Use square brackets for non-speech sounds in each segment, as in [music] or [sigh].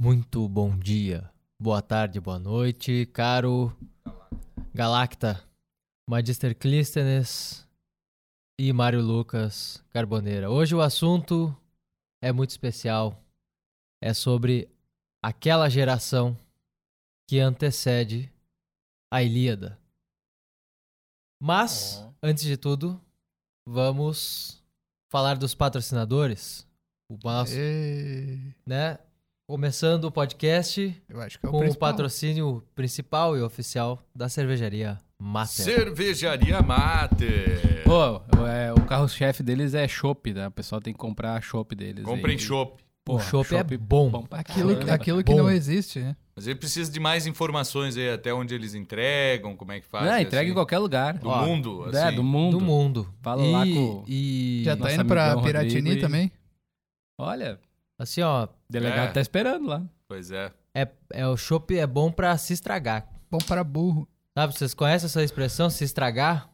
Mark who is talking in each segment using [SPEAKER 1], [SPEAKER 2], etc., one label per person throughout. [SPEAKER 1] Muito bom dia, boa tarde, boa noite, caro Galacta, Magister Clístenes e Mário Lucas Carboneira. Hoje o assunto é muito especial. É sobre aquela geração que antecede a Ilíada. Mas,
[SPEAKER 2] Ó.
[SPEAKER 1] antes de tudo, vamos falar dos patrocinadores. O nosso,
[SPEAKER 2] Ê,
[SPEAKER 1] né? Começando o podcast
[SPEAKER 2] É, Eu acho que é o
[SPEAKER 1] com o
[SPEAKER 2] principal.
[SPEAKER 1] patrocínio principal e oficial da cervejaria Mater.
[SPEAKER 3] Cervejaria Mater.
[SPEAKER 4] Pô, é, o carro-chefe deles é chopp, né? O pessoal tem que comprar a chopp deles.
[SPEAKER 3] Comprem
[SPEAKER 4] aí.
[SPEAKER 3] chopp.
[SPEAKER 1] O
[SPEAKER 4] Porra,
[SPEAKER 1] chopp é
[SPEAKER 4] chopp
[SPEAKER 1] bom.
[SPEAKER 4] pra
[SPEAKER 2] Aquilo, que-
[SPEAKER 4] caramba.
[SPEAKER 2] aquilo que
[SPEAKER 1] é Bom.
[SPEAKER 2] não existe, né?
[SPEAKER 3] Mas ele precisa de mais informações aí, até onde eles entregam, como é que faz.
[SPEAKER 4] Não, entrega em qualquer lugar.
[SPEAKER 3] Do
[SPEAKER 4] Ó,
[SPEAKER 3] mundo, assim.
[SPEAKER 4] É, do mundo.
[SPEAKER 1] Do mundo.
[SPEAKER 4] Fala
[SPEAKER 1] e,
[SPEAKER 4] lá com-
[SPEAKER 1] E
[SPEAKER 2] Já tá
[SPEAKER 4] nosso
[SPEAKER 2] indo pra
[SPEAKER 4] amigão
[SPEAKER 2] Piratini
[SPEAKER 4] Rodrigo e-
[SPEAKER 2] também?
[SPEAKER 4] Olha,
[SPEAKER 1] assim, ó,
[SPEAKER 4] o delegado
[SPEAKER 3] É.
[SPEAKER 4] tá esperando lá.
[SPEAKER 3] Pois é.
[SPEAKER 1] é, é, o chopp é bom pra se estragar.
[SPEAKER 2] Bom para burro.
[SPEAKER 1] Sabe, vocês conhecem essa expressão, se estragar?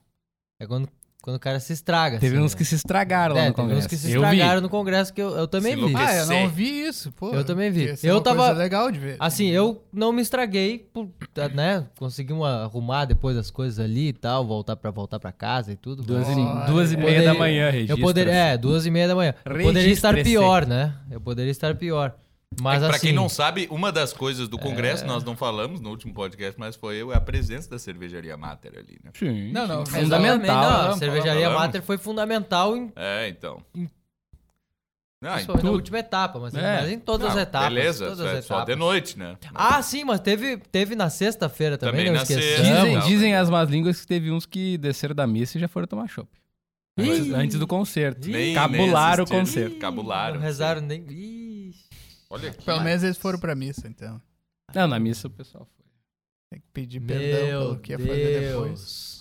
[SPEAKER 1] É quando, quando o cara se estraga.
[SPEAKER 4] Teve
[SPEAKER 1] assim,
[SPEAKER 4] uns
[SPEAKER 1] né?
[SPEAKER 4] que se estragaram lá
[SPEAKER 1] É,
[SPEAKER 4] no
[SPEAKER 1] teve uns
[SPEAKER 4] congresso.
[SPEAKER 1] que se
[SPEAKER 4] Eu vi.
[SPEAKER 1] estragaram no congresso, que eu, eu também
[SPEAKER 3] Se
[SPEAKER 1] vi.
[SPEAKER 3] enlouquece.
[SPEAKER 2] Ah, eu não
[SPEAKER 3] Esquecer.
[SPEAKER 2] vi isso, pô.
[SPEAKER 1] Eu também vi.
[SPEAKER 2] Ia ser
[SPEAKER 1] Eu
[SPEAKER 2] uma
[SPEAKER 1] tava-
[SPEAKER 2] coisa legal de ver.
[SPEAKER 1] Assim, eu não me estraguei, pu- tá, né? Consegui uma- arrumar depois as coisas ali e tal, voltar pra, voltar pra casa e tudo.
[SPEAKER 4] Duas, e,
[SPEAKER 2] Olha.
[SPEAKER 4] duas e meia
[SPEAKER 1] Poderia-
[SPEAKER 4] da manhã,
[SPEAKER 1] Eu
[SPEAKER 4] registra.
[SPEAKER 1] poderia, é, duas e meia da manhã. Eu poderia estar
[SPEAKER 4] Registre-se.
[SPEAKER 1] pior, né? Eu poderia estar pior. Mas
[SPEAKER 3] É que pra
[SPEAKER 1] assim,
[SPEAKER 3] quem não sabe, uma das coisas do Congresso, nós não falamos no último podcast, mas foi eu, é a presença da Cervejaria Mater ali, né?
[SPEAKER 4] Sim.
[SPEAKER 2] Não, não,
[SPEAKER 4] sim.
[SPEAKER 2] mas
[SPEAKER 1] exatamente, não,
[SPEAKER 4] Fundamental.
[SPEAKER 2] né?
[SPEAKER 1] a cervejaria
[SPEAKER 3] falamos.
[SPEAKER 1] Mater foi fundamental em,
[SPEAKER 3] É, então.
[SPEAKER 1] Em-
[SPEAKER 3] Ah,
[SPEAKER 1] principalmente na
[SPEAKER 4] tudo.
[SPEAKER 1] última etapa, mas, em-
[SPEAKER 4] É.
[SPEAKER 1] mas em todas as
[SPEAKER 3] ah,
[SPEAKER 1] etapas.
[SPEAKER 3] Beleza,
[SPEAKER 1] todas
[SPEAKER 3] só,
[SPEAKER 1] as
[SPEAKER 3] só de
[SPEAKER 1] etapas.
[SPEAKER 3] noite, né?
[SPEAKER 1] Ah, sim, mas teve, teve na sexta-feira também,
[SPEAKER 3] Também
[SPEAKER 1] não
[SPEAKER 3] na sexta.
[SPEAKER 4] Dizem,
[SPEAKER 1] esqueçamos.
[SPEAKER 3] Não,
[SPEAKER 4] dizem
[SPEAKER 3] mas-
[SPEAKER 4] as más línguas que teve uns que desceram da missa e já foram tomar chopp. Antes,
[SPEAKER 1] Ih.
[SPEAKER 4] antes do concerto.
[SPEAKER 3] Nem- nem
[SPEAKER 4] Cabularam o
[SPEAKER 3] assistiram.
[SPEAKER 4] concerto.
[SPEAKER 3] Cabularam.
[SPEAKER 1] Não rezaram nem... Ih,
[SPEAKER 3] Olha aqui.
[SPEAKER 2] Pelo menos eles foram pra missa, então.
[SPEAKER 4] Não, na missa o pessoal foi.
[SPEAKER 2] Tem que pedir perdão
[SPEAKER 1] meu
[SPEAKER 2] pelo que ia fazer depois.
[SPEAKER 1] Deus.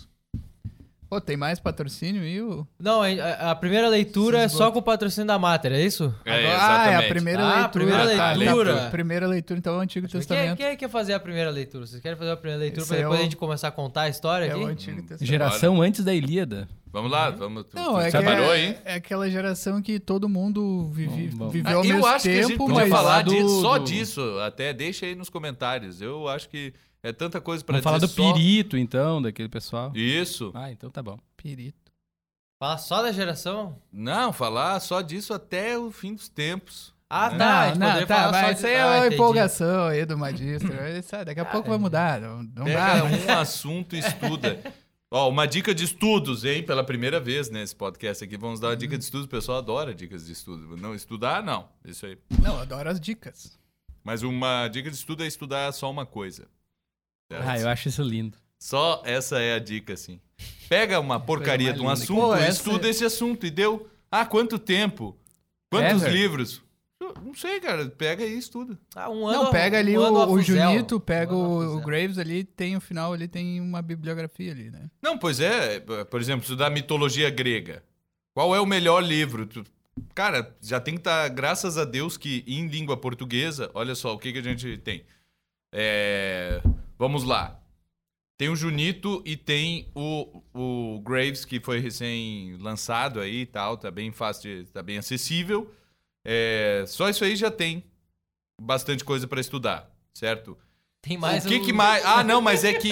[SPEAKER 2] Pô, tem mais patrocínio e o...
[SPEAKER 1] Não, a- a, a primeira leitura é
[SPEAKER 2] Esses
[SPEAKER 1] só com o patrocínio da Mater, é isso?
[SPEAKER 3] É,
[SPEAKER 2] ah,
[SPEAKER 3] exatamente.
[SPEAKER 2] é a primeira
[SPEAKER 1] Ah,
[SPEAKER 2] leitura.
[SPEAKER 1] a primeira
[SPEAKER 2] tá, tá,
[SPEAKER 3] leitura.
[SPEAKER 2] tá, primeira leitura, então, é o Antigo
[SPEAKER 1] Quem,
[SPEAKER 2] Testamento.
[SPEAKER 1] quem quer fazer a primeira leitura? Vocês querem fazer a primeira leitura
[SPEAKER 2] Esse
[SPEAKER 1] pra
[SPEAKER 2] é
[SPEAKER 1] depois
[SPEAKER 2] o-
[SPEAKER 1] a gente começar a contar a história
[SPEAKER 2] É o
[SPEAKER 1] tá aqui?
[SPEAKER 2] Antigo Testamento.
[SPEAKER 4] Geração antes da Ilíada.
[SPEAKER 3] Vamos lá, vamos. tu-
[SPEAKER 2] Não,
[SPEAKER 3] tu
[SPEAKER 2] é, que
[SPEAKER 3] separou
[SPEAKER 2] é,
[SPEAKER 3] aí?
[SPEAKER 2] é aquela geração que todo mundo vive,
[SPEAKER 4] Bom, bom.
[SPEAKER 2] viveu ao
[SPEAKER 3] Ah, eu
[SPEAKER 2] mesmo
[SPEAKER 3] acho que a gente
[SPEAKER 2] tempo,
[SPEAKER 3] podia
[SPEAKER 2] mas...
[SPEAKER 3] falar
[SPEAKER 4] do-
[SPEAKER 3] disso, só
[SPEAKER 4] do-
[SPEAKER 3] disso, até deixa aí nos comentários. Eu acho que é tanta coisa pra
[SPEAKER 4] Vamos falar do
[SPEAKER 3] dizer só-
[SPEAKER 4] pirito, então, daquele pessoal.
[SPEAKER 3] Isso.
[SPEAKER 4] Ah, então tá bom.
[SPEAKER 2] Pirito.
[SPEAKER 1] Fala só da geração?
[SPEAKER 3] Não, falar só disso até o fim dos tempos.
[SPEAKER 1] Ah,
[SPEAKER 3] Não,
[SPEAKER 1] tá. a gente poderia falar
[SPEAKER 2] tá,
[SPEAKER 1] só
[SPEAKER 2] mas
[SPEAKER 1] de-
[SPEAKER 2] isso aí é
[SPEAKER 1] Ah,
[SPEAKER 2] uma
[SPEAKER 1] entendi. Ah,
[SPEAKER 2] empolgação aí
[SPEAKER 1] [laughs]
[SPEAKER 2] do Magistro. aí, sabe, Daqui a pouco vai mudar. Não,
[SPEAKER 4] Então
[SPEAKER 2] não dá,
[SPEAKER 4] né?
[SPEAKER 3] Pega um assunto e
[SPEAKER 4] [laughs]
[SPEAKER 3] estuda. Ó, uma dica de estudos, hein? Pela primeira vez nesse podcast aqui, vamos dar uma dica de estudos. O pessoal adora dicas de estudo. Não, estudar, não. Isso aí.
[SPEAKER 2] Não, adoro as dicas.
[SPEAKER 3] Mas uma dica de estudo é estudar só uma coisa. É.
[SPEAKER 4] Ah, eu acho isso lindo.
[SPEAKER 3] Só essa é a dica, assim. Pega uma porcaria
[SPEAKER 4] mais
[SPEAKER 3] de um
[SPEAKER 4] linda é que-
[SPEAKER 3] assunto,
[SPEAKER 2] Pô, essa-
[SPEAKER 3] estuda esse assunto e deu. Ah, quanto tempo? Quantos
[SPEAKER 4] Ever?
[SPEAKER 3] livros? Eu Não sei, cara. Pega e estuda.
[SPEAKER 1] Ah, um ano,
[SPEAKER 2] Não, pega ali
[SPEAKER 1] um ano
[SPEAKER 2] o, o
[SPEAKER 1] off zero.
[SPEAKER 2] Junito, pega
[SPEAKER 1] Um ano
[SPEAKER 2] o,
[SPEAKER 1] off
[SPEAKER 2] o
[SPEAKER 1] zero.
[SPEAKER 2] Graves ali, tem o final ali, tem uma bibliografia ali, né?
[SPEAKER 3] Não, pois é. Por exemplo, estudar mitologia grega. Qual é o melhor livro? Tu- Cara, já tem que estar, graças a Deus, que em língua portuguesa, olha só o que, que a gente tem. É, Vamos lá. Tem o Junito e tem o, o Graves, que foi recém-lançado aí e tal, tá bem fácil, de, tá bem acessível. É, Só isso aí já tem bastante coisa para estudar, certo?
[SPEAKER 1] Tem mais
[SPEAKER 3] o que,
[SPEAKER 1] um-
[SPEAKER 3] que mais? Ah, não, mas é que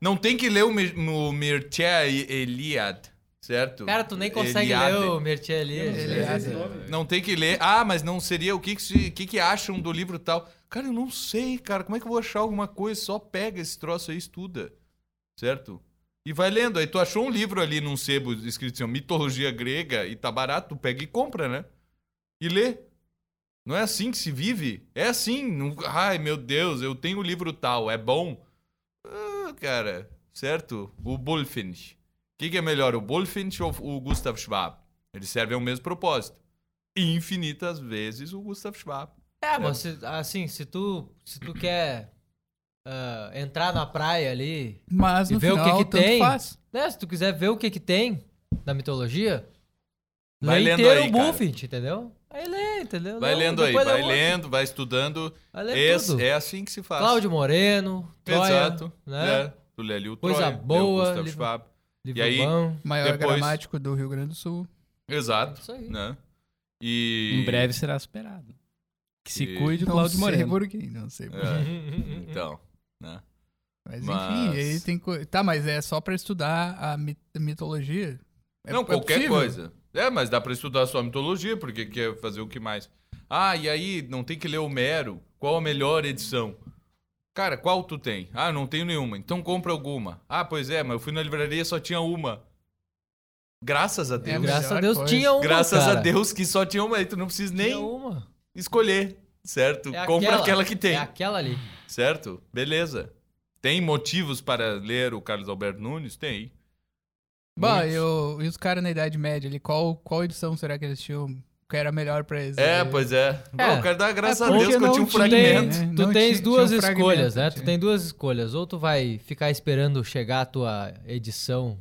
[SPEAKER 3] não tem que ler o, Mir o Mircea E- Eliade, certo?
[SPEAKER 1] Cara, tu nem consegue
[SPEAKER 3] Eliade.
[SPEAKER 1] ler o Mertier ali.
[SPEAKER 2] Eliade.
[SPEAKER 3] Não tem que ler. Ah, mas não seria o que que, se- que que acham do livro tal? Cara, eu não sei, cara. Como é que eu vou achar alguma coisa? Só pega esse troço aí, e estuda, certo? E vai lendo. Aí tu achou um livro ali num sebo escrito assim, ó, mitologia grega e tá barato, tu pega e compra, né? E lê. Não é assim que se vive? É assim. não- Ai, meu Deus, eu tenho o livro tal, é bom? Ah, cara, certo? O Bullfinch. O que, que é melhor, o Bullfinch ou o Gustav Schwab? Eles servem ao mesmo propósito. Infinitas vezes o Gustav Schwab.
[SPEAKER 1] É, mas se- assim, se tu, se tu quer ah, entrar na praia ali,
[SPEAKER 2] Mas
[SPEAKER 1] E
[SPEAKER 2] no
[SPEAKER 1] vê o que
[SPEAKER 2] final,
[SPEAKER 1] que
[SPEAKER 2] tanto
[SPEAKER 1] tem.
[SPEAKER 2] faz.
[SPEAKER 1] né? Se tu quiser ver o que que tem da mitologia,
[SPEAKER 3] Vai
[SPEAKER 1] lê
[SPEAKER 3] lendo
[SPEAKER 1] inteiro
[SPEAKER 3] aí,
[SPEAKER 1] o
[SPEAKER 3] cara.
[SPEAKER 1] Buffett, entendeu? Aí lê, entendeu?
[SPEAKER 3] Vai
[SPEAKER 1] Lê um,
[SPEAKER 3] lendo aí,
[SPEAKER 1] depois lê
[SPEAKER 3] vai
[SPEAKER 1] outro,
[SPEAKER 3] lendo, vai estudando.
[SPEAKER 1] Vai lendo
[SPEAKER 3] Esse-
[SPEAKER 1] tudo.
[SPEAKER 3] é assim que se faz.
[SPEAKER 1] Cláudio Moreno, Troia,
[SPEAKER 3] Exato.
[SPEAKER 1] né?
[SPEAKER 3] É, Tu lê ali o
[SPEAKER 1] Coisa
[SPEAKER 3] Troia, lê
[SPEAKER 1] boa,
[SPEAKER 3] o Gustav
[SPEAKER 1] livro-
[SPEAKER 3] Schwab.
[SPEAKER 1] Livro
[SPEAKER 3] E aí-
[SPEAKER 1] bom.
[SPEAKER 2] Maior
[SPEAKER 3] Depois-
[SPEAKER 2] gramático do Rio Grande do Sul.
[SPEAKER 3] Exato.
[SPEAKER 1] Isso aí.
[SPEAKER 3] Né? E...
[SPEAKER 4] Em breve será superado. Que se
[SPEAKER 3] E-
[SPEAKER 4] cuide,
[SPEAKER 2] Não
[SPEAKER 4] Claudio
[SPEAKER 2] sei
[SPEAKER 4] Moreno.
[SPEAKER 2] por quê, não sei por quê.
[SPEAKER 3] É, então, né?
[SPEAKER 2] Mas
[SPEAKER 3] Mas-
[SPEAKER 2] enfim, aí tem coisa. Tá, mas é só pra estudar a mi- mitologia? É-
[SPEAKER 3] não,
[SPEAKER 2] é
[SPEAKER 3] qualquer
[SPEAKER 2] possível?
[SPEAKER 3] coisa. É, mas dá pra estudar só a mitologia, porque quer fazer o que mais? Ah, e aí, não tem que ler Homero? Qual a melhor edição? Cara, qual tu tem? Ah, não tenho nenhuma. Então compra alguma. Ah, pois é, mas eu fui na livraria e só tinha uma. Graças a Deus.
[SPEAKER 1] [laughs] É, Graças a
[SPEAKER 2] melhor
[SPEAKER 1] Deus
[SPEAKER 2] coisa.
[SPEAKER 1] tinha uma.
[SPEAKER 3] Graças
[SPEAKER 1] cara.
[SPEAKER 3] a Deus que só tinha uma. Aí tu não precisa nem
[SPEAKER 1] Tinha uma.
[SPEAKER 3] escolher, certo?
[SPEAKER 1] É
[SPEAKER 3] compra aquela, que tem,
[SPEAKER 1] É aquela ali.
[SPEAKER 3] certo? Beleza. Tem motivos para ler o Carlos Alberto Nunes? Tem.
[SPEAKER 2] Bah,
[SPEAKER 3] Muitos.
[SPEAKER 2] eu, e os caras na Idade Média ali, qual, qual edição será que eles tinham? Que era melhor pra eles?
[SPEAKER 3] É,
[SPEAKER 2] né?
[SPEAKER 3] pois é. Bom, eu quero dar graças a
[SPEAKER 2] porque
[SPEAKER 3] Deus que eu
[SPEAKER 2] não
[SPEAKER 3] tinha um
[SPEAKER 2] tinha-
[SPEAKER 3] fragmento.
[SPEAKER 2] né?
[SPEAKER 1] Tu
[SPEAKER 2] Não,
[SPEAKER 1] tens
[SPEAKER 2] tinha-
[SPEAKER 1] duas
[SPEAKER 2] tinha um
[SPEAKER 1] escolhas,
[SPEAKER 2] fragmento,
[SPEAKER 1] né? Tu
[SPEAKER 2] tinha.
[SPEAKER 1] tem duas escolhas. Ou tu vai ficar esperando chegar a tua edição,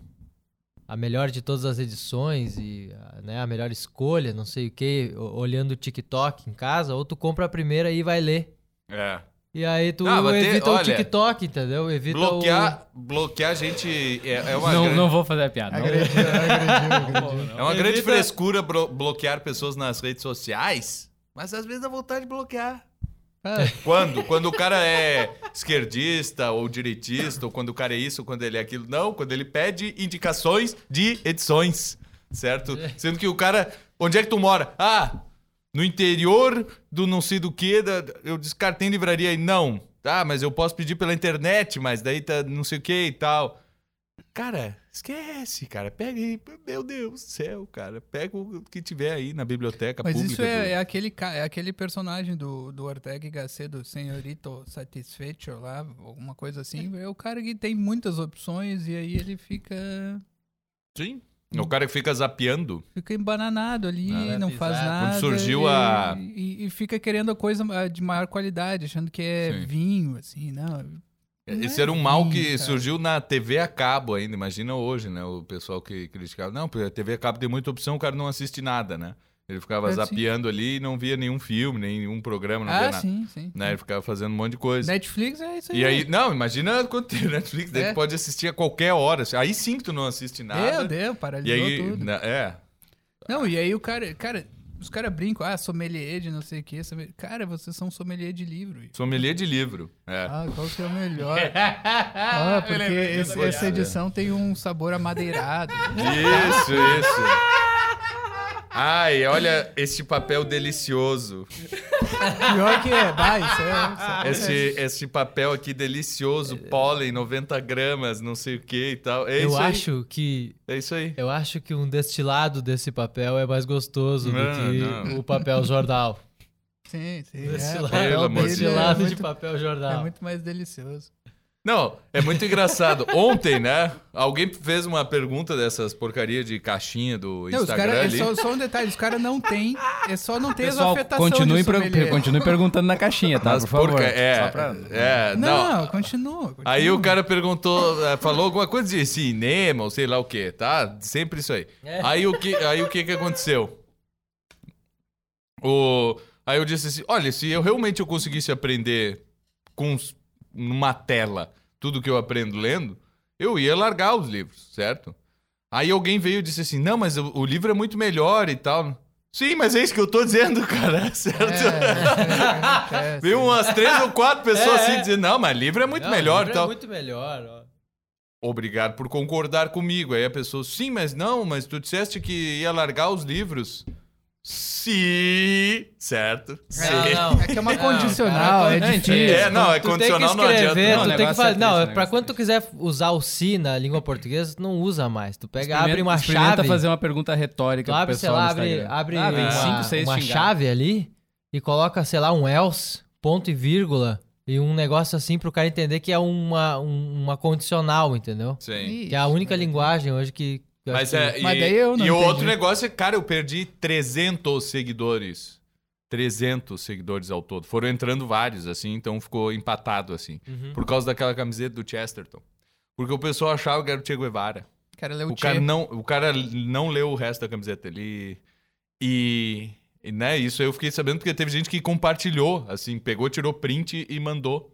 [SPEAKER 1] a melhor de todas as edições e ah, né, a melhor escolha, não sei o que, olhando o TikTok em casa, ou tu compra a primeira e vai ler.
[SPEAKER 3] É.
[SPEAKER 1] E aí tu
[SPEAKER 3] Ah, mas tem-
[SPEAKER 1] evita o
[SPEAKER 3] olha,
[SPEAKER 1] TikTok, entendeu? Evita
[SPEAKER 3] Bloquear, bloquear a gente é, é uma
[SPEAKER 4] Não,
[SPEAKER 3] grande,
[SPEAKER 4] não vou fazer a piada. não.
[SPEAKER 2] Agrediu, agrediu, agrediu.
[SPEAKER 3] é uma
[SPEAKER 1] Evita-
[SPEAKER 3] grande frescura blo- bloquear pessoas nas redes sociais, mas às vezes dá vontade de bloquear. É.
[SPEAKER 2] Ah,
[SPEAKER 3] Quando? Quando o cara é esquerdista ou direitista, ou quando o cara é isso, ou quando ele é aquilo. Não, quando ele pede indicações de edições, certo? Sendo que o cara. Onde é que tu mora? Ah, no interior do não sei do que. Da, eu disse, cara, tem livraria aí? Não. Tá, mas eu posso pedir pela internet, mas daí tá não sei o que e tal. Cara, esquece, cara. Pega aí. Meu Deus do céu, cara. Pega o que tiver aí na biblioteca
[SPEAKER 2] Mas
[SPEAKER 3] pública.
[SPEAKER 2] isso
[SPEAKER 3] do-
[SPEAKER 2] é, é aquele, ca- é aquele personagem do, do Ortega y Gasset, do Senhorito Satisfecho lá, alguma coisa assim. É o cara que tem muitas opções e aí ele fica,
[SPEAKER 3] Sim. É O cara que fica zapeando.
[SPEAKER 2] fica embananado ali,
[SPEAKER 1] Nada,
[SPEAKER 2] não faz
[SPEAKER 1] exato.
[SPEAKER 2] nada.
[SPEAKER 3] Quando surgiu
[SPEAKER 2] e,
[SPEAKER 3] a-
[SPEAKER 2] E, e fica querendo a coisa ma- de maior qualidade, achando que é
[SPEAKER 3] Sim.
[SPEAKER 2] vinho, assim, não.
[SPEAKER 3] Esse era um mal que
[SPEAKER 2] Ih, cara.
[SPEAKER 3] surgiu na TV a cabo ainda, imagina hoje, né? O pessoal que criticava. Não, porque a TV a cabo tem muita opção, o cara não assiste nada, né? Ele ficava
[SPEAKER 2] É, sim.
[SPEAKER 3] zapeando ali e não via nenhum filme, nenhum programa, não via
[SPEAKER 2] Ah,
[SPEAKER 3] nada.
[SPEAKER 2] sim, sim.
[SPEAKER 3] Né? Ele ficava fazendo um monte de coisa.
[SPEAKER 2] Netflix é isso aí.
[SPEAKER 3] E aí, não, imagina quando tem Netflix, daí
[SPEAKER 2] É.
[SPEAKER 3] tu pode assistir a qualquer hora. Aí sim que tu não assiste
[SPEAKER 2] Meu
[SPEAKER 3] nada.
[SPEAKER 2] Deus,
[SPEAKER 3] e
[SPEAKER 2] paralisou
[SPEAKER 3] aí,
[SPEAKER 2] tudo.
[SPEAKER 3] na- é.
[SPEAKER 2] Não, e aí o cara, cara, os caras brincam, ah, sommelier de não sei o que, sommelier... cara, vocês são sommelier de
[SPEAKER 3] É.
[SPEAKER 2] livro.
[SPEAKER 3] Sommelier de livro. É.
[SPEAKER 2] Ah, qual que é o
[SPEAKER 3] [laughs]
[SPEAKER 2] melhor? Ah, porque esse- essa
[SPEAKER 3] piada.
[SPEAKER 2] edição tem um sabor amadeirado.
[SPEAKER 3] Isso, isso. Ai, olha este papel delicioso.
[SPEAKER 2] Pior que é, vai, isso é- isso é-
[SPEAKER 3] Esse, esse papel aqui delicioso, pólen, 90 gramas, não sei o que e tal. É
[SPEAKER 1] eu
[SPEAKER 3] isso aí,
[SPEAKER 1] acho que
[SPEAKER 3] É isso aí.
[SPEAKER 1] eu acho que um destilado desse papel é mais gostoso
[SPEAKER 3] Não,
[SPEAKER 1] do que
[SPEAKER 3] não.
[SPEAKER 1] o papel jornal.
[SPEAKER 2] Sim, sim. é,
[SPEAKER 1] destilado,
[SPEAKER 3] [laughs]
[SPEAKER 2] papel
[SPEAKER 3] Pelo amor de
[SPEAKER 2] dele é
[SPEAKER 1] destilado de
[SPEAKER 2] muito-
[SPEAKER 1] papel jornal.
[SPEAKER 4] tá.
[SPEAKER 2] É muito mais delicioso.
[SPEAKER 3] Não, é muito
[SPEAKER 2] [laughs]
[SPEAKER 3] engraçado. Ontem, né? Alguém fez uma pergunta dessas porcaria de caixinha do
[SPEAKER 2] Não, os
[SPEAKER 3] Instagram
[SPEAKER 2] cara, é
[SPEAKER 3] ali.
[SPEAKER 2] só, só um detalhe, os caras não tem, é só não tem
[SPEAKER 4] Pessoal,
[SPEAKER 2] as afetações
[SPEAKER 4] continue,
[SPEAKER 2] de
[SPEAKER 4] per-
[SPEAKER 2] sommelier.
[SPEAKER 4] continue perguntando na caixinha, tá?
[SPEAKER 3] Nas
[SPEAKER 4] Por favor.
[SPEAKER 3] porca- É,
[SPEAKER 4] Só pra-
[SPEAKER 3] é, não.
[SPEAKER 2] Não, continua. continua.
[SPEAKER 3] Aí o cara perguntou, eh, falou alguma coisa de cinema ou sei lá o que, tá? Sempre isso aí.
[SPEAKER 1] É.
[SPEAKER 3] Aí o que, aí o que que aconteceu? O, aí eu disse assim, olha, se eu realmente eu conseguisse aprender com s- numa tela tudo que eu aprendo lendo, eu ia largar os livros, certo? Aí alguém veio e disse assim, não, mas o, o livro é muito melhor e tal. Sim, mas é isso que eu tô dizendo, cara, [laughs] certo?
[SPEAKER 2] É, é, é, é,
[SPEAKER 3] Viu umas três ou quatro pessoas
[SPEAKER 1] Assim. É,
[SPEAKER 3] assim
[SPEAKER 1] é.
[SPEAKER 3] dizendo, não, mas livro é muito
[SPEAKER 1] Não, o
[SPEAKER 3] melhor e
[SPEAKER 1] livro
[SPEAKER 3] tal
[SPEAKER 1] É muito melhor, ó.
[SPEAKER 3] obrigado por concordar comigo. Aí a pessoa, sim, mas não, mas tu disseste que ia largar os livros. Sim, certo? Sim.
[SPEAKER 1] Não, não.
[SPEAKER 2] É que é uma
[SPEAKER 1] Não,
[SPEAKER 2] condicional,
[SPEAKER 1] cara,
[SPEAKER 2] é
[SPEAKER 1] tu-
[SPEAKER 2] difícil.
[SPEAKER 3] É, [laughs] não, é
[SPEAKER 1] tu
[SPEAKER 3] condicional,
[SPEAKER 1] tem
[SPEAKER 3] não
[SPEAKER 1] que
[SPEAKER 3] adianta.
[SPEAKER 1] escrever, Tu
[SPEAKER 4] Não, o
[SPEAKER 1] tem que
[SPEAKER 4] negócio é
[SPEAKER 1] fazer.
[SPEAKER 4] triste,
[SPEAKER 1] Não,
[SPEAKER 4] o
[SPEAKER 1] é
[SPEAKER 3] né?
[SPEAKER 4] negócio
[SPEAKER 1] pra
[SPEAKER 4] é
[SPEAKER 1] quando tu quiser usar o si na língua portuguesa, tu não usa mais. Tu pega,
[SPEAKER 4] Experimenta-
[SPEAKER 1] abre uma
[SPEAKER 4] experimenta
[SPEAKER 1] chave.
[SPEAKER 4] fazer uma pergunta retórica
[SPEAKER 1] Tu
[SPEAKER 4] pro
[SPEAKER 1] abre, sei
[SPEAKER 4] pessoal
[SPEAKER 1] lá,
[SPEAKER 4] no
[SPEAKER 1] abre,
[SPEAKER 4] Instagram.
[SPEAKER 1] abre
[SPEAKER 4] Ah, vem
[SPEAKER 1] uma,
[SPEAKER 4] cinco, seis
[SPEAKER 1] uma
[SPEAKER 4] xingar.
[SPEAKER 1] chave ali e coloca, sei lá, um else, ponto e vírgula, e um negócio assim pro cara entender que é uma, um- uma condicional, entendeu?
[SPEAKER 3] Sim.
[SPEAKER 1] Que é a única linguagem hoje que. que eu
[SPEAKER 3] assim. Mas,
[SPEAKER 1] acho que-
[SPEAKER 3] é, e,
[SPEAKER 2] Mas daí eu não
[SPEAKER 3] e o
[SPEAKER 2] entendi.
[SPEAKER 3] outro negócio é, cara, eu perdi 300 seguidores. 300 seguidores ao todo. Foram entrando vários, assim, então ficou empatado, assim.
[SPEAKER 1] Uhum.
[SPEAKER 3] Por causa daquela camiseta do Chesterton. Porque o pessoal achava que era o Che Guevara.
[SPEAKER 2] O cara leu
[SPEAKER 3] O
[SPEAKER 2] o
[SPEAKER 3] cara,
[SPEAKER 2] Tchê.
[SPEAKER 3] não, o cara não leu o resto da camiseta ali. E, e, né, isso eu fiquei sabendo porque teve gente que compartilhou, assim, pegou, tirou print e mandou.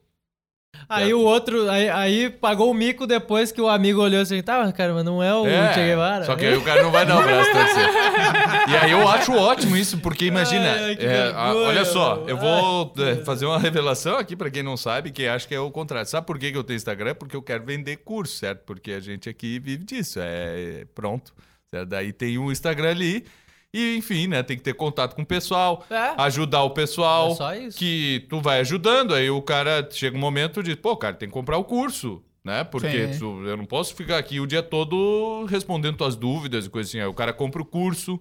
[SPEAKER 1] Aí o outro, aí, aí pagou o mico depois que o amigo olhou assim, tá, mas, cara, mas não é o Che Guevara. né?
[SPEAKER 3] Só que aí o cara não vai dar o braço a torcer. E aí eu acho ótimo isso, porque imagina.
[SPEAKER 1] Ai, ai, que
[SPEAKER 3] é, a-
[SPEAKER 1] vergonha,
[SPEAKER 3] olha só,
[SPEAKER 1] mano.
[SPEAKER 3] eu vou é, fazer uma revelação aqui pra quem não sabe, quem acha que é o contrário. Sabe por que que eu tenho Instagram? Porque eu quero vender curso, certo? Porque a gente aqui vive disso. É é, pronto. certo? Daí tem um Instagram ali. E, enfim, né? Tem que ter contato com o pessoal,
[SPEAKER 1] É.
[SPEAKER 3] ajudar o pessoal.
[SPEAKER 1] É só isso.
[SPEAKER 3] Que tu vai ajudando, aí o cara chega um momento de, pô, cara, tem que comprar o curso, né? Porque
[SPEAKER 2] Sim.
[SPEAKER 3] tu- eu não posso ficar aqui o dia todo respondendo tuas dúvidas e coisa assim. Aí o cara compra o curso,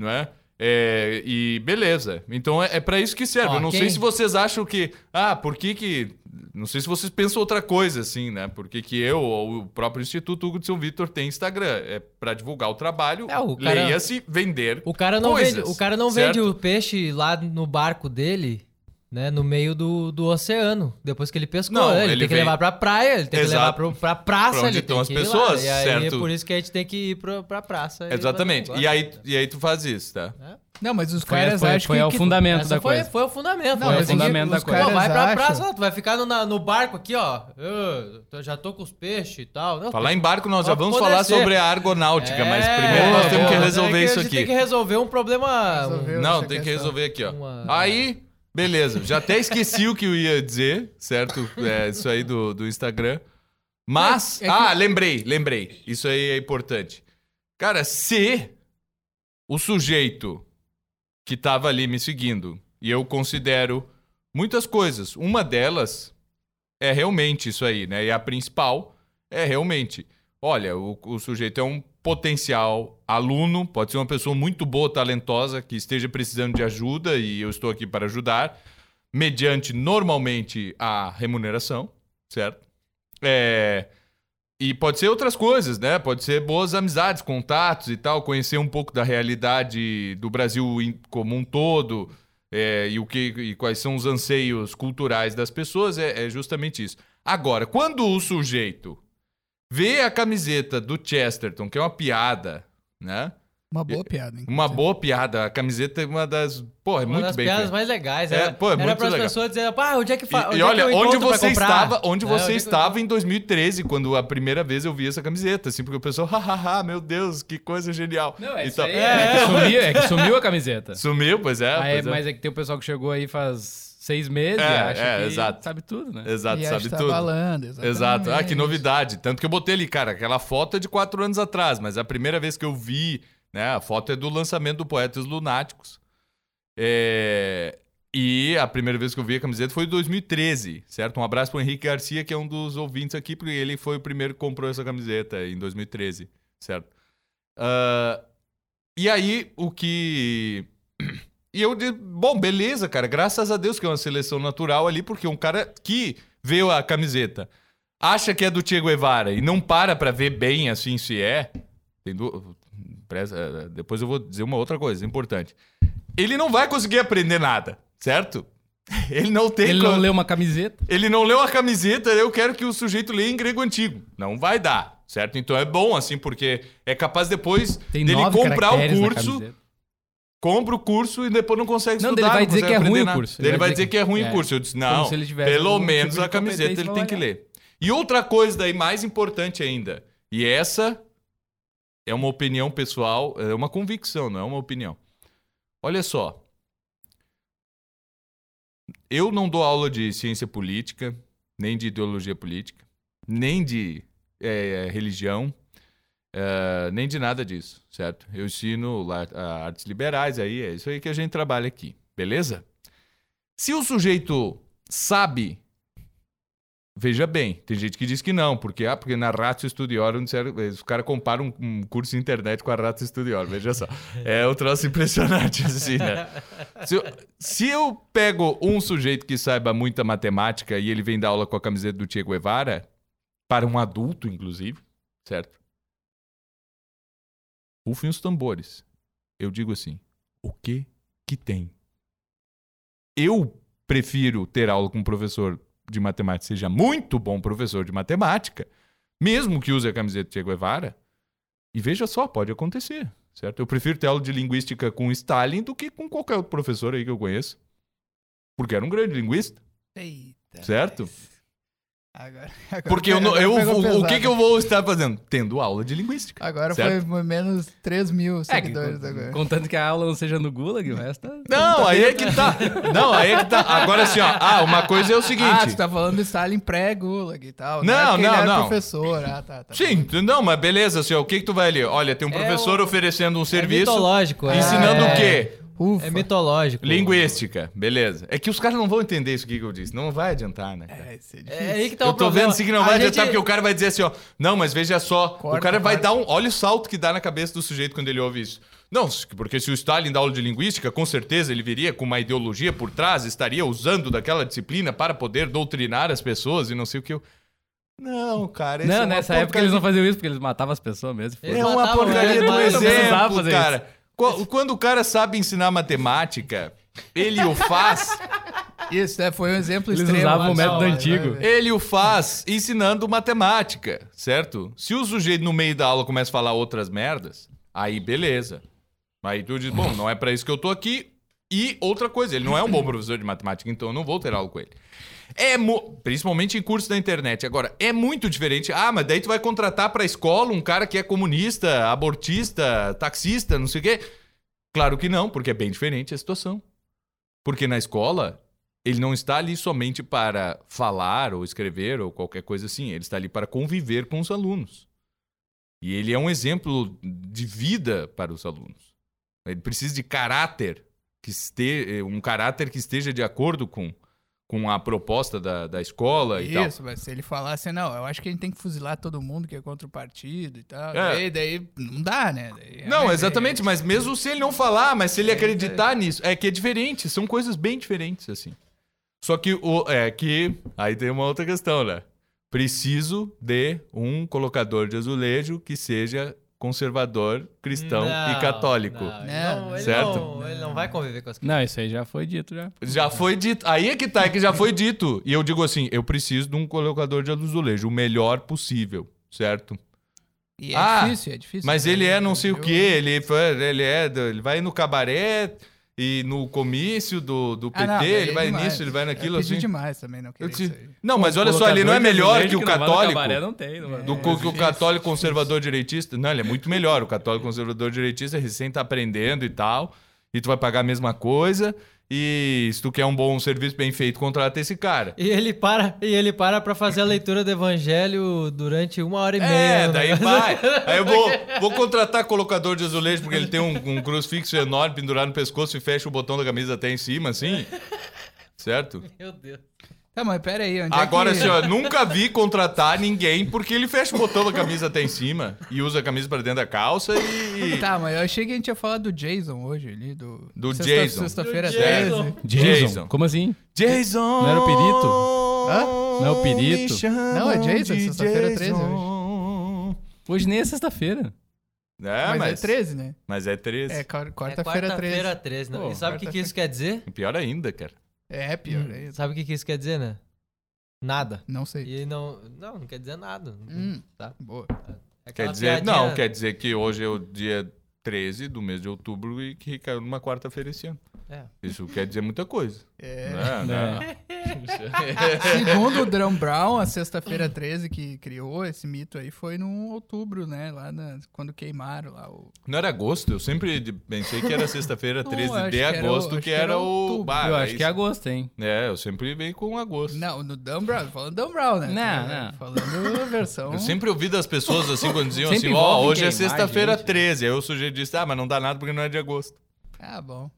[SPEAKER 3] né? É, e beleza. Então é, é para isso que serve.
[SPEAKER 1] Ó,
[SPEAKER 3] eu não
[SPEAKER 1] quem-
[SPEAKER 3] sei se vocês acham que. Ah, por que que. Não sei se vocês pensam outra coisa, assim, né? Por que que eu ou o próprio Instituto Hugo de São Vitor tem Instagram? É pra divulgar o trabalho,
[SPEAKER 1] É, o cara-
[SPEAKER 3] leia-se, vender.
[SPEAKER 1] O cara não
[SPEAKER 3] coisas,
[SPEAKER 1] vende, o cara não
[SPEAKER 3] certo?
[SPEAKER 1] vende o peixe lá no barco dele, né, no meio do, do oceano, depois que ele pescou,
[SPEAKER 3] Não,
[SPEAKER 1] né? ele,
[SPEAKER 3] ele
[SPEAKER 1] tem que
[SPEAKER 3] vem-
[SPEAKER 1] levar pra praia, ele tem que
[SPEAKER 3] Exato.
[SPEAKER 1] levar pro, pra praça,
[SPEAKER 3] Pra onde
[SPEAKER 1] ele
[SPEAKER 3] estão
[SPEAKER 1] tem
[SPEAKER 3] as
[SPEAKER 1] que ir lá.
[SPEAKER 3] pessoas,
[SPEAKER 1] e aí,
[SPEAKER 3] certo.
[SPEAKER 1] por isso que a gente tem que ir pra, pra praça. e
[SPEAKER 3] Exatamente.
[SPEAKER 1] fazer um
[SPEAKER 3] E aí,
[SPEAKER 1] negócio.
[SPEAKER 3] e aí tu faz isso, tá?
[SPEAKER 2] Não, mas os
[SPEAKER 4] Foi,
[SPEAKER 2] caras
[SPEAKER 4] foi,
[SPEAKER 2] acham
[SPEAKER 4] foi
[SPEAKER 2] que...
[SPEAKER 4] o
[SPEAKER 2] que-
[SPEAKER 4] fundamento
[SPEAKER 1] Essa
[SPEAKER 4] da
[SPEAKER 1] foi,
[SPEAKER 4] coisa.
[SPEAKER 1] foi o fundamento. né?
[SPEAKER 2] Não,
[SPEAKER 4] Foi o
[SPEAKER 2] mas
[SPEAKER 1] Tem que-
[SPEAKER 4] fundamento
[SPEAKER 2] os
[SPEAKER 4] da coisa.
[SPEAKER 1] Não,
[SPEAKER 2] caras
[SPEAKER 1] vai pra
[SPEAKER 2] acham-
[SPEAKER 1] praça, tu vai ficar no, na- no barco aqui, ó. Eu, eu já tô com os peixes e tal. Não,
[SPEAKER 3] Falar em barco, nós já
[SPEAKER 1] Pode
[SPEAKER 3] vamos falar
[SPEAKER 1] ser.
[SPEAKER 3] sobre a argonáutica, mas primeiro
[SPEAKER 1] É,
[SPEAKER 3] nós temos que
[SPEAKER 1] boa.
[SPEAKER 3] resolver
[SPEAKER 1] É
[SPEAKER 3] isso
[SPEAKER 1] a
[SPEAKER 3] aqui.
[SPEAKER 1] gente Tem que resolver um problema. um-
[SPEAKER 2] Resolver.
[SPEAKER 3] Não,
[SPEAKER 2] essa
[SPEAKER 3] tem que
[SPEAKER 2] questão.
[SPEAKER 3] resolver aqui, ó.
[SPEAKER 1] Uma-
[SPEAKER 3] Aí, beleza. Já até esqueci o que eu ia dizer, certo? É, isso aí do, do Instagram. Mas.
[SPEAKER 2] É, é que-
[SPEAKER 3] Ah, lembrei, lembrei. Isso aí é importante. Cara, se o sujeito que tava ali me seguindo, e eu considero muitas coisas, uma delas é realmente isso aí, né? E a principal é realmente. Olha, o, o sujeito é um potencial aluno, pode ser uma pessoa muito boa, talentosa, que esteja precisando de ajuda e eu estou aqui para ajudar, mediante normalmente a remuneração, certo? É, e pode ser outras coisas, né? Pode ser boas amizades, contatos e tal, conhecer um pouco da realidade do Brasil em- como um todo é, e o que e quais são os anseios culturais das pessoas é, é justamente isso. Agora, quando o sujeito vê a camiseta do Chesterton, que é uma piada, né?
[SPEAKER 2] Uma boa piada, hein?
[SPEAKER 3] Uma boa piada. A camiseta é uma das. Porra, é
[SPEAKER 1] Uma
[SPEAKER 3] muito
[SPEAKER 1] das
[SPEAKER 3] bem.
[SPEAKER 1] piadas
[SPEAKER 3] feita.
[SPEAKER 1] mais legais.
[SPEAKER 3] É,
[SPEAKER 1] Era,
[SPEAKER 3] pô, é
[SPEAKER 1] era
[SPEAKER 3] muito
[SPEAKER 1] pras
[SPEAKER 3] legal.
[SPEAKER 1] pessoas dizendo, pá, onde é que faz?
[SPEAKER 3] E, e olha, onde você estava, onde
[SPEAKER 1] É,
[SPEAKER 3] você
[SPEAKER 1] onde é que eu
[SPEAKER 3] estava em 2013, quando a primeira vez eu vi essa camiseta, assim, porque o pessoal, [laughs] hahaha, meu Deus, que coisa genial. Então-
[SPEAKER 4] é, que sumiu, é que sumiu a camiseta.
[SPEAKER 3] [laughs] Sumiu, pois é.
[SPEAKER 4] Aí,
[SPEAKER 3] pois é.
[SPEAKER 4] mas é que tem o pessoal que chegou aí faz seis meses
[SPEAKER 3] É,
[SPEAKER 4] e acha
[SPEAKER 3] é,
[SPEAKER 4] que
[SPEAKER 3] exato.
[SPEAKER 4] sabe tudo, né?
[SPEAKER 3] Exato,
[SPEAKER 2] E acha
[SPEAKER 3] sabe
[SPEAKER 2] que tá
[SPEAKER 3] tudo.
[SPEAKER 2] Balando, exatamente.
[SPEAKER 3] Exato. Ah, que novidade. Tanto que eu botei ali, cara, aquela foto é de quatro anos atrás, mas é a primeira vez que eu vi, né, a foto é do lançamento do Poetas Lunáticos. É, E a primeira vez que eu vi a camiseta foi em 2013, certo? Um abraço pro Henrique Garcia, que é um dos ouvintes aqui, porque ele foi o primeiro que comprou essa camiseta em 2013, certo? Ah, e aí, o que. E eu disse, bom, beleza, cara, graças a Deus que é uma seleção natural ali, porque um cara que vê a camiseta acha que é do Che Guevara e não para pra ver bem assim se é. Tem du... presta- Depois eu vou dizer uma outra coisa importante. Ele não vai conseguir aprender nada, certo? [laughs] Ele não tem
[SPEAKER 4] Ele não
[SPEAKER 3] co-
[SPEAKER 4] leu uma camiseta.
[SPEAKER 3] ele não leu a camiseta, eu quero que o sujeito leia em grego antigo. Não vai dar, certo? Então é bom, assim, porque é capaz depois
[SPEAKER 4] Tem
[SPEAKER 3] dele
[SPEAKER 4] nove
[SPEAKER 3] comprar o
[SPEAKER 4] caracteres na
[SPEAKER 3] curso,
[SPEAKER 4] camiseta.
[SPEAKER 3] compra o curso e depois não consegue
[SPEAKER 4] Não,
[SPEAKER 3] estudar.
[SPEAKER 4] daí ele vai dizer
[SPEAKER 3] consegue
[SPEAKER 4] que é
[SPEAKER 3] aprender
[SPEAKER 4] ruim o
[SPEAKER 3] nada.
[SPEAKER 4] curso.
[SPEAKER 3] Daí Ele vai dizer que é ruim o
[SPEAKER 4] é,
[SPEAKER 3] curso. Eu disse,
[SPEAKER 4] como
[SPEAKER 3] não,
[SPEAKER 4] se ele tivesse
[SPEAKER 3] pelo
[SPEAKER 4] algum
[SPEAKER 3] menos
[SPEAKER 4] tipo de
[SPEAKER 3] a camiseta
[SPEAKER 4] competência
[SPEAKER 3] ele
[SPEAKER 4] pra
[SPEAKER 3] tem que
[SPEAKER 4] avaliar.
[SPEAKER 3] ler. E outra coisa daí mais importante ainda, e essa é uma opinião pessoal, é uma convicção, não é uma opinião. Olha só, eu não dou aula de ciência política, nem de ideologia política, nem de eh, religião, eh, nem de nada disso, certo? Eu ensino lá, ah, artes liberais, aí é isso aí que a gente trabalha aqui, beleza? Se o sujeito sabe, veja bem, tem gente que diz que não, porque, ah, porque na Ratio Studiorum, disseram- os caras comparam um, um curso de internet com a Ratio Studiorum, veja só. É um troço impressionante assim, né? Se eu, se eu pego um sujeito que saiba muita matemática e ele vem dar aula com a camiseta do Che Guevara, para um adulto, inclusive, certo? Rufem os tambores. Eu digo assim: o que que tem? Eu prefiro ter aula com um professor de matemática, que seja muito bom professor de matemática, mesmo que use a camiseta do Che Guevara. E veja só, pode acontecer, certo? Eu prefiro ter aula de linguística com Stalin do que com qualquer outro professor aí que eu conheço. Porque era um grande linguista,
[SPEAKER 2] Eita.
[SPEAKER 3] certo?
[SPEAKER 2] Agora, agora
[SPEAKER 3] Porque eu, não-
[SPEAKER 2] agora
[SPEAKER 3] eu,
[SPEAKER 2] É, pegou
[SPEAKER 3] o, o que,
[SPEAKER 2] pesado.
[SPEAKER 3] que eu vou estar fazendo? Tendo aula de linguística.
[SPEAKER 2] Agora
[SPEAKER 3] Certo.
[SPEAKER 2] foi menos 3 mil
[SPEAKER 4] É, que-
[SPEAKER 2] seguidores agora.
[SPEAKER 4] contando que a aula não seja no Gulag, o resto... tá-
[SPEAKER 3] Não,
[SPEAKER 2] [laughs]
[SPEAKER 3] aí é que tá. Não, aí é que tá. Agora assim, ó. Ah, uma coisa é o
[SPEAKER 2] Ah,
[SPEAKER 3] seguinte.
[SPEAKER 2] tu tá falando de Stalin pré-Gulag e tal.
[SPEAKER 3] Não,
[SPEAKER 2] é porque
[SPEAKER 3] não,
[SPEAKER 2] ele era
[SPEAKER 3] não.
[SPEAKER 2] professor. Ah, tá, tá.
[SPEAKER 3] Sim, tu- não, mas beleza, assim, ó, o que que tu vai ali? Olha, tem um professor oferecendo um
[SPEAKER 1] É
[SPEAKER 3] serviço,
[SPEAKER 1] mitológico. é-
[SPEAKER 3] ensinando
[SPEAKER 1] é,
[SPEAKER 3] o quê?
[SPEAKER 2] Ufa.
[SPEAKER 1] É mitológico.
[SPEAKER 3] Linguística, beleza. É que os caras não vão entender isso aqui que eu disse, não vai adiantar, né? cara?
[SPEAKER 2] É, isso é
[SPEAKER 1] É
[SPEAKER 2] difícil.
[SPEAKER 1] aí que tá
[SPEAKER 3] eu
[SPEAKER 1] o
[SPEAKER 3] tô
[SPEAKER 1] problema.
[SPEAKER 3] vendo assim que não vai
[SPEAKER 1] A
[SPEAKER 3] adiantar,
[SPEAKER 1] gente-
[SPEAKER 3] porque o cara vai dizer assim, ó, não, mas veja só,
[SPEAKER 2] Corta,
[SPEAKER 3] o cara vai
[SPEAKER 2] corta.
[SPEAKER 3] dar um, olha o salto que dá na cabeça do sujeito quando ele ouve isso. Não, se- porque se o Stalin dá aula de linguística, com certeza ele viria com uma ideologia por trás, estaria usando daquela disciplina para poder doutrinar as pessoas e não sei o que eu... Não, cara, esse é
[SPEAKER 4] Não,
[SPEAKER 3] uma
[SPEAKER 4] nessa época
[SPEAKER 3] porcaria.
[SPEAKER 4] eles não faziam isso, porque eles matavam as pessoas mesmo.
[SPEAKER 1] Eles
[SPEAKER 3] É uma
[SPEAKER 1] matavam,
[SPEAKER 3] porcaria
[SPEAKER 1] né?
[SPEAKER 3] do
[SPEAKER 1] Mas não
[SPEAKER 4] precisava
[SPEAKER 3] exemplo,
[SPEAKER 4] fazer
[SPEAKER 3] cara. Qu- Quando o cara sabe ensinar matemática, ele o faz,
[SPEAKER 2] Isso, é, foi um exemplo
[SPEAKER 4] Eles
[SPEAKER 2] extremo.
[SPEAKER 4] usavam o
[SPEAKER 2] mas
[SPEAKER 4] método
[SPEAKER 2] não,
[SPEAKER 4] antigo.
[SPEAKER 2] vai ver.
[SPEAKER 3] É. ele o faz ensinando matemática, certo? Se o sujeito no meio da aula começa a falar outras merdas, aí beleza. Aí tu diz, bom, não é pra isso que eu tô aqui. E outra coisa, ele não é um bom professor de matemática, então eu não vou ter aula com ele. É mu- principalmente em cursos da internet. Agora, é muito diferente. Ah, mas daí tu vai contratar pra escola um cara que é comunista, abortista, taxista, não sei o quê. Claro que não, porque é bem diferente a situação. Porque na escola, ele não está ali somente para falar ou escrever ou qualquer coisa assim. Ele está ali para conviver com os alunos. E ele é um exemplo de vida para os alunos. Ele precisa de caráter, que este, um caráter que esteja de acordo com, com a proposta da, da escola e tal.
[SPEAKER 2] Isso, mas se ele falasse, não, eu acho que a gente tem que fuzilar todo mundo que é contra o partido e tal.
[SPEAKER 3] É.
[SPEAKER 2] Daí, daí não dá, né? Daí,
[SPEAKER 3] Não,
[SPEAKER 2] é,
[SPEAKER 3] exatamente, mas
[SPEAKER 1] tipo,
[SPEAKER 3] mesmo se ele não falar, mas se ele acreditar nisso, é que é diferente, são coisas bem diferentes, assim. Só que o. É que. Aí tem uma outra questão, né? Preciso de um colocador de azulejo que seja conservador, cristão
[SPEAKER 1] Não,
[SPEAKER 3] e católico.
[SPEAKER 1] Não, ele
[SPEAKER 2] Não,
[SPEAKER 1] não- ele
[SPEAKER 3] certo?
[SPEAKER 1] não- ele não vai conviver com as
[SPEAKER 4] Não, isso aí já foi dito, já.
[SPEAKER 3] Já foi dito. Aí é que tá, é que já foi dito. E eu digo assim: eu preciso de um colocador de azulejo, o melhor possível, certo?
[SPEAKER 2] E é
[SPEAKER 3] Ah,
[SPEAKER 2] difícil, é difícil.
[SPEAKER 3] Mas ele é não sei o
[SPEAKER 2] Eu-
[SPEAKER 3] que, ele, foi- ele é, do- ele vai no cabaré e no comício do, do PT,
[SPEAKER 2] Ah, não, daí
[SPEAKER 3] ele
[SPEAKER 2] é
[SPEAKER 3] vai
[SPEAKER 2] demais.
[SPEAKER 3] nisso, ele vai naquilo,
[SPEAKER 2] é pedir
[SPEAKER 3] assim.
[SPEAKER 2] demais também, não
[SPEAKER 3] Eu
[SPEAKER 2] queria
[SPEAKER 3] te-
[SPEAKER 2] isso aí.
[SPEAKER 3] Não, mas olha
[SPEAKER 4] tá
[SPEAKER 3] só, ele não é
[SPEAKER 4] né,
[SPEAKER 3] melhor que o católico
[SPEAKER 4] não tem,
[SPEAKER 2] É,
[SPEAKER 4] não é?
[SPEAKER 3] do co- que o católico conservador direitista. Não, ele é muito melhor. O católico conservador direitista recém tá aprendendo e tal, e tu vai pagar a mesma coisa. E se tu quer um bom serviço bem feito, contrata esse cara.
[SPEAKER 1] E ele para, e ele para pra fazer a leitura do evangelho durante uma hora e meia.
[SPEAKER 3] É,
[SPEAKER 1] né?
[SPEAKER 3] daí
[SPEAKER 2] [laughs]
[SPEAKER 3] vai. Aí eu vou, vou contratar colocador de azulejo, porque ele tem um, um crucifixo enorme pendurado no pescoço e fecha o botão da camisa até em cima, assim. Certo?
[SPEAKER 1] [laughs] Meu Deus. É
[SPEAKER 2] Tá, mas pera aí, onde
[SPEAKER 3] Agora,
[SPEAKER 2] é que...
[SPEAKER 3] assim, ó, nunca vi contratar ninguém porque ele fecha o botão da camisa até em cima e usa a camisa pra dentro da calça e.
[SPEAKER 2] [laughs] Tá, mas eu achei que a gente ia falar do Jason hoje ali, do...
[SPEAKER 3] Do
[SPEAKER 2] Sexta-
[SPEAKER 3] Jason.
[SPEAKER 2] Sexta-feira né?
[SPEAKER 1] Do Jason.
[SPEAKER 2] 13.
[SPEAKER 4] Jason.
[SPEAKER 3] Jason.
[SPEAKER 4] Como assim?
[SPEAKER 3] Jason!
[SPEAKER 4] Não era o Perito?
[SPEAKER 2] Hã?
[SPEAKER 3] Não
[SPEAKER 4] é o Perito?
[SPEAKER 2] Não, é Jason, sexta-feira 13
[SPEAKER 3] hoje.
[SPEAKER 4] Hoje nem é sexta-feira.
[SPEAKER 3] É,
[SPEAKER 2] mas,
[SPEAKER 3] mas,
[SPEAKER 2] é 13, né?
[SPEAKER 3] Mas é 13.
[SPEAKER 2] É, cor-
[SPEAKER 1] Quarta-feira
[SPEAKER 2] quarta-feira 13.
[SPEAKER 1] 13. não.
[SPEAKER 4] Pô,
[SPEAKER 1] e sabe o que, que
[SPEAKER 2] quarta-feira.
[SPEAKER 1] isso quer dizer?
[SPEAKER 3] Pior ainda, cara.
[SPEAKER 2] É, pior, é isso.
[SPEAKER 1] Sabe o que, que isso quer dizer, né? Nada.
[SPEAKER 2] Não sei.
[SPEAKER 1] E não. Não, não quer dizer nada.
[SPEAKER 2] Hum,
[SPEAKER 1] Tá.
[SPEAKER 2] boa.
[SPEAKER 1] É
[SPEAKER 3] Quer
[SPEAKER 1] aquela
[SPEAKER 3] dizer,
[SPEAKER 1] piadinha-
[SPEAKER 3] não, quer dizer que hoje é o dia 13 do mês de outubro e que caiu numa quarta-feira esse ano.
[SPEAKER 1] É.
[SPEAKER 3] Isso quer dizer muita coisa.
[SPEAKER 2] É.
[SPEAKER 3] né? Né?
[SPEAKER 2] Segundo o Drão Brown, a sexta-feira 13 que criou esse mito aí foi no outubro, né? Lá na- quando queimaram lá o.
[SPEAKER 3] Não era agosto, eu sempre de- pensei que era sexta-feira
[SPEAKER 2] Não,
[SPEAKER 3] 13
[SPEAKER 2] acho
[SPEAKER 3] de
[SPEAKER 2] que era o-
[SPEAKER 3] agosto,
[SPEAKER 2] acho
[SPEAKER 3] que era o.
[SPEAKER 2] outubro.
[SPEAKER 3] Bah,
[SPEAKER 4] eu acho que
[SPEAKER 3] isso-
[SPEAKER 4] é agosto, hein?
[SPEAKER 3] É, eu sempre venho com agosto.
[SPEAKER 2] Não, no Drão Brown, falando Drão Brown, né?
[SPEAKER 4] Não, não.
[SPEAKER 2] Falando a versão.
[SPEAKER 3] Eu sempre ouvi das pessoas assim, quando diziam
[SPEAKER 4] Sempre
[SPEAKER 3] assim, ó,
[SPEAKER 4] envolve
[SPEAKER 3] hoje é
[SPEAKER 4] queimar,
[SPEAKER 3] sexta-feira
[SPEAKER 4] gente.
[SPEAKER 3] 13. Aí o sujeito disse, ah, mas não dá nada porque não é de agosto.
[SPEAKER 2] Ah,
[SPEAKER 3] [laughs]
[SPEAKER 2] bom.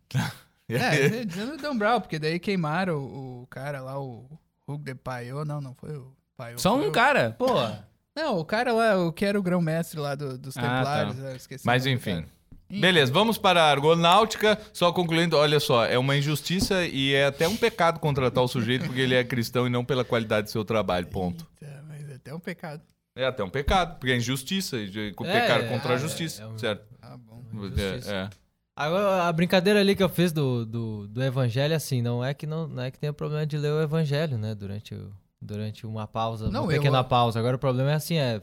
[SPEAKER 2] É, dizendo o Drão Brown, porque daí queimaram o, o cara lá, o Hugo de Paiô. Não, não foi o Paiô.
[SPEAKER 4] Só
[SPEAKER 2] foi
[SPEAKER 4] um
[SPEAKER 2] o-
[SPEAKER 4] cara. Pô,
[SPEAKER 2] Não, o cara lá, o que era o grão-mestre lá do- dos
[SPEAKER 4] Ah,
[SPEAKER 2] Templários. eu esqueci
[SPEAKER 3] tá. Mas
[SPEAKER 2] o nome do
[SPEAKER 3] enfim.
[SPEAKER 2] cara.
[SPEAKER 1] É.
[SPEAKER 3] Beleza, vamos para a argonáutica. Só concluindo, olha só, é uma injustiça e é até um pecado contratar o sujeito porque ele é cristão e não pela qualidade do seu trabalho, ponto.
[SPEAKER 2] Eita, mas é até um pecado.
[SPEAKER 3] É até um pecado, porque é injustiça, e de-
[SPEAKER 1] É,
[SPEAKER 3] pecar
[SPEAKER 1] é,
[SPEAKER 3] contra a
[SPEAKER 1] é,
[SPEAKER 3] justiça,
[SPEAKER 1] é um-
[SPEAKER 3] certo?
[SPEAKER 2] Ah, bom.
[SPEAKER 1] Injustiça.
[SPEAKER 3] É, é.
[SPEAKER 1] Agora, a brincadeira ali que eu fiz do, do, do evangelho, assim, não é que não, não é que tenha problema de ler o evangelho, né? Durante, o- durante uma pausa,
[SPEAKER 2] Não,
[SPEAKER 1] uma
[SPEAKER 2] eu-
[SPEAKER 1] pequena pausa. Agora o problema é assim, é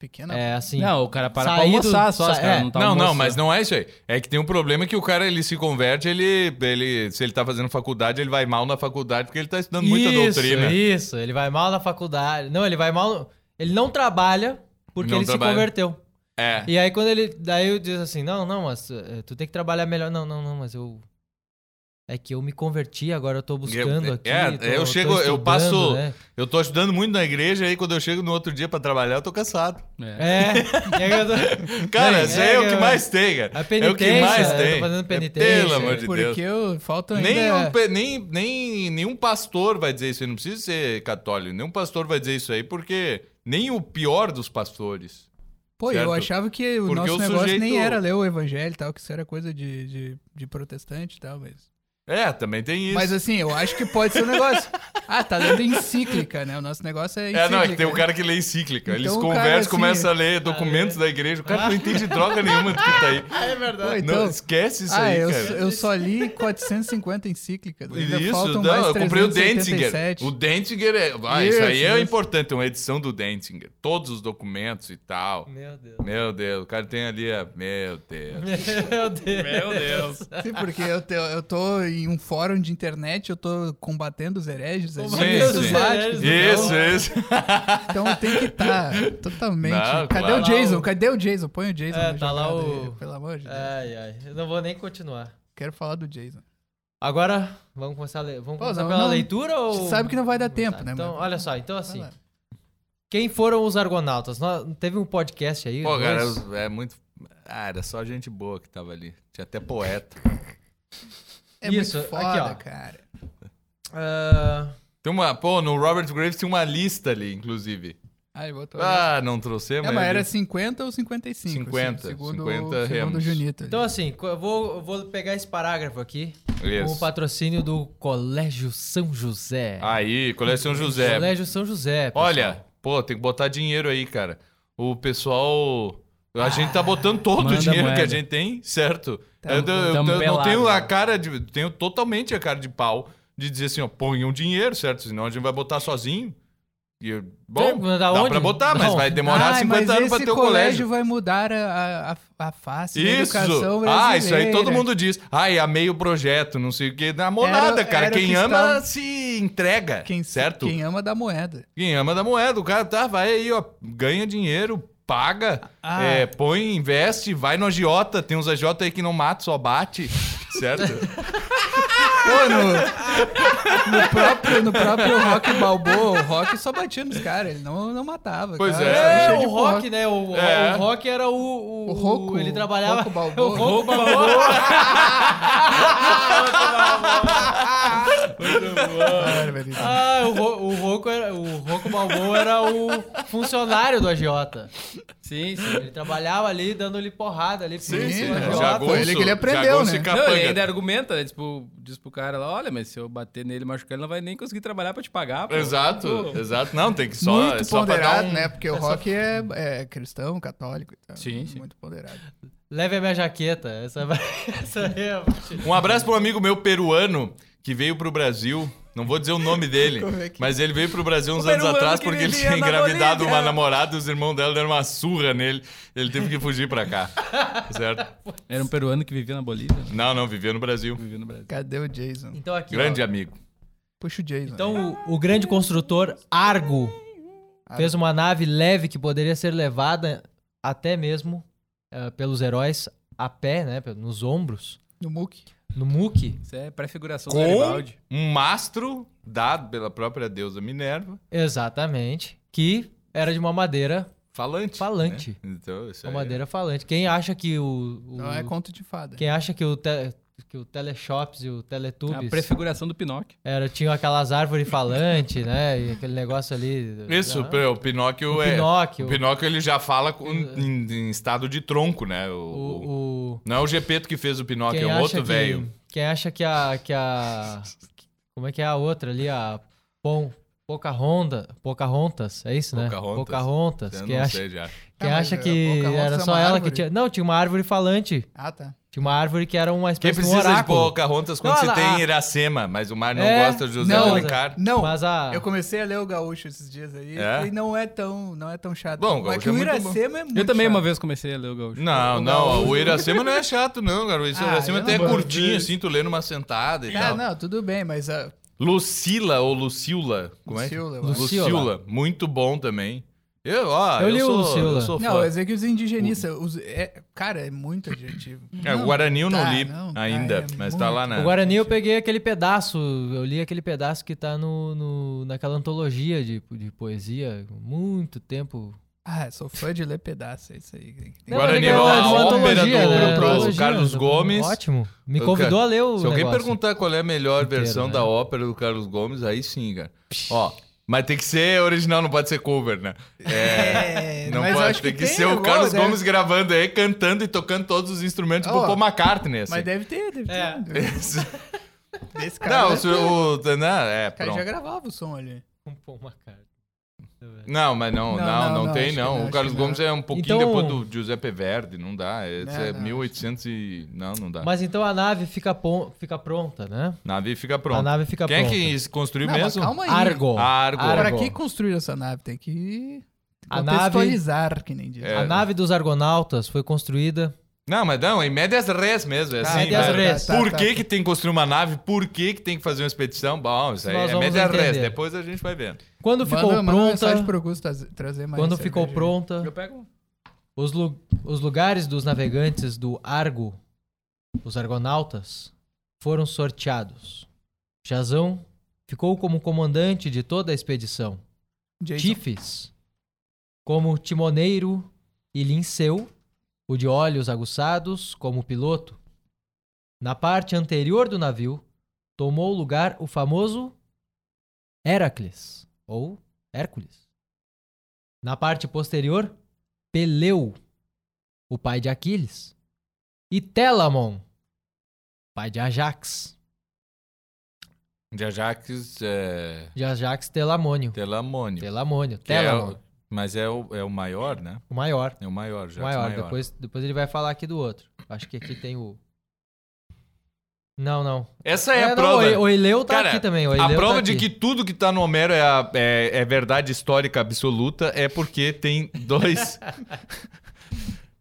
[SPEAKER 2] Pequena.
[SPEAKER 1] É assim.
[SPEAKER 4] Não, o cara para
[SPEAKER 1] Saído-
[SPEAKER 4] pra almoçar só, os
[SPEAKER 1] sa-
[SPEAKER 4] caras
[SPEAKER 1] é.
[SPEAKER 4] não tá
[SPEAKER 3] Não, não,
[SPEAKER 4] almoçando.
[SPEAKER 3] mas não é isso aí. É que tem um problema que o cara ele se converte, ele, ele se ele tá fazendo faculdade, ele vai mal na faculdade porque ele tá estudando muita
[SPEAKER 1] isso,
[SPEAKER 3] doutrina.
[SPEAKER 1] Isso, ele vai mal na faculdade. Não, ele vai mal. Ele não trabalha porque
[SPEAKER 3] Não
[SPEAKER 1] ele
[SPEAKER 3] trabalha.
[SPEAKER 1] se converteu.
[SPEAKER 3] É.
[SPEAKER 1] E aí quando ele. Daí eu diz assim, não, não, mas eh, tu tem que trabalhar melhor. Não, não, não, mas eu. É que eu me converti, agora eu tô buscando
[SPEAKER 3] Eu-
[SPEAKER 1] aqui.
[SPEAKER 3] é,
[SPEAKER 1] tô-
[SPEAKER 3] eu
[SPEAKER 1] tô
[SPEAKER 3] chego- eu
[SPEAKER 1] estudando,
[SPEAKER 3] passo-
[SPEAKER 1] né?
[SPEAKER 3] Eu tô ajudando muito na igreja, aí quando eu chego no outro dia pra trabalhar, eu tô cansado. [laughs]
[SPEAKER 4] É.
[SPEAKER 1] É, e aí eu tô-
[SPEAKER 3] Cara,
[SPEAKER 1] Bem,
[SPEAKER 3] isso aí é,
[SPEAKER 1] é,
[SPEAKER 3] o que
[SPEAKER 1] eu-
[SPEAKER 3] mais tem, cara.
[SPEAKER 1] a
[SPEAKER 3] É o
[SPEAKER 1] penitência,
[SPEAKER 3] que mais
[SPEAKER 1] eu tô
[SPEAKER 3] tem.
[SPEAKER 1] fazendo
[SPEAKER 3] É,
[SPEAKER 1] penitência.
[SPEAKER 3] Pelo amor de Deus.
[SPEAKER 2] Porque eu falta ainda.
[SPEAKER 3] Nem,
[SPEAKER 2] é.
[SPEAKER 3] um pe- nem, nem nenhum pastor vai dizer isso aí, não precisa ser católico. Nenhum pastor vai dizer isso aí, porque nem o pior dos pastores.
[SPEAKER 2] Pô,
[SPEAKER 3] certo?
[SPEAKER 2] eu achava que o
[SPEAKER 3] Porque
[SPEAKER 2] nosso
[SPEAKER 3] o
[SPEAKER 2] negócio nem
[SPEAKER 3] sujeito-
[SPEAKER 2] era ler o evangelho e tal, que isso era coisa de, de, de protestante e tal, mas.
[SPEAKER 3] É, também tem isso.
[SPEAKER 2] Mas assim, eu acho que pode ser
[SPEAKER 3] [laughs]
[SPEAKER 2] um negócio. Ah, tá lendo encíclica, né? O nosso negócio é encíclica.
[SPEAKER 3] É, não, é que tem o cara que lê encíclica. Eles
[SPEAKER 2] Então o
[SPEAKER 3] conversam,
[SPEAKER 2] cara, assim,
[SPEAKER 3] começam a
[SPEAKER 1] Ah,
[SPEAKER 3] ler documentos da igreja. O cara não entende droga nenhuma do que tá aí.
[SPEAKER 1] É verdade.
[SPEAKER 2] Pô,
[SPEAKER 3] não,
[SPEAKER 2] então-
[SPEAKER 3] esquece isso
[SPEAKER 2] ah,
[SPEAKER 3] aí,
[SPEAKER 2] eu,
[SPEAKER 3] cara.
[SPEAKER 2] eu só li 450 encíclicas. Ainda
[SPEAKER 3] Isso,
[SPEAKER 2] faltam
[SPEAKER 3] não,
[SPEAKER 2] mais
[SPEAKER 3] eu comprei o Dentinger.
[SPEAKER 2] 387.
[SPEAKER 3] O Dentinger é. Ah, isso
[SPEAKER 2] Isso,
[SPEAKER 3] aí é
[SPEAKER 2] isso.
[SPEAKER 3] importante, é uma edição do Dentinger. Todos os documentos e tal.
[SPEAKER 1] Meu Deus.
[SPEAKER 3] Meu Deus, o cara tem ali a. Meu Deus.
[SPEAKER 1] Meu Deus.
[SPEAKER 3] Meu Deus.
[SPEAKER 2] Sim, porque eu, te- eu tô em um fórum de internet, eu tô combatendo os hereges. ali,
[SPEAKER 1] Combatendo
[SPEAKER 2] os
[SPEAKER 3] os
[SPEAKER 2] simpáticos,
[SPEAKER 1] hereges,
[SPEAKER 3] Isso,
[SPEAKER 2] então-
[SPEAKER 3] isso.
[SPEAKER 2] Então tem que
[SPEAKER 3] [laughs]
[SPEAKER 2] estar totalmente.
[SPEAKER 3] Não,
[SPEAKER 2] Cadê
[SPEAKER 3] claro.
[SPEAKER 2] o Jason? Cadê o Jason? Põe o Jason.
[SPEAKER 1] É,
[SPEAKER 2] na
[SPEAKER 1] tá lá
[SPEAKER 2] jogada
[SPEAKER 1] o-
[SPEAKER 2] aí, Pelo amor de Deus.
[SPEAKER 1] Ai, ai. Eu não vou nem continuar.
[SPEAKER 2] Quero falar do Jason.
[SPEAKER 1] Agora, vamos começar, a le... vamos
[SPEAKER 2] Pô,
[SPEAKER 1] começar
[SPEAKER 2] não,
[SPEAKER 1] pela
[SPEAKER 2] não.
[SPEAKER 1] leitura
[SPEAKER 2] A
[SPEAKER 1] ou...
[SPEAKER 2] gente sabe que não vai dar tempo,
[SPEAKER 1] Tá,
[SPEAKER 2] né?
[SPEAKER 1] Então,
[SPEAKER 2] mas-
[SPEAKER 1] olha só, então assim,
[SPEAKER 2] Vai lá.
[SPEAKER 1] quem foram os Argonautas? Nó- teve um podcast aí.
[SPEAKER 3] Pô,
[SPEAKER 1] dois-
[SPEAKER 3] cara, é muito. Ah, era só gente boa que tava ali. Tinha até poeta.
[SPEAKER 2] É
[SPEAKER 1] Isso, aqui,
[SPEAKER 2] muito foda,
[SPEAKER 1] ó.
[SPEAKER 2] cara.
[SPEAKER 1] Ah,
[SPEAKER 3] Tem uma. Pô, no Robert Graves tinha uma lista ali, inclusive.
[SPEAKER 2] Ah, ele botou.
[SPEAKER 3] Ah, não trouxemos.
[SPEAKER 2] é, mas
[SPEAKER 3] ele-
[SPEAKER 2] era 50 ou 55?
[SPEAKER 3] 50,
[SPEAKER 2] assim, segundo,
[SPEAKER 3] 50
[SPEAKER 2] segundo o
[SPEAKER 3] remos.
[SPEAKER 2] Junito.
[SPEAKER 1] então assim, co- eu vou, eu vou pegar esse parágrafo aqui
[SPEAKER 2] assim,
[SPEAKER 1] com o
[SPEAKER 3] Isso.
[SPEAKER 1] patrocínio do Colégio São José.
[SPEAKER 3] Aí, Colégio São José.
[SPEAKER 1] Colégio São José. pessoal.
[SPEAKER 3] Olha, pô, tem que botar dinheiro aí, cara. O pessoal. A gente tá botando todo o
[SPEAKER 4] manda
[SPEAKER 3] dinheiro que a
[SPEAKER 4] moeda.
[SPEAKER 3] gente tem, certo?
[SPEAKER 2] Ah, Tamo- né?
[SPEAKER 3] eu eu- eu
[SPEAKER 4] tamo
[SPEAKER 3] não
[SPEAKER 4] pelado.
[SPEAKER 3] tenho a cara de. Tenho totalmente a cara de pau de dizer assim, ó, ponham dinheiro, certo? Senão a gente vai botar sozinho. E, eu- bom,
[SPEAKER 1] Tem- mas
[SPEAKER 3] dá
[SPEAKER 1] da onde?
[SPEAKER 3] pra botar, mas
[SPEAKER 1] Não.
[SPEAKER 3] vai demorar
[SPEAKER 2] Ai,
[SPEAKER 3] 50
[SPEAKER 2] Ah, mas
[SPEAKER 3] anos pra
[SPEAKER 2] esse
[SPEAKER 3] ter o colégio.
[SPEAKER 2] vai mudar a, a, a face da
[SPEAKER 3] Isso!
[SPEAKER 2] educação brasileira.
[SPEAKER 3] Ah, isso aí todo mundo diz. Ai, amei o projeto, não sei o quê. Dá monada,
[SPEAKER 2] Era-
[SPEAKER 3] cara.
[SPEAKER 2] era o
[SPEAKER 3] quem
[SPEAKER 2] que
[SPEAKER 3] ama
[SPEAKER 2] estava-
[SPEAKER 3] se entrega,
[SPEAKER 2] Quem,
[SPEAKER 3] certo?
[SPEAKER 2] Quem ama da moeda.
[SPEAKER 3] Quem ama da moeda, o cara tá, vai aí, ó, ganha dinheiro, paga,
[SPEAKER 2] Ah. [laughs]
[SPEAKER 3] é, põe, investe, vai no agiota. Tem uns agiota aí que não mata, só bate, [laughs] certo?
[SPEAKER 2] Pô, no, no próprio, no próprio Rock Balboa, o Rock só batia nos caras, ele não, não matava.
[SPEAKER 3] Pois
[SPEAKER 2] cara,
[SPEAKER 3] é.
[SPEAKER 2] só
[SPEAKER 1] É,
[SPEAKER 2] enchia de
[SPEAKER 1] o
[SPEAKER 2] porra.
[SPEAKER 1] Rock, né? O,
[SPEAKER 3] É.
[SPEAKER 1] o Rock era o. O,
[SPEAKER 2] O Rocco-
[SPEAKER 1] Ele trabalhava.
[SPEAKER 2] Rocco Balboa.
[SPEAKER 1] [laughs] O Rocco
[SPEAKER 2] Rocco
[SPEAKER 1] Balboa.
[SPEAKER 2] Barbaridade.
[SPEAKER 1] Ah, o, Ro- o, Rocco era, o Rocco Balboa era o funcionário do agiota.
[SPEAKER 4] Sim, sim.
[SPEAKER 1] Ele trabalhava ali, dando-lhe porrada ali.
[SPEAKER 2] Sim,
[SPEAKER 1] sim,
[SPEAKER 2] sim, né?
[SPEAKER 1] agiota.
[SPEAKER 2] Jagunço, Foi ele que ele aprendeu,
[SPEAKER 3] Jagunço
[SPEAKER 2] né?
[SPEAKER 3] e
[SPEAKER 4] Não, ele
[SPEAKER 3] Capanga.
[SPEAKER 4] ainda argumenta, né? Tipo, diz pro cara lá, olha, mas se eu bater nele e machucar, ele não vai nem conseguir trabalhar pra te pagar, pô.
[SPEAKER 3] Exato,
[SPEAKER 4] Pô.
[SPEAKER 3] exato. Não, tem que só, é
[SPEAKER 2] um muito
[SPEAKER 3] só pra dar
[SPEAKER 2] ponderado,
[SPEAKER 3] um...
[SPEAKER 2] né? Porque o Rock é, é cristão, católico e tal.
[SPEAKER 4] Sim, sim.
[SPEAKER 2] Muito ponderado.
[SPEAKER 1] Leve a minha jaqueta. Essa, vai- [laughs] essa aí é. a-
[SPEAKER 3] Um abraço para um amigo meu peruano que veio pro Brasil. Não vou dizer o
[SPEAKER 2] [laughs]
[SPEAKER 3] nome dele,
[SPEAKER 2] Como é que-
[SPEAKER 3] mas ele veio pro Brasil uns
[SPEAKER 4] O
[SPEAKER 3] anos
[SPEAKER 4] peruano
[SPEAKER 3] atrás
[SPEAKER 4] que
[SPEAKER 3] porque ele
[SPEAKER 4] vivia
[SPEAKER 3] tinha
[SPEAKER 4] na
[SPEAKER 3] engravidado
[SPEAKER 4] Bolívia.
[SPEAKER 3] uma namorada e os irmãos dela deram uma surra nele. Ele teve que fugir pra
[SPEAKER 2] [laughs]
[SPEAKER 3] cá, certo?
[SPEAKER 4] Era um peruano que vivia na Bolívia, né?
[SPEAKER 3] Não, não, vivia no Brasil.
[SPEAKER 1] Hum,
[SPEAKER 4] vivia no Brasil.
[SPEAKER 2] Cadê o Jason?
[SPEAKER 1] Então aqui. ó.
[SPEAKER 3] Grande amigo.
[SPEAKER 2] Puxa o Jason. né?
[SPEAKER 1] Então o, o grande construtor Argo fez uma nave leve que poderia ser levada até mesmo eh, pelos heróis a pé, né? Nos ombros,
[SPEAKER 2] no Mook.
[SPEAKER 1] no muque.
[SPEAKER 4] Isso é prefiguração do
[SPEAKER 3] Com
[SPEAKER 4] Garibaldi.
[SPEAKER 3] um mastro dado pela própria deusa Minerva,
[SPEAKER 1] Exatamente. Que era de uma madeira
[SPEAKER 3] falante.
[SPEAKER 1] Falante.
[SPEAKER 3] né? Então, isso
[SPEAKER 1] Uma
[SPEAKER 3] aí é-
[SPEAKER 1] madeira falante. Quem acha que o. o-
[SPEAKER 2] Não é conto de fada.
[SPEAKER 1] Quem acha que o, te- que o Teleshops e o
[SPEAKER 4] A
[SPEAKER 2] Ah,
[SPEAKER 1] Teletubbies
[SPEAKER 4] prefiguração do Pinóquio.
[SPEAKER 1] era, tinham aquelas árvores falantes, né? E aquele negócio ali.
[SPEAKER 3] Isso,
[SPEAKER 1] né?
[SPEAKER 3] o Pinóquio
[SPEAKER 1] o
[SPEAKER 3] é.
[SPEAKER 1] Pinóquio. É.
[SPEAKER 3] O Pinóquio ele já fala com- em, em estado de tronco, né? O- o-
[SPEAKER 1] O, o-
[SPEAKER 3] Não é o Gepeto que fez o Pinóquio,
[SPEAKER 1] quem
[SPEAKER 3] é um
[SPEAKER 1] acha
[SPEAKER 3] outro
[SPEAKER 1] que-
[SPEAKER 3] velho.
[SPEAKER 1] Quem acha que a. Que a como é que é a outra ali? A Pon, Pocahontas. Pocahontas, é isso, né?
[SPEAKER 3] Pocahontas.
[SPEAKER 1] Pocahontas.
[SPEAKER 3] Eu
[SPEAKER 1] Quem
[SPEAKER 3] não
[SPEAKER 1] acha,
[SPEAKER 3] sei já.
[SPEAKER 1] quem
[SPEAKER 2] Ah, mas
[SPEAKER 1] acha
[SPEAKER 2] a
[SPEAKER 1] que
[SPEAKER 2] Pocahontas
[SPEAKER 1] era
[SPEAKER 2] é
[SPEAKER 1] só
[SPEAKER 2] uma
[SPEAKER 1] ela que
[SPEAKER 2] árvore.
[SPEAKER 1] tinha. Não, tinha uma árvore falante.
[SPEAKER 2] Ah, tá.
[SPEAKER 1] Tinha uma árvore que era uma
[SPEAKER 3] Quem
[SPEAKER 1] espécie de um
[SPEAKER 3] precisa de
[SPEAKER 1] oráculo.
[SPEAKER 3] Pocahontas quando
[SPEAKER 1] Não,
[SPEAKER 3] se
[SPEAKER 1] a-
[SPEAKER 3] tem
[SPEAKER 1] a-
[SPEAKER 3] Iracema, mas o mar não
[SPEAKER 1] É,
[SPEAKER 3] gosta de José
[SPEAKER 1] não,
[SPEAKER 3] Alencar?
[SPEAKER 2] Não,
[SPEAKER 1] Mas a-
[SPEAKER 2] eu comecei a ler o Gaúcho esses dias aí
[SPEAKER 3] É?
[SPEAKER 2] e não é tão, não é tão chato.
[SPEAKER 3] Bom, o
[SPEAKER 2] mas
[SPEAKER 3] Gaúcho
[SPEAKER 2] que
[SPEAKER 3] é
[SPEAKER 2] o
[SPEAKER 3] muito bom.
[SPEAKER 2] Iracema é muito
[SPEAKER 4] Eu também
[SPEAKER 2] chato.
[SPEAKER 4] uma vez comecei a ler o Gaúcho.
[SPEAKER 3] Não, não, o Iracema não é chato, não, cara. O
[SPEAKER 1] Ah,
[SPEAKER 3] Iracema
[SPEAKER 2] eu
[SPEAKER 3] até é
[SPEAKER 2] não gosto
[SPEAKER 3] curtinho, assim, tu lê numa sentada
[SPEAKER 1] É,
[SPEAKER 3] e tal.
[SPEAKER 2] Cara, Ah, não, tudo bem, mas ah, a
[SPEAKER 3] Lucila ou Lucila? Como é? que-
[SPEAKER 2] Lucila, eu acho.
[SPEAKER 3] Lucila. Muito bom também. Eu, ó,
[SPEAKER 1] Eu
[SPEAKER 3] eu,
[SPEAKER 1] li o
[SPEAKER 3] sou,
[SPEAKER 1] Lucila.
[SPEAKER 3] eu sou fã.
[SPEAKER 2] Não, eu sei que os indigenistas. os- é- cara, é muito adjetivo.
[SPEAKER 3] É, o
[SPEAKER 2] Não,
[SPEAKER 3] Guarani eu não
[SPEAKER 2] tá,
[SPEAKER 3] li
[SPEAKER 2] não, cara,
[SPEAKER 3] ainda,
[SPEAKER 2] é
[SPEAKER 3] mas tá lá na...
[SPEAKER 1] O Guarani eu peguei aquele pedaço, eu li aquele pedaço que tá no, no- naquela antologia de, de poesia, muito tempo.
[SPEAKER 2] Ah, sou fã de ler pedaço, é isso aí. Tem que-
[SPEAKER 1] Não,
[SPEAKER 3] Guarani
[SPEAKER 1] mas é que
[SPEAKER 3] Rock,
[SPEAKER 1] é uma
[SPEAKER 3] ópera
[SPEAKER 1] antologia,
[SPEAKER 3] do- do-
[SPEAKER 1] né?
[SPEAKER 3] do
[SPEAKER 1] Antologia,
[SPEAKER 3] Carlos
[SPEAKER 1] do-
[SPEAKER 3] Gomes.
[SPEAKER 1] Ótimo. Me
[SPEAKER 3] Eu
[SPEAKER 1] convidou
[SPEAKER 3] quero-
[SPEAKER 1] a ler o
[SPEAKER 3] Se alguém
[SPEAKER 1] é um negócio. [laughs]
[SPEAKER 3] perguntar qual é a melhor
[SPEAKER 1] Inteiro,
[SPEAKER 3] versão
[SPEAKER 1] né?
[SPEAKER 3] da ópera do Carlos Gomes, aí sim, cara. Ó, mas tem que ser original, não pode ser cover, né?
[SPEAKER 2] [laughs]
[SPEAKER 3] [laughs]
[SPEAKER 2] É,
[SPEAKER 3] Não
[SPEAKER 2] mas eu
[SPEAKER 3] pode,
[SPEAKER 2] acho
[SPEAKER 3] tem que,
[SPEAKER 2] tem
[SPEAKER 3] ser o
[SPEAKER 2] igual,
[SPEAKER 3] Carlos
[SPEAKER 2] deve-
[SPEAKER 3] Gomes gravando aí, cantando e tocando todos os instrumentos pro
[SPEAKER 2] Ó,
[SPEAKER 3] Paul McCartney, [laughs] assim.
[SPEAKER 2] Mas deve ter, deve ter. um
[SPEAKER 1] É.
[SPEAKER 2] Desse cara.
[SPEAKER 3] Não,
[SPEAKER 2] deve
[SPEAKER 3] o,
[SPEAKER 2] ter.
[SPEAKER 3] su- o- não, é,
[SPEAKER 2] O cara já
[SPEAKER 3] pronto.
[SPEAKER 2] gravava o som ali.
[SPEAKER 1] Com- com uma cara.
[SPEAKER 3] Não, mas não, não,
[SPEAKER 2] Não,
[SPEAKER 3] não,
[SPEAKER 2] não, não,
[SPEAKER 3] tem,
[SPEAKER 2] acho que
[SPEAKER 3] não.
[SPEAKER 2] não,
[SPEAKER 3] o
[SPEAKER 2] acho
[SPEAKER 3] Carlos
[SPEAKER 2] que
[SPEAKER 3] Gomes é um pouquinho
[SPEAKER 1] Então-
[SPEAKER 3] depois do Giuseppe Verdi, não dá. Esse
[SPEAKER 2] Não,
[SPEAKER 3] é
[SPEAKER 2] não,
[SPEAKER 3] 1800 e... Não, não dá.
[SPEAKER 1] Mas então a nave fica, pon- fica pronta, né?
[SPEAKER 3] Nave fica
[SPEAKER 1] A
[SPEAKER 3] pronta.
[SPEAKER 1] nave fica
[SPEAKER 3] Quem é
[SPEAKER 1] pronta.
[SPEAKER 3] que Ah, construiu
[SPEAKER 2] Não, mas
[SPEAKER 3] mesmo?
[SPEAKER 2] calma aí.
[SPEAKER 1] Argo.
[SPEAKER 3] Argo.
[SPEAKER 2] Pra
[SPEAKER 1] Argo.
[SPEAKER 2] que construir essa nave? Tem que
[SPEAKER 1] A
[SPEAKER 2] contextualizar, que nem diz.
[SPEAKER 3] É.
[SPEAKER 1] A nave dos argonautas foi construída.
[SPEAKER 3] Não, mas não, em médias res mesmo, é
[SPEAKER 2] Ah,
[SPEAKER 3] assim.
[SPEAKER 1] médias
[SPEAKER 3] né?
[SPEAKER 1] res.
[SPEAKER 3] Por
[SPEAKER 2] Tá, tá,
[SPEAKER 3] que
[SPEAKER 2] tá.
[SPEAKER 3] que tem que construir uma nave? Por que que tem que fazer uma expedição? Bom, isso aí
[SPEAKER 1] Nós
[SPEAKER 3] é
[SPEAKER 1] vamos
[SPEAKER 3] médias res,
[SPEAKER 1] entender.
[SPEAKER 3] depois a gente vai vendo.
[SPEAKER 1] Quando
[SPEAKER 2] Manda-
[SPEAKER 1] ficou
[SPEAKER 2] manda uma mensagem
[SPEAKER 1] pronta,
[SPEAKER 2] pro Augusto traz- trazer mais
[SPEAKER 1] quando
[SPEAKER 2] cerveja
[SPEAKER 1] ficou
[SPEAKER 2] aí.
[SPEAKER 1] pronta,
[SPEAKER 4] Eu pego.
[SPEAKER 1] Os, lu- os lugares dos navegantes do Argo, os argonautas, foram sorteados. Jazão ficou como comandante de toda a expedição.
[SPEAKER 2] Jason.
[SPEAKER 1] Tifes, como timoneiro, e Linceu, o de olhos aguçados, como piloto. Na parte anterior do navio, tomou lugar o famoso Heracles, ou Hércules. Na parte posterior, Peleu, o pai de Aquiles, e Telamon, pai de Ajax,
[SPEAKER 3] De Ajax é...
[SPEAKER 1] de Ajax Telamônio.
[SPEAKER 3] Telamônio.
[SPEAKER 1] Telamônio,
[SPEAKER 3] que é
[SPEAKER 1] Telamon,
[SPEAKER 3] o- mas é o, é o maior, né?
[SPEAKER 1] o maior.
[SPEAKER 3] É o maior, já.
[SPEAKER 1] maior. Depois, depois ele vai falar aqui do outro. Acho que aqui tem o. Não, não.
[SPEAKER 3] Essa é, a
[SPEAKER 1] não,
[SPEAKER 3] prova.
[SPEAKER 1] O Oileu tá
[SPEAKER 3] Cara,
[SPEAKER 1] aqui também. o
[SPEAKER 3] a
[SPEAKER 1] Oileu
[SPEAKER 3] prova
[SPEAKER 1] tá
[SPEAKER 3] de que
[SPEAKER 1] aqui.
[SPEAKER 3] tudo que tá no Homero é, a- é- é verdade histórica absoluta é porque tem dois.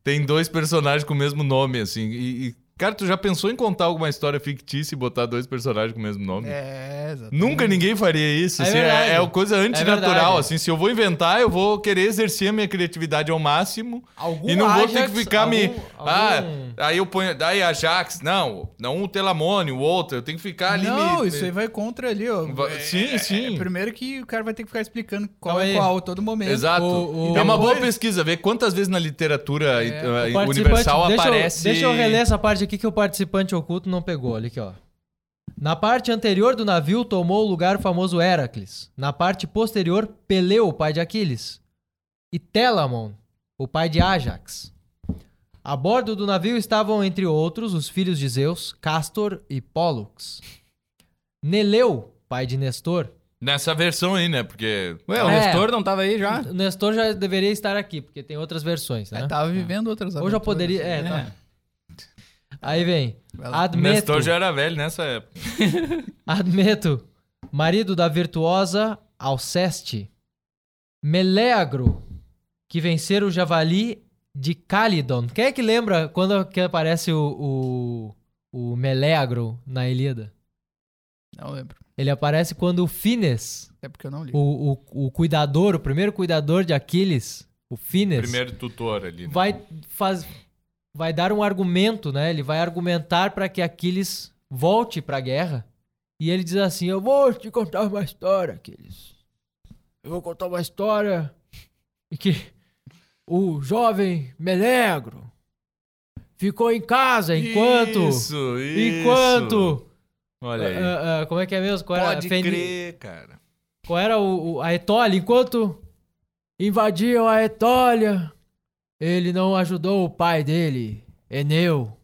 [SPEAKER 3] tem dois personagens com o mesmo nome, assim. E, e, cara, tu já pensou em contar alguma história fictícia e botar dois personagens com o mesmo nome?
[SPEAKER 2] É, exatamente.
[SPEAKER 3] Nunca ninguém faria isso.
[SPEAKER 1] É
[SPEAKER 3] assim, É,
[SPEAKER 1] verdade.
[SPEAKER 3] é, uma coisa antinatural.
[SPEAKER 1] verdade.
[SPEAKER 3] assim, se eu vou inventar, eu vou querer exercer a minha criatividade ao máximo.
[SPEAKER 1] Algum
[SPEAKER 3] e não vou ter
[SPEAKER 1] Ajax,
[SPEAKER 3] que ficar me.
[SPEAKER 1] algum-
[SPEAKER 3] Ah,
[SPEAKER 1] algum-
[SPEAKER 3] aí eu ponho. Daí Ajax. Não, não o Telamônio, o outro. Eu tenho que ficar ali.
[SPEAKER 2] Não,
[SPEAKER 3] me-
[SPEAKER 2] isso aí vai contra ali, ó.
[SPEAKER 3] Va-
[SPEAKER 2] É,
[SPEAKER 3] sim,
[SPEAKER 2] é,
[SPEAKER 3] sim.
[SPEAKER 2] é, primeiro que o cara vai ter que ficar explicando qual
[SPEAKER 1] Calma
[SPEAKER 2] é
[SPEAKER 1] aí.
[SPEAKER 2] qual a todo momento. tá
[SPEAKER 3] Exato.
[SPEAKER 1] O- o- É.
[SPEAKER 3] É uma boa
[SPEAKER 2] Depois-
[SPEAKER 3] pesquisa, ver quantas vezes na literatura eh,
[SPEAKER 1] O
[SPEAKER 3] universal
[SPEAKER 1] participante- deixa eu-
[SPEAKER 3] aparece.
[SPEAKER 1] Deixa eu reler essa parte aqui que o participante oculto não pegou. Olha aqui, ó. Na parte anterior do navio tomou o lugar o famoso Heracles. Na parte posterior, Peleu, o pai de Aquiles. E Telamon, o pai de Ajax. A bordo do navio estavam, entre outros, os filhos de Zeus, Castor e Pollux. Neleu, pai de Nestor.
[SPEAKER 3] Nessa versão aí, né? Porque.
[SPEAKER 4] Ué, o
[SPEAKER 1] É.
[SPEAKER 4] Nestor não tava aí já?
[SPEAKER 1] Nestor já deveria estar aqui, porque tem outras versões, né?
[SPEAKER 2] É, tava vivendo outras assim, né?
[SPEAKER 1] Ou já poderia. É,
[SPEAKER 2] [laughs]
[SPEAKER 1] tá. Aí vem.
[SPEAKER 2] Vai lá.
[SPEAKER 1] Admeto.
[SPEAKER 3] Nestor já era velho nessa época.
[SPEAKER 1] Admeto, marido da virtuosa Alceste. Meleagro, que vencer o javali de Calidon. Quem é que lembra quando que aparece o, o, o Meleagro na Ilíada?
[SPEAKER 2] Não lembro.
[SPEAKER 1] Ele aparece quando o Fines,
[SPEAKER 2] É porque eu não li.
[SPEAKER 1] tá. o, o, o cuidador, o primeiro cuidador de Aquiles, o Fines,
[SPEAKER 3] Primeiro tutor ali. né?
[SPEAKER 1] vai, faz, vai dar um argumento, né? Ele vai argumentar para que Aquiles volte para a guerra. E ele diz assim: Eu vou te contar uma história, Aquiles. Eu vou contar uma história de que o jovem Melegro ficou em casa enquanto.
[SPEAKER 3] Isso, isso.
[SPEAKER 1] Enquanto.
[SPEAKER 3] Olha aí.
[SPEAKER 1] Ah, ah, como é que é mesmo? Qual era?
[SPEAKER 3] Pode
[SPEAKER 1] Feni-
[SPEAKER 3] crer, cara.
[SPEAKER 1] qual era o, o- a Etólia, enquanto invadiam a Etólia, ele não ajudou o pai dele, Eneu.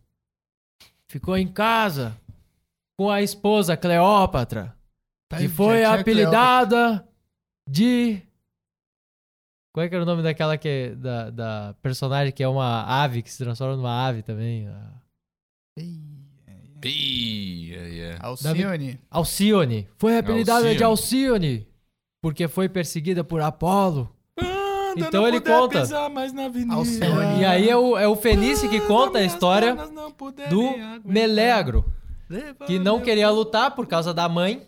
[SPEAKER 1] Ficou em casa com a esposa Cleópatra,
[SPEAKER 2] Tá,
[SPEAKER 1] que
[SPEAKER 2] já
[SPEAKER 1] foi
[SPEAKER 2] tinha
[SPEAKER 1] apelidada de. Qual é que era o nome é daquela que. Da, da personagem que é uma ave, que se transforma numa ave também? a-
[SPEAKER 3] Pia, yeah.
[SPEAKER 2] Alcione.
[SPEAKER 1] Alcione. Foi apelidada de Alcione porque foi perseguida por Apolo. Então ele conta.
[SPEAKER 3] mais na avenida.
[SPEAKER 2] Alcione.
[SPEAKER 1] E aí é o, é o Fenício que conta a história do Melegro, que não queria lutar por causa da mãe,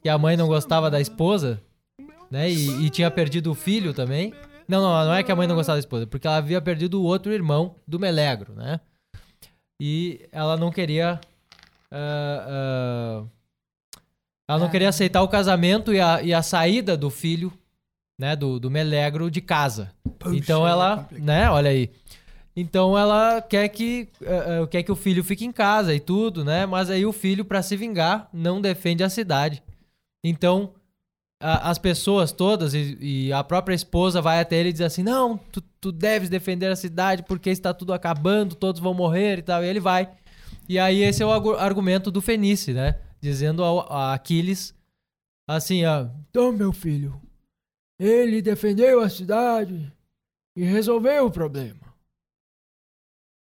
[SPEAKER 1] que a mãe não gostava da esposa, né? E, e tinha perdido o filho também. Não, não, não é que a mãe não gostava da esposa, porque ela havia perdido o outro irmão do Melegro, né? E ela não queria. ah, ah, ela não queria aceitar o casamento e a, e a saída do filho, né? Do, do Melegro de casa.
[SPEAKER 2] Puxa,
[SPEAKER 1] então
[SPEAKER 2] é
[SPEAKER 1] ela,
[SPEAKER 2] complicado.
[SPEAKER 1] né, olha aí. Então ela quer que, eh, eh, quer que o filho fique em casa e tudo, né? Mas aí o filho, pra se vingar, não defende a cidade. Então a- as pessoas todas e, e a própria esposa vai até ele e diz assim: Não, tu, tu deves defender a cidade porque está tudo acabando, todos vão morrer e tal. E ele vai. E aí esse é o argu- argumento do Fenice, né? Dizendo ao, a Aquiles assim: ó, Então, meu filho, ele defendeu a cidade e resolveu o problema.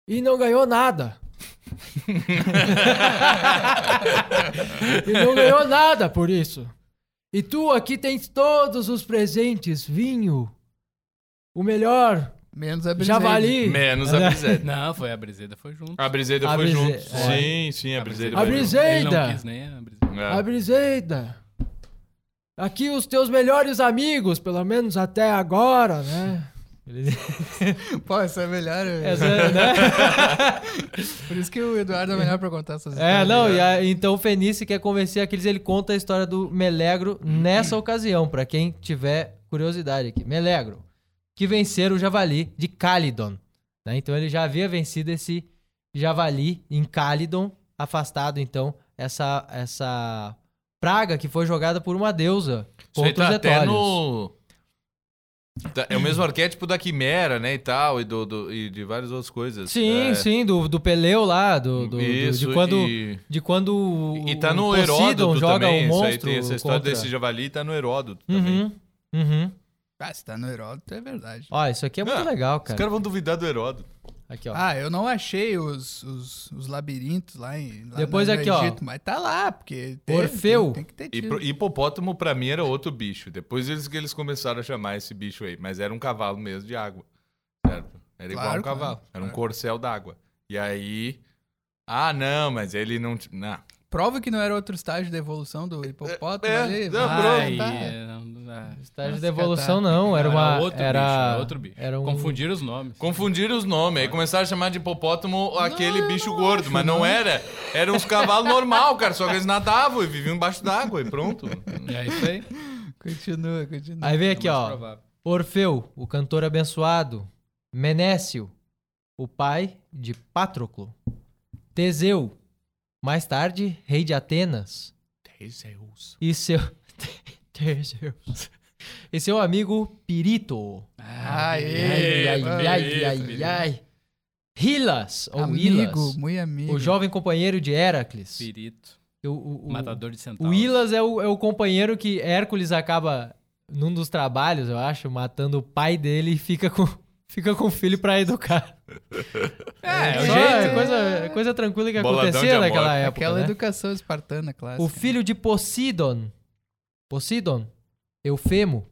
[SPEAKER 1] E não ganhou nada. [laughs] e não ganhou nada por isso. E tu aqui tens todos os presentes: vinho, o melhor,
[SPEAKER 2] Menos a Briseide.
[SPEAKER 1] javali.
[SPEAKER 3] Menos a Briseda.
[SPEAKER 4] Não, foi a Briseida, foi junto.
[SPEAKER 3] A Briseda
[SPEAKER 1] A
[SPEAKER 3] foi
[SPEAKER 1] Brise-
[SPEAKER 3] junto.
[SPEAKER 1] é.
[SPEAKER 3] Sim, sim, a Briseda
[SPEAKER 1] A
[SPEAKER 3] foi
[SPEAKER 1] Brise-
[SPEAKER 3] junto.
[SPEAKER 4] Ele não
[SPEAKER 1] Briseida.
[SPEAKER 4] quis nem a Briseida.
[SPEAKER 3] É.
[SPEAKER 1] A Briseida. Aqui os teus melhores amigos, pelo menos até agora, né?
[SPEAKER 2] [laughs]
[SPEAKER 3] [laughs]
[SPEAKER 2] Pô, essa é melhor. velho.
[SPEAKER 1] Essa, né?
[SPEAKER 2] Por isso que o Eduardo é melhor pra contar
[SPEAKER 1] [laughs]
[SPEAKER 2] essas
[SPEAKER 1] É,
[SPEAKER 2] histórias. né?
[SPEAKER 1] não, e a- então o Fenice quer convencer aqueles, ele conta a história do Melegro
[SPEAKER 3] Uhum.
[SPEAKER 1] nessa ocasião, pra quem tiver curiosidade aqui. Melegro, que venceram o Javali de Calidon. né? Então ele já havia vencido esse Javali em Calidon, afastado então essa, essa praga que foi jogada por uma deusa
[SPEAKER 3] Isso aí
[SPEAKER 1] contra os
[SPEAKER 3] tá até
[SPEAKER 1] Etólios.
[SPEAKER 3] no... tá- É o mesmo arquétipo da Quimera, né, e tal, e, do, do- e de várias outras coisas.
[SPEAKER 1] Sim,
[SPEAKER 3] É.
[SPEAKER 1] sim, do, do Peleu lá, do, do- do-
[SPEAKER 3] Isso,
[SPEAKER 1] de quando,
[SPEAKER 3] e...
[SPEAKER 1] de quando o-
[SPEAKER 3] E tá no
[SPEAKER 1] o Poseidon
[SPEAKER 3] Heródoto
[SPEAKER 1] joga
[SPEAKER 3] também,
[SPEAKER 1] o
[SPEAKER 3] isso
[SPEAKER 1] monstro
[SPEAKER 3] aí tem essa história
[SPEAKER 1] contra-
[SPEAKER 3] desse javali, tá no Heródoto também.
[SPEAKER 1] Uhum, uhum.
[SPEAKER 2] Ah, se tá no Heródoto, é verdade.
[SPEAKER 1] Ó, isso aqui é muito
[SPEAKER 3] Ah,
[SPEAKER 1] legal,
[SPEAKER 3] Os
[SPEAKER 1] cara.
[SPEAKER 3] caras vão duvidar do Heródoto.
[SPEAKER 1] Aqui, ó.
[SPEAKER 2] Ah, eu não achei os, os, os labirintos lá em lá
[SPEAKER 1] Depois
[SPEAKER 2] no
[SPEAKER 1] aqui, ó.
[SPEAKER 2] Egito, Mas tá lá, porque... teve,
[SPEAKER 1] Orfeu.
[SPEAKER 2] Tem que ter
[SPEAKER 3] E
[SPEAKER 2] tido.
[SPEAKER 3] pro- hipopótamo pra mim era outro bicho. Depois eles que eles começaram a chamar esse bicho aí, mas era um cavalo mesmo de água. Certo? Era igual
[SPEAKER 2] Claro,
[SPEAKER 3] um cavalo,
[SPEAKER 2] claro,
[SPEAKER 3] era um
[SPEAKER 2] claro.
[SPEAKER 3] corcel d'água. E aí Ah, não, mas ele não, t- não.
[SPEAKER 2] Prova que não era outro estágio da evolução do hipopótamo
[SPEAKER 3] é,
[SPEAKER 2] ali.
[SPEAKER 3] é,
[SPEAKER 2] mas
[SPEAKER 3] prova.
[SPEAKER 2] tá.
[SPEAKER 4] Ai, é, não dá.
[SPEAKER 1] Estágio
[SPEAKER 2] Nossa,
[SPEAKER 1] de evolução
[SPEAKER 2] cara.
[SPEAKER 1] não, era uma...
[SPEAKER 4] outro
[SPEAKER 1] era,
[SPEAKER 4] bicho, tá- era outro bicho.
[SPEAKER 1] era um-
[SPEAKER 4] Confundiram os nomes.
[SPEAKER 3] Confundiram os nomes, aí começaram a chamar de hipopótamo aquele bicho gordo, mas não, era. Era uns cavalos normal, cara, só que eles nadavam e viviam embaixo d'água e pronto.
[SPEAKER 4] É isso aí.
[SPEAKER 2] Continua, continua.
[SPEAKER 1] Aí vem aqui,
[SPEAKER 4] É mais
[SPEAKER 1] ó.
[SPEAKER 4] provável.
[SPEAKER 1] Orfeu, o cantor abençoado. Menécio, o pai de Patroclo. Teseu, mais tarde, rei de Atenas.
[SPEAKER 2] é
[SPEAKER 1] e seu [laughs] Teseus. e seu amigo Pirito. ai, ai,
[SPEAKER 2] Aê,
[SPEAKER 1] ai,
[SPEAKER 4] Pirito,
[SPEAKER 1] ai,
[SPEAKER 4] Pirito.
[SPEAKER 1] ai. Hilas ou
[SPEAKER 2] amigo,
[SPEAKER 1] Hilas,
[SPEAKER 2] muito amigo.
[SPEAKER 1] o jovem companheiro de Heracles.
[SPEAKER 4] Pirito.
[SPEAKER 1] O, o, o,
[SPEAKER 4] Matador de centavos.
[SPEAKER 1] o Hilas é o, é o companheiro que Hércules acaba num dos trabalhos, eu acho, matando o pai dele e fica com fica com o filho pra educar.
[SPEAKER 4] É, é o
[SPEAKER 1] Só
[SPEAKER 4] jeito.
[SPEAKER 1] é coisa, é coisa tranquila que
[SPEAKER 3] Boladão de
[SPEAKER 1] acontecia
[SPEAKER 3] amor.
[SPEAKER 1] naquela época.
[SPEAKER 2] Aquela
[SPEAKER 1] né?
[SPEAKER 2] educação espartana clássica.
[SPEAKER 1] O filho de Poseidon. Poseidon. Eufemo.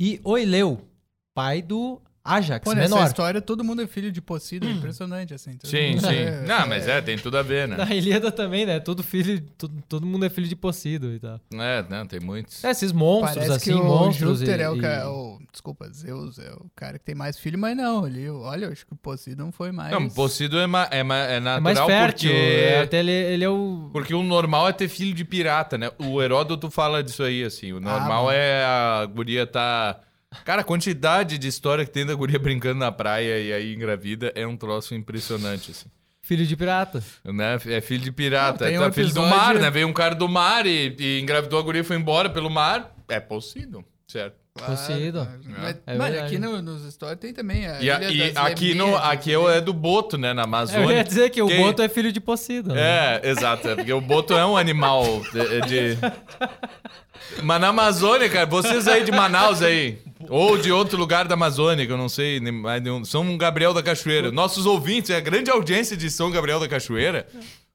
[SPEAKER 1] E Oileu. Pai do Ajax,
[SPEAKER 2] Pô, nessa
[SPEAKER 1] é menor.
[SPEAKER 2] história todo mundo é filho de Poseidon, impressionante assim. todo
[SPEAKER 3] Sim,
[SPEAKER 2] mundo
[SPEAKER 3] sim.
[SPEAKER 2] é-
[SPEAKER 3] Não, mas é, tem tudo a ver, né?
[SPEAKER 1] Na Ilíada também, né? Todo filho, todo, todo mundo é filho de Poseidon e tal.
[SPEAKER 3] É, não, tem muitos.
[SPEAKER 1] É, esses monstros,
[SPEAKER 2] Parece
[SPEAKER 1] assim,
[SPEAKER 2] que o
[SPEAKER 1] monstros.
[SPEAKER 2] Júpiter
[SPEAKER 1] e-
[SPEAKER 2] é o,
[SPEAKER 1] e-
[SPEAKER 2] cara, o- Desculpa, Zeus é o cara que tem mais filho, mas não. Ele, olha, eu acho que o Poseidon foi mais.
[SPEAKER 3] Não, Poseidon é, ma- é, ma- é
[SPEAKER 1] é mais
[SPEAKER 3] natural
[SPEAKER 1] fértil. é,
[SPEAKER 3] porque...
[SPEAKER 1] Até ele, ele é o.
[SPEAKER 3] Porque o normal é ter filho de pirata, né? O Heródoto fala disso aí, assim. O normal
[SPEAKER 2] mano.
[SPEAKER 3] é a guria tá... Cara, a quantidade de história que tem da guria [laughs] brincando na praia e aí engravida é um troço impressionante, assim.
[SPEAKER 1] Filho de pirata.
[SPEAKER 3] Né? É filho de pirata.
[SPEAKER 2] Não, tem
[SPEAKER 3] é
[SPEAKER 2] um
[SPEAKER 3] filho do
[SPEAKER 2] episódio-
[SPEAKER 3] mar, né? Veio um cara do mar e, e engravidou a guria e foi embora pelo mar. É Poseidon, certo?
[SPEAKER 1] Poseidon.
[SPEAKER 2] Mas,
[SPEAKER 1] É
[SPEAKER 2] mano,
[SPEAKER 1] verdade.
[SPEAKER 2] aqui no- nos stories tem também. A
[SPEAKER 3] E, a-
[SPEAKER 2] Ilha
[SPEAKER 3] e
[SPEAKER 2] das
[SPEAKER 3] aqui, no,
[SPEAKER 2] Lemias,
[SPEAKER 3] aqui é do Boto, né? Na
[SPEAKER 1] eu ia
[SPEAKER 3] Amazônia.
[SPEAKER 1] dizer que o
[SPEAKER 3] Quem-
[SPEAKER 1] Boto é filho de Poseidon. né?
[SPEAKER 3] É, exato. é Porque o Boto é um animal
[SPEAKER 4] [laughs]
[SPEAKER 3] de, de- Mas na Amazônia, cara, vocês aí de Manaus aí. Ou de outro lugar da Amazônia, que eu não sei nem mais nenhum. São Gabriel da Cachoeira. Nossos ouvintes, é a grande audiência de São Gabriel da Cachoeira,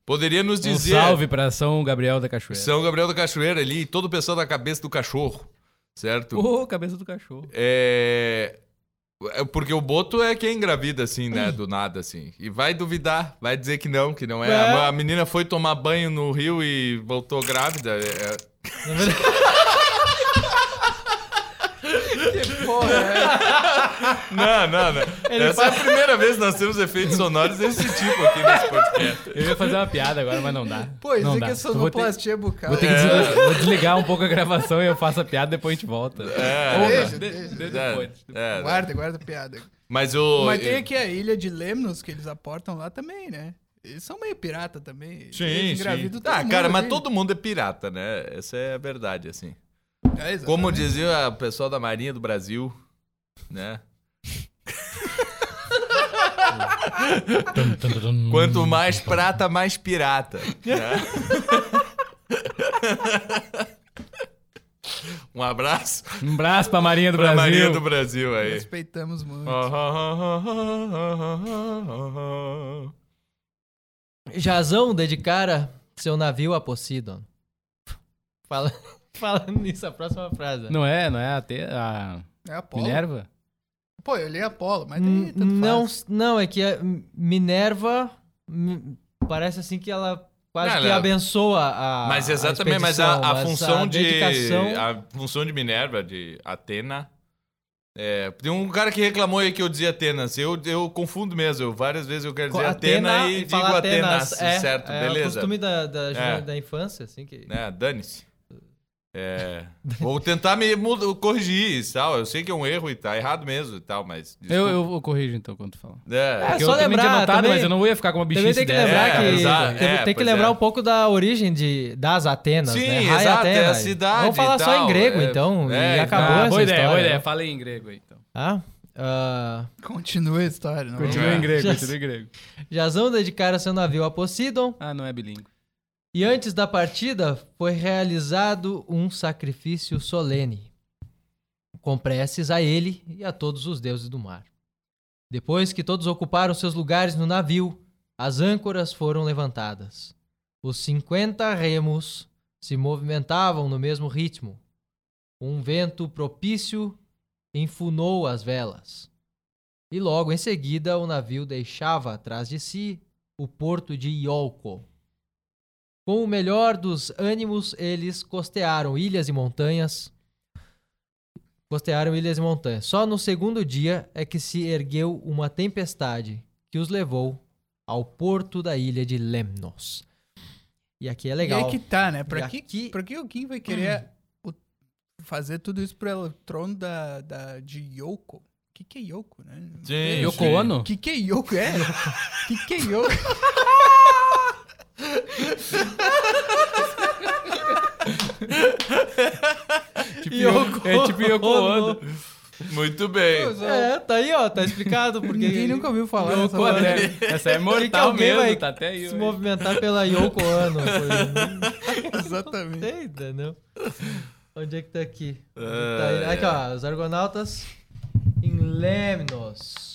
[SPEAKER 3] poderia nos
[SPEAKER 4] Um
[SPEAKER 3] dizer.
[SPEAKER 4] salve pra São Gabriel da Cachoeira.
[SPEAKER 3] São Gabriel da Cachoeira ali, todo o pessoal da cabeça do cachorro, certo?
[SPEAKER 4] Ô, cabeça do cachorro.
[SPEAKER 3] É... é Porque o Boto é quem engravida, assim, né? Do nada, assim. E vai duvidar, vai dizer que não, que não é.
[SPEAKER 1] É.
[SPEAKER 3] A- A menina foi tomar banho no rio e voltou grávida. É- é-
[SPEAKER 1] Na verdade,
[SPEAKER 2] Porra, é.
[SPEAKER 3] Não, não,
[SPEAKER 2] [laughs]
[SPEAKER 3] não. Essa é a primeira vez que nós temos efeitos sonoros desse tipo aqui nesse
[SPEAKER 2] [laughs]
[SPEAKER 3] podcast.
[SPEAKER 4] Eu ia fazer uma piada agora, mas não dá.
[SPEAKER 2] Pô, isso
[SPEAKER 4] não
[SPEAKER 2] aqui
[SPEAKER 4] dá.
[SPEAKER 2] é
[SPEAKER 4] Eu vou ter,
[SPEAKER 2] sonoplastia bucal.
[SPEAKER 4] vou ter que desligar, vou desligar um pouco a gravação e eu faço a piada depois a gente volta.
[SPEAKER 3] É,
[SPEAKER 4] Ou não,
[SPEAKER 2] Deixa,
[SPEAKER 4] de-
[SPEAKER 2] deixa.
[SPEAKER 4] de- depois.
[SPEAKER 3] é, é.
[SPEAKER 2] Guarda, guarda a piada.
[SPEAKER 3] Mas o.
[SPEAKER 2] Mas tem aqui a ilha de Lemnos que eles aportam lá também, né? Eles são meio pirata também.
[SPEAKER 3] Sim,
[SPEAKER 2] Eles
[SPEAKER 3] sim.
[SPEAKER 2] engravidam todo
[SPEAKER 3] Ah,
[SPEAKER 2] mundo
[SPEAKER 3] cara, mas
[SPEAKER 2] ali.
[SPEAKER 3] todo mundo é pirata, né? Essa é a verdade, assim.
[SPEAKER 2] É, exatamente.
[SPEAKER 3] Como dizia o pessoal da Marinha do Brasil, né? Quanto mais prata, mais pirata. né? [laughs] um abraço
[SPEAKER 4] Um abraço pra Marinha do
[SPEAKER 3] pra
[SPEAKER 4] Brasil.
[SPEAKER 3] Marinha do Brasil aí.
[SPEAKER 2] Respeitamos muito.
[SPEAKER 1] Jazão dedicara seu navio a Poseidon. Fala- [laughs] falando nisso, a próxima frase.
[SPEAKER 4] Não é, não é a, te, a
[SPEAKER 2] É Apolo?
[SPEAKER 4] Minerva?
[SPEAKER 2] Pô, eu li Apolo, mas daí
[SPEAKER 1] N-
[SPEAKER 2] tanto
[SPEAKER 1] Hum, Não,
[SPEAKER 2] faz.
[SPEAKER 1] não, é que a Minerva hum, parece assim que ela quase
[SPEAKER 3] Não,
[SPEAKER 1] que
[SPEAKER 3] ela-
[SPEAKER 1] abençoa a
[SPEAKER 3] Mas
[SPEAKER 1] a
[SPEAKER 3] exatamente, mas a,
[SPEAKER 1] expedição,
[SPEAKER 3] a
[SPEAKER 1] mas
[SPEAKER 3] função de
[SPEAKER 1] dedicação-
[SPEAKER 3] a função de Minerva, de Atena. é, tem um cara que reclamou aí que eu dizia Atenas. Eu, eu confundo mesmo. Eu, várias vezes eu quero
[SPEAKER 1] com
[SPEAKER 3] dizer Atena, e digo
[SPEAKER 1] falar
[SPEAKER 3] Atenas,
[SPEAKER 1] é,
[SPEAKER 3] certo?
[SPEAKER 1] é o
[SPEAKER 3] beleza.
[SPEAKER 1] costume da, da,
[SPEAKER 3] É.
[SPEAKER 1] da infância, assim que...
[SPEAKER 3] né? Dane-se. É, vou tentar me mud- corrigir e tal. Eu sei que é um erro e tá errado mesmo e tal, mas.
[SPEAKER 4] Eu, eu, eu corrijo então quando tu fala.
[SPEAKER 3] É,
[SPEAKER 4] Porque
[SPEAKER 1] só
[SPEAKER 4] eu também
[SPEAKER 1] lembrar,
[SPEAKER 4] tinha notado,
[SPEAKER 1] também-
[SPEAKER 4] mas eu não ia ficar com uma
[SPEAKER 1] Também
[SPEAKER 4] bichinha
[SPEAKER 1] tem que
[SPEAKER 4] dessa. ah,
[SPEAKER 1] lembrar
[SPEAKER 3] É,
[SPEAKER 1] que
[SPEAKER 3] exato,
[SPEAKER 1] tem,
[SPEAKER 3] é,
[SPEAKER 1] tem que
[SPEAKER 3] pois
[SPEAKER 1] lembrar
[SPEAKER 3] é.
[SPEAKER 1] um pouco da origem de, das Atenas,
[SPEAKER 3] Sim,
[SPEAKER 1] né? Rai
[SPEAKER 3] exato, é a
[SPEAKER 1] Atenas.
[SPEAKER 3] cidade
[SPEAKER 1] Vamos falar
[SPEAKER 3] e
[SPEAKER 1] só
[SPEAKER 3] tal,
[SPEAKER 1] em grego,
[SPEAKER 3] é.
[SPEAKER 1] então,
[SPEAKER 3] É,
[SPEAKER 1] e
[SPEAKER 3] e-
[SPEAKER 1] acabou
[SPEAKER 4] Ah,
[SPEAKER 1] essa
[SPEAKER 4] boa ideia,
[SPEAKER 1] história.
[SPEAKER 4] boa ideia. Fala em grego aí então.
[SPEAKER 1] Tá? Ah,
[SPEAKER 2] Continua a história, não
[SPEAKER 4] Continua
[SPEAKER 3] É.
[SPEAKER 4] em grego,
[SPEAKER 1] Já-
[SPEAKER 4] continua em grego.
[SPEAKER 1] Jazão dedicara seu navio a Poseidon
[SPEAKER 4] Ah, não é bilíngue.
[SPEAKER 1] e antes da partida foi realizado um sacrifício solene, com preces a ele e a todos os deuses do mar. Depois que todos ocuparam seus lugares no navio, as âncoras foram levantadas. Os 50 remos se movimentavam no mesmo ritmo. Um vento propício enfunou as velas. E logo em seguida o navio deixava atrás de si o porto de Iolco. Com o melhor dos ânimos, eles costearam ilhas e montanhas. Costearam ilhas e montanhas. Só no segundo dia é que se ergueu uma tempestade que os levou ao porto da ilha de Lemnos. E aqui é legal.
[SPEAKER 2] E aí que tá, né?
[SPEAKER 1] E
[SPEAKER 2] Pra, que,
[SPEAKER 1] aqui-
[SPEAKER 2] pra que o Kim vai querer
[SPEAKER 3] Hum.
[SPEAKER 2] o- fazer tudo isso pro eletrono da, da, de Yoko? O que, que é Yoko, né?
[SPEAKER 3] Sim,
[SPEAKER 4] Yoko
[SPEAKER 3] sim.
[SPEAKER 4] Ono?
[SPEAKER 2] O que, que é
[SPEAKER 3] [laughs]
[SPEAKER 2] Yoko? É? O que, que é Yoko?
[SPEAKER 4] Tipo
[SPEAKER 1] Yoko
[SPEAKER 4] É tipo Yoko
[SPEAKER 1] Ono.
[SPEAKER 4] Ono.
[SPEAKER 3] Muito bem.
[SPEAKER 1] É, tá aí, ó, tá explicado porque
[SPEAKER 2] Ninguém nunca ouviu falar
[SPEAKER 4] Yoko
[SPEAKER 2] dessa
[SPEAKER 4] Ono,
[SPEAKER 2] banda.
[SPEAKER 4] né? Essa é
[SPEAKER 1] que
[SPEAKER 4] mortal
[SPEAKER 1] alguém
[SPEAKER 4] mesmo,
[SPEAKER 1] vai
[SPEAKER 4] tá até aí.
[SPEAKER 1] se
[SPEAKER 3] [laughs]
[SPEAKER 1] movimentar pela Yoko Ono. Foi... Não
[SPEAKER 2] [laughs] Exatamente.
[SPEAKER 1] sei, entendeu? Onde é que tá aqui? Onde é que tá
[SPEAKER 3] Ah,
[SPEAKER 1] ele?
[SPEAKER 3] é.
[SPEAKER 1] aqui, ó, os Argonautas em Lemnos.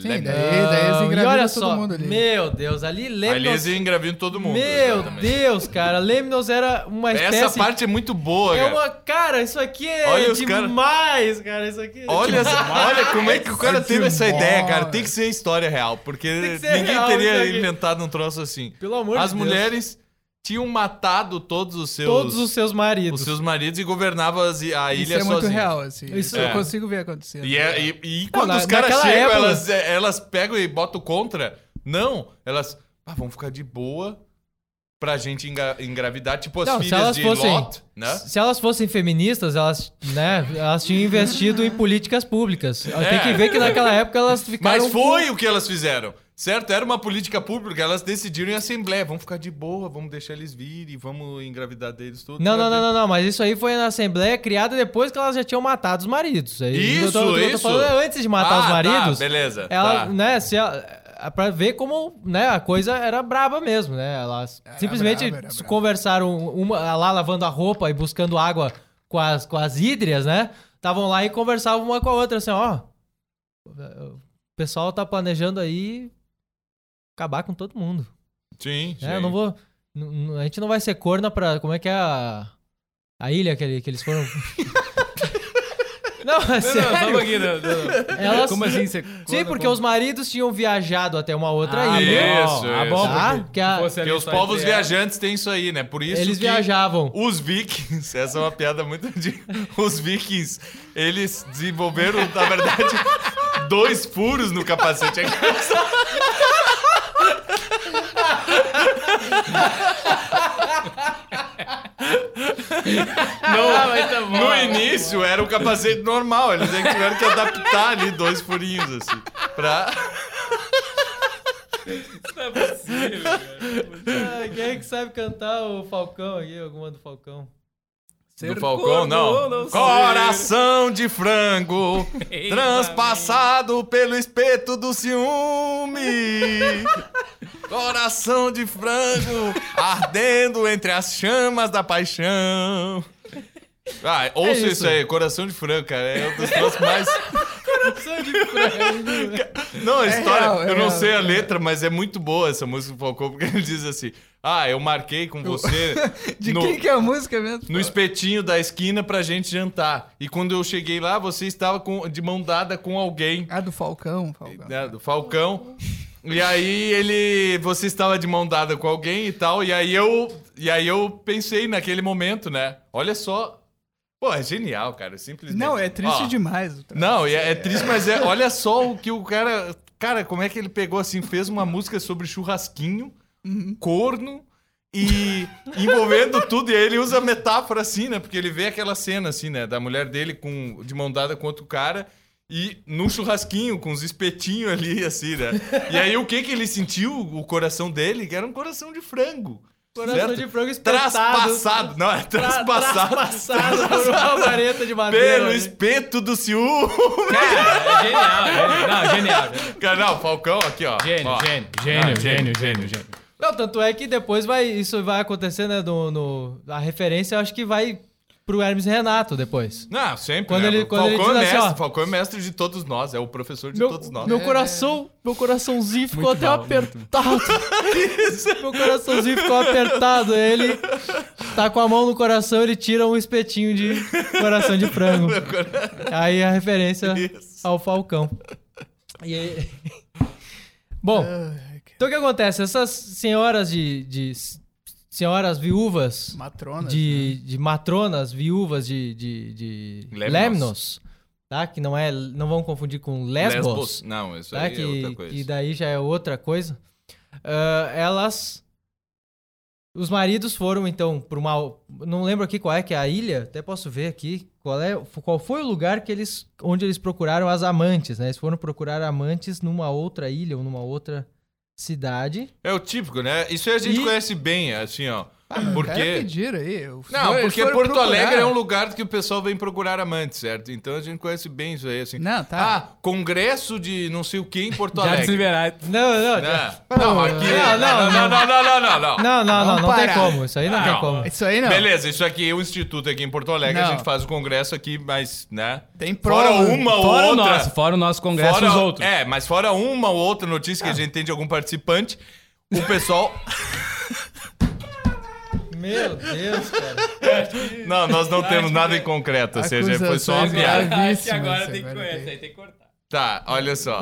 [SPEAKER 2] Sim,
[SPEAKER 3] Legal.
[SPEAKER 2] daí, daí eles
[SPEAKER 1] Ah, e olha
[SPEAKER 2] engravidam
[SPEAKER 1] só,
[SPEAKER 2] todo mundo ali.
[SPEAKER 1] meu Deus, ali Lemnos...
[SPEAKER 3] Ali eles engravidam todo mundo.
[SPEAKER 1] Meu
[SPEAKER 3] exatamente.
[SPEAKER 1] Deus, cara, Lemnos era uma espécie...
[SPEAKER 3] Essa parte é muito boa,
[SPEAKER 1] É
[SPEAKER 3] cara.
[SPEAKER 1] uma... Cara, isso aqui é
[SPEAKER 3] Olha os cara-
[SPEAKER 1] demais, cara. Isso aqui é
[SPEAKER 3] Olha, essa- olha como é que o cara
[SPEAKER 2] Isso
[SPEAKER 3] teve essa
[SPEAKER 2] demais.
[SPEAKER 3] ideia, cara. Tem que ser história real,
[SPEAKER 1] Tem
[SPEAKER 3] porque
[SPEAKER 1] que ser
[SPEAKER 3] ninguém
[SPEAKER 1] real isso
[SPEAKER 3] teria
[SPEAKER 1] aqui.
[SPEAKER 3] inventado um troço assim.
[SPEAKER 1] Pelo amor
[SPEAKER 3] As
[SPEAKER 1] de Deus.
[SPEAKER 3] mulheres tinham matado todos os seus,
[SPEAKER 1] Todos os seus maridos.
[SPEAKER 3] os seus maridos e governavam as- a
[SPEAKER 2] Isso
[SPEAKER 3] ilha
[SPEAKER 2] é muito
[SPEAKER 3] sozinha.
[SPEAKER 2] real, assim.
[SPEAKER 1] Isso
[SPEAKER 2] Isso
[SPEAKER 3] é.
[SPEAKER 2] eu consigo ver acontecendo.
[SPEAKER 3] E, é- e- e quando
[SPEAKER 1] na-
[SPEAKER 3] os caras
[SPEAKER 1] naquela
[SPEAKER 3] chegam,
[SPEAKER 1] época-
[SPEAKER 3] elas, é, elas pegam e botam contra. Não, elas ah, vão ficar de boa pra gente enga- engravidar, tipo as
[SPEAKER 1] Não, se
[SPEAKER 3] filhas
[SPEAKER 1] elas
[SPEAKER 3] de
[SPEAKER 1] fossem-
[SPEAKER 3] Lot, né?
[SPEAKER 1] Se elas fossem feministas, elas, né, elas tinham investido em políticas públicas. Tem que ver que naquela época elas ficaram.
[SPEAKER 3] É. Mas foi o que elas fizeram. Certo? Era uma política pública, elas decidiram em assembleia. Vamos ficar de boa, vamos deixar eles virem, vamos engravidar deles tudo.
[SPEAKER 1] Não, não, não, não, não, mas isso aí foi na Assembleia criada depois que elas já tinham matado os maridos. Aí
[SPEAKER 3] Isso, isso.
[SPEAKER 1] falando é antes de matar os maridos.
[SPEAKER 3] Ah, tá, beleza.
[SPEAKER 1] ela,
[SPEAKER 3] tá.
[SPEAKER 1] né, se ela, pra ver como né, a coisa era braba mesmo, né? Elas
[SPEAKER 2] Era
[SPEAKER 1] simplesmente
[SPEAKER 2] braba, era braba.
[SPEAKER 1] conversaram uma lá lavando a roupa e buscando água com as, com as hídrias, né? Estavam lá e conversavam uma com a outra, assim, ó. O pessoal tá planejando aí acabar com todo mundo.
[SPEAKER 3] Sim,
[SPEAKER 1] É, eu não vou. n- n- A gente não vai ser corna pra. Como é que é a. A ilha que, ele- que eles foram. [laughs] não, é
[SPEAKER 4] Não, não,
[SPEAKER 1] sério.
[SPEAKER 4] só um pouquinho, não, não, não.
[SPEAKER 1] Elas-
[SPEAKER 4] Como assim? Você
[SPEAKER 1] Sim, porque os maridos tinham viajado até uma outra
[SPEAKER 4] Ah,
[SPEAKER 1] ilha.
[SPEAKER 3] Isso,
[SPEAKER 4] bom, ah,
[SPEAKER 3] isso.
[SPEAKER 4] bom,
[SPEAKER 1] Tá?
[SPEAKER 4] porque
[SPEAKER 1] Que a-
[SPEAKER 4] se fosse
[SPEAKER 3] Porque
[SPEAKER 4] ali
[SPEAKER 3] os
[SPEAKER 4] só
[SPEAKER 3] povos
[SPEAKER 4] entre elas-
[SPEAKER 3] viajantes têm isso aí, né? Por isso
[SPEAKER 1] Eles
[SPEAKER 3] que
[SPEAKER 1] [laughs] viajavam.
[SPEAKER 3] os vikings, [laughs] essa é uma piada muito de... Os vikings, eles desenvolveram, na verdade, dois furos no capacete. É engraçado.
[SPEAKER 4] [laughs] Ah, mas tá bom.
[SPEAKER 3] No início era o capacete normal, eles aí tiveram que adaptar ali dois furinhos, assim, pra...
[SPEAKER 4] Não é possível, cara.
[SPEAKER 1] Ah, quem é que sabe cantar o Falcão aqui? Alguma do Falcão?
[SPEAKER 4] Ser
[SPEAKER 3] do Falcão, não.
[SPEAKER 4] corno, não sei.
[SPEAKER 3] Coração de
[SPEAKER 4] [laughs]
[SPEAKER 3] frango,
[SPEAKER 4] Eita,
[SPEAKER 3] transpassado pelo espeto do ciúme. Coração de frango, ardendo entre as chamas da paixão. Ah,
[SPEAKER 2] É
[SPEAKER 3] ouça isso.
[SPEAKER 1] isso.
[SPEAKER 3] aí, coração de frango, cara. É um dos troços mais. Não, a história.
[SPEAKER 2] real, é
[SPEAKER 3] eu não
[SPEAKER 2] real.
[SPEAKER 3] sei a letra, mas é muito boa essa música do Falcão, porque ele diz assim: Ah, eu marquei com você.
[SPEAKER 2] [laughs] De
[SPEAKER 3] no-
[SPEAKER 2] quem que é a música mesmo?
[SPEAKER 3] no espetinho da esquina pra gente jantar. E quando eu cheguei lá, você estava com- de mão dada com alguém,
[SPEAKER 2] Ah, do Falcão, Falcão.
[SPEAKER 3] né, do Falcão. E aí ele, você estava de mão dada com alguém e tal. E aí eu, e aí eu pensei naquele momento, né? Olha só, pô, é genial, cara, simplesmente.
[SPEAKER 2] Não, é triste
[SPEAKER 3] Ó,
[SPEAKER 2] demais. o troço.
[SPEAKER 3] Não, é, é triste, mas é, olha só o que o cara, cara, como é que ele pegou assim, fez uma música sobre churrasquinho, corno e envolvendo tudo, e aí ele usa metáfora assim, né? Porque ele vê aquela cena assim, né? Da mulher dele com, de mão dada com outro cara e num churrasquinho, com uns espetinhos ali, assim, né? E aí o que que ele sentiu, o coração dele? Que era um coração de frango.
[SPEAKER 1] Coração
[SPEAKER 3] certo?
[SPEAKER 1] de frango espetado.
[SPEAKER 3] Traspassado. Não, é
[SPEAKER 1] Tra-
[SPEAKER 3] traspassado.
[SPEAKER 1] Traspassado por uma vareta de madeira.
[SPEAKER 3] Pelo
[SPEAKER 1] né?
[SPEAKER 3] espeto do ciúme.
[SPEAKER 4] Cara, é genial, é- Não, genial.
[SPEAKER 3] Cara, não, Falcão aqui, ó.
[SPEAKER 4] Gênio,
[SPEAKER 3] Ó.
[SPEAKER 4] gênio, gênio,
[SPEAKER 3] Ah,
[SPEAKER 4] gênio, gênio, gênio.
[SPEAKER 1] Não, tanto é que depois vai, isso vai acontecer, né? No, no- a referência eu acho que vai pro Hermes Renato depois.
[SPEAKER 3] Não, sempre.
[SPEAKER 1] Quando
[SPEAKER 3] né?
[SPEAKER 1] ele- quando ele
[SPEAKER 3] Falcão é
[SPEAKER 1] diz assim,
[SPEAKER 3] mestre,
[SPEAKER 1] ó.
[SPEAKER 3] Falcão é mestre de todos nós, é o professor de
[SPEAKER 1] Meu,
[SPEAKER 3] todos nós.
[SPEAKER 1] meu coração, meu coraçãozinho ficou
[SPEAKER 4] Muito
[SPEAKER 1] até
[SPEAKER 4] bom,
[SPEAKER 1] apertado. [laughs] meu coraçãozinho ficou apertado. Ele tá com a mão no coração, ele tira um espetinho de coração de frango. Aí a referência
[SPEAKER 3] Isso.
[SPEAKER 1] ao Falcão. E aí... Bom,
[SPEAKER 2] Ai, que
[SPEAKER 1] então o que acontece? Essas senhoras de. de senhoras viúvas
[SPEAKER 2] Matrona.
[SPEAKER 1] de, de matronas, viúvas de, de, de
[SPEAKER 3] né? Lemnos.
[SPEAKER 1] Lemnos. tá? Que não é, não vamos confundir com lesbos,
[SPEAKER 3] Lesbos. Não, isso
[SPEAKER 1] tá?
[SPEAKER 3] aí
[SPEAKER 1] que,
[SPEAKER 3] é outra coisa.
[SPEAKER 1] que daí já é outra coisa. Ah, elas, os maridos foram então para uma, não lembro aqui qual é que é a ilha, até posso ver aqui qual é, qual foi o lugar que eles, onde eles procuraram as amantes, né? Eles foram procurar amantes numa outra ilha ou numa outra cidade.
[SPEAKER 3] É o típico, né? Isso aí a gente
[SPEAKER 1] E-
[SPEAKER 3] conhece bem, assim, ó.
[SPEAKER 2] É
[SPEAKER 3] porque.
[SPEAKER 2] pedir aí. os
[SPEAKER 3] Não,
[SPEAKER 2] dois
[SPEAKER 3] porque
[SPEAKER 2] foram
[SPEAKER 3] Porto
[SPEAKER 2] procurar.
[SPEAKER 3] Alegre é um lugar que o pessoal vem procurar amante, certo? Então a gente conhece bem isso aí, assim.
[SPEAKER 2] Não, tá.
[SPEAKER 3] Ah, congresso de não sei o que em Porto
[SPEAKER 4] Já
[SPEAKER 3] Alegre.
[SPEAKER 4] desliberado.
[SPEAKER 1] Não, não,
[SPEAKER 3] Não, não, aqui.
[SPEAKER 1] Não, não,
[SPEAKER 3] não, não, não, não, não, não.
[SPEAKER 1] não, não, não, não, tem
[SPEAKER 2] parar.
[SPEAKER 1] como. Isso aí não, tem
[SPEAKER 3] Não.
[SPEAKER 1] como.
[SPEAKER 2] Isso aí não.
[SPEAKER 3] Ah, Beleza, isso aqui é o instituto aqui em Porto Alegre, a
[SPEAKER 2] Não.
[SPEAKER 3] gente faz o congresso aqui, mas, né?
[SPEAKER 2] Tem
[SPEAKER 3] Fora
[SPEAKER 2] prova.
[SPEAKER 3] uma ou
[SPEAKER 4] Fora o
[SPEAKER 3] outra.
[SPEAKER 4] nosso, fora o nosso congresso e os
[SPEAKER 3] Fora-
[SPEAKER 4] outros.
[SPEAKER 3] É, mas fora uma ou outra notícia que
[SPEAKER 2] Ah.
[SPEAKER 3] a gente tem de algum participante, o
[SPEAKER 2] [laughs]
[SPEAKER 3] pessoal.
[SPEAKER 1] Meu Deus, cara.
[SPEAKER 3] não, nós não temos nada em concreto, ou seja, foi só uma
[SPEAKER 2] Acusações
[SPEAKER 3] piada.
[SPEAKER 2] graves.
[SPEAKER 4] Acho que
[SPEAKER 2] Gravíssimo
[SPEAKER 4] agora
[SPEAKER 2] esse,
[SPEAKER 4] tem que
[SPEAKER 2] agora
[SPEAKER 4] conhecer,
[SPEAKER 2] tem.
[SPEAKER 4] aí tem que cortar.
[SPEAKER 3] Tá, olha só.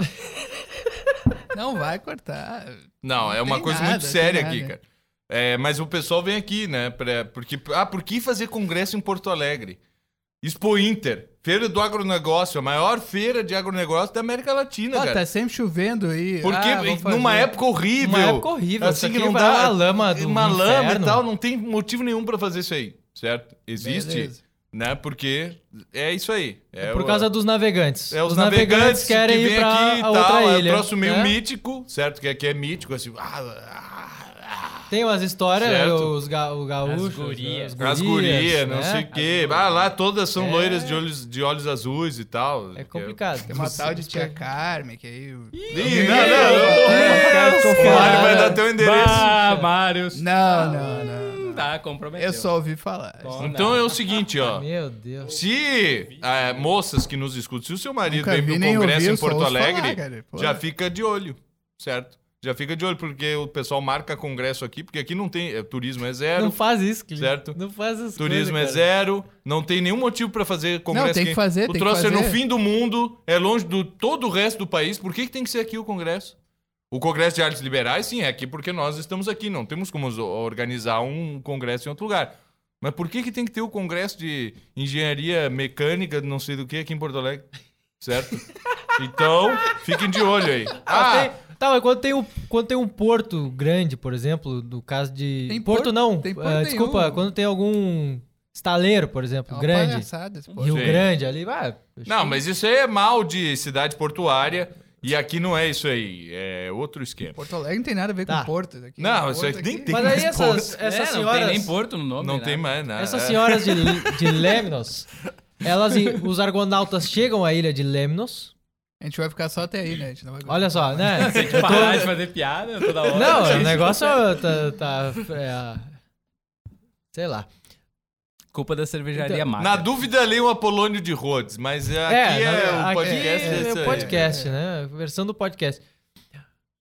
[SPEAKER 2] Não vai cortar.
[SPEAKER 3] Não, é uma
[SPEAKER 2] tem
[SPEAKER 3] coisa
[SPEAKER 2] nada,
[SPEAKER 3] muito
[SPEAKER 2] tem
[SPEAKER 3] séria
[SPEAKER 2] nada.
[SPEAKER 3] aqui, cara. É, mas o pessoal vem aqui, né? pra- porque, ah, por que fazer congresso em Porto Alegre? Expo Inter, Feira do Agronegócio, a maior feira de agronegócio da América Latina,
[SPEAKER 2] Ó,
[SPEAKER 3] cara.
[SPEAKER 2] tá sempre chovendo aí.
[SPEAKER 3] Porque
[SPEAKER 2] Ah, vamos fazer.
[SPEAKER 3] numa época horrível.
[SPEAKER 1] Uma época horrível, isso
[SPEAKER 3] Assim que
[SPEAKER 1] aqui
[SPEAKER 3] não
[SPEAKER 1] vai
[SPEAKER 3] dá
[SPEAKER 1] uma lama do
[SPEAKER 3] Uma lama e
[SPEAKER 1] inferno.
[SPEAKER 3] tal, não tem motivo nenhum pra fazer isso aí, certo? Existe,
[SPEAKER 2] Beleza.
[SPEAKER 3] né? Porque é isso aí.
[SPEAKER 1] É por causa dos navegantes.
[SPEAKER 3] é os, navegantes,
[SPEAKER 1] querem
[SPEAKER 3] que
[SPEAKER 1] ir
[SPEAKER 3] vêm
[SPEAKER 1] pra
[SPEAKER 3] aqui e
[SPEAKER 1] a
[SPEAKER 3] tal.
[SPEAKER 1] outra
[SPEAKER 3] é
[SPEAKER 1] ilha.
[SPEAKER 3] o próximo meio
[SPEAKER 1] né?
[SPEAKER 3] mítico, certo? Que aqui é mítico, assim. ah, ah,
[SPEAKER 1] Tem umas histórias,
[SPEAKER 3] Certo.
[SPEAKER 1] os ga, o gaúcho.
[SPEAKER 4] As gurias.
[SPEAKER 3] ah, As gurias, não sei o quê. Ah, lá todas são
[SPEAKER 1] né? É.
[SPEAKER 3] loiras de olhos, de olhos azuis e tal.
[SPEAKER 1] É complicado.
[SPEAKER 2] Tem uma tal de tia Carmen, que aí...
[SPEAKER 3] Ih, não, não.
[SPEAKER 1] Ih, cara, ficou
[SPEAKER 3] O Mário
[SPEAKER 1] falado.
[SPEAKER 3] vai dar teu endereço.
[SPEAKER 4] Bah, Mário.
[SPEAKER 2] Não, não, não. não.
[SPEAKER 4] tá, comprometeu.
[SPEAKER 2] Eu só ouvi falar.
[SPEAKER 4] Bom,
[SPEAKER 3] Então
[SPEAKER 4] não.
[SPEAKER 3] é o seguinte, ó.
[SPEAKER 1] Meu Deus.
[SPEAKER 3] Se ah, moças que nos escutam, se o seu marido
[SPEAKER 2] Nunca
[SPEAKER 3] vem
[SPEAKER 2] vi
[SPEAKER 3] pro
[SPEAKER 2] nem
[SPEAKER 3] congresso
[SPEAKER 2] ouvi,
[SPEAKER 3] em
[SPEAKER 2] só
[SPEAKER 3] Porto
[SPEAKER 2] ouço
[SPEAKER 3] Alegre,
[SPEAKER 2] falar, cara, pô.
[SPEAKER 3] já fica de olho, certo? Já fica de olho, porque o pessoal marca congresso aqui, porque aqui não tem. é, turismo é
[SPEAKER 1] Não
[SPEAKER 3] zero,
[SPEAKER 1] faz isso, Clínio.
[SPEAKER 3] Certo.
[SPEAKER 1] Não faz isso.
[SPEAKER 3] turismo é zero, não tem nenhum motivo pra fazer congresso
[SPEAKER 2] tem que
[SPEAKER 3] aqui.
[SPEAKER 2] fazer,
[SPEAKER 3] O
[SPEAKER 2] tem que
[SPEAKER 3] troço é no
[SPEAKER 2] fazer.
[SPEAKER 3] fim do mundo, é longe do todo o resto do país. Por que, que tem que ser aqui o congresso? O Congresso de Artes Liberais, sim, é aqui porque nós estamos aqui. Não temos como zo- organizar um congresso em outro lugar. Mas por que, que tem que ter o Congresso de Engenharia Mecânica, não sei do que, aqui em Porto Alegre? Certo?
[SPEAKER 2] [laughs]
[SPEAKER 3] Então, fiquem de olho aí.
[SPEAKER 1] Ah,
[SPEAKER 3] Ah,
[SPEAKER 1] tem- tá, mas quando tem, um, quando tem um porto grande, por exemplo, no caso de.
[SPEAKER 2] Tem
[SPEAKER 1] porto,
[SPEAKER 2] porto-
[SPEAKER 1] não.
[SPEAKER 2] tem
[SPEAKER 1] ah,
[SPEAKER 2] porto
[SPEAKER 1] desculpa,
[SPEAKER 2] nenhum.
[SPEAKER 1] quando tem algum estaleiro, por exemplo,
[SPEAKER 2] É uma
[SPEAKER 1] grande.
[SPEAKER 2] palhaçada esse
[SPEAKER 1] Rio
[SPEAKER 3] Sim.
[SPEAKER 1] Grande ali. Ah, eu
[SPEAKER 3] não, mas isso aí é mal de cidade portuária. E aqui não é isso aí. É outro esquema.
[SPEAKER 2] Porto Alegre não tem nada a ver
[SPEAKER 1] Tá.
[SPEAKER 2] com Porto. isso Aqui, é
[SPEAKER 3] Não,
[SPEAKER 2] Porto
[SPEAKER 3] isso aí nem
[SPEAKER 2] aqui.
[SPEAKER 3] tem
[SPEAKER 1] Mas aí
[SPEAKER 3] mais
[SPEAKER 1] essas,
[SPEAKER 3] porto.
[SPEAKER 4] É,
[SPEAKER 1] essas
[SPEAKER 4] não tem
[SPEAKER 1] senhoras.
[SPEAKER 4] nem Porto no nome. né?
[SPEAKER 3] Não
[SPEAKER 4] nem
[SPEAKER 3] tem
[SPEAKER 4] nada.
[SPEAKER 3] mais nada. é.
[SPEAKER 1] Essas senhoras de, de Lemnos, elas, e- os argonautas chegam à ilha de Lemnos.
[SPEAKER 2] A gente vai ficar só até aí, né? A gente não vai
[SPEAKER 1] Olha só, né?
[SPEAKER 4] Tem que parar de fazer piada toda hora.
[SPEAKER 1] Não, o
[SPEAKER 4] Gente,
[SPEAKER 1] negócio tá. tá é, sei lá.
[SPEAKER 4] Culpa da cervejaria
[SPEAKER 1] Então,
[SPEAKER 4] Mata.
[SPEAKER 3] Na dúvida, leiam Apolônio de Rhodes, mas aqui é,
[SPEAKER 1] na-
[SPEAKER 3] o podcast.
[SPEAKER 1] aqui
[SPEAKER 3] esse aí.
[SPEAKER 1] é o podcast, né? Versão do podcast.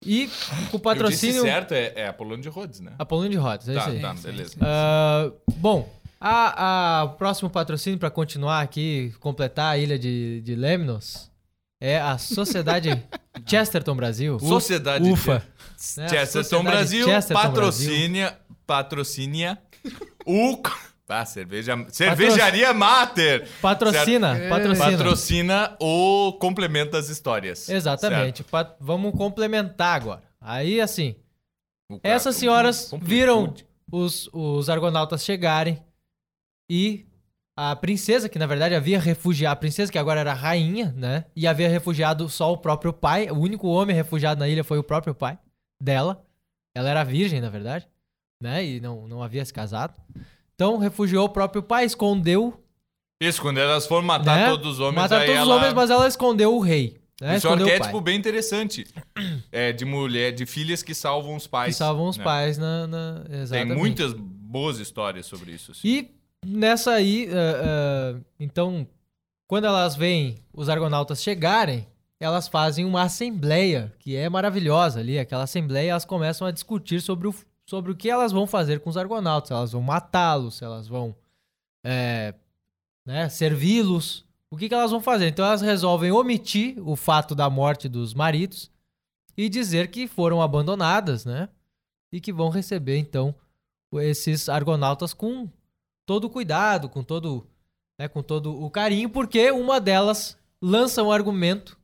[SPEAKER 1] E com o
[SPEAKER 3] Eu disse
[SPEAKER 1] patrocínio.
[SPEAKER 3] certo, é, é Apolônio de Rhodes, né?
[SPEAKER 1] Apolônio de Rodas, é isso
[SPEAKER 3] tá,
[SPEAKER 1] aí.
[SPEAKER 3] tá, beleza.
[SPEAKER 1] Ah, bom, a, a- o próximo patrocínio para continuar aqui, completar a ilha de, de Lemnos, é
[SPEAKER 3] [laughs]
[SPEAKER 1] a Sociedade Chesterton Brasil.
[SPEAKER 3] Sociedade
[SPEAKER 1] Ufa.
[SPEAKER 3] Che-
[SPEAKER 1] É,
[SPEAKER 3] Chesterton Brasil patrocina, patrocina o... Ah, cerveja, cervejaria Mater.
[SPEAKER 1] Patrocina,
[SPEAKER 2] Certo.
[SPEAKER 1] patrocina.
[SPEAKER 3] Patrocina o complemento das histórias.
[SPEAKER 1] Exatamente. Pat- vamos complementar agora. Aí, assim,
[SPEAKER 3] Certo? O cara-
[SPEAKER 1] essas senhoras
[SPEAKER 3] completude.
[SPEAKER 1] viram os, os argonautas chegarem e a princesa, que na verdade havia refugiado, a princesa que agora era rainha, né? E havia refugiado só o próprio pai. O único homem refugiado na ilha foi o próprio pai dela. Ela era virgem, na verdade, né? E não, não havia se casado. Então refugiou o próprio pai, escondeu
[SPEAKER 3] Isso, quando elas foram matar
[SPEAKER 1] né?
[SPEAKER 3] todos os homens,
[SPEAKER 1] Matar
[SPEAKER 3] aí
[SPEAKER 1] todos
[SPEAKER 3] ela...
[SPEAKER 1] os homens, mas ela escondeu o rei. Né?
[SPEAKER 3] Isso é um
[SPEAKER 1] escondeu o
[SPEAKER 3] arquétipo
[SPEAKER 1] pai.
[SPEAKER 3] bem interessante. É, de mulher, de filhas que salvam os
[SPEAKER 1] Que
[SPEAKER 3] pais.
[SPEAKER 1] salvam os
[SPEAKER 3] né?
[SPEAKER 1] pais na. na-
[SPEAKER 3] Tem
[SPEAKER 1] Exatamente.
[SPEAKER 3] muitas boas histórias sobre isso. assim.
[SPEAKER 1] E nessa aí, ah, ah, então, quando elas veem os argonautas chegarem, elas fazem uma assembleia, que é maravilhosa ali. Aquela assembleia, elas começam a discutir sobre o, sobre o que elas vão fazer com os argonautas. Se elas vão matá-los, se elas vão eh, né, servi-los. O que, que elas vão fazer? Então elas resolvem omitir o fato da morte dos maridos e dizer que foram abandonadas, né? E que vão receber, então, esses argonautas com todo o cuidado, com todo, né, com todo o carinho, porque uma delas lança um argumento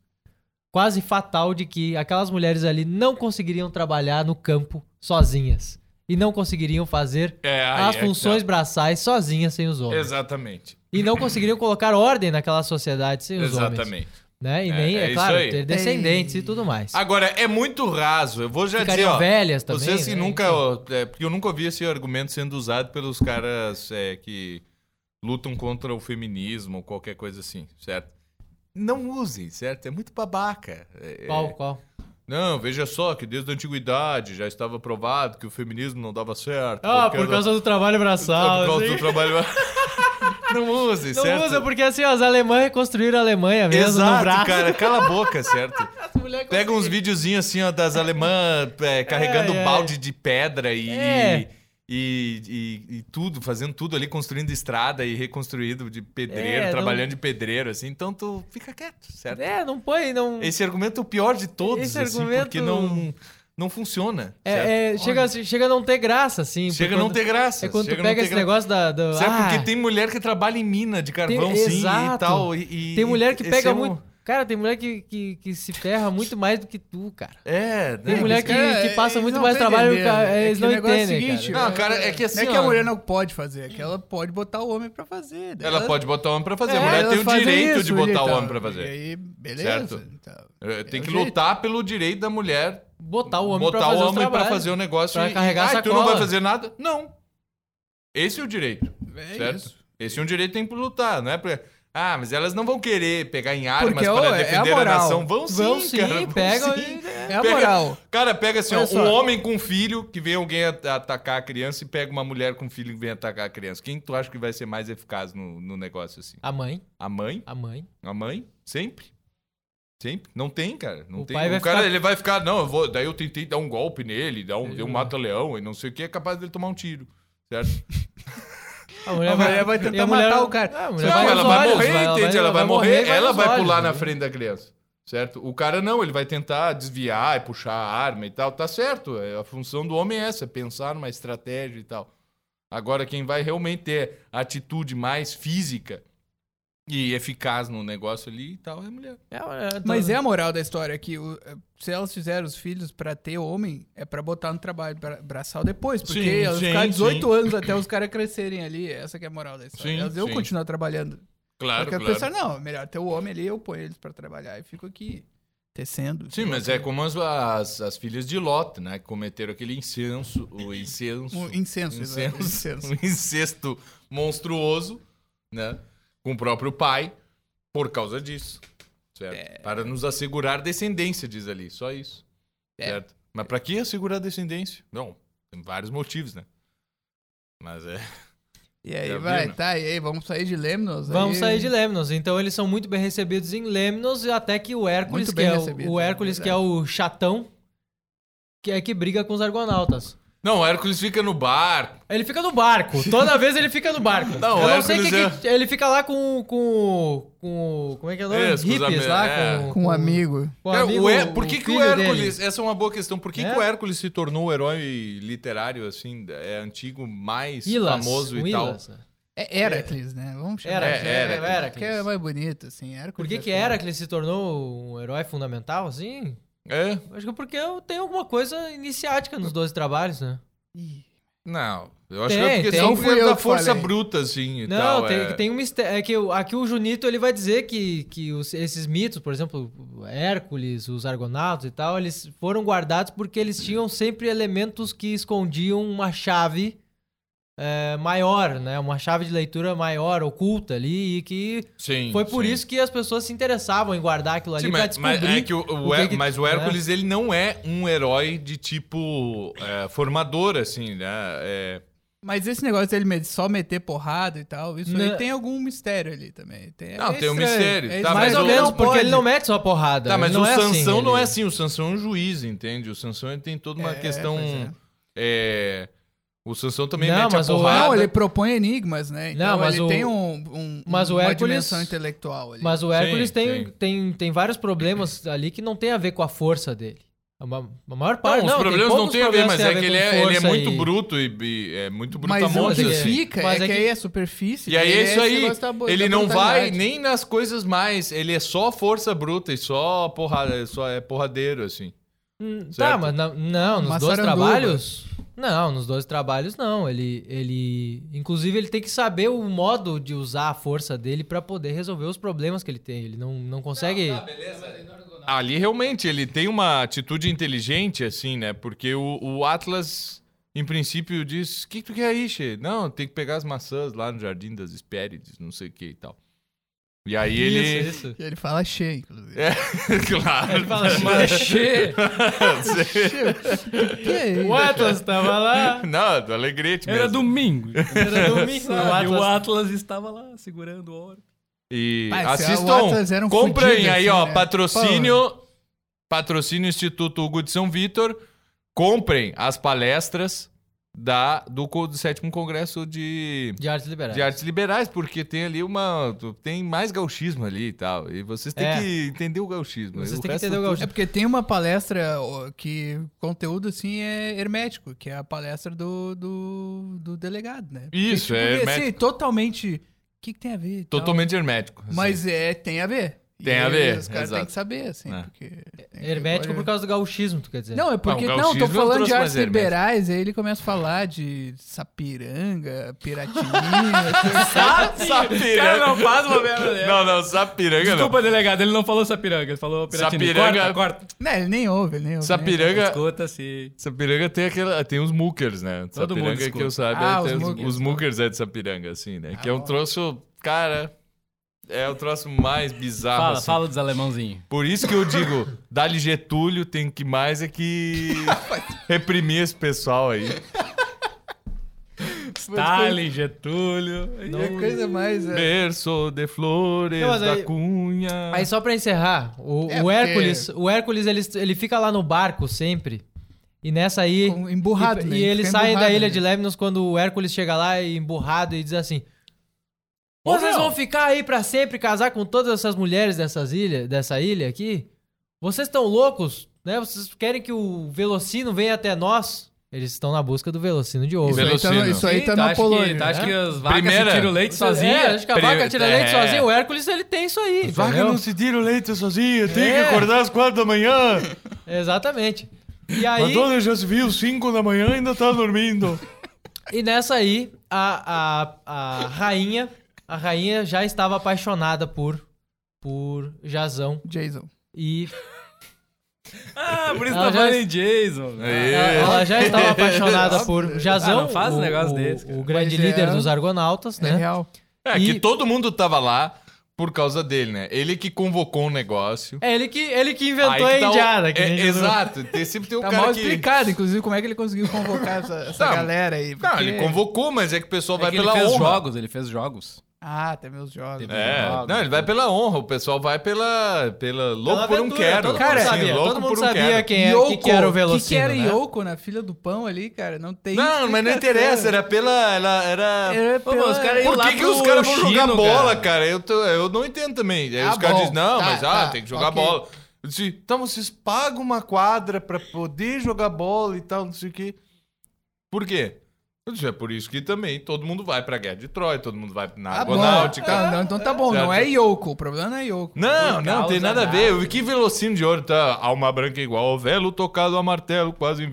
[SPEAKER 1] quase fatal de que aquelas mulheres ali não conseguiriam trabalhar no campo sozinhas e não conseguiriam fazer
[SPEAKER 3] É, aí
[SPEAKER 1] as
[SPEAKER 3] é que
[SPEAKER 1] funções braçais sozinhas sem os
[SPEAKER 3] tá.
[SPEAKER 1] homens.
[SPEAKER 3] Exatamente.
[SPEAKER 1] E não conseguiriam colocar ordem naquela sociedade sem os homens.
[SPEAKER 3] Exatamente.
[SPEAKER 1] Né? E
[SPEAKER 3] É,
[SPEAKER 1] nem,
[SPEAKER 3] é
[SPEAKER 1] é,
[SPEAKER 3] isso
[SPEAKER 1] claro,
[SPEAKER 3] aí.
[SPEAKER 1] ter descendentes e tudo mais.
[SPEAKER 3] Agora, é muito raso. Eu vou já
[SPEAKER 1] Ficariam
[SPEAKER 3] dizer, ó.
[SPEAKER 1] velhas também.
[SPEAKER 3] vocês que
[SPEAKER 1] né?
[SPEAKER 3] nunca.
[SPEAKER 1] Enfim.
[SPEAKER 3] ó, é, porque eu nunca ouvi esse argumento sendo usado pelos caras é, que lutam contra o feminismo ou qualquer coisa assim, certo? Não usem, certo? É muito babaca. É,
[SPEAKER 1] Qual, qual?
[SPEAKER 3] Não, veja só que desde a antiguidade já estava provado que o feminismo não dava certo.
[SPEAKER 1] Ah, por causa do trabalho braçal.
[SPEAKER 3] Por causa
[SPEAKER 1] assim.
[SPEAKER 3] do
[SPEAKER 1] [laughs]
[SPEAKER 3] trabalho. não usem,
[SPEAKER 1] Não
[SPEAKER 3] certo?
[SPEAKER 1] usa, porque assim, ó, os alemães reconstruíram a Alemanha mesmo no braço.
[SPEAKER 3] cara. Cala a boca, certo? Pega uns videozinhos assim, ó, das alemãs é, carregando
[SPEAKER 1] Ai, ai.
[SPEAKER 3] balde de pedra e,
[SPEAKER 1] É.
[SPEAKER 3] e, e- e tudo, fazendo tudo ali, construindo estrada e reconstruído de pedreiro,
[SPEAKER 1] É, não-
[SPEAKER 3] trabalhando de pedreiro, assim. Então tu fica quieto, certo?
[SPEAKER 1] É, não põe, não...
[SPEAKER 3] Esse argumento é o pior de todos,
[SPEAKER 1] Esse
[SPEAKER 3] assim,
[SPEAKER 1] argumento-
[SPEAKER 3] porque não, não funciona.
[SPEAKER 1] É,
[SPEAKER 3] certo?
[SPEAKER 1] é, chega, assim, chega a não ter graça, assim. por
[SPEAKER 3] Chega a
[SPEAKER 1] quando-
[SPEAKER 3] não ter graça.
[SPEAKER 1] É quando
[SPEAKER 3] chega
[SPEAKER 1] tu
[SPEAKER 3] a não
[SPEAKER 1] pega
[SPEAKER 3] ter
[SPEAKER 1] esse
[SPEAKER 3] graça.
[SPEAKER 1] negócio da... Do,
[SPEAKER 3] Certo?
[SPEAKER 1] ah,
[SPEAKER 3] Porque tem mulher que trabalha em mina de carvão,
[SPEAKER 1] Tem-
[SPEAKER 3] sim, e
[SPEAKER 1] exato.
[SPEAKER 3] tal. E, e-
[SPEAKER 1] tem mulher que
[SPEAKER 3] esse
[SPEAKER 1] pega
[SPEAKER 3] é um-
[SPEAKER 1] muito... Cara, tem mulher que, que, que se ferra muito mais do que tu, cara.
[SPEAKER 3] É,
[SPEAKER 1] Tem
[SPEAKER 3] né?
[SPEAKER 1] mulher que- que passa muito mais trabalho,
[SPEAKER 2] né? É
[SPEAKER 1] cara, eles não entendem,
[SPEAKER 3] cara. Não, cara, é que assim,
[SPEAKER 2] Não é que
[SPEAKER 3] ó.
[SPEAKER 2] a mulher não pode fazer, é que ela pode botar o homem pra fazer. daí
[SPEAKER 3] Ela pode botar o homem pra fazer.
[SPEAKER 2] É,
[SPEAKER 3] a mulher
[SPEAKER 2] elas
[SPEAKER 3] tem o
[SPEAKER 2] fazem
[SPEAKER 3] direito de
[SPEAKER 2] isso,
[SPEAKER 3] botar o
[SPEAKER 2] então,
[SPEAKER 3] homem pra
[SPEAKER 2] E
[SPEAKER 3] fazer.
[SPEAKER 2] aí, beleza.
[SPEAKER 3] Certo?
[SPEAKER 2] então.
[SPEAKER 3] É, Tem
[SPEAKER 2] é
[SPEAKER 3] que
[SPEAKER 2] o jeito.
[SPEAKER 3] lutar pelo direito da mulher
[SPEAKER 1] um Botar o homem
[SPEAKER 3] botar
[SPEAKER 1] pra fazer
[SPEAKER 3] o
[SPEAKER 1] os
[SPEAKER 3] homem pra
[SPEAKER 1] trabalhos.
[SPEAKER 3] fazer o negócio
[SPEAKER 1] Pra
[SPEAKER 3] e,
[SPEAKER 1] carregar a
[SPEAKER 3] ah, tu não vai
[SPEAKER 1] sacola."
[SPEAKER 3] fazer nada? Não. Esse é o direito,
[SPEAKER 2] É
[SPEAKER 3] certo?
[SPEAKER 2] isso.
[SPEAKER 3] Esse é um direito que tem que lutar, não é pra... Ah, mas elas não vão querer pegar em armas
[SPEAKER 2] Porque,
[SPEAKER 3] para
[SPEAKER 2] ó, é a
[SPEAKER 3] defender a,
[SPEAKER 2] moral.
[SPEAKER 3] nação. Vão sim,
[SPEAKER 1] Vão sim,
[SPEAKER 3] cara, vão
[SPEAKER 1] pegam
[SPEAKER 3] sim.
[SPEAKER 1] e-
[SPEAKER 2] É a moral.
[SPEAKER 3] Cara, pega assim, ó,
[SPEAKER 2] Olha
[SPEAKER 3] um
[SPEAKER 2] só.
[SPEAKER 3] homem com filho que vem alguém at- atacar a criança e pega uma mulher com filho que vem atacar a criança. Quem tu acha que vai ser mais eficaz no, no negócio assim?
[SPEAKER 1] A mãe,
[SPEAKER 3] A mãe?
[SPEAKER 1] a mãe.
[SPEAKER 3] A mãe? Sempre. Sempre. Não tem, cara. Não
[SPEAKER 1] O
[SPEAKER 3] tem.
[SPEAKER 1] pai
[SPEAKER 3] o
[SPEAKER 1] vai
[SPEAKER 3] cara,
[SPEAKER 1] ficar-
[SPEAKER 3] ele vai ficar, não, eu vou- daí eu tentei dar um golpe nele, dar um,
[SPEAKER 1] Ele
[SPEAKER 3] deu um
[SPEAKER 1] vai-
[SPEAKER 3] mata-leão e não sei o que, é capaz dele tomar um tiro. Certo?
[SPEAKER 1] A mulher,
[SPEAKER 2] mulher vai
[SPEAKER 1] e
[SPEAKER 2] tentar
[SPEAKER 1] a mulher-
[SPEAKER 2] matar o cara.
[SPEAKER 1] Ah, a mulher
[SPEAKER 3] Não,
[SPEAKER 1] vai
[SPEAKER 3] ela
[SPEAKER 1] nos
[SPEAKER 3] vai
[SPEAKER 1] olhos,
[SPEAKER 3] morrer, entende? Ela vai morrer, ela
[SPEAKER 1] nos
[SPEAKER 3] vai
[SPEAKER 1] olhos,
[SPEAKER 3] pular na
[SPEAKER 1] né?
[SPEAKER 3] frente da criança, certo? O cara não, ele vai tentar desviar e puxar a arma e tal, tá certo. é, A função do homem é essa, é pensar numa estratégia e tal. Agora, quem vai realmente ter a atitude mais física e eficaz no negócio ali e tal é a mulher.
[SPEAKER 1] É, a mulher-
[SPEAKER 2] Mas é a moral da história que o- se elas fizeram os filhos pra ter homem, é pra botar no trabalho bra- braçal depois, porque
[SPEAKER 3] Sim,
[SPEAKER 2] elas
[SPEAKER 3] sim,
[SPEAKER 2] ficaram 18
[SPEAKER 3] sim.
[SPEAKER 2] anos até os caras crescerem ali, essa que é a moral da história.
[SPEAKER 3] Sim,
[SPEAKER 2] elas iam
[SPEAKER 3] sim.
[SPEAKER 2] continuar trabalhando.
[SPEAKER 3] Claro,
[SPEAKER 2] porque
[SPEAKER 3] claro.
[SPEAKER 2] a pessoa, não, melhor ter o homem ali, eu ponho eles pra trabalhar e fico aqui tecendo.
[SPEAKER 3] Sim, mas é como as, as, as filhas de Lot, né? Que cometeram aquele incenso, o incenso.
[SPEAKER 2] Um incenso, exato,
[SPEAKER 3] incenso, [laughs]
[SPEAKER 2] incenso.
[SPEAKER 3] um incesto monstruoso, né? Com o próprio pai, por causa disso. Certo? Para nos assegurar descendência, diz ali. Só isso.
[SPEAKER 2] É.
[SPEAKER 3] Certo? Mas para que assegurar descendência? Não, tem vários motivos, né? Mas é.
[SPEAKER 2] E aí
[SPEAKER 3] Já
[SPEAKER 2] vai,
[SPEAKER 3] viu, né?
[SPEAKER 2] tá, e aí vamos sair de Lemnos?
[SPEAKER 1] Vamos
[SPEAKER 2] aí-
[SPEAKER 1] sair de Lemnos. Então eles são muito bem recebidos em Lemnos, até que o Hércules,
[SPEAKER 2] Muito
[SPEAKER 1] que
[SPEAKER 2] bem
[SPEAKER 1] é o,
[SPEAKER 2] recebido,
[SPEAKER 3] né?
[SPEAKER 1] o Hércules,
[SPEAKER 2] é
[SPEAKER 1] que é o chatão, que é que briga com os argonautas.
[SPEAKER 3] Não, o Hércules fica no barco.
[SPEAKER 1] Ele fica no barco. Toda vez ele fica no barco.
[SPEAKER 3] Não,
[SPEAKER 1] Eu
[SPEAKER 3] o
[SPEAKER 1] não sei o que,
[SPEAKER 3] Hércules
[SPEAKER 1] que- Ele fica lá com. com. com. Como é que é o nome?
[SPEAKER 3] É, com os
[SPEAKER 1] Hippies
[SPEAKER 3] am-
[SPEAKER 1] lá.
[SPEAKER 3] é.
[SPEAKER 1] Com,
[SPEAKER 2] Com um amigo.
[SPEAKER 1] com
[SPEAKER 3] Cara,
[SPEAKER 1] amigo,
[SPEAKER 3] É, o Hé- por que, que o
[SPEAKER 1] filho dele.
[SPEAKER 3] Hércules. Essa é uma boa questão. Por que,
[SPEAKER 1] É.
[SPEAKER 3] que o Hércules se tornou o herói literário, assim, é antigo, mais
[SPEAKER 1] Ilas,
[SPEAKER 3] famoso
[SPEAKER 1] um
[SPEAKER 3] e tal?
[SPEAKER 1] Ilas, né?
[SPEAKER 2] É Heracles, né? Vamos chamar
[SPEAKER 1] Heracles,
[SPEAKER 2] de
[SPEAKER 3] é,
[SPEAKER 2] Heracles,
[SPEAKER 1] Heracles.
[SPEAKER 2] Que é mais bonito, assim. Hércules
[SPEAKER 1] Por que,
[SPEAKER 2] é
[SPEAKER 1] que
[SPEAKER 2] foda.
[SPEAKER 1] Heracles se tornou um herói fundamental, assim?
[SPEAKER 3] É?
[SPEAKER 1] Acho que porque eu tenho alguma coisa iniciática nos 12 trabalhos, né?
[SPEAKER 2] Ih,
[SPEAKER 3] Não, eu acho
[SPEAKER 1] Tem,
[SPEAKER 3] que é porque
[SPEAKER 1] tem.
[SPEAKER 3] são
[SPEAKER 2] Não fui eu
[SPEAKER 3] da
[SPEAKER 2] que
[SPEAKER 3] força
[SPEAKER 2] falei.
[SPEAKER 3] bruta, assim, e
[SPEAKER 1] Não,
[SPEAKER 3] tal.
[SPEAKER 1] tem,
[SPEAKER 3] é.
[SPEAKER 1] tem um mistério. É que o- aqui o Junito ele vai dizer que, que os- esses mitos, por exemplo, o Hércules, os Argonautas e tal, eles foram guardados porque eles tinham sempre elementos que escondiam uma chave é, maior, né? Uma chave de leitura maior, oculta ali, e que
[SPEAKER 3] Sim,
[SPEAKER 1] foi por
[SPEAKER 3] sim.
[SPEAKER 1] isso que as pessoas se interessavam em guardar aquilo ali
[SPEAKER 3] Sim,
[SPEAKER 1] pra
[SPEAKER 3] mas, mas
[SPEAKER 1] descobrir.
[SPEAKER 3] é que o, o
[SPEAKER 1] o que
[SPEAKER 3] Her-
[SPEAKER 1] que-
[SPEAKER 3] mas o
[SPEAKER 1] né?
[SPEAKER 3] Hércules, ele não é um herói de tipo é, formador, assim, né? É,
[SPEAKER 2] Mas esse negócio dele met- só meter porrada e tal, isso
[SPEAKER 1] Não.
[SPEAKER 2] aí tem algum mistério ali também. Tem,
[SPEAKER 3] Não,
[SPEAKER 2] é
[SPEAKER 3] tem um
[SPEAKER 2] estranho,
[SPEAKER 3] mistério,
[SPEAKER 2] é
[SPEAKER 3] tá,
[SPEAKER 2] estranho.
[SPEAKER 1] Mais
[SPEAKER 3] mas
[SPEAKER 1] ou
[SPEAKER 3] o-
[SPEAKER 1] menos,
[SPEAKER 2] não
[SPEAKER 1] porque
[SPEAKER 2] pode.
[SPEAKER 1] ele não mete só porrada.
[SPEAKER 3] Tá,
[SPEAKER 1] ele
[SPEAKER 3] mas
[SPEAKER 1] não
[SPEAKER 3] o
[SPEAKER 1] é assim,
[SPEAKER 3] Sansão não
[SPEAKER 1] ele-
[SPEAKER 3] é assim. O Sansão é um juiz, entende? O Sansão ele tem toda uma
[SPEAKER 2] É,
[SPEAKER 3] questão...
[SPEAKER 2] pois é.
[SPEAKER 3] é, o Sansão também
[SPEAKER 1] Não,
[SPEAKER 3] mete a
[SPEAKER 1] mas o- é
[SPEAKER 3] porrada.
[SPEAKER 2] Não, ele propõe enigmas, né? Então
[SPEAKER 1] Não, mas
[SPEAKER 2] ele
[SPEAKER 1] o-
[SPEAKER 2] tem um, um-
[SPEAKER 1] mas o
[SPEAKER 2] uma
[SPEAKER 1] Hércules-
[SPEAKER 2] dimensão intelectual ali.
[SPEAKER 1] Mas o Hércules
[SPEAKER 3] Sim,
[SPEAKER 1] tem,
[SPEAKER 3] sim.
[SPEAKER 1] Tem, tem vários problemas ali que não tem a ver com a força dele. A, ma- a maior parte.
[SPEAKER 3] Não, os
[SPEAKER 1] tem
[SPEAKER 3] problemas não
[SPEAKER 1] poucos
[SPEAKER 3] tem a ver,
[SPEAKER 1] problemas
[SPEAKER 3] mas
[SPEAKER 1] têm
[SPEAKER 3] é que
[SPEAKER 1] ver
[SPEAKER 3] ele
[SPEAKER 1] com
[SPEAKER 3] é, ele é
[SPEAKER 1] força
[SPEAKER 3] muito
[SPEAKER 1] e-
[SPEAKER 3] bruto e, e é muito
[SPEAKER 2] Mas o
[SPEAKER 3] brutamonte,
[SPEAKER 2] que
[SPEAKER 1] assim.
[SPEAKER 2] fica
[SPEAKER 1] Mas
[SPEAKER 2] é,
[SPEAKER 1] é
[SPEAKER 2] que
[SPEAKER 1] que-
[SPEAKER 2] aí é superfície.
[SPEAKER 3] E aí é isso
[SPEAKER 2] esse
[SPEAKER 3] aí.
[SPEAKER 1] tá
[SPEAKER 2] negócio da bo-
[SPEAKER 3] Ele
[SPEAKER 2] da
[SPEAKER 3] não vai
[SPEAKER 2] brutalidade.
[SPEAKER 3] nem nas coisas mais. Ele é só força bruta e só porrada, é só é porradeiro, assim.
[SPEAKER 1] Hum, Tá,
[SPEAKER 3] Certo?
[SPEAKER 1] mas na- não, nos
[SPEAKER 2] Uma
[SPEAKER 1] 12
[SPEAKER 2] saranduba.
[SPEAKER 1] trabalhos. Não, nos 12 trabalhos não. Ele, ele. Inclusive, ele tem que saber o modo de usar a força dele pra poder resolver os problemas que ele tem. Ele não, não consegue.
[SPEAKER 3] tá, Ali realmente ele tem uma atitude inteligente, assim, né? Porque o, o Atlas, em princípio, diz: O que que tu quer aí, Che? Não, tem que pegar as maçãs lá no Jardim das Hespérides, não sei o que e tal. E aí ele.
[SPEAKER 1] Isso, isso.
[SPEAKER 2] E ele fala cheio, inclusive.
[SPEAKER 3] [laughs] claro.
[SPEAKER 1] Ele fala assim,
[SPEAKER 4] [laughs]
[SPEAKER 2] Que é isso?
[SPEAKER 1] o Atlas tava lá.
[SPEAKER 3] [laughs] Não, do Alegrete mesmo.
[SPEAKER 4] Era domingo.
[SPEAKER 1] Era domingo, o
[SPEAKER 4] Sabe,
[SPEAKER 1] Atlas-
[SPEAKER 4] o Atlas estava lá, segurando o ouro.
[SPEAKER 3] E
[SPEAKER 2] Mas, o Atlas
[SPEAKER 3] assistam,
[SPEAKER 2] era um
[SPEAKER 3] comprem
[SPEAKER 2] fudido,
[SPEAKER 3] aí,
[SPEAKER 2] assim,
[SPEAKER 3] ó,
[SPEAKER 2] né?
[SPEAKER 3] patrocínio, patrocínio Instituto Hugo de São Vitor, comprem as palestras da, do, co- do sétimo congresso de,
[SPEAKER 1] De artes liberais.
[SPEAKER 3] de artes liberais, porque tem ali uma, tem mais gauchismo ali e tal, e vocês têm
[SPEAKER 1] É.
[SPEAKER 3] que entender o gauchismo.
[SPEAKER 1] Vocês
[SPEAKER 3] O
[SPEAKER 1] têm que
[SPEAKER 3] resto
[SPEAKER 1] entender o
[SPEAKER 3] tudo-
[SPEAKER 1] gauchismo.
[SPEAKER 2] É porque tem uma palestra ó, que o conteúdo assim é hermético, que é a palestra do, do, do delegado, né? Porque,
[SPEAKER 3] Isso, é
[SPEAKER 2] porque, Assim,
[SPEAKER 3] hermético.
[SPEAKER 2] totalmente. O que, que tem a ver? e tal?
[SPEAKER 3] Totalmente hermético. assim.
[SPEAKER 2] Mas é, tem a ver.
[SPEAKER 3] Tem
[SPEAKER 2] E
[SPEAKER 3] a ver,
[SPEAKER 2] Os caras têm
[SPEAKER 3] exato.
[SPEAKER 2] que saber, assim.
[SPEAKER 3] É.
[SPEAKER 2] Porque tem que-
[SPEAKER 1] Hermético por
[SPEAKER 2] olha-
[SPEAKER 1] causa do gauchismo, tu quer dizer?
[SPEAKER 2] Não, é porque.
[SPEAKER 3] Ah, o
[SPEAKER 2] Não,
[SPEAKER 3] gauchismo
[SPEAKER 2] tô
[SPEAKER 3] eu
[SPEAKER 2] falando
[SPEAKER 3] trouxe
[SPEAKER 2] de
[SPEAKER 3] mais
[SPEAKER 2] artes
[SPEAKER 3] hermético.
[SPEAKER 2] liberais, aí ele começa a falar de sapiranga,
[SPEAKER 3] [laughs]
[SPEAKER 2] piratininha.
[SPEAKER 1] Ah,
[SPEAKER 3] Sapiranga.
[SPEAKER 4] Cara, não faz uma merda
[SPEAKER 3] [laughs]
[SPEAKER 4] dessa.
[SPEAKER 3] Não, não, Sapiranga não.
[SPEAKER 4] Desculpa, delegado, ele não falou sapiranga, ele falou piratinha.
[SPEAKER 3] Sapiranga-
[SPEAKER 4] Corta, corta.
[SPEAKER 2] não, né, ele nem ouve, ele nem ouve. nem
[SPEAKER 3] Sapiranga,
[SPEAKER 4] Escuta se.
[SPEAKER 3] Sapiranga tem, aquela, tem os muckers, né?
[SPEAKER 4] Todo mundo
[SPEAKER 3] Sapiranga, que
[SPEAKER 4] escuta.
[SPEAKER 3] eu sabe,
[SPEAKER 2] Ah,
[SPEAKER 3] é, tem
[SPEAKER 2] os
[SPEAKER 3] os,
[SPEAKER 2] muckers.
[SPEAKER 3] né?
[SPEAKER 1] Ah,
[SPEAKER 3] os muckers é de Sapiranga, assim, né? que é um troço, cara... É o troço mais bizarro.
[SPEAKER 4] Fala,
[SPEAKER 3] assim.
[SPEAKER 4] fala dos alemãozinhos.
[SPEAKER 3] Por isso que eu digo, dali Getúlio tem que mais é
[SPEAKER 1] [laughs]
[SPEAKER 3] que reprimir esse pessoal aí.
[SPEAKER 4] Stalin, Tá Getúlio.
[SPEAKER 2] É coisa mais. É,
[SPEAKER 3] Berço de flores
[SPEAKER 1] Não, mas
[SPEAKER 3] da
[SPEAKER 1] aí-
[SPEAKER 3] cunha.
[SPEAKER 1] Aí só pra encerrar, o,
[SPEAKER 2] É,
[SPEAKER 1] o
[SPEAKER 2] porque-
[SPEAKER 1] Hércules, o Hércules ele, ele fica lá no barco sempre. E nessa aí.
[SPEAKER 2] Com- emburrado,
[SPEAKER 1] e,
[SPEAKER 2] né?
[SPEAKER 1] E
[SPEAKER 2] Ele
[SPEAKER 1] ele
[SPEAKER 2] fica
[SPEAKER 1] sai da
[SPEAKER 2] emburrado,
[SPEAKER 1] ilha
[SPEAKER 2] né?
[SPEAKER 1] de Lemnos quando o Hércules chega lá e emburrado e diz assim:
[SPEAKER 3] Ô,
[SPEAKER 1] Vocês
[SPEAKER 3] meu!"
[SPEAKER 1] vão ficar aí pra sempre casar com todas essas mulheres dessas ilha, dessa ilha aqui? Vocês estão loucos, né? Vocês querem que o Velocino venha até nós? Eles estão na busca do Velocino de ouro.
[SPEAKER 2] isso, aí tá, no-
[SPEAKER 3] Velocino.
[SPEAKER 2] isso aí
[SPEAKER 4] Ih,
[SPEAKER 2] tá
[SPEAKER 4] tu
[SPEAKER 2] na
[SPEAKER 4] acha que-
[SPEAKER 2] Polônia.
[SPEAKER 4] tu acha
[SPEAKER 2] né?
[SPEAKER 4] que as vacas
[SPEAKER 3] Primeira.
[SPEAKER 4] se tiram leite sozinha?
[SPEAKER 1] É, acho que a vaca
[SPEAKER 3] Primeiro-
[SPEAKER 1] tira leite
[SPEAKER 3] é.
[SPEAKER 1] sozinha. O Hércules ele tem isso aí.
[SPEAKER 3] Vaca
[SPEAKER 1] entendeu?
[SPEAKER 3] não se tira o leite sozinha, tem
[SPEAKER 1] É.
[SPEAKER 3] que acordar às quatro da manhã.
[SPEAKER 1] Exatamente. E
[SPEAKER 3] A
[SPEAKER 1] aí.
[SPEAKER 3] dona já se viu cinco da manhã e ainda tá dormindo.
[SPEAKER 1] E nessa aí, a, a, a rainha, a rainha já estava apaixonada por por Jazão
[SPEAKER 2] Jason.
[SPEAKER 1] e
[SPEAKER 4] Ah, por isso
[SPEAKER 1] Ela
[SPEAKER 4] tá
[SPEAKER 1] já-
[SPEAKER 4] falando em
[SPEAKER 3] É,
[SPEAKER 4] Jason. né?
[SPEAKER 1] ela,
[SPEAKER 2] É.
[SPEAKER 1] ela já estava
[SPEAKER 2] [laughs]
[SPEAKER 1] apaixonada por Jazão,
[SPEAKER 4] Ah, não faz
[SPEAKER 1] o,
[SPEAKER 4] um negócio
[SPEAKER 1] o,
[SPEAKER 4] desse, cara.
[SPEAKER 1] o grande
[SPEAKER 2] Mas é-
[SPEAKER 1] líder dos Argonautas,
[SPEAKER 2] É
[SPEAKER 1] né?
[SPEAKER 2] real.
[SPEAKER 3] É
[SPEAKER 1] E-
[SPEAKER 3] que todo mundo tava lá por causa dele, né? Ele que convocou o negócio.
[SPEAKER 1] É ele que ele que inventou
[SPEAKER 3] Aí
[SPEAKER 1] a
[SPEAKER 3] que tá o-
[SPEAKER 1] indiada, que
[SPEAKER 3] é,
[SPEAKER 1] nem Jesus.
[SPEAKER 3] Exato, tem, sempre tem um
[SPEAKER 2] Tá
[SPEAKER 3] cara
[SPEAKER 2] mal
[SPEAKER 3] que...
[SPEAKER 2] explicado, inclusive, como é que ele conseguiu convocar essa, essa
[SPEAKER 3] Tá,
[SPEAKER 2] galera aí.
[SPEAKER 3] Não,
[SPEAKER 2] porque-
[SPEAKER 3] ele convocou, mas é que o pessoal
[SPEAKER 4] É
[SPEAKER 3] vai
[SPEAKER 4] que ele
[SPEAKER 3] pela
[SPEAKER 4] fez
[SPEAKER 3] honra.
[SPEAKER 4] jogos, ele fez jogos.
[SPEAKER 2] Ah, tem meus jogos.
[SPEAKER 3] É,
[SPEAKER 4] Jogos,
[SPEAKER 3] não, ele vai pela honra, o pessoal vai pela, pela louco
[SPEAKER 1] né? Pela
[SPEAKER 3] por um
[SPEAKER 1] aventura,
[SPEAKER 3] quero.
[SPEAKER 1] todo mundo
[SPEAKER 3] Cara,
[SPEAKER 1] sabia,
[SPEAKER 3] assim,
[SPEAKER 1] todo
[SPEAKER 3] louco
[SPEAKER 1] mundo
[SPEAKER 3] por um
[SPEAKER 1] sabia
[SPEAKER 3] quero.
[SPEAKER 1] quem, é, que que era o Velocino,
[SPEAKER 2] que era
[SPEAKER 1] né?
[SPEAKER 2] Yoko na filha do pão ali, cara? Não tem
[SPEAKER 3] Não,
[SPEAKER 1] [laughs]
[SPEAKER 3] mas não interessa,
[SPEAKER 2] explicação. É,
[SPEAKER 3] era pela... Ela,
[SPEAKER 1] É,
[SPEAKER 3] era...
[SPEAKER 2] Era
[SPEAKER 4] Ô, meu, os caras iam
[SPEAKER 3] Por
[SPEAKER 4] lá
[SPEAKER 3] que, que
[SPEAKER 4] pro
[SPEAKER 3] os caras vão
[SPEAKER 4] Chino,
[SPEAKER 3] jogar
[SPEAKER 4] cara?
[SPEAKER 3] bola, cara? Eu, tô- eu não entendo também. Aí
[SPEAKER 2] Tá
[SPEAKER 3] os caras
[SPEAKER 2] bom,
[SPEAKER 3] dizem, não,
[SPEAKER 2] tá,
[SPEAKER 3] mas ah,
[SPEAKER 2] tá,
[SPEAKER 3] tem que jogar
[SPEAKER 2] ok.
[SPEAKER 3] bola. Eu disse, então vocês pagam uma quadra pra poder jogar bola e tal, não sei o quê. Por quê? Eu disse, é por isso que também todo mundo vai pra Guerra de Troia, todo mundo vai na
[SPEAKER 2] Ah, bom.
[SPEAKER 3] Argonáutica.
[SPEAKER 2] Tá, não, então tá bom,
[SPEAKER 3] Certo.
[SPEAKER 2] não é Yoko. O problema não é Yoko.
[SPEAKER 3] Não,
[SPEAKER 4] Por
[SPEAKER 3] não, tem
[SPEAKER 4] causa
[SPEAKER 3] nada a
[SPEAKER 4] da-
[SPEAKER 3] ver. O que velocino de ouro tá? Alma branca igual ao velo tocado a martelo, quase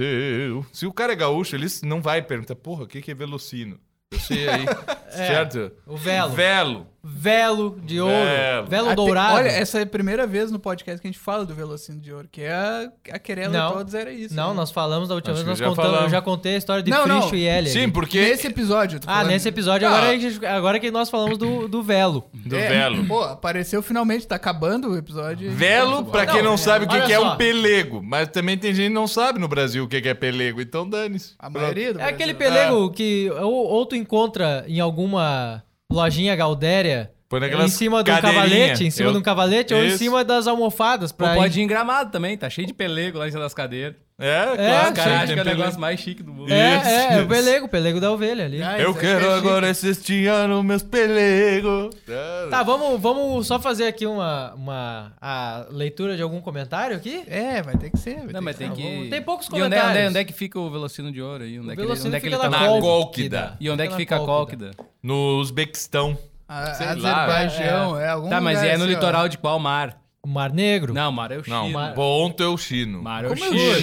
[SPEAKER 3] envelheceu. Se o cara é gaúcho, ele não vai perguntar, porra, o que, que é velocino? Eu sei aí, certo?
[SPEAKER 1] O velo,
[SPEAKER 3] Velo.
[SPEAKER 1] velo de ouro,
[SPEAKER 3] Velo.
[SPEAKER 1] velo,
[SPEAKER 2] Até-
[SPEAKER 1] dourado.
[SPEAKER 2] Olha, essa é a primeira vez no podcast que a gente fala do Velocino de Ouro, que é a, a querela
[SPEAKER 1] Não.
[SPEAKER 2] de todos era isso.
[SPEAKER 1] Não,
[SPEAKER 2] né?
[SPEAKER 1] nós falamos da última
[SPEAKER 3] Acho
[SPEAKER 1] vez,
[SPEAKER 3] que
[SPEAKER 1] nós
[SPEAKER 3] já
[SPEAKER 1] contamos, eu
[SPEAKER 3] falamos.
[SPEAKER 1] já contei a história de
[SPEAKER 2] Não, não.
[SPEAKER 1] Fricho e Elia.
[SPEAKER 3] Sim, porque...
[SPEAKER 2] Nesse episódio. eu tô
[SPEAKER 1] Ah,
[SPEAKER 2] falando.
[SPEAKER 1] nesse episódio
[SPEAKER 3] Ah.
[SPEAKER 1] agora, a gente- agora que nós falamos do, do velo.
[SPEAKER 3] Do
[SPEAKER 2] É,
[SPEAKER 3] velo.
[SPEAKER 2] Pô, apareceu finalmente, tá acabando o episódio.
[SPEAKER 3] Velo, pra quem não sabe o que,
[SPEAKER 1] Olha
[SPEAKER 3] que é
[SPEAKER 1] só.
[SPEAKER 3] um pelego. Mas também tem gente que não sabe no Brasil o que, que é pelego. Então dane-se.
[SPEAKER 2] A
[SPEAKER 3] Pronto.
[SPEAKER 2] maioria do
[SPEAKER 1] É aquele
[SPEAKER 2] Brasil.
[SPEAKER 1] pelego que ou, ou tu encontra em alguma lojinha gaudéria
[SPEAKER 3] Põe
[SPEAKER 1] em
[SPEAKER 3] naquelas
[SPEAKER 1] cima de um
[SPEAKER 3] cadeirinha.
[SPEAKER 1] cavalete, em cima
[SPEAKER 3] Eu-
[SPEAKER 1] de um cavalete ou em
[SPEAKER 3] Isso.
[SPEAKER 1] cima das almofadas
[SPEAKER 4] Pô,
[SPEAKER 1] pra
[SPEAKER 4] pode ir em gramado também, tá cheio de pelego lá em cima das cadeiras.
[SPEAKER 3] É,
[SPEAKER 1] É,
[SPEAKER 4] Os
[SPEAKER 3] claro,
[SPEAKER 4] caras
[SPEAKER 3] tem
[SPEAKER 4] acham que é o
[SPEAKER 3] pelego.
[SPEAKER 4] negócio mais chique do mundo.
[SPEAKER 1] É, é, é
[SPEAKER 3] Isso.
[SPEAKER 1] o pelego, o pelego da ovelha ali.
[SPEAKER 2] Ah,
[SPEAKER 3] Eu
[SPEAKER 2] isso aí
[SPEAKER 3] quero
[SPEAKER 2] é
[SPEAKER 3] agora
[SPEAKER 2] chique.
[SPEAKER 3] assistir no meus pelegos.
[SPEAKER 1] Tá, vamos, vamos só fazer aqui uma, uma a leitura de algum comentário aqui?
[SPEAKER 2] É, vai ter que ser. vai
[SPEAKER 4] Não,
[SPEAKER 2] ter
[SPEAKER 4] mas
[SPEAKER 2] que ser.
[SPEAKER 4] tem
[SPEAKER 1] vamos-
[SPEAKER 4] que...
[SPEAKER 1] tem poucos
[SPEAKER 4] E onde é, onde, é,
[SPEAKER 1] comentários.
[SPEAKER 4] onde é que fica o Velocino de Ouro aí? Onde é que, ele-
[SPEAKER 1] Velocino
[SPEAKER 4] onde é que ele
[SPEAKER 1] fica
[SPEAKER 4] tá
[SPEAKER 1] na né?
[SPEAKER 4] preso?
[SPEAKER 3] Cólquida.
[SPEAKER 4] E onde é que fica a Cólquida?
[SPEAKER 3] No Uzbequistão.
[SPEAKER 2] A-
[SPEAKER 3] Sei lá,
[SPEAKER 2] Azerbaijão, é, algum
[SPEAKER 4] Tá, mas
[SPEAKER 2] lugar
[SPEAKER 4] é no
[SPEAKER 2] assim, ó.
[SPEAKER 4] litoral de qual mar?
[SPEAKER 1] O Mar Negro.
[SPEAKER 4] Não, mar é o Chino.
[SPEAKER 3] Não,
[SPEAKER 1] Mar-
[SPEAKER 3] ponto é o chino.
[SPEAKER 4] Mar é o
[SPEAKER 2] Como é
[SPEAKER 4] Chino.
[SPEAKER 2] o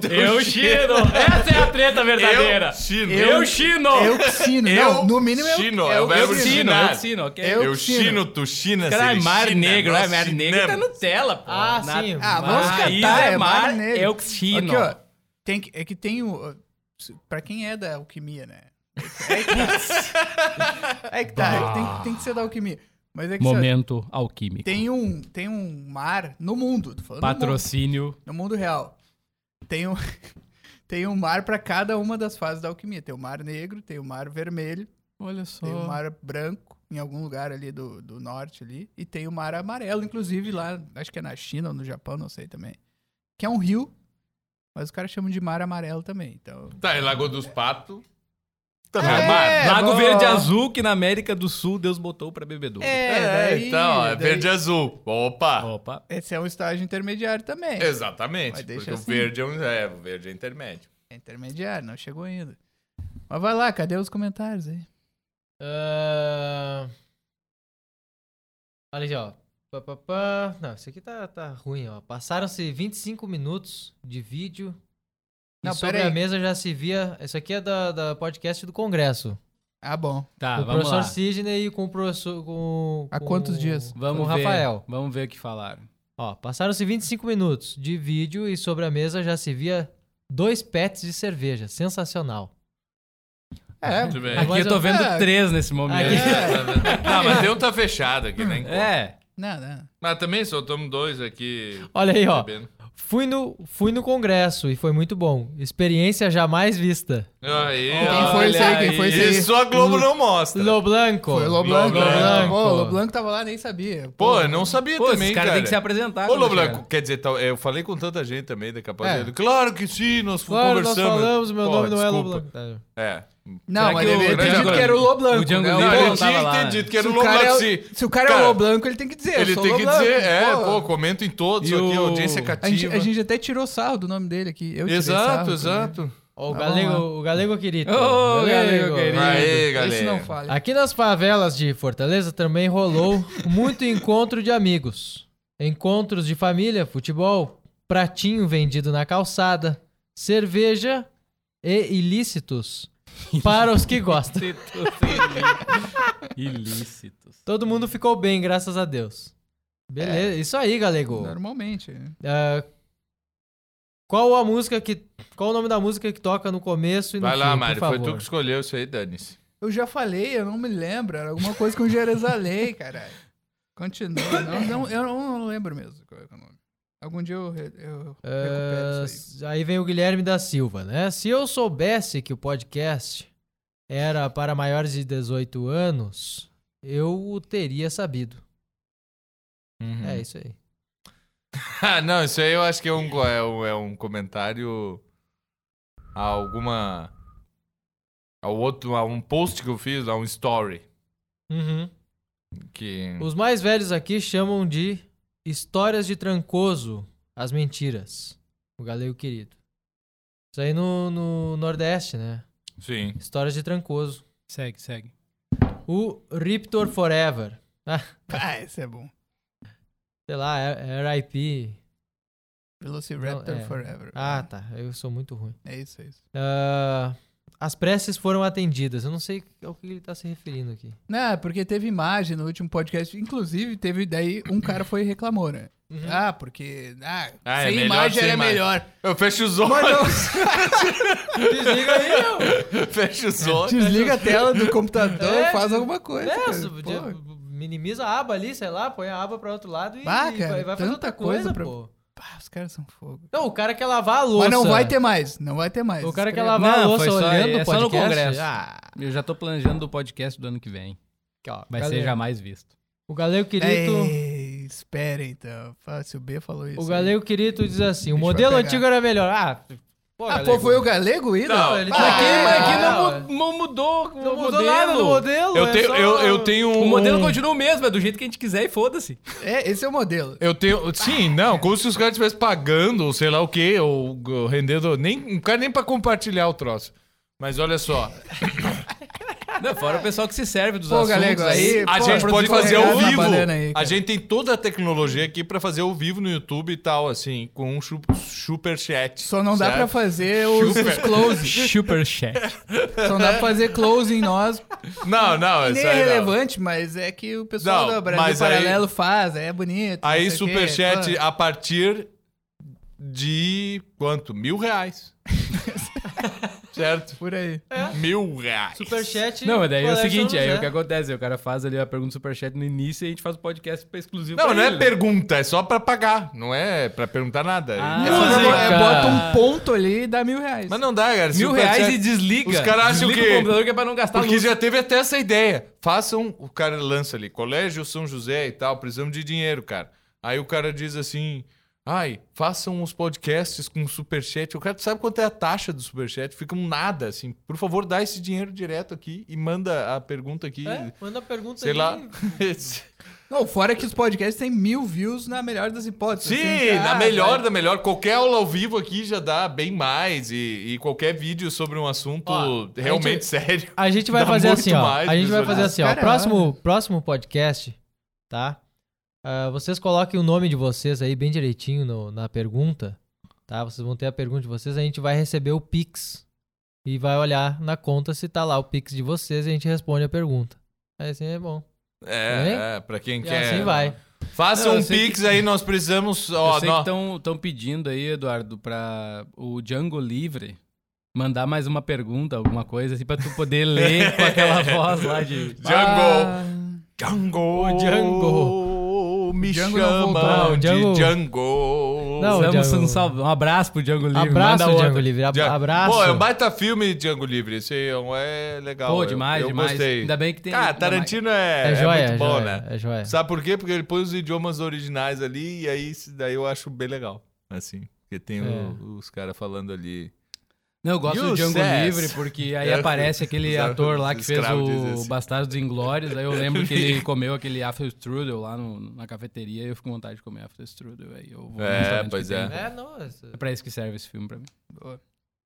[SPEAKER 2] Chino?
[SPEAKER 4] Eu Chino! Essa é a treta verdadeira!
[SPEAKER 3] Eu chino.
[SPEAKER 4] Eu Chino!
[SPEAKER 2] Eu que sino. Não,
[SPEAKER 3] Eu
[SPEAKER 2] no mínimo eu.
[SPEAKER 3] sino,
[SPEAKER 2] eu
[SPEAKER 3] é o
[SPEAKER 2] que
[SPEAKER 3] verbo
[SPEAKER 4] Eu
[SPEAKER 2] sino.
[SPEAKER 4] Chino,
[SPEAKER 3] China.
[SPEAKER 4] eu Chino, ok?
[SPEAKER 2] Eu
[SPEAKER 3] Eu chino, tu china,
[SPEAKER 4] Cara, é
[SPEAKER 3] ele
[SPEAKER 4] mar
[SPEAKER 3] china,
[SPEAKER 4] negro,
[SPEAKER 3] nós
[SPEAKER 4] é mar negro, tá
[SPEAKER 3] chinamos.
[SPEAKER 4] Nutella, pô.
[SPEAKER 1] Ah, sim.
[SPEAKER 2] Ah,
[SPEAKER 1] Mar-
[SPEAKER 2] vamos
[SPEAKER 4] Raiz
[SPEAKER 2] cantar,
[SPEAKER 4] é
[SPEAKER 2] é Mar
[SPEAKER 4] mar
[SPEAKER 2] Negro.
[SPEAKER 4] euxino.
[SPEAKER 2] Aqui, ó. Tem que, é que tem o. Pra quem é da alquimia, né? É que tá. É que tá, é que tem, tem que ser da alquimia. Mas é que assim, ó,
[SPEAKER 4] Momento alquímico.
[SPEAKER 2] tem um, tem um mar no mundo, tô falando no mundo,
[SPEAKER 4] Patrocínio.
[SPEAKER 2] no mundo real. Tem um, [laughs] tem um mar pra cada uma das fases da alquimia. Tem o mar negro, tem o mar vermelho,
[SPEAKER 4] Olha só.
[SPEAKER 2] tem o mar branco em algum lugar ali do, do norte ali e tem o mar amarelo, inclusive lá, acho que é na China ou no Japão, não sei também. Que é um rio, mas os caras chamam de mar amarelo também. Então,
[SPEAKER 3] Tá, e Lagoa dos Patos.
[SPEAKER 2] É,
[SPEAKER 3] é mar.
[SPEAKER 4] Lago
[SPEAKER 2] bom.
[SPEAKER 4] Verde Azul que na América do Sul Deus botou pra bebedouro.
[SPEAKER 2] é,
[SPEAKER 3] É,
[SPEAKER 2] daí-
[SPEAKER 3] então, é
[SPEAKER 2] daí-
[SPEAKER 3] verde e azul. Opa!
[SPEAKER 4] Tá. Opa.
[SPEAKER 2] Esse é um estágio intermediário também.
[SPEAKER 3] Exatamente.
[SPEAKER 2] Mas deixa
[SPEAKER 3] Porque o
[SPEAKER 2] assim.
[SPEAKER 3] verde é, um, é, o verde é intermédio.
[SPEAKER 2] É intermediário, não chegou ainda. Mas vai lá, cadê os comentários aí?
[SPEAKER 1] Ah, Olha aqui, ó. Pá, pá, pá. Não, isso aqui tá, tá ruim, ó. Passaram-se 25 minutos de vídeo.
[SPEAKER 2] Não,
[SPEAKER 1] e sobre
[SPEAKER 2] pera aí.
[SPEAKER 1] a mesa já se via. Isso aqui é da, da podcast do Congresso.
[SPEAKER 2] Ah, bom.
[SPEAKER 4] Tá,
[SPEAKER 1] com o
[SPEAKER 4] vamos
[SPEAKER 1] professor
[SPEAKER 4] lá.
[SPEAKER 1] Sidney e com o professor. Com,
[SPEAKER 2] Há
[SPEAKER 1] com-
[SPEAKER 2] quantos dias?
[SPEAKER 1] com
[SPEAKER 4] Vamos
[SPEAKER 1] o
[SPEAKER 4] ver.
[SPEAKER 1] Rafael.
[SPEAKER 4] Vamos ver o que falaram.
[SPEAKER 1] Ó, passaram-se 25 minutos de vídeo e sobre a mesa já se via dois pets de cerveja. Sensacional.
[SPEAKER 2] É,
[SPEAKER 4] Muito bem.
[SPEAKER 1] Aqui
[SPEAKER 4] Aqui
[SPEAKER 1] eu
[SPEAKER 4] eu tô vendo
[SPEAKER 2] é.
[SPEAKER 4] três nesse momento.
[SPEAKER 3] Não, mas tem um tá fechado aqui, né?
[SPEAKER 4] É.
[SPEAKER 2] não, não.
[SPEAKER 3] Mas também soltamos dois aqui.
[SPEAKER 1] Olha aí, ó.
[SPEAKER 3] bebendo.
[SPEAKER 1] Fui no, fui no congresso e foi muito bom. Experiência jamais vista.
[SPEAKER 3] Aí,
[SPEAKER 2] Quem
[SPEAKER 3] ó.
[SPEAKER 2] foi esse aí? Quem
[SPEAKER 4] aí.
[SPEAKER 2] foi esse aí?
[SPEAKER 3] Isso a Globo não mostra.
[SPEAKER 1] Loblanco.
[SPEAKER 2] Foi o
[SPEAKER 3] Loblanco.
[SPEAKER 2] Loblanco. Loblanco.
[SPEAKER 1] Loblanco.
[SPEAKER 2] Pô, o Loblanco tava lá, nem sabia.
[SPEAKER 3] Pô, eu não sabia
[SPEAKER 4] Pô,
[SPEAKER 3] também,
[SPEAKER 4] esse cara,
[SPEAKER 3] cara.
[SPEAKER 4] tem que se apresentar. né,
[SPEAKER 3] Ô,
[SPEAKER 4] quando
[SPEAKER 3] Loblanco,
[SPEAKER 4] chegar.
[SPEAKER 3] quer dizer, tal- eu falei com tanta gente também, daqui a pouco.
[SPEAKER 2] É.
[SPEAKER 3] ele, Claro que sim, nós
[SPEAKER 1] Claro, nós
[SPEAKER 3] conversamos.
[SPEAKER 1] falamos, meu
[SPEAKER 3] Pô,
[SPEAKER 1] nome não é
[SPEAKER 3] desculpa.
[SPEAKER 1] Loblanco. Tá.
[SPEAKER 3] É.
[SPEAKER 2] Não,
[SPEAKER 4] Será
[SPEAKER 2] mas
[SPEAKER 4] que o
[SPEAKER 2] deveria ter
[SPEAKER 3] Django-
[SPEAKER 2] dito que era o Loblanco.
[SPEAKER 4] o Django
[SPEAKER 2] né?
[SPEAKER 3] Não,
[SPEAKER 4] Livre
[SPEAKER 2] Pô,
[SPEAKER 3] ele
[SPEAKER 4] não
[SPEAKER 3] tinha
[SPEAKER 4] tava
[SPEAKER 3] que
[SPEAKER 4] lá,
[SPEAKER 3] ter
[SPEAKER 4] né?
[SPEAKER 3] dito que era
[SPEAKER 2] se
[SPEAKER 3] o
[SPEAKER 2] o cara é
[SPEAKER 3] Loblanco
[SPEAKER 2] o-
[SPEAKER 3] sim.
[SPEAKER 2] Se o cara é o
[SPEAKER 3] Cara,
[SPEAKER 2] Loblanco, ele tem que dizer. eu
[SPEAKER 3] Ele
[SPEAKER 2] sou
[SPEAKER 3] tem que
[SPEAKER 2] Loblanco,
[SPEAKER 3] dizer, é,
[SPEAKER 2] pô.
[SPEAKER 3] pô, comenta em todos
[SPEAKER 4] E
[SPEAKER 3] aqui,
[SPEAKER 4] o-
[SPEAKER 3] audiência
[SPEAKER 2] A gente,
[SPEAKER 3] cativa.
[SPEAKER 2] a gente até tirou sarro do nome dele aqui. Eu tirei
[SPEAKER 3] Exato,
[SPEAKER 2] sarro, né?
[SPEAKER 3] exato.
[SPEAKER 1] Ó, o,
[SPEAKER 2] Tá,
[SPEAKER 1] galego,
[SPEAKER 2] vamos
[SPEAKER 1] o galego querido.
[SPEAKER 4] Ô, galego querido.
[SPEAKER 3] Aê, galera.
[SPEAKER 2] Esse não fala.
[SPEAKER 1] Aqui nas favelas de Fortaleza também rolou muito encontro de amigos. Encontros de família, futebol, pratinho vendido na calçada, cerveja e ilícitos para os que gostam.
[SPEAKER 4] Ilícitos.
[SPEAKER 1] Todo mundo ficou bem, graças a Deus. Beleza, isso aí, galego.
[SPEAKER 2] Normalmente. né?
[SPEAKER 1] Ah, qual a música que. Qual o nome da música que toca no começo e no
[SPEAKER 3] Vai
[SPEAKER 1] fim,
[SPEAKER 3] lá,
[SPEAKER 1] por
[SPEAKER 3] Mário. Foi
[SPEAKER 1] favor?
[SPEAKER 3] tu que escolheu isso aí, dane-se.
[SPEAKER 2] Eu já falei, eu não me lembro. Era alguma coisa com Jerusalém, [laughs] caralho. Continua. Não, não, eu não lembro mesmo qual é o nome. Algum dia eu, re- eu recupero
[SPEAKER 1] Ah,
[SPEAKER 2] isso
[SPEAKER 1] s- aí vem o Guilherme da Silva, né? Se eu soubesse que o podcast era para maiores de 18 anos, eu o teria sabido.
[SPEAKER 2] Uhum.
[SPEAKER 3] Uhum.
[SPEAKER 1] É isso aí.
[SPEAKER 3] [laughs] Ah, não, isso aí eu acho que é um, é um, é um comentário a alguma. Ao outro, a um post que eu fiz, a um story.
[SPEAKER 1] Uhum.
[SPEAKER 3] Que.
[SPEAKER 1] Os mais velhos aqui chamam de histórias de trancoso as mentiras. O galego querido. Isso aí no, no Nordeste, né?
[SPEAKER 3] Sim.
[SPEAKER 1] Histórias de trancoso.
[SPEAKER 4] Segue, segue.
[SPEAKER 1] O Riptor Forever.
[SPEAKER 2] aí. Ah, esse é bom.
[SPEAKER 1] Sei lá, é- é RIP.
[SPEAKER 2] Velociraptor
[SPEAKER 1] Não, é.
[SPEAKER 2] Forever.
[SPEAKER 1] Ah, tá. Eu sou muito ruim.
[SPEAKER 2] É isso, é isso.
[SPEAKER 1] Ah, as preces foram atendidas. Eu não sei ao que ele está se referindo aqui.
[SPEAKER 2] Não, Né, porque teve imagem no último podcast. Inclusive, teve daí um cara foi e reclamou, né?
[SPEAKER 1] Uhum.
[SPEAKER 2] Ah, porque. Ah,
[SPEAKER 3] Ah, é
[SPEAKER 2] sem
[SPEAKER 3] melhor
[SPEAKER 2] imagem
[SPEAKER 3] sem
[SPEAKER 2] era
[SPEAKER 3] imagem.
[SPEAKER 2] melhor.
[SPEAKER 3] Eu fecho os olhos. [laughs]
[SPEAKER 1] Desliga aí,
[SPEAKER 3] fecho os
[SPEAKER 2] É,
[SPEAKER 3] olhos.
[SPEAKER 2] Desliga a tela do computador,
[SPEAKER 1] É,
[SPEAKER 2] faz alguma coisa. cara.
[SPEAKER 1] é,
[SPEAKER 2] Pô,
[SPEAKER 1] Minimiza a aba ali, sei lá, põe a aba para outro lado e,
[SPEAKER 2] Bah,
[SPEAKER 1] e
[SPEAKER 2] cara,
[SPEAKER 1] vai, vai fazer
[SPEAKER 2] tanta
[SPEAKER 1] outra
[SPEAKER 2] coisa
[SPEAKER 1] coisa,
[SPEAKER 2] pra-
[SPEAKER 1] pô.
[SPEAKER 2] pá, os caras são fogo.
[SPEAKER 1] Não, o cara quer lavar a louça.
[SPEAKER 2] Mas não vai ter mais, não vai ter mais.
[SPEAKER 1] O cara é quer
[SPEAKER 2] Escreve-
[SPEAKER 1] lavar a
[SPEAKER 4] Não,
[SPEAKER 1] louça
[SPEAKER 4] foi só-
[SPEAKER 1] olhando
[SPEAKER 4] é
[SPEAKER 1] o podcast.
[SPEAKER 4] só no congresso.
[SPEAKER 1] Ah,
[SPEAKER 4] Eu já tô planejando o podcast do ano que vem.
[SPEAKER 1] aqui, ó, é
[SPEAKER 4] Vai
[SPEAKER 1] galego.
[SPEAKER 4] ser jamais visto.
[SPEAKER 1] O galego querido...
[SPEAKER 2] Ei, espera então. Fala, Se o B falou É isso. né?
[SPEAKER 1] O
[SPEAKER 2] aí.
[SPEAKER 1] galego querido diz assim, o
[SPEAKER 2] Deixa eu
[SPEAKER 1] modelo
[SPEAKER 2] pegar.
[SPEAKER 1] antigo era melhor. Ah, pô,
[SPEAKER 2] Ah, pô,
[SPEAKER 1] galego.
[SPEAKER 2] foi o galego, Ida?
[SPEAKER 3] Não,
[SPEAKER 1] Ele
[SPEAKER 3] Ah,
[SPEAKER 1] tá aqui,
[SPEAKER 3] é,
[SPEAKER 1] mas aqui
[SPEAKER 3] ah,
[SPEAKER 1] não, mu-
[SPEAKER 4] mudou,
[SPEAKER 1] não mudou nada do modelo.
[SPEAKER 3] Eu
[SPEAKER 1] é
[SPEAKER 3] tenho,
[SPEAKER 1] só-
[SPEAKER 3] eu, eu tenho um.
[SPEAKER 4] O modelo continua o mesmo, é do jeito que a gente quiser e foda-se.
[SPEAKER 2] É, esse é o modelo.
[SPEAKER 3] Eu tenho. Sim, não, como se os caras estivessem pagando, ou sei lá o quê, ou, ou rendendo. Nem, o cara nem pra compartilhar o troço. Mas olha só,
[SPEAKER 4] Não, fora o pessoal que se serve dos
[SPEAKER 2] Pô,
[SPEAKER 4] assuntos
[SPEAKER 2] galego, aí-
[SPEAKER 4] aí.
[SPEAKER 3] a
[SPEAKER 2] Pô,
[SPEAKER 3] gente
[SPEAKER 2] produzir
[SPEAKER 3] pode fazer
[SPEAKER 2] conteúdo
[SPEAKER 3] ao
[SPEAKER 2] na
[SPEAKER 3] vivo.
[SPEAKER 2] banana aí,
[SPEAKER 3] a
[SPEAKER 2] cara.
[SPEAKER 3] gente tem toda a tecnologia aqui pra fazer ao vivo no YouTube e tal, assim, com um chu- super chat.
[SPEAKER 2] Só não dá
[SPEAKER 3] certo?
[SPEAKER 2] pra fazer os, os close.
[SPEAKER 4] Super chat.
[SPEAKER 2] Só não dá pra
[SPEAKER 1] [laughs]
[SPEAKER 2] fazer close em nós.
[SPEAKER 3] Não, não,
[SPEAKER 2] Nem
[SPEAKER 3] isso
[SPEAKER 2] é
[SPEAKER 3] aí não.
[SPEAKER 2] relevante, mas é que o pessoal
[SPEAKER 3] Não,
[SPEAKER 2] do Brasil
[SPEAKER 3] mas aí-
[SPEAKER 2] Paralelo faz, é bonito. não
[SPEAKER 3] Aí
[SPEAKER 2] sei o quê,
[SPEAKER 3] superchat
[SPEAKER 2] pô.
[SPEAKER 3] a partir de quanto? Mil
[SPEAKER 2] [laughs]
[SPEAKER 3] reais. certo?
[SPEAKER 2] Por aí.
[SPEAKER 3] É Mil reais.
[SPEAKER 1] Superchat...
[SPEAKER 4] Não, mas daí é o
[SPEAKER 1] collection
[SPEAKER 4] seguinte, aí
[SPEAKER 1] já.
[SPEAKER 4] o que acontece, o cara faz ali a pergunta do superchat no início e a gente faz o podcast exclusivo
[SPEAKER 3] Não,
[SPEAKER 4] pra
[SPEAKER 3] não é
[SPEAKER 4] ele, né?
[SPEAKER 3] pergunta, é só pra pagar. Não é pra perguntar nada.
[SPEAKER 4] Ah.
[SPEAKER 3] É só pra-
[SPEAKER 4] Música.
[SPEAKER 2] É, bota um ponto ali e dá mil reais.
[SPEAKER 3] Mas não dá, cara.
[SPEAKER 4] Mil
[SPEAKER 3] superchat-
[SPEAKER 4] reais e desliga.
[SPEAKER 3] Os caras acham
[SPEAKER 4] desliga
[SPEAKER 3] que-
[SPEAKER 4] o computador que é pra não gastar
[SPEAKER 3] Porque
[SPEAKER 4] luz.
[SPEAKER 3] já teve até essa ideia. Façam, o cara lança ali, Colégio São José e tal, precisamos de dinheiro, cara. Aí o cara diz assim, ai, façam os podcasts com superchat. O cara sabe quanto é a taxa do superchat, fica um nada, assim. Por favor, dá esse dinheiro direto aqui e manda a pergunta aqui.
[SPEAKER 1] É, manda pergunta
[SPEAKER 3] Sei
[SPEAKER 1] aí.
[SPEAKER 3] lá. [laughs]
[SPEAKER 2] Não, fora que os podcasts têm mil views na melhor das hipóteses.
[SPEAKER 3] Sim,
[SPEAKER 2] assim, ah,
[SPEAKER 3] na melhor
[SPEAKER 2] vai-
[SPEAKER 3] da melhor. Qualquer aula ao vivo aqui já dá bem mais. E, e qualquer vídeo sobre um assunto
[SPEAKER 1] Ó, a
[SPEAKER 3] realmente
[SPEAKER 1] gente-
[SPEAKER 3] sério. [laughs]
[SPEAKER 1] A gente vai
[SPEAKER 3] Dá
[SPEAKER 1] fazer
[SPEAKER 3] muito
[SPEAKER 1] assim, ó.
[SPEAKER 3] mais
[SPEAKER 1] A gente vai
[SPEAKER 3] visualização.
[SPEAKER 1] fazer assim, ó.
[SPEAKER 2] Caralho.
[SPEAKER 1] Próximo, próximo podcast, tá? Ah, vocês coloquem o nome de vocês aí bem direitinho no- na pergunta, tá? Vocês vão ter a pergunta de vocês, a gente vai receber o Pix e vai olhar na conta se tá lá o Pix de vocês e a gente responde a pergunta. Aí assim é bom.
[SPEAKER 3] É, é, pra quem
[SPEAKER 1] E
[SPEAKER 3] quer.
[SPEAKER 1] assim vai.
[SPEAKER 3] Faça
[SPEAKER 4] Não, eu
[SPEAKER 3] um
[SPEAKER 4] sei
[SPEAKER 3] pix
[SPEAKER 4] que-
[SPEAKER 3] aí, nós precisamos. Ó,
[SPEAKER 4] eu sei
[SPEAKER 3] nó-
[SPEAKER 4] que estão pedindo aí, Eduardo, pra o Django Livre mandar mais uma pergunta, alguma coisa, assim, pra tu poder ler com aquela voz lá de.
[SPEAKER 3] Django! Django!
[SPEAKER 1] O Django.
[SPEAKER 3] Me
[SPEAKER 2] Ah. Django não
[SPEAKER 3] chama
[SPEAKER 2] voltou.
[SPEAKER 1] Não, o Django-
[SPEAKER 3] de Django!
[SPEAKER 1] Não,
[SPEAKER 4] Vamos
[SPEAKER 1] Django.
[SPEAKER 4] um, salve- um abraço pro Django Livre.
[SPEAKER 1] Abraço,
[SPEAKER 4] manda outro.
[SPEAKER 1] Django Livre. ab-
[SPEAKER 3] Django.
[SPEAKER 1] Abraço.
[SPEAKER 3] Pô, é um baita filme Django Livre. Esse aí é um- é legal.
[SPEAKER 4] Pô,
[SPEAKER 3] Eu-
[SPEAKER 4] demais,
[SPEAKER 3] eu
[SPEAKER 4] demais.
[SPEAKER 3] Gostei.
[SPEAKER 4] Ainda bem que tem-
[SPEAKER 3] Cara,
[SPEAKER 4] ainda mais.
[SPEAKER 3] Tarantino é,
[SPEAKER 1] É joia,
[SPEAKER 3] muito
[SPEAKER 1] é
[SPEAKER 3] bom,
[SPEAKER 1] joia,
[SPEAKER 3] né?
[SPEAKER 1] é joia.
[SPEAKER 3] Sabe por quê? Porque ele põe os idiomas originais ali e aí isso daí eu acho bem legal. Assim, porque tem
[SPEAKER 4] É.
[SPEAKER 3] o- os caras falando ali.
[SPEAKER 4] Não, eu gosto
[SPEAKER 3] You
[SPEAKER 4] do Django
[SPEAKER 3] says.
[SPEAKER 4] Livre, porque aí
[SPEAKER 3] [laughs] É,
[SPEAKER 4] aparece aquele
[SPEAKER 3] os
[SPEAKER 4] ator lá que fez
[SPEAKER 3] escravos dizem
[SPEAKER 4] o
[SPEAKER 3] assim.
[SPEAKER 4] Bastardos Inglórios. Aí eu lembro
[SPEAKER 3] [laughs]
[SPEAKER 4] que ele comeu aquele After Strudel lá no- na cafeteria e eu fico com vontade de comer After Strudel. Aí eu vou no
[SPEAKER 3] É,
[SPEAKER 4] restaurante
[SPEAKER 3] pois
[SPEAKER 4] que tem.
[SPEAKER 1] É, não. isso-
[SPEAKER 4] É pra isso que serve esse filme pra mim.
[SPEAKER 2] Ah,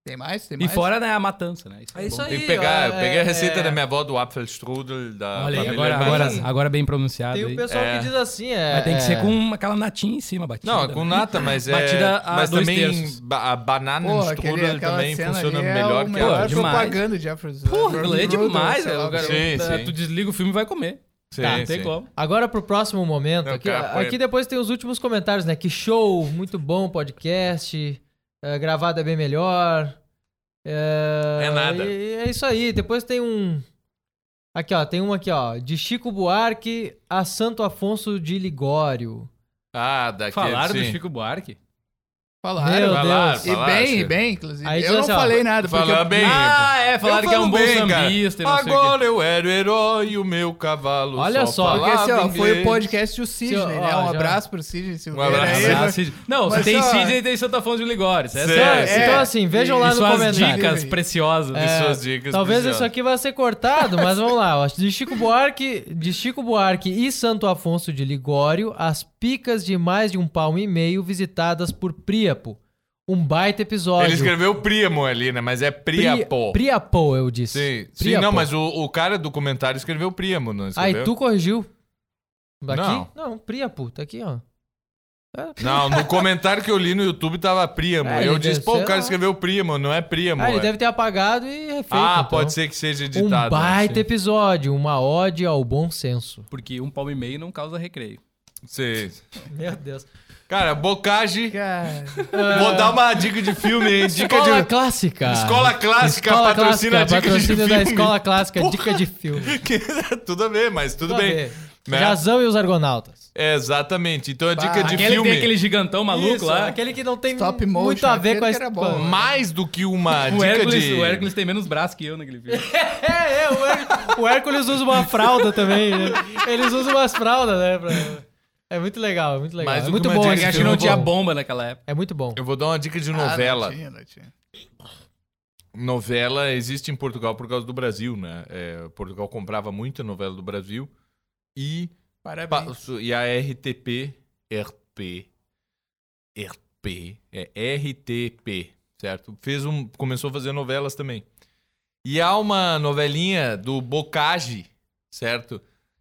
[SPEAKER 2] Tem mais? Tem
[SPEAKER 4] E
[SPEAKER 2] mais?
[SPEAKER 4] fora, né, a matança, né?
[SPEAKER 1] É isso
[SPEAKER 4] bom.
[SPEAKER 1] aí.
[SPEAKER 3] Tem que pegar,
[SPEAKER 1] ó,
[SPEAKER 3] eu peguei a
[SPEAKER 1] é-
[SPEAKER 3] receita da minha avó do Apfelstrudel, da
[SPEAKER 4] Olha aí,
[SPEAKER 3] família
[SPEAKER 4] agora,
[SPEAKER 3] Maria.
[SPEAKER 4] agora, agora bem pronunciado
[SPEAKER 1] Tem o
[SPEAKER 4] aí.
[SPEAKER 1] pessoal
[SPEAKER 3] É.
[SPEAKER 1] que diz assim, é.
[SPEAKER 4] Mas tem que ser
[SPEAKER 1] é-
[SPEAKER 4] com aquela natinha em cima, batida.
[SPEAKER 3] Não, é com
[SPEAKER 4] né?
[SPEAKER 3] nata, mas é.
[SPEAKER 4] Batida a
[SPEAKER 3] mas
[SPEAKER 4] dois
[SPEAKER 3] também
[SPEAKER 4] terços.
[SPEAKER 3] ba- a banana
[SPEAKER 2] Pô, aquele-
[SPEAKER 3] strudel
[SPEAKER 2] aquela
[SPEAKER 3] também
[SPEAKER 2] cena
[SPEAKER 3] funciona
[SPEAKER 2] ali é
[SPEAKER 3] melhor
[SPEAKER 2] o
[SPEAKER 3] que
[SPEAKER 4] melhor
[SPEAKER 3] a.
[SPEAKER 2] melhor
[SPEAKER 4] Pô, demais.
[SPEAKER 2] propaganda de Afro
[SPEAKER 4] Porra, aquilo ali é demais.
[SPEAKER 2] sei
[SPEAKER 4] é,
[SPEAKER 2] lá,
[SPEAKER 4] o cara,
[SPEAKER 3] Sim,
[SPEAKER 4] tá,
[SPEAKER 3] sim.
[SPEAKER 4] Tu desliga o filme e vai comer.
[SPEAKER 3] Sim,
[SPEAKER 4] Tá, não tem
[SPEAKER 3] sim.
[SPEAKER 4] como.
[SPEAKER 1] Agora pro próximo momento.
[SPEAKER 3] Não,
[SPEAKER 1] Aqui,
[SPEAKER 3] cara, põe-
[SPEAKER 1] aqui depois tem os últimos comentários, né? Que show, muito bom podcast. é, gravado é bem melhor. É,
[SPEAKER 3] É nada.
[SPEAKER 1] e- e é isso aí. Depois tem um. Aqui, ó. Tem um aqui, ó. De Chico Buarque a Santo Afonso de Ligório.
[SPEAKER 3] Ah, daqui
[SPEAKER 4] Falaram do
[SPEAKER 3] sim.
[SPEAKER 4] Chico Buarque.
[SPEAKER 2] Falaram.
[SPEAKER 1] Meu
[SPEAKER 3] Falaram,
[SPEAKER 1] Deus.
[SPEAKER 2] E
[SPEAKER 3] falaram,
[SPEAKER 2] bem,
[SPEAKER 3] Chico.
[SPEAKER 2] e bem, inclusive.
[SPEAKER 1] Aí
[SPEAKER 2] eu
[SPEAKER 1] diz
[SPEAKER 2] não
[SPEAKER 1] assim, ó,
[SPEAKER 2] falei nada, porque
[SPEAKER 3] Falaram
[SPEAKER 2] eu-
[SPEAKER 3] bem.
[SPEAKER 4] Ah, é, falaram
[SPEAKER 3] Eu
[SPEAKER 4] que é um
[SPEAKER 3] falo
[SPEAKER 4] bom
[SPEAKER 3] bem, cara.
[SPEAKER 4] sambista e não sei o quê.
[SPEAKER 3] Agora eu era o herói e o meu cavalo.
[SPEAKER 1] Olha só,
[SPEAKER 2] Porque assim, ó,
[SPEAKER 3] falava
[SPEAKER 2] foi o
[SPEAKER 3] inglês.
[SPEAKER 2] podcast do Sidney,
[SPEAKER 1] Seu-
[SPEAKER 2] né?
[SPEAKER 1] ó,
[SPEAKER 2] Um
[SPEAKER 1] já-
[SPEAKER 2] abraço pro Sidney Silveira.
[SPEAKER 3] abraço.
[SPEAKER 2] aí.
[SPEAKER 4] [laughs] Ah, Cid- Não,
[SPEAKER 2] Mas
[SPEAKER 4] se tem
[SPEAKER 2] só-
[SPEAKER 4] Cid aí tem Santo Afonso de Ligório. Essa
[SPEAKER 3] Sim.
[SPEAKER 4] é,
[SPEAKER 3] É,
[SPEAKER 1] Então, assim, vejam lá
[SPEAKER 4] e
[SPEAKER 1] no
[SPEAKER 4] suas
[SPEAKER 1] comentário.
[SPEAKER 4] dicas preciosas.
[SPEAKER 3] E suas dicas
[SPEAKER 1] Talvez
[SPEAKER 3] preciosas.
[SPEAKER 1] isso aqui vá ser cortado, mas vamos lá. ó. De Chico Buarque, de Chico Buarque e Santo Afonso de Ligório, as picas de mais de um palmo e meio visitadas por Príapo. Um baita episódio.
[SPEAKER 3] Ele escreveu Priamo ali, né? Mas é Priapo.
[SPEAKER 1] Pri- Priapo, eu disse.
[SPEAKER 3] Sim, sim
[SPEAKER 1] Priapo.
[SPEAKER 3] não, mas o, o cara do comentário escreveu Priamo, não
[SPEAKER 1] Aí
[SPEAKER 3] escreveu?
[SPEAKER 1] tu corrigiu. Daqui?
[SPEAKER 3] Não.
[SPEAKER 1] Priapo, tá aqui, ó.
[SPEAKER 3] Não, no comentário que eu li no YouTube tava Priamo.
[SPEAKER 1] É,
[SPEAKER 3] eu
[SPEAKER 1] ele
[SPEAKER 3] disse,
[SPEAKER 1] deve
[SPEAKER 3] pô, o
[SPEAKER 1] ser
[SPEAKER 3] cara
[SPEAKER 1] lá.
[SPEAKER 3] escreveu Priamo, não é Priamo.
[SPEAKER 1] Ah, ele
[SPEAKER 3] é.
[SPEAKER 1] deve ter apagado e refeito.
[SPEAKER 3] ah
[SPEAKER 1] então.
[SPEAKER 3] pode ser que seja
[SPEAKER 1] Um
[SPEAKER 3] editado. né?
[SPEAKER 1] baita episódio, uma ode ao bom senso.
[SPEAKER 4] Porque um palmo e meio não causa recreio.
[SPEAKER 3] Sim. Sim.
[SPEAKER 1] Meu Deus.
[SPEAKER 3] Cara, Bocage.
[SPEAKER 2] Cara,
[SPEAKER 3] Vou dar uma dica de filme, hein? Dica [laughs]
[SPEAKER 1] Escola
[SPEAKER 3] de...
[SPEAKER 1] clássica.
[SPEAKER 3] Escola clássica,
[SPEAKER 1] Escola
[SPEAKER 3] patrocina a
[SPEAKER 1] clássica,
[SPEAKER 3] dica de
[SPEAKER 1] patrocínio da
[SPEAKER 3] filme.
[SPEAKER 1] escola clássica, dica de filme.
[SPEAKER 3] tudo bem, mas tudo, bem. né?
[SPEAKER 1] Jazão e os Argonautas.
[SPEAKER 3] É, exatamente. Então a dica de
[SPEAKER 4] aquele que
[SPEAKER 3] filme.
[SPEAKER 4] tem aquele gigantão maluco
[SPEAKER 1] Isso,
[SPEAKER 4] lá.
[SPEAKER 1] Aquele que não tem
[SPEAKER 2] Stop motion,
[SPEAKER 1] muito a ver
[SPEAKER 2] aquele
[SPEAKER 1] com a
[SPEAKER 2] que era bom,
[SPEAKER 1] escola.
[SPEAKER 2] né?
[SPEAKER 3] Mais do que uma
[SPEAKER 4] O
[SPEAKER 3] dica
[SPEAKER 4] Hércules,
[SPEAKER 3] de.
[SPEAKER 4] o Hércules tem menos braço que eu naquele filme.
[SPEAKER 1] É, é, o, Her- o Hércules usa uma fralda também. né? Eles usam umas fraldas, né? pra- É muito legal, é muito legal.
[SPEAKER 3] Mas
[SPEAKER 1] é
[SPEAKER 3] o
[SPEAKER 1] muito
[SPEAKER 3] que
[SPEAKER 1] bom
[SPEAKER 3] uma
[SPEAKER 1] esse
[SPEAKER 3] dica-
[SPEAKER 4] Acho que
[SPEAKER 1] filme,
[SPEAKER 4] não
[SPEAKER 1] é
[SPEAKER 4] tinha
[SPEAKER 1] bom.
[SPEAKER 4] bomba naquela época.
[SPEAKER 1] É muito bom.
[SPEAKER 3] Eu vou dar uma dica de
[SPEAKER 2] Ah,
[SPEAKER 3] novela.
[SPEAKER 2] não tinha, não tinha.
[SPEAKER 3] novela existe em Portugal por causa do Brasil, né? É, Portugal comprava muita novela do Brasil e, pa-
[SPEAKER 2] Parabéns.
[SPEAKER 3] su- e a RTP, RP, RP, é RTP, certo? Fez um, começou a fazer novelas também. E há uma novelinha do Bocage, certo?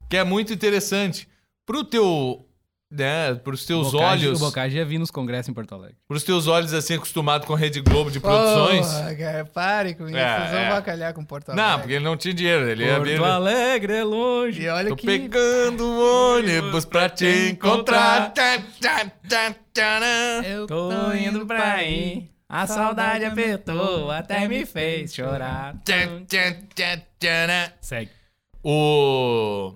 [SPEAKER 3] Que é muito interessante. Pro teu, né, pros teus
[SPEAKER 4] Bocage-
[SPEAKER 3] olhos,
[SPEAKER 4] O Bocage ia vir nos congressos em Porto Alegre.
[SPEAKER 3] pros teus olhos assim acostumados com a Rede Globo de produções.
[SPEAKER 2] Porra, cara, pare com isso.
[SPEAKER 3] É,
[SPEAKER 2] Vocês vão
[SPEAKER 3] é.
[SPEAKER 2] vacalhar com o
[SPEAKER 4] tá
[SPEAKER 2] Porto Alegre.
[SPEAKER 3] Não, porque ele não tinha dinheiro, ele é ia abrir-
[SPEAKER 4] Porto Alegre é longe.
[SPEAKER 2] E olha
[SPEAKER 3] Tô
[SPEAKER 2] que...
[SPEAKER 3] pegando o ônibus pra te encontrar. Tá, tá, tá, tarã.
[SPEAKER 2] Eu
[SPEAKER 4] Tô indo pra aí. A saudade apertou, até me fez chorar.
[SPEAKER 3] Tá, tá, tá, tarã.
[SPEAKER 4] Segue.
[SPEAKER 3] O.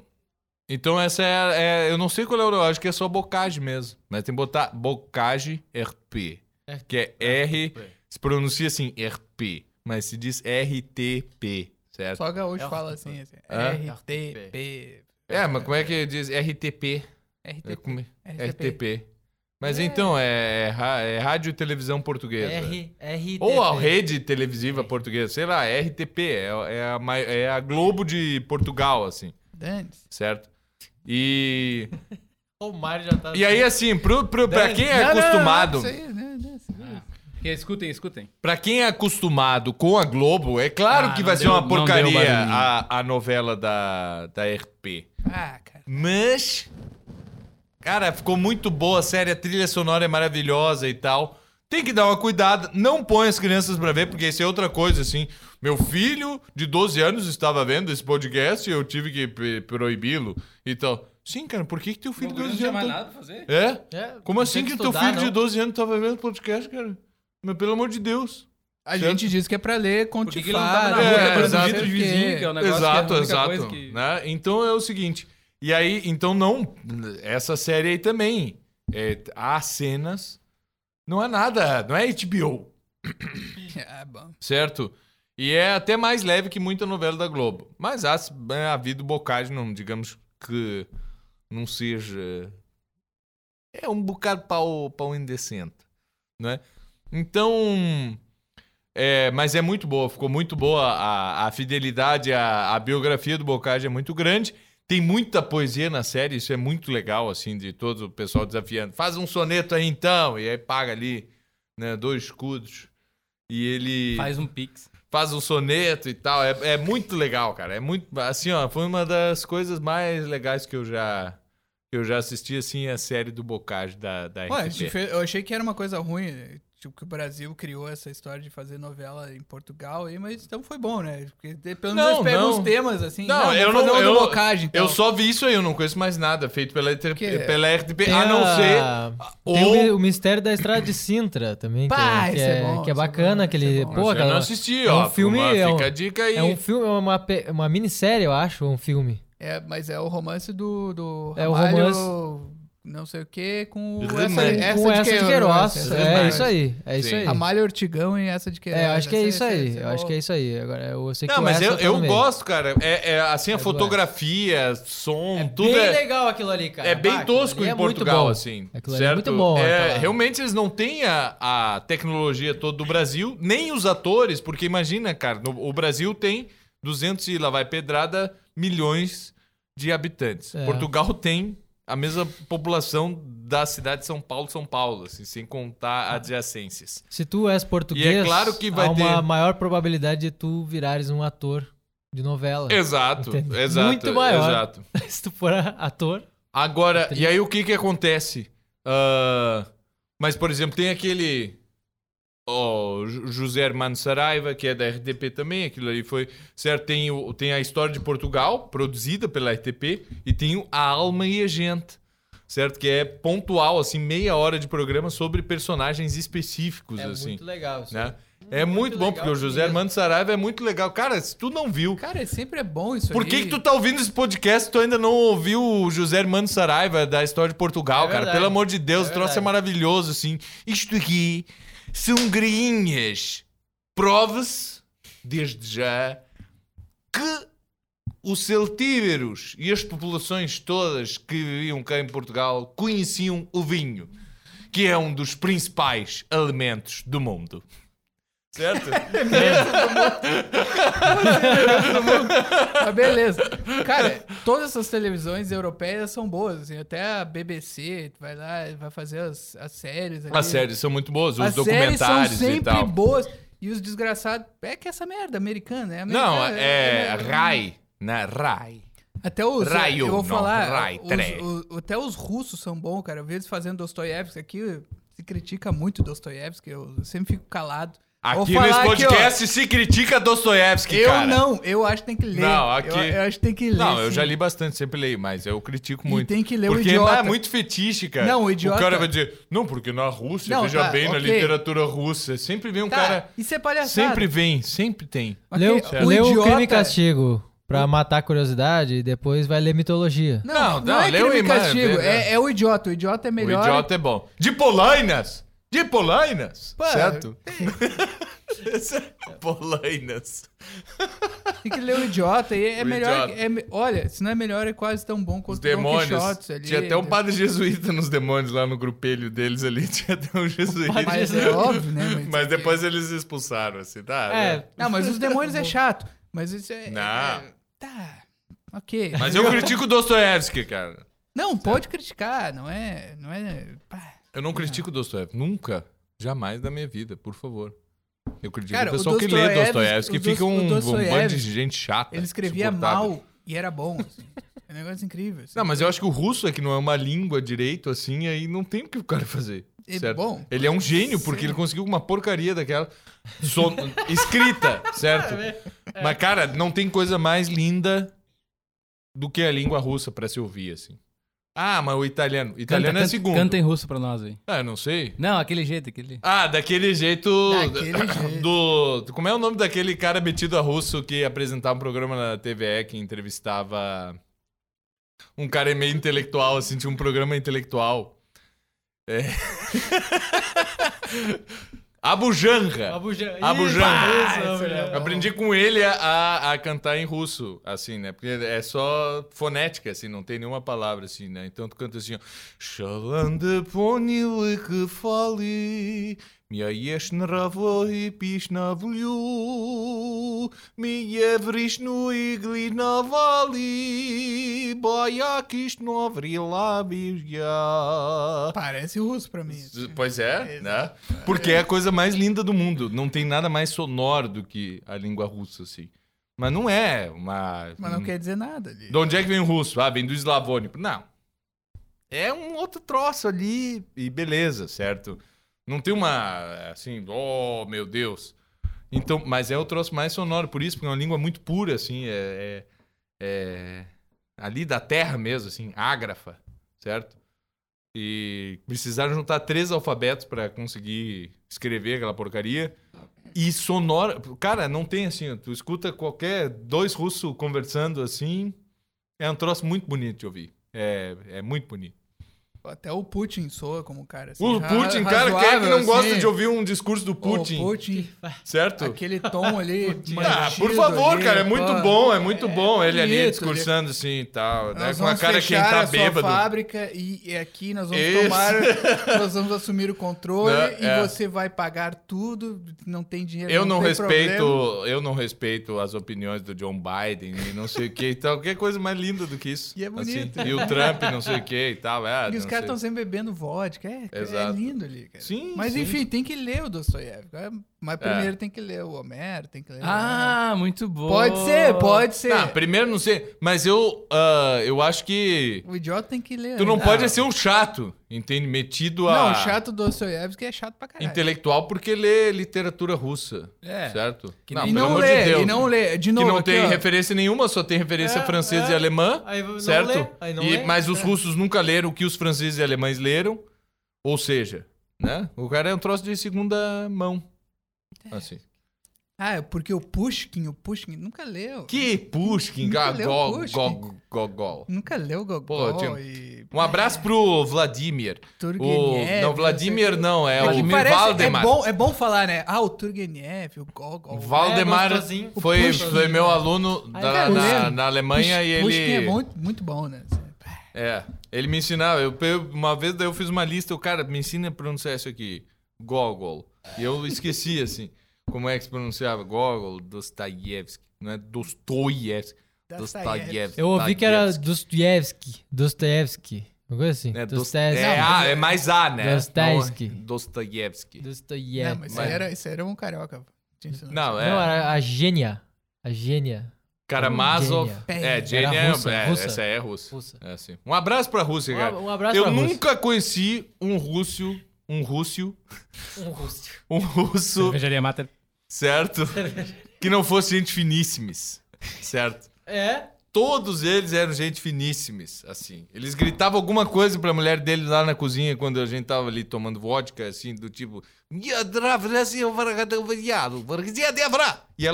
[SPEAKER 3] Então essa é, é- Eu não sei qual é o. Acho que é só Bocage mesmo. Mas tem que botar Bocage RP. Que é R. Se pronuncia assim, RP. Mas se diz RTP, certo?
[SPEAKER 2] Só gaúcho fala assim. assim.
[SPEAKER 3] Hã?
[SPEAKER 2] RTP.
[SPEAKER 3] É, mas como é que diz RTP? É
[SPEAKER 2] RTP.
[SPEAKER 3] como- RTP. Mas então, é, é, ra- é Rádio e Televisão Portuguesa.
[SPEAKER 1] R, R,
[SPEAKER 3] Ou a rede
[SPEAKER 4] É.
[SPEAKER 3] televisiva portuguesa, sei lá, RTP, é, é a, mai- é a Globo de Portugal, assim,
[SPEAKER 2] Dantes.
[SPEAKER 3] certo? E,
[SPEAKER 1] O Mário já tá...
[SPEAKER 3] e aí, assim, pro, pro, pra quem é acostumado.
[SPEAKER 2] né,
[SPEAKER 4] Escutem, escutem.
[SPEAKER 3] Pra quem é acostumado com a Globo, é claro
[SPEAKER 4] Ah,
[SPEAKER 3] que
[SPEAKER 4] não
[SPEAKER 3] vai ser
[SPEAKER 4] deu-
[SPEAKER 3] uma
[SPEAKER 4] não deu
[SPEAKER 3] porcaria
[SPEAKER 4] barulhinho.
[SPEAKER 3] a, a novela da, da RP.
[SPEAKER 2] Ah, cara.
[SPEAKER 3] Mas. Cara, ficou muito boa a série, a trilha sonora é maravilhosa e tal. Tem que dar uma cuidada, não põe as crianças pra ver, porque isso é outra coisa, assim. Meu filho de 12 anos estava vendo esse podcast e eu tive que pe- proibi-lo e tal. Sim, cara, por que, que teu filho de 12 anos. tá-
[SPEAKER 4] pra fazer?
[SPEAKER 3] É?
[SPEAKER 1] É,
[SPEAKER 3] Como
[SPEAKER 1] não
[SPEAKER 3] assim
[SPEAKER 1] tem
[SPEAKER 3] que, teu
[SPEAKER 1] estudar,
[SPEAKER 3] filho de
[SPEAKER 1] não.
[SPEAKER 3] 12 anos estava vendo podcast, cara? Mas pelo amor de Deus.
[SPEAKER 2] A
[SPEAKER 3] Certo.
[SPEAKER 2] gente diz que é pra ler
[SPEAKER 4] Por
[SPEAKER 2] Contifário.
[SPEAKER 4] que, que ele não tava na rua
[SPEAKER 3] É,
[SPEAKER 4] quebrando
[SPEAKER 3] exato.
[SPEAKER 4] vidro de vizinho, que é um negócio
[SPEAKER 3] Exato,
[SPEAKER 4] que é a única
[SPEAKER 3] exato.
[SPEAKER 4] coisa que...
[SPEAKER 3] né? Então é o seguinte. E aí, então não. Essa série aí também. é, há cenas. Não é nada. Não é HBO,
[SPEAKER 2] É, bom.
[SPEAKER 3] certo? E é até mais leve que muita novela da Globo. Mas há é, havido bocagem, não, digamos que não seja. É um bocado pau, pau indecente, né? Então. É, mas é muito boa, ficou muito boa a, a fidelidade, a, a biografia do Bocage é muito grande. Tem muita poesia na série, isso é muito legal, assim, de todo o pessoal desafiando. Faz um soneto aí então, e aí paga ali, né, dois escudos. E ele
[SPEAKER 4] Faz um pix.
[SPEAKER 3] faz um soneto e tal. É, é muito legal, cara. É muito. Assim, ó, foi uma das coisas mais legais que eu já. Que eu já assisti, assim, a série do Bocage da, da
[SPEAKER 2] Ué, a
[SPEAKER 3] RTP.
[SPEAKER 2] gente fez- eu achei que era uma coisa ruim, né? tipo, que o Brasil criou essa história de fazer novela em Portugal, aí, mas então foi bom, né? Porque de- pelo menos
[SPEAKER 3] Não,
[SPEAKER 2] eles pegam
[SPEAKER 3] não.
[SPEAKER 2] os temas, assim.
[SPEAKER 3] Não, eu
[SPEAKER 2] vamos
[SPEAKER 3] não-
[SPEAKER 2] fazer
[SPEAKER 3] eu-
[SPEAKER 2] uma do Bocage, então.
[SPEAKER 3] Eu só vi isso aí, eu não conheço mais nada feito pela, RTP
[SPEAKER 2] Porque-
[SPEAKER 3] pela RTP,
[SPEAKER 1] Tem
[SPEAKER 3] a não ser.
[SPEAKER 1] Tem o
[SPEAKER 3] ou-
[SPEAKER 1] mi- o Mistério da Estrada de Sintra também, que,
[SPEAKER 2] Pá,
[SPEAKER 1] é, que
[SPEAKER 2] esse é
[SPEAKER 1] é-
[SPEAKER 2] bom,
[SPEAKER 1] que é
[SPEAKER 2] esse é
[SPEAKER 1] bacana,
[SPEAKER 2] bom, esse
[SPEAKER 1] aquele...
[SPEAKER 2] é
[SPEAKER 1] Pô,
[SPEAKER 2] bom.
[SPEAKER 3] Esse eu não
[SPEAKER 1] cara,
[SPEAKER 3] assisti,
[SPEAKER 1] é um
[SPEAKER 3] ó.
[SPEAKER 1] filme,
[SPEAKER 3] uma-
[SPEAKER 1] é um-
[SPEAKER 3] fica a dica aí.
[SPEAKER 1] é um filme, é uma, pe- uma minissérie, eu acho, ou um filme.
[SPEAKER 2] É, mas é o romance do. do
[SPEAKER 1] É o
[SPEAKER 2] Ramalho,
[SPEAKER 1] romance.
[SPEAKER 2] Não sei o quê, com o-
[SPEAKER 3] Romance.
[SPEAKER 2] essa, essa,
[SPEAKER 1] Com essa
[SPEAKER 3] né?
[SPEAKER 1] de Queiroz,
[SPEAKER 2] essa de
[SPEAKER 1] é
[SPEAKER 2] Queiroz. né?
[SPEAKER 1] isso aí, é isso
[SPEAKER 3] Sim. né?
[SPEAKER 1] aí.
[SPEAKER 2] Ramalho Ortigão e essa de Queiroz.
[SPEAKER 1] É, eu acho que é
[SPEAKER 2] Essa-
[SPEAKER 1] isso
[SPEAKER 2] essa-
[SPEAKER 1] aí,
[SPEAKER 2] essa
[SPEAKER 1] eu acho
[SPEAKER 2] boa.
[SPEAKER 1] que é isso aí. Agora, eu sei que
[SPEAKER 3] Não,
[SPEAKER 1] o
[SPEAKER 3] mas
[SPEAKER 1] essa
[SPEAKER 3] eu,
[SPEAKER 1] tá
[SPEAKER 3] eu
[SPEAKER 1] no meio.
[SPEAKER 3] gosto, cara. É, é, assim, a
[SPEAKER 1] do
[SPEAKER 3] fotografia, som,
[SPEAKER 1] É
[SPEAKER 3] tudo
[SPEAKER 1] bem
[SPEAKER 3] é,
[SPEAKER 1] legal aquilo ali, cara.
[SPEAKER 3] é bem
[SPEAKER 1] Bah, aquilo
[SPEAKER 3] tosco
[SPEAKER 1] ali
[SPEAKER 3] em
[SPEAKER 1] é muito
[SPEAKER 3] Portugal,
[SPEAKER 1] bom.
[SPEAKER 3] assim.
[SPEAKER 1] Aquilo ali é
[SPEAKER 3] certo?
[SPEAKER 1] muito bom,
[SPEAKER 3] É,
[SPEAKER 1] aquela-
[SPEAKER 3] realmente eles não têm a, a tecnologia toda do Brasil, nem os atores, porque imagina, cara, no- o Brasil tem 200 e lá vai pedrada milhões de habitantes.
[SPEAKER 1] É.
[SPEAKER 3] Portugal tem a mesma população da cidade de São Paulo, São Paulo, assim, sem contar
[SPEAKER 1] Ah.
[SPEAKER 3] adjacências.
[SPEAKER 1] Se tu és português,
[SPEAKER 3] E é claro que vai
[SPEAKER 1] há uma
[SPEAKER 3] ter-
[SPEAKER 1] maior probabilidade de tu virares um ator de novela.
[SPEAKER 3] Exato,
[SPEAKER 1] Entende?
[SPEAKER 3] exato.
[SPEAKER 1] Muito maior.
[SPEAKER 3] Exato.
[SPEAKER 1] [laughs] Se tu for ator,
[SPEAKER 3] Agora, e aí o que que acontece? Ah, mas, por exemplo, tem aquele. ó, Ju- José Hermano Saraiva, que é da RTP também, aquilo ali foi. Certo? Tem, o, tem a história de Portugal, produzida pela RTP, e tem o A Alma e a Gente. Certo? Que é pontual, assim, meia hora de programa sobre personagens específicos,
[SPEAKER 1] é
[SPEAKER 3] assim.
[SPEAKER 1] muito legal. isso
[SPEAKER 3] né?
[SPEAKER 1] aí.
[SPEAKER 3] É muito, bom,
[SPEAKER 1] legal
[SPEAKER 3] porque o José
[SPEAKER 1] mesmo.
[SPEAKER 3] Hermano Saraiva é muito legal. Cara, se tu não viu,
[SPEAKER 2] Cara, sempre é bom isso
[SPEAKER 3] por
[SPEAKER 2] aí.
[SPEAKER 3] que, que tu tá ouvindo esse podcast e tu ainda não ouviu o José Hermano Saraiva da história de Portugal,
[SPEAKER 1] É
[SPEAKER 3] cara?
[SPEAKER 1] verdade.
[SPEAKER 3] Pelo amor de Deus,
[SPEAKER 1] É
[SPEAKER 3] o troço é
[SPEAKER 1] verdade.
[SPEAKER 3] maravilhoso, assim. Isto aqui são grinhas. Prove-se, desde já, que os celtíberos e as populações todas que viviam cá em Portugal conheciam o vinho, que é um dos principais alimentos do mundo. Certo?
[SPEAKER 2] Ah, beleza. Cara, todas essas televisões europeias são boas, assim, até a BBC vai lá, vai fazer as, as séries ali.
[SPEAKER 3] As séries são muito boas, os
[SPEAKER 2] As séries são
[SPEAKER 3] documentários
[SPEAKER 2] sempre
[SPEAKER 3] e tal.
[SPEAKER 2] boas. E os desgraçados. É que essa merda, americana, é americana.
[SPEAKER 3] Não, é,
[SPEAKER 2] é-
[SPEAKER 3] Rai, né? Rai.
[SPEAKER 2] Até os. é,
[SPEAKER 3] Raio,
[SPEAKER 2] eu vou
[SPEAKER 3] não,
[SPEAKER 2] falar.
[SPEAKER 3] Rai,
[SPEAKER 2] os-
[SPEAKER 3] tre.
[SPEAKER 2] o- até os russos são bons, cara. Eu vi eles fazendo Dostoiévski aqui. Se critica muito Dostoiévski, eu sempre fico calado. Vou
[SPEAKER 3] Aqui
[SPEAKER 2] falar
[SPEAKER 3] nesse
[SPEAKER 2] ó,
[SPEAKER 3] podcast se critica Dostoiévski,
[SPEAKER 2] eu
[SPEAKER 3] cara.
[SPEAKER 2] não, eu acho que tem que ler.
[SPEAKER 3] Não, aqui-
[SPEAKER 2] Eu, eu acho que tem que ler.
[SPEAKER 3] Não, eu
[SPEAKER 2] sim.
[SPEAKER 3] já li bastante, sempre leio, mas eu critico
[SPEAKER 2] E
[SPEAKER 3] muito.
[SPEAKER 2] tem que ler o
[SPEAKER 3] porque
[SPEAKER 2] idiota.
[SPEAKER 3] é muito fetiche, cara.
[SPEAKER 2] Não, o idiota-
[SPEAKER 3] O cara vai dizer, não, porque na Rússia,
[SPEAKER 2] Não,
[SPEAKER 3] veja
[SPEAKER 2] tá,
[SPEAKER 3] bem, na
[SPEAKER 2] ok.
[SPEAKER 3] literatura russa. Sempre vem um
[SPEAKER 2] Tá,
[SPEAKER 3] cara...
[SPEAKER 2] isso é palhaçada.
[SPEAKER 3] Sempre vem, sempre tem.
[SPEAKER 2] Ok,
[SPEAKER 1] Leu,
[SPEAKER 2] o
[SPEAKER 1] leu
[SPEAKER 2] idiota-
[SPEAKER 1] Crime e Castigo pra matar a curiosidade e depois vai ler Mitologia.
[SPEAKER 2] Não,
[SPEAKER 3] Não,
[SPEAKER 2] não,
[SPEAKER 3] não,
[SPEAKER 2] é
[SPEAKER 3] leu
[SPEAKER 2] crime e
[SPEAKER 3] Imagem,
[SPEAKER 2] castigo.
[SPEAKER 3] né?
[SPEAKER 2] É, é o idiota. O idiota é melhor.
[SPEAKER 3] O idiota é bom. De polainas! De polainas!
[SPEAKER 2] Pá,
[SPEAKER 3] certo? [laughs] é polainas.
[SPEAKER 2] Tem que ler o idiota. E
[SPEAKER 3] [laughs]
[SPEAKER 2] é
[SPEAKER 3] O
[SPEAKER 2] melhor.
[SPEAKER 3] idiota.
[SPEAKER 2] que- é me- olha, se não é melhor, é quase tão bom
[SPEAKER 3] Os
[SPEAKER 2] quanto o Don
[SPEAKER 3] demônios.
[SPEAKER 2] Quixote ali. né?
[SPEAKER 3] Tinha até um padre jesuíta nos demônios lá no grupelho deles ali. [laughs] Tinha até um jesuíta. [laughs]
[SPEAKER 2] Mas é óbvio, É. né?
[SPEAKER 3] Mas depois eles expulsaram, assim, tá? né?
[SPEAKER 2] Não, mas os demônios é chato. Mas isso é.
[SPEAKER 3] Não.
[SPEAKER 2] é- tá. Ok.
[SPEAKER 3] Mas eu critico Dostoiévski, cara.
[SPEAKER 2] Não, pode criticar, não é. Não é. pá.
[SPEAKER 3] Eu não critico Dostoiévski. Nunca. Jamais da minha vida, por favor. Eu critico
[SPEAKER 2] Cara,
[SPEAKER 3] o pessoal
[SPEAKER 2] o
[SPEAKER 3] que lê
[SPEAKER 2] Dostoiévski-
[SPEAKER 3] Dostoiévski
[SPEAKER 2] o
[SPEAKER 3] e fica
[SPEAKER 2] Dos- o
[SPEAKER 3] um, um bando de
[SPEAKER 2] Dostoiévski,
[SPEAKER 3] gente chata.
[SPEAKER 2] Ele escrevia
[SPEAKER 3] insuportável.
[SPEAKER 2] mal e era bom. assim. É um negócio incrível. assim.
[SPEAKER 3] Não, mas eu acho que o russo é que não é uma língua direito, assim, aí não tem o que o cara fazer.
[SPEAKER 2] É
[SPEAKER 3] certo?
[SPEAKER 2] bom.
[SPEAKER 3] Ele é um gênio, porque ele conseguiu uma porcaria daquela son- escrita, certo? Mas, cara, não tem coisa mais linda do que a língua russa pra se ouvir, assim. Ah, mas o italiano. italiano é segundo.
[SPEAKER 4] Canta em russo pra nós aí.
[SPEAKER 3] Ah, eu não sei.
[SPEAKER 4] Não, aquele jeito, aquele.
[SPEAKER 3] Ah, daquele jeito. [laughs]
[SPEAKER 2] Daquele jeito.
[SPEAKER 3] Do. Como é o nome daquele cara metido a russo que apresentava um programa na TVE que entrevistava. Um cara meio intelectual, assim, tinha um programa intelectual. É. [laughs] Abujamra.
[SPEAKER 1] Abuja.
[SPEAKER 3] Abujamra.
[SPEAKER 1] Isso, Abujamra.
[SPEAKER 3] Eu Aprendi com ele a- a, a cantar em russo, assim, né? Porque é só fonética, assim, não tem nenhuma palavra, assim, né? Então tu canta assim, ó. Шаланды поняли кефали, Мя еш нравой пишна влю, Ми е вришну и глинавали, Баякиш новрила я.
[SPEAKER 2] Parece russo pra mim. assim.
[SPEAKER 3] Pois é, né?
[SPEAKER 2] Exato.
[SPEAKER 3] Porque é a coisa mais linda do mundo. Não tem nada mais sonoro do que a língua russa, assim. Mas não é uma.
[SPEAKER 2] Mas não quer dizer nada ali.
[SPEAKER 3] De onde é que vem o russo? Ah, vem do eslavônico. Não. É um outro troço ali e beleza, certo? Não tem uma. Assim, oh, meu Deus. Então, mas é o troço mais sonoro, por isso, porque é uma língua muito pura, assim. É. é- é ali da terra mesmo, assim, ágrafa, certo? E precisaram juntar três alfabetos pra conseguir escrever aquela porcaria. E sonora. Cara, não tem assim. Tu escuta qualquer dois russos conversando assim. É um troço muito bonito de ouvir. É, é muito bonito.
[SPEAKER 2] Até o Putin soa como um cara assim.
[SPEAKER 3] O
[SPEAKER 2] ra-
[SPEAKER 3] Putin, cara, quem é que não
[SPEAKER 2] razoável,
[SPEAKER 3] gosta
[SPEAKER 2] assim.
[SPEAKER 3] de ouvir um discurso do
[SPEAKER 2] Pô,
[SPEAKER 3] Putin?
[SPEAKER 2] Putin,
[SPEAKER 3] Certo?
[SPEAKER 2] aquele tom
[SPEAKER 3] [laughs]
[SPEAKER 2] ali.
[SPEAKER 3] Ah,
[SPEAKER 2] mantido
[SPEAKER 3] por favor,
[SPEAKER 2] ali,
[SPEAKER 3] cara, é
[SPEAKER 2] pô.
[SPEAKER 3] muito bom, é muito bom ele ali
[SPEAKER 2] bonito,
[SPEAKER 3] discursando assim e tal, né?
[SPEAKER 2] Nós
[SPEAKER 3] Com a
[SPEAKER 2] vamos
[SPEAKER 3] cara quem
[SPEAKER 2] fechar
[SPEAKER 3] tá
[SPEAKER 2] a sua
[SPEAKER 3] bêbado.
[SPEAKER 2] fábrica e, e aqui nós vamos
[SPEAKER 3] Isso. [laughs]
[SPEAKER 2] tomar, nós vamos assumir o controle
[SPEAKER 3] Né,
[SPEAKER 2] e
[SPEAKER 3] é.
[SPEAKER 2] você vai pagar tudo, não tem dinheiro.
[SPEAKER 3] Eu não
[SPEAKER 2] tem
[SPEAKER 3] respeito,
[SPEAKER 2] problema.
[SPEAKER 3] eu não respeito as opiniões do John Biden e não sei o que e tal. Que é coisa mais linda do que isso. assim.
[SPEAKER 2] E é bonito.
[SPEAKER 3] e o Trump, não sei o que e tal. É,
[SPEAKER 2] E os
[SPEAKER 3] não
[SPEAKER 2] caras
[SPEAKER 3] sei.
[SPEAKER 2] estão sempre bebendo vodka. É, é
[SPEAKER 3] Exato.
[SPEAKER 2] lindo ali, cara.
[SPEAKER 3] Sim,
[SPEAKER 2] Mas
[SPEAKER 3] sim.
[SPEAKER 2] enfim, tem que ler o Dostoiévski. é, Mas primeiro tem que ler o Homero, tem que ler. o Homero.
[SPEAKER 4] Ah, muito bom.
[SPEAKER 2] pode ser, pode ser.
[SPEAKER 3] Tá, primeiro não sei, mas eu, ah, eu acho que
[SPEAKER 2] O idiota tem que ler.
[SPEAKER 3] tu não
[SPEAKER 2] né?
[SPEAKER 3] pode ser um chato, entende? Metido a
[SPEAKER 2] Não, o chato do Dostoiévski é chato pra caralho.
[SPEAKER 3] intelectual porque lê literatura russa,
[SPEAKER 4] É.
[SPEAKER 3] certo?
[SPEAKER 4] Que
[SPEAKER 2] e não lê, e não lê. De
[SPEAKER 3] Que
[SPEAKER 2] novo,
[SPEAKER 3] não
[SPEAKER 2] aqui,
[SPEAKER 3] tem
[SPEAKER 2] ó.
[SPEAKER 3] referência nenhuma, só tem referência
[SPEAKER 1] É,
[SPEAKER 3] francesa
[SPEAKER 1] é.
[SPEAKER 3] e alemã,
[SPEAKER 1] Aí não
[SPEAKER 3] certo?
[SPEAKER 1] lê, aí não
[SPEAKER 3] E-
[SPEAKER 1] lê.
[SPEAKER 3] mas
[SPEAKER 2] É.
[SPEAKER 3] os russos nunca leram o que os franceses e alemães leram, ou seja, né? O cara é um troço de segunda mão.
[SPEAKER 2] É.
[SPEAKER 3] Assim.
[SPEAKER 2] Ah, é porque o Pushkin, o Pushkin nunca leu.
[SPEAKER 3] Que Pushkin,
[SPEAKER 2] Nunca leu
[SPEAKER 3] Gogol,
[SPEAKER 2] Pushkin.
[SPEAKER 3] Gogol, Gogol.
[SPEAKER 2] Nunca leu Gogol
[SPEAKER 3] Pô, tinha-
[SPEAKER 2] e...
[SPEAKER 3] Um abraço pro Vladimir. O,
[SPEAKER 2] Turgenev.
[SPEAKER 3] não, Vladimir não, é,
[SPEAKER 2] sei-
[SPEAKER 3] o
[SPEAKER 2] que parece-
[SPEAKER 3] Valdemar.
[SPEAKER 2] É bom, é bom falar, né? Ah, o Turgenev, o Gogol.
[SPEAKER 3] Valdemar
[SPEAKER 1] É, gostosinho.
[SPEAKER 3] foi,
[SPEAKER 1] Puxa
[SPEAKER 3] foi
[SPEAKER 1] vida.
[SPEAKER 3] meu aluno
[SPEAKER 1] Ai,
[SPEAKER 3] da,
[SPEAKER 1] cara,
[SPEAKER 3] na,
[SPEAKER 2] lembro.
[SPEAKER 3] na Alemanha e
[SPEAKER 2] Pushkin
[SPEAKER 3] ele.
[SPEAKER 2] é muito, muito bom, né?
[SPEAKER 3] É, ele me ensinava. Eu, eu- uma vez daí eu fiz uma lista, o cara me ensina a pronunciar isso aqui, Gogol. E eu esqueci, [laughs] assim, como é que se pronunciava. Gogol, Dostoiévski. Não é Dostoiévski. Dostoiévski.
[SPEAKER 1] Eu ouvi que era Dostoevsky. Dostoevsky. Uma coisa assim.
[SPEAKER 3] É, Dost...
[SPEAKER 1] Dostoevsky.
[SPEAKER 3] é, ah, é mais A, né?
[SPEAKER 1] Dostoiévski.
[SPEAKER 3] Não, Dostoiévski.
[SPEAKER 1] Dostoiévski. É.
[SPEAKER 2] Não, mas isso
[SPEAKER 3] mas-
[SPEAKER 2] aí era, isso aí era um carioca. Tinha né? ensinado.
[SPEAKER 3] Não, é.
[SPEAKER 1] Não, era a gênia. A gênia.
[SPEAKER 3] Karamazov.
[SPEAKER 1] Gênia.
[SPEAKER 3] É, Jenny
[SPEAKER 1] Era
[SPEAKER 3] é,
[SPEAKER 1] russa,
[SPEAKER 3] é,
[SPEAKER 1] russa.
[SPEAKER 3] Essa é russa.
[SPEAKER 1] Russa.
[SPEAKER 3] É, sim. Um abraço pra Rússia,
[SPEAKER 1] Um
[SPEAKER 3] cara.
[SPEAKER 1] ab- um abraço
[SPEAKER 3] Eu
[SPEAKER 1] pra Rússia.
[SPEAKER 3] nunca conheci um russo, um russo,
[SPEAKER 1] Um russo.
[SPEAKER 3] um russo,
[SPEAKER 1] [laughs]
[SPEAKER 4] Cervejaria Mater.
[SPEAKER 3] certo? que não fosse gente finíssimes, certo?
[SPEAKER 1] É?
[SPEAKER 3] Todos eles eram gente finíssimes, assim. Eles gritavam alguma coisa pra mulher dele lá na cozinha quando a gente tava ali tomando vodka, assim, do tipo... E ela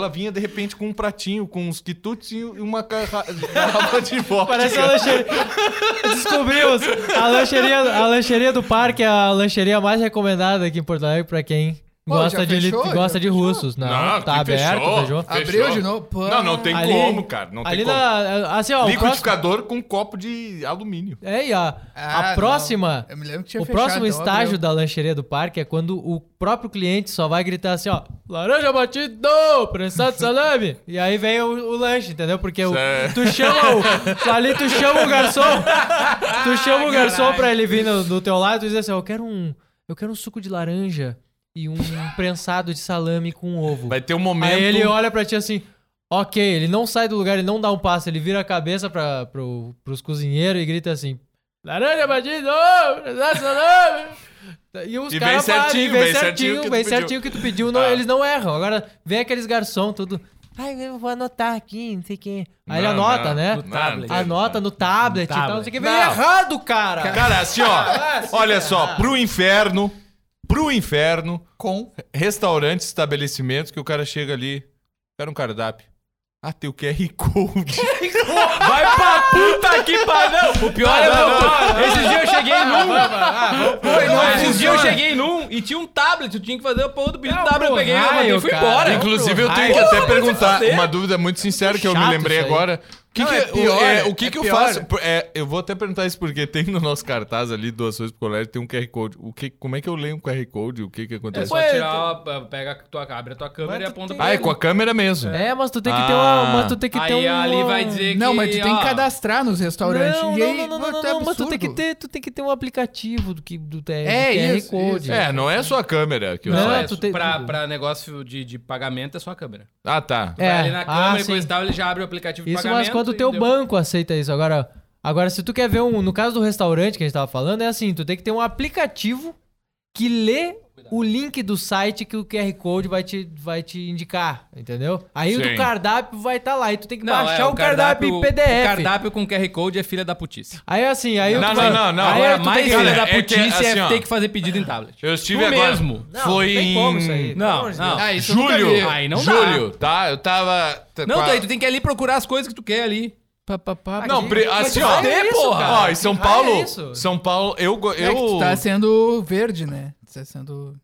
[SPEAKER 3] vinha, de repente, com um pratinho, com uns quitutes e uma garra- garrafa de vodka.
[SPEAKER 1] [laughs] Parece a lancheria. Descobrimos! A lancheria, a lancheria do parque é a lancheria mais recomendada aqui em Porto Alegre pra quem
[SPEAKER 2] Pô, já
[SPEAKER 1] gosta, de,
[SPEAKER 2] fechou? Já
[SPEAKER 1] gosta de
[SPEAKER 2] fechou?
[SPEAKER 1] russos. Não,
[SPEAKER 3] Não,
[SPEAKER 1] tá
[SPEAKER 3] que
[SPEAKER 1] aberto,
[SPEAKER 3] fechou.
[SPEAKER 1] fechou.
[SPEAKER 3] Fechou.
[SPEAKER 2] Abriu de novo. Pô.
[SPEAKER 3] Não, não tem
[SPEAKER 1] Ali-
[SPEAKER 3] como, cara. Não
[SPEAKER 1] Ali
[SPEAKER 3] tem como.
[SPEAKER 1] na. Assim, ó. o próximo-
[SPEAKER 3] Liquidificador com copo de alumínio.
[SPEAKER 1] É, e a,
[SPEAKER 2] Ah,
[SPEAKER 1] a
[SPEAKER 2] não.
[SPEAKER 1] próxima.
[SPEAKER 2] Eu me lembro que tinha
[SPEAKER 1] o próximo
[SPEAKER 2] fechado, então
[SPEAKER 1] estágio
[SPEAKER 2] abriu.
[SPEAKER 1] da lancheria do parque é quando o próprio cliente só vai gritar assim, ó, laranja batido, prensado de salame. e aí vem o, o lanche, entendeu? Porque o,
[SPEAKER 3] Certo.
[SPEAKER 1] tu chama o, ali tu chama o garçom, tu chama o garçom pra ele vir no, do teu lado e dizer assim, ó, eu quero um, eu quero um suco de laranja e um prensado de salame com ovo.
[SPEAKER 3] Vai ter um momento.
[SPEAKER 1] Aí ele olha pra ti assim, ok, ele não sai do lugar, ele não dá um passo, ele vira a cabeça pra, pro, pros cozinheiros e grita assim, laranja bandido, laranja salame." E os
[SPEAKER 3] E vem
[SPEAKER 1] caras param, e
[SPEAKER 3] certinho,
[SPEAKER 1] vem
[SPEAKER 3] vem certinho
[SPEAKER 1] certinho,
[SPEAKER 3] que tu
[SPEAKER 1] vem
[SPEAKER 3] pediu.
[SPEAKER 1] certinho que tu pediu, não-
[SPEAKER 3] Ah.
[SPEAKER 1] eles não erram. Agora, vem aqueles garçom tudo, Ai, eu vou anotar aqui, não sei quem. Aí ele
[SPEAKER 3] Não,
[SPEAKER 1] anota,
[SPEAKER 3] não,
[SPEAKER 1] né?
[SPEAKER 3] no tablet.
[SPEAKER 1] Anota no tablet, e tal, não sei o que. Vem
[SPEAKER 3] Não.
[SPEAKER 1] errado, cara!
[SPEAKER 3] Cara, assim,
[SPEAKER 1] [laughs]
[SPEAKER 3] ó. olha só, pro inferno, pro inferno,
[SPEAKER 2] Com.
[SPEAKER 3] restaurantes, estabelecimentos, que o cara chega ali, quer um cardápio. Ah, tem o QR Code. Vai pra puta que pariu!
[SPEAKER 4] O pior é
[SPEAKER 3] Não,
[SPEAKER 4] o
[SPEAKER 3] não,
[SPEAKER 4] meu. Esses dias eu cheguei num. Esses dias eu
[SPEAKER 3] funciona.
[SPEAKER 4] cheguei num e tinha um tablet. Eu tinha que fazer a porra do pedido do
[SPEAKER 1] É,
[SPEAKER 4] tablet.
[SPEAKER 1] pro
[SPEAKER 4] Eu peguei eu
[SPEAKER 1] raio,
[SPEAKER 4] mandei e
[SPEAKER 1] [laughs]
[SPEAKER 4] fui
[SPEAKER 1] cara. é um
[SPEAKER 4] embora.
[SPEAKER 3] Inclusive, eu
[SPEAKER 1] Ai,
[SPEAKER 3] tenho que
[SPEAKER 1] porra,
[SPEAKER 3] até
[SPEAKER 4] vai se
[SPEAKER 3] perguntar
[SPEAKER 4] fuder.
[SPEAKER 3] uma dúvida muito sincera que eu me
[SPEAKER 1] É Chato
[SPEAKER 3] lembrei
[SPEAKER 1] isso aí.
[SPEAKER 3] agora. O que,
[SPEAKER 2] Não,
[SPEAKER 3] que
[SPEAKER 2] é
[SPEAKER 3] é- o-
[SPEAKER 2] pior,
[SPEAKER 3] é- o que,
[SPEAKER 2] é
[SPEAKER 3] que eu
[SPEAKER 2] pior.
[SPEAKER 3] faço? É, eu vou até perguntar isso porque tem no nosso cartaz ali, doações pro colégio, tem um QR Code. O que, como é que eu leio um QR Code? O que que
[SPEAKER 4] É
[SPEAKER 3] acontece?
[SPEAKER 4] só tirar, a- pega a tua, abre a tua câmera e
[SPEAKER 1] Mas tu
[SPEAKER 4] aponta
[SPEAKER 1] tem-
[SPEAKER 4] pra
[SPEAKER 3] Ah, é
[SPEAKER 4] ele.
[SPEAKER 3] com a câmera mesmo.
[SPEAKER 1] É, mas tu tem que ter uma.
[SPEAKER 3] Ah.
[SPEAKER 1] Mas tu tem que ter um
[SPEAKER 4] Aí
[SPEAKER 1] uma...
[SPEAKER 4] ali vai dizer que.
[SPEAKER 2] Não, mas tu tem que
[SPEAKER 4] ó,
[SPEAKER 2] cadastrar nos restaurantes.
[SPEAKER 1] Não,
[SPEAKER 2] e aí,
[SPEAKER 1] não, não, não,
[SPEAKER 2] pô,
[SPEAKER 1] não,
[SPEAKER 2] tá
[SPEAKER 1] não, mas tu tem, que
[SPEAKER 2] absurdo.
[SPEAKER 1] ter, tu tem que ter um aplicativo do, que, do, TR,
[SPEAKER 2] É,
[SPEAKER 1] QR
[SPEAKER 2] isso,
[SPEAKER 1] Code.
[SPEAKER 2] isso.
[SPEAKER 3] É, não é só a câmera que eu
[SPEAKER 1] Não,
[SPEAKER 4] Não,
[SPEAKER 3] faço.
[SPEAKER 4] é,
[SPEAKER 1] tu tem-
[SPEAKER 4] pra, pra negócio de, de pagamento é só a câmera.
[SPEAKER 3] Ah, tá.
[SPEAKER 4] Tu vai ali na câmera e
[SPEAKER 1] É. sim.
[SPEAKER 4] coisa e tal, ele já abre o aplicativo de
[SPEAKER 1] Isso,
[SPEAKER 4] pagamento.
[SPEAKER 1] mas quando o
[SPEAKER 4] e
[SPEAKER 1] teu
[SPEAKER 4] deu.
[SPEAKER 1] banco aceita isso. Agora, agora, se tu quer ver um. No caso do restaurante que a gente tava falando, é assim: tu tem que ter um aplicativo que lê o link do site que o QR Code vai te, vai te indicar, entendeu? Aí o
[SPEAKER 3] Sim.
[SPEAKER 1] do cardápio vai estar lá. E tu tem que
[SPEAKER 4] Não, é,
[SPEAKER 1] baixar o cardápio, em PDF.
[SPEAKER 4] O cardápio com QR Code é filha da putice.
[SPEAKER 1] Aí assim, aí
[SPEAKER 3] Não,
[SPEAKER 1] tu
[SPEAKER 3] não,
[SPEAKER 1] vai-
[SPEAKER 3] não, não.
[SPEAKER 1] Aí
[SPEAKER 4] Agora,
[SPEAKER 1] tu tem
[SPEAKER 4] mais
[SPEAKER 1] que-
[SPEAKER 4] filha da
[SPEAKER 3] É que,
[SPEAKER 4] putice é,
[SPEAKER 3] assim, ó,
[SPEAKER 4] ter que fazer pedido em tablet.
[SPEAKER 3] Eu estive
[SPEAKER 4] Tu
[SPEAKER 3] agora.
[SPEAKER 4] mesmo.
[SPEAKER 1] Não, não
[SPEAKER 3] Foi
[SPEAKER 1] tem
[SPEAKER 3] em
[SPEAKER 1] como isso aí. Pelo
[SPEAKER 4] Não,
[SPEAKER 1] amor de
[SPEAKER 4] não.
[SPEAKER 1] Deus.
[SPEAKER 2] Ah, isso eu nunca vi.
[SPEAKER 3] julho.
[SPEAKER 4] Aí não dá.
[SPEAKER 3] julho, tá? Eu tava. tá,
[SPEAKER 4] Não,
[SPEAKER 3] com a-
[SPEAKER 4] daí tu tem que ir ali procurar as coisas que tu quer ali.
[SPEAKER 2] Pá, pá, pá,
[SPEAKER 3] Não,
[SPEAKER 2] pá.
[SPEAKER 3] pre-
[SPEAKER 1] Mas
[SPEAKER 3] assim,
[SPEAKER 1] que
[SPEAKER 3] ó.
[SPEAKER 1] raio é isso, cara?
[SPEAKER 3] Ó, em São
[SPEAKER 1] Que raio
[SPEAKER 3] Paulo.
[SPEAKER 1] é isso?
[SPEAKER 3] São Paulo, eu. go-
[SPEAKER 2] É que tu
[SPEAKER 3] eu
[SPEAKER 2] tá sendo verde, né? Tu tá sendo.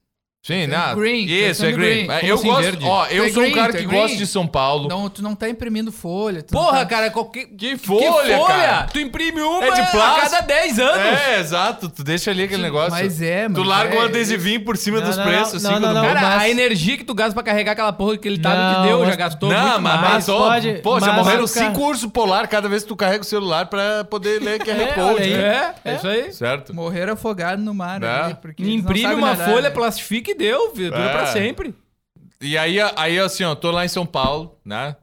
[SPEAKER 3] Sim,
[SPEAKER 2] sendo
[SPEAKER 3] nada.
[SPEAKER 2] green, tá
[SPEAKER 3] Isso, é
[SPEAKER 2] sendo
[SPEAKER 3] green.
[SPEAKER 2] green.
[SPEAKER 3] É,
[SPEAKER 2] Como
[SPEAKER 3] Eu
[SPEAKER 2] assim,
[SPEAKER 3] gosto.
[SPEAKER 2] verde?
[SPEAKER 3] Ó, eu
[SPEAKER 2] Tu é
[SPEAKER 3] sou um
[SPEAKER 2] green,
[SPEAKER 3] cara
[SPEAKER 2] tu é
[SPEAKER 3] que
[SPEAKER 2] green?
[SPEAKER 3] gosta de São Paulo.
[SPEAKER 2] Não, tu não tá imprimindo folha. tu não
[SPEAKER 4] Porra,
[SPEAKER 2] tá-
[SPEAKER 4] cara, qualquer.
[SPEAKER 3] Que folha, cara.
[SPEAKER 4] Tu imprime uma
[SPEAKER 3] É de
[SPEAKER 4] a
[SPEAKER 3] plástico.
[SPEAKER 4] cada 10 anos.
[SPEAKER 3] É, exato. Tu deixa ali aquele negócio.
[SPEAKER 2] Mas é, mano.
[SPEAKER 3] Tu larga
[SPEAKER 2] é,
[SPEAKER 3] um adesivinho por cima
[SPEAKER 1] Não,
[SPEAKER 3] dos
[SPEAKER 1] não,
[SPEAKER 3] preços,
[SPEAKER 1] não,
[SPEAKER 3] assim,
[SPEAKER 1] não,
[SPEAKER 3] quando
[SPEAKER 1] não,
[SPEAKER 3] muda.
[SPEAKER 4] Cara,
[SPEAKER 1] mas-
[SPEAKER 4] a energia que tu gasta pra carregar aquela porra que ele
[SPEAKER 1] Não,
[SPEAKER 4] tava te deu,
[SPEAKER 1] mas-
[SPEAKER 4] já gastou
[SPEAKER 3] Não,
[SPEAKER 4] muito
[SPEAKER 3] mas,
[SPEAKER 4] mais.
[SPEAKER 1] mas
[SPEAKER 3] ó,
[SPEAKER 1] pode-
[SPEAKER 3] pô, já
[SPEAKER 1] mas
[SPEAKER 3] morreram
[SPEAKER 1] o cara-
[SPEAKER 3] cinco ursos polar cada vez que tu carrega o celular pra poder ler QR
[SPEAKER 1] É, olha
[SPEAKER 3] Code.
[SPEAKER 1] aí.
[SPEAKER 3] né?
[SPEAKER 4] É, é isso aí.
[SPEAKER 3] Certo?
[SPEAKER 2] Morreram afogados no mar.
[SPEAKER 3] Né?
[SPEAKER 2] ali, porque eles não
[SPEAKER 4] Imprime
[SPEAKER 2] sabem
[SPEAKER 4] uma
[SPEAKER 2] nadar,
[SPEAKER 4] folha,
[SPEAKER 2] né?
[SPEAKER 4] plastifica e deu, viu? dura
[SPEAKER 3] É.
[SPEAKER 4] pra sempre.
[SPEAKER 3] E aí, aí, assim, ó, tô lá em São Paulo, né?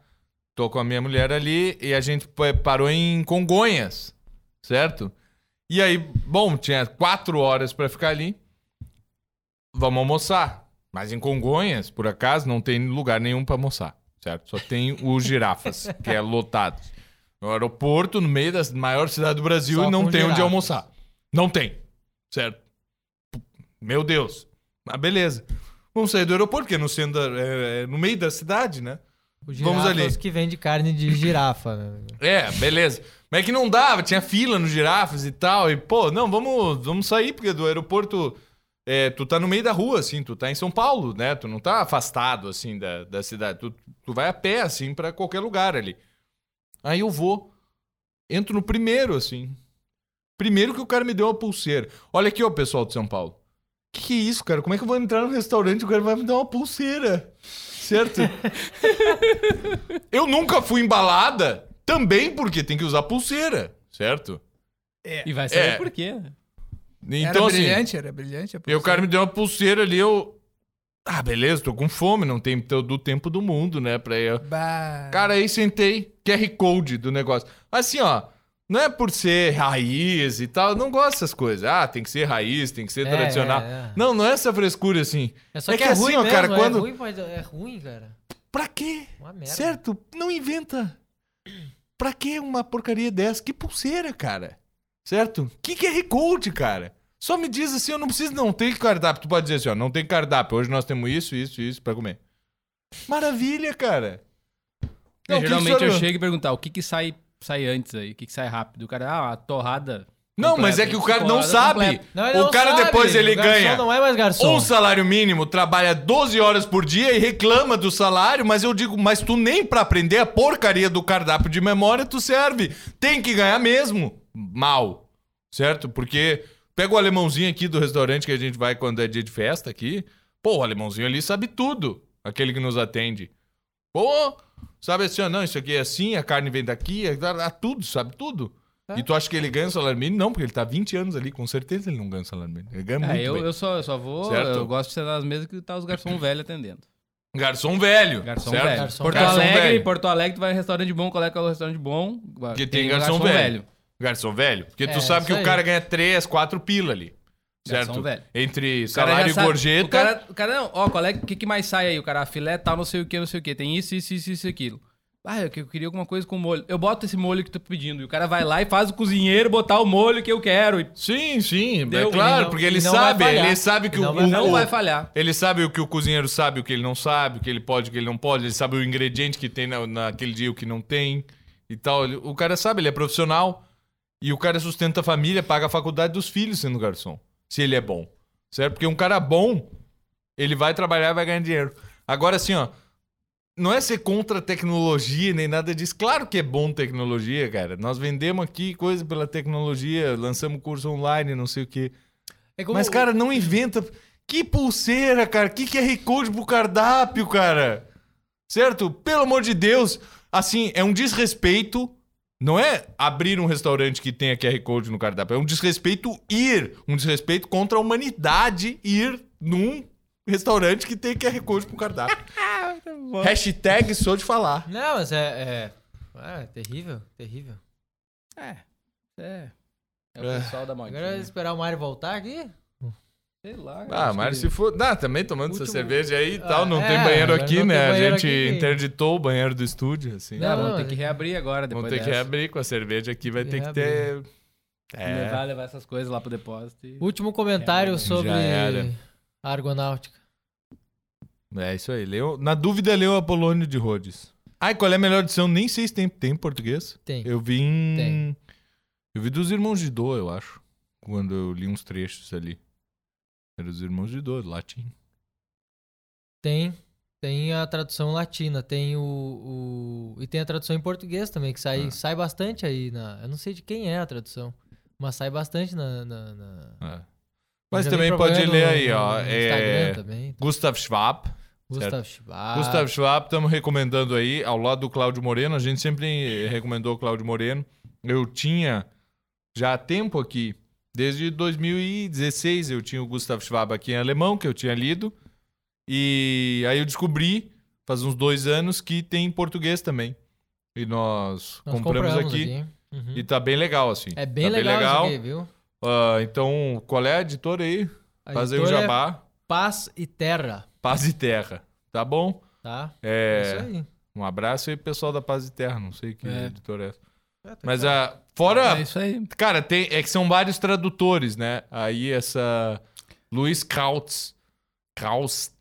[SPEAKER 3] Tô com a minha mulher ali e a gente pa- parou em Congonhas, certo? E aí, bom, tinha quatro horas pra ficar ali. Vamos almoçar. Mas em Congonhas, por acaso, não tem lugar nenhum pra almoçar, certo? Só tem
[SPEAKER 1] [laughs]
[SPEAKER 3] os girafas, que é lotado. No aeroporto, no meio da maior cidade do Brasil,
[SPEAKER 1] Só
[SPEAKER 3] e não
[SPEAKER 1] com
[SPEAKER 3] tem onde
[SPEAKER 1] girafas.
[SPEAKER 3] almoçar. Não tem, certo? Meu Deus. Mas beleza. Vamos sair do aeroporto, porque é no centro, da- é- é no meio da cidade, né?
[SPEAKER 1] Os
[SPEAKER 3] Vamos
[SPEAKER 1] girafas
[SPEAKER 3] ali.
[SPEAKER 1] que vende carne de girafa. né?
[SPEAKER 3] É, beleza. Mas é que não dava, tinha fila nos girafas e tal. E, pô, não, vamos, vamos sair, porque do aeroporto. é, tu tá no meio da rua, assim, tu tá em São Paulo, né? Tu não tá afastado, assim, da, da cidade. Tu, tu vai a pé, assim, pra qualquer lugar ali. Aí eu vou, entro no primeiro, assim. Primeiro que o cara me deu uma pulseira. Olha aqui, ó, pessoal de São Paulo. Que que é isso, cara? Como é que eu vou entrar no restaurante e o cara vai me dar uma pulseira? [laughs] Certo? eu nunca fui embalada também porque tem que usar pulseira, certo?
[SPEAKER 4] E vai saber
[SPEAKER 3] É.
[SPEAKER 4] por quê.
[SPEAKER 3] Então,
[SPEAKER 2] era
[SPEAKER 3] assim,
[SPEAKER 2] brilhante, era brilhante. a
[SPEAKER 3] e o
[SPEAKER 2] pulseira.
[SPEAKER 3] cara me deu uma pulseira ali, eu. Ah, beleza, tô com fome, não tem todo o tempo do mundo, né? Pra eu.
[SPEAKER 2] É. Bah.
[SPEAKER 3] Cara, aí sentei, QR Code do negócio. Assim, ó, não é por ser raiz e tal, eu não gosto dessas coisas. Ah, tem que ser raiz, tem que ser
[SPEAKER 1] É,
[SPEAKER 3] tradicional.
[SPEAKER 1] é, é.
[SPEAKER 3] Não, não é essa frescura assim.
[SPEAKER 1] É só
[SPEAKER 3] É
[SPEAKER 1] que,
[SPEAKER 3] que
[SPEAKER 1] é
[SPEAKER 3] assim,
[SPEAKER 1] ruim,
[SPEAKER 3] ó,
[SPEAKER 1] mesmo,
[SPEAKER 3] cara, quando-
[SPEAKER 1] É ruim, mas é ruim, cara.
[SPEAKER 3] Pra quê?
[SPEAKER 1] Uma merda.
[SPEAKER 3] Certo? Não inventa. Pra que uma porcaria dessa? Que pulseira, cara. Certo? Que QR Code, cara? Só me diz assim, eu não preciso não tem cardápio. Tu pode dizer assim, ó, não tem cardápio. Hoje nós temos isso, isso, isso pra comer. Maravilha, cara. Não, o que é que o
[SPEAKER 4] geralmente eu
[SPEAKER 3] senhor-
[SPEAKER 4] chego e perguntar o que que sai, sai antes aí, o que que sai rápido. O cara, ah, a torrada.
[SPEAKER 3] Não, mas
[SPEAKER 4] completa.
[SPEAKER 3] é que o cara não
[SPEAKER 4] Torrada
[SPEAKER 3] sabe.
[SPEAKER 4] completa.
[SPEAKER 1] Não, ele
[SPEAKER 3] o
[SPEAKER 1] não
[SPEAKER 3] cara
[SPEAKER 1] sabe,
[SPEAKER 3] depois ele
[SPEAKER 1] o garçom
[SPEAKER 3] ganha
[SPEAKER 1] não é mais garçom.
[SPEAKER 3] um salário mínimo, trabalha 12 horas por dia e reclama do salário, mas eu digo, mas tu nem pra aprender a porcaria do cardápio de memória tu serve. Tem que ganhar mesmo. Mal. Certo? Porque pega o alemãozinho aqui do restaurante que a gente vai quando é dia de festa aqui. Pô, o alemãozinho ali sabe tudo. Aquele que nos atende. Pô, sabe assim, ó, não, isso aqui é assim, a carne vem daqui, é, dá- dá tudo, sabe tudo.
[SPEAKER 4] Tá.
[SPEAKER 3] E tu acha que ele ganha o salário mínimo? Não, porque ele tá 20 anos ali, com certeza ele não ganha o salário mínimo. Ele ganha muito
[SPEAKER 4] É, eu,
[SPEAKER 3] bem.
[SPEAKER 4] eu, só, eu só vou.
[SPEAKER 3] Certo.
[SPEAKER 4] Eu gosto de ser nas mesas que tá os [coughs] garçom velho atendendo.
[SPEAKER 3] Garçom velho.
[SPEAKER 4] Garçom
[SPEAKER 3] certo?
[SPEAKER 4] velho.
[SPEAKER 1] Garçom
[SPEAKER 4] Porto
[SPEAKER 1] velho.
[SPEAKER 4] Alegre,
[SPEAKER 3] velho.
[SPEAKER 4] Porto Alegre, tu vai em restaurante bom, qual é que é o restaurante bom?
[SPEAKER 3] Porque tem garçom velho. Garçom velho. Porque tu
[SPEAKER 1] É,
[SPEAKER 3] sabe que
[SPEAKER 1] isso
[SPEAKER 3] o
[SPEAKER 1] aí.
[SPEAKER 3] cara ganha 3, 4 pila ali. Certo?
[SPEAKER 5] Garçom velho.
[SPEAKER 3] Entre
[SPEAKER 5] O cara já
[SPEAKER 3] salário e
[SPEAKER 5] sabe-
[SPEAKER 3] gorjeta.
[SPEAKER 5] O cara, o cara não, ó, qual é, o que, que mais sai aí? O cara, ah, filé tal, não sei o que, não sei o que. Tem isso, isso, isso, isso, e aquilo. Ah, eu, que- eu queria alguma coisa com molho. Eu boto esse molho que tu tá pedindo. E o cara vai lá e faz o cozinheiro botar o molho que eu quero. E
[SPEAKER 3] Sim, sim, é
[SPEAKER 5] Deu.
[SPEAKER 3] claro,
[SPEAKER 1] E não-
[SPEAKER 3] porque
[SPEAKER 1] e
[SPEAKER 3] ele
[SPEAKER 1] não vai
[SPEAKER 3] sabe,
[SPEAKER 1] falhar.
[SPEAKER 3] ele sabe que
[SPEAKER 1] E
[SPEAKER 3] o,
[SPEAKER 1] não vai-
[SPEAKER 3] o-
[SPEAKER 5] não
[SPEAKER 3] é o-
[SPEAKER 5] vai falhar.
[SPEAKER 3] ele sabe o que o cozinheiro sabe, o que ele não sabe, o que ele pode, o que ele não pode, ele sabe o ingrediente que tem na, naquele dia, o que não tem e tal. Ele- o cara sabe, ele é profissional e o cara sustenta a família, paga a faculdade dos filhos sendo garçom, se ele é bom, certo? Porque um cara bom, ele vai trabalhar e vai ganhar dinheiro. Agora, assim, ó, não é ser contra a tecnologia nem nada disso. Claro que é bom tecnologia, cara. Nós vendemos aqui coisa pela tecnologia, lançamos curso online, não sei o quê.
[SPEAKER 1] É como
[SPEAKER 3] Mas,
[SPEAKER 1] o-
[SPEAKER 3] cara, não inventa. Que pulseira, cara. Que QR Code pro cardápio, cara. Certo? Pelo amor de Deus. Assim, é um desrespeito. Não é abrir um restaurante que tenha QR Code no cardápio. É um desrespeito ir. Um desrespeito contra a humanidade ir num restaurante que tem QR Code pro
[SPEAKER 1] [laughs]
[SPEAKER 3] cardápio.
[SPEAKER 1] Ah, tá
[SPEAKER 3] Hashtag sou de falar.
[SPEAKER 1] Não, mas é. é... Ah, é terrível, terrível.
[SPEAKER 5] É. É
[SPEAKER 3] É.
[SPEAKER 5] o pessoal da modinha.
[SPEAKER 1] Agora esperar o Mário voltar aqui?
[SPEAKER 5] Sei lá. cara,
[SPEAKER 3] Ah,
[SPEAKER 5] acho
[SPEAKER 3] mas
[SPEAKER 5] que-
[SPEAKER 3] se for. Ah, também tomando essa
[SPEAKER 5] Último-
[SPEAKER 3] cerveja aí e tal. Não
[SPEAKER 1] é,
[SPEAKER 3] tem banheiro
[SPEAKER 1] agora
[SPEAKER 3] aqui,
[SPEAKER 1] não
[SPEAKER 3] né?
[SPEAKER 1] tem
[SPEAKER 3] A
[SPEAKER 1] banheiro
[SPEAKER 3] gente
[SPEAKER 1] aqui.
[SPEAKER 3] interditou o banheiro do estúdio, assim.
[SPEAKER 5] Não, é. vamos ter
[SPEAKER 1] Não,
[SPEAKER 5] que reabrir agora
[SPEAKER 3] Vão
[SPEAKER 5] depois
[SPEAKER 3] ter que
[SPEAKER 5] dessa.
[SPEAKER 3] reabrir com a cerveja aqui, vai ter
[SPEAKER 1] Tem que
[SPEAKER 3] que ter. É.
[SPEAKER 5] Levar, levar essas coisas lá pro depósito. E...
[SPEAKER 1] Último comentário
[SPEAKER 5] já
[SPEAKER 1] sobre
[SPEAKER 3] era.
[SPEAKER 1] a Argonáutica.
[SPEAKER 3] É isso aí. Leu... Na dúvida, leu Apolônio de Rhodes. Ai, qual é a melhor edição? Nem sei se tem, tem em português.
[SPEAKER 1] Tem.
[SPEAKER 3] Eu vi em.
[SPEAKER 1] Tem.
[SPEAKER 3] Eu vi dos Irmãos de Dor, eu acho. Quando eu li uns trechos ali. Era os Irmãos de Dor, latim.
[SPEAKER 1] Tem. Tem a tradução latina, tem o, o- E tem a tradução em português também, que sai,
[SPEAKER 3] Ah.
[SPEAKER 1] sai bastante aí na. Eu não sei de quem é a tradução, mas sai bastante na. na- na-
[SPEAKER 3] É. Mas
[SPEAKER 1] já vi
[SPEAKER 3] também
[SPEAKER 1] propaganda
[SPEAKER 3] pode ler
[SPEAKER 1] no-
[SPEAKER 3] aí,
[SPEAKER 1] no-
[SPEAKER 3] ó.
[SPEAKER 1] no
[SPEAKER 3] É...
[SPEAKER 1] Instagram também.
[SPEAKER 3] Gustav Schwab.
[SPEAKER 1] Gustav Schwab.
[SPEAKER 3] Gustavo Schwab, estamos recomendando aí, ao lado do Cláudio Moreno. A gente sempre recomendou o Cláudio Moreno. Eu tinha já há tempo aqui, desde 2016, eu tinha o Gustav Schwab aqui em alemão, que eu tinha lido. E aí eu descobri, faz uns dois anos, que tem em português também. E nós,
[SPEAKER 1] Nós
[SPEAKER 3] compramos, aqui.
[SPEAKER 1] Uhum.
[SPEAKER 3] E tá bem legal, assim.
[SPEAKER 1] É bem
[SPEAKER 3] tá
[SPEAKER 1] legal, isso aqui, viu?
[SPEAKER 3] Ah, então, qual é a editora aí?
[SPEAKER 1] A
[SPEAKER 3] Faz aí o
[SPEAKER 1] editora é
[SPEAKER 3] um jabá.
[SPEAKER 1] Paz e Terra,
[SPEAKER 3] Paz e Terra. Tá bom?
[SPEAKER 1] tá?
[SPEAKER 3] É...
[SPEAKER 1] isso aí.
[SPEAKER 3] Um abraço aí, pessoal da Paz e Terra. Não sei que editora é essa.
[SPEAKER 1] É, tá
[SPEAKER 3] Mas a. Fora.
[SPEAKER 4] É isso aí.
[SPEAKER 3] Cara, tem, é que são vários tradutores, né? Aí essa. Luiz Krautz. Krautz.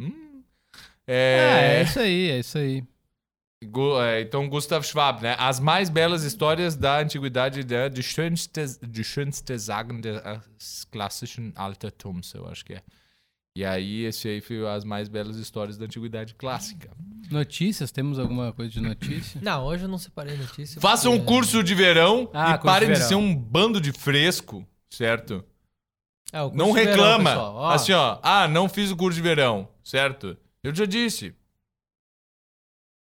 [SPEAKER 3] Hum.
[SPEAKER 5] Ah,
[SPEAKER 4] É, é
[SPEAKER 3] É,
[SPEAKER 4] isso aí, é isso aí.
[SPEAKER 3] Gu- é, Então, Gustav Schwab, né? As mais belas histórias da antiguidade, né? De schönste, die schönste Sagen des klassischen Altertums, eu acho que é. E aí, esse aí foi as mais belas histórias da antiguidade clássica.
[SPEAKER 4] Notícias, temos alguma coisa de notícia?
[SPEAKER 1] Não, hoje eu não separei notícia.
[SPEAKER 3] Façam um
[SPEAKER 1] porque-
[SPEAKER 3] curso de verão
[SPEAKER 5] Ah,
[SPEAKER 3] e
[SPEAKER 5] curso de
[SPEAKER 3] parem de,
[SPEAKER 5] verão.
[SPEAKER 3] ser um bando de fresco, certo?
[SPEAKER 1] É, o curso
[SPEAKER 3] não
[SPEAKER 1] de verão,
[SPEAKER 3] reclama.
[SPEAKER 1] pessoal, ó.
[SPEAKER 3] assim, ó. Ah, não fiz o curso de verão, certo? Eu já disse.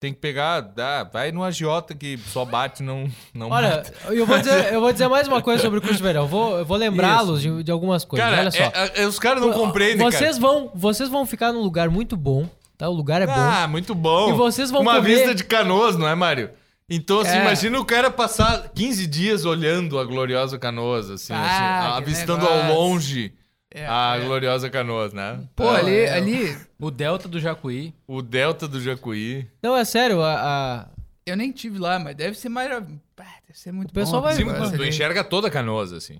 [SPEAKER 3] Tem que pegar, dá, vai no agiota que só bate, não. não
[SPEAKER 1] Olha,
[SPEAKER 3] mata.
[SPEAKER 1] eu vou, dizer, eu vou dizer mais uma coisa sobre o curso de verão. Eu vou, eu vou lembrá-los de, de algumas coisas.
[SPEAKER 3] cara,
[SPEAKER 1] Olha só.
[SPEAKER 3] é- é- os caras não compreendem,
[SPEAKER 1] vocês Vão, vocês vão ficar num lugar muito bom, tá? O lugar é
[SPEAKER 3] cara.
[SPEAKER 1] bom.
[SPEAKER 3] Ah, muito bom.
[SPEAKER 1] E vocês vão
[SPEAKER 3] Uma
[SPEAKER 1] comer-
[SPEAKER 3] vista de canoas, não é, Mário? Então, assim,
[SPEAKER 1] É.
[SPEAKER 3] imagina o cara passar 15 dias olhando a gloriosa canoas, assim,
[SPEAKER 2] Ah,
[SPEAKER 3] assim
[SPEAKER 2] que
[SPEAKER 3] avistando ao
[SPEAKER 2] negócio.
[SPEAKER 3] longe
[SPEAKER 2] É,
[SPEAKER 3] a
[SPEAKER 2] é.
[SPEAKER 3] gloriosa canoas, né?
[SPEAKER 2] Pô, ali, ali,
[SPEAKER 5] O Delta do Jacuí.
[SPEAKER 3] O Delta do Jacuí.
[SPEAKER 1] Não, é sério. A, a-
[SPEAKER 2] eu nem tive lá, mas deve ser marav... Bah, Deve ser muito
[SPEAKER 1] O pessoal
[SPEAKER 2] bom
[SPEAKER 1] vai-
[SPEAKER 2] aquele
[SPEAKER 3] Sim,
[SPEAKER 1] mas
[SPEAKER 2] negócio
[SPEAKER 3] tu
[SPEAKER 2] ali.
[SPEAKER 3] enxerga toda a canoas, assim.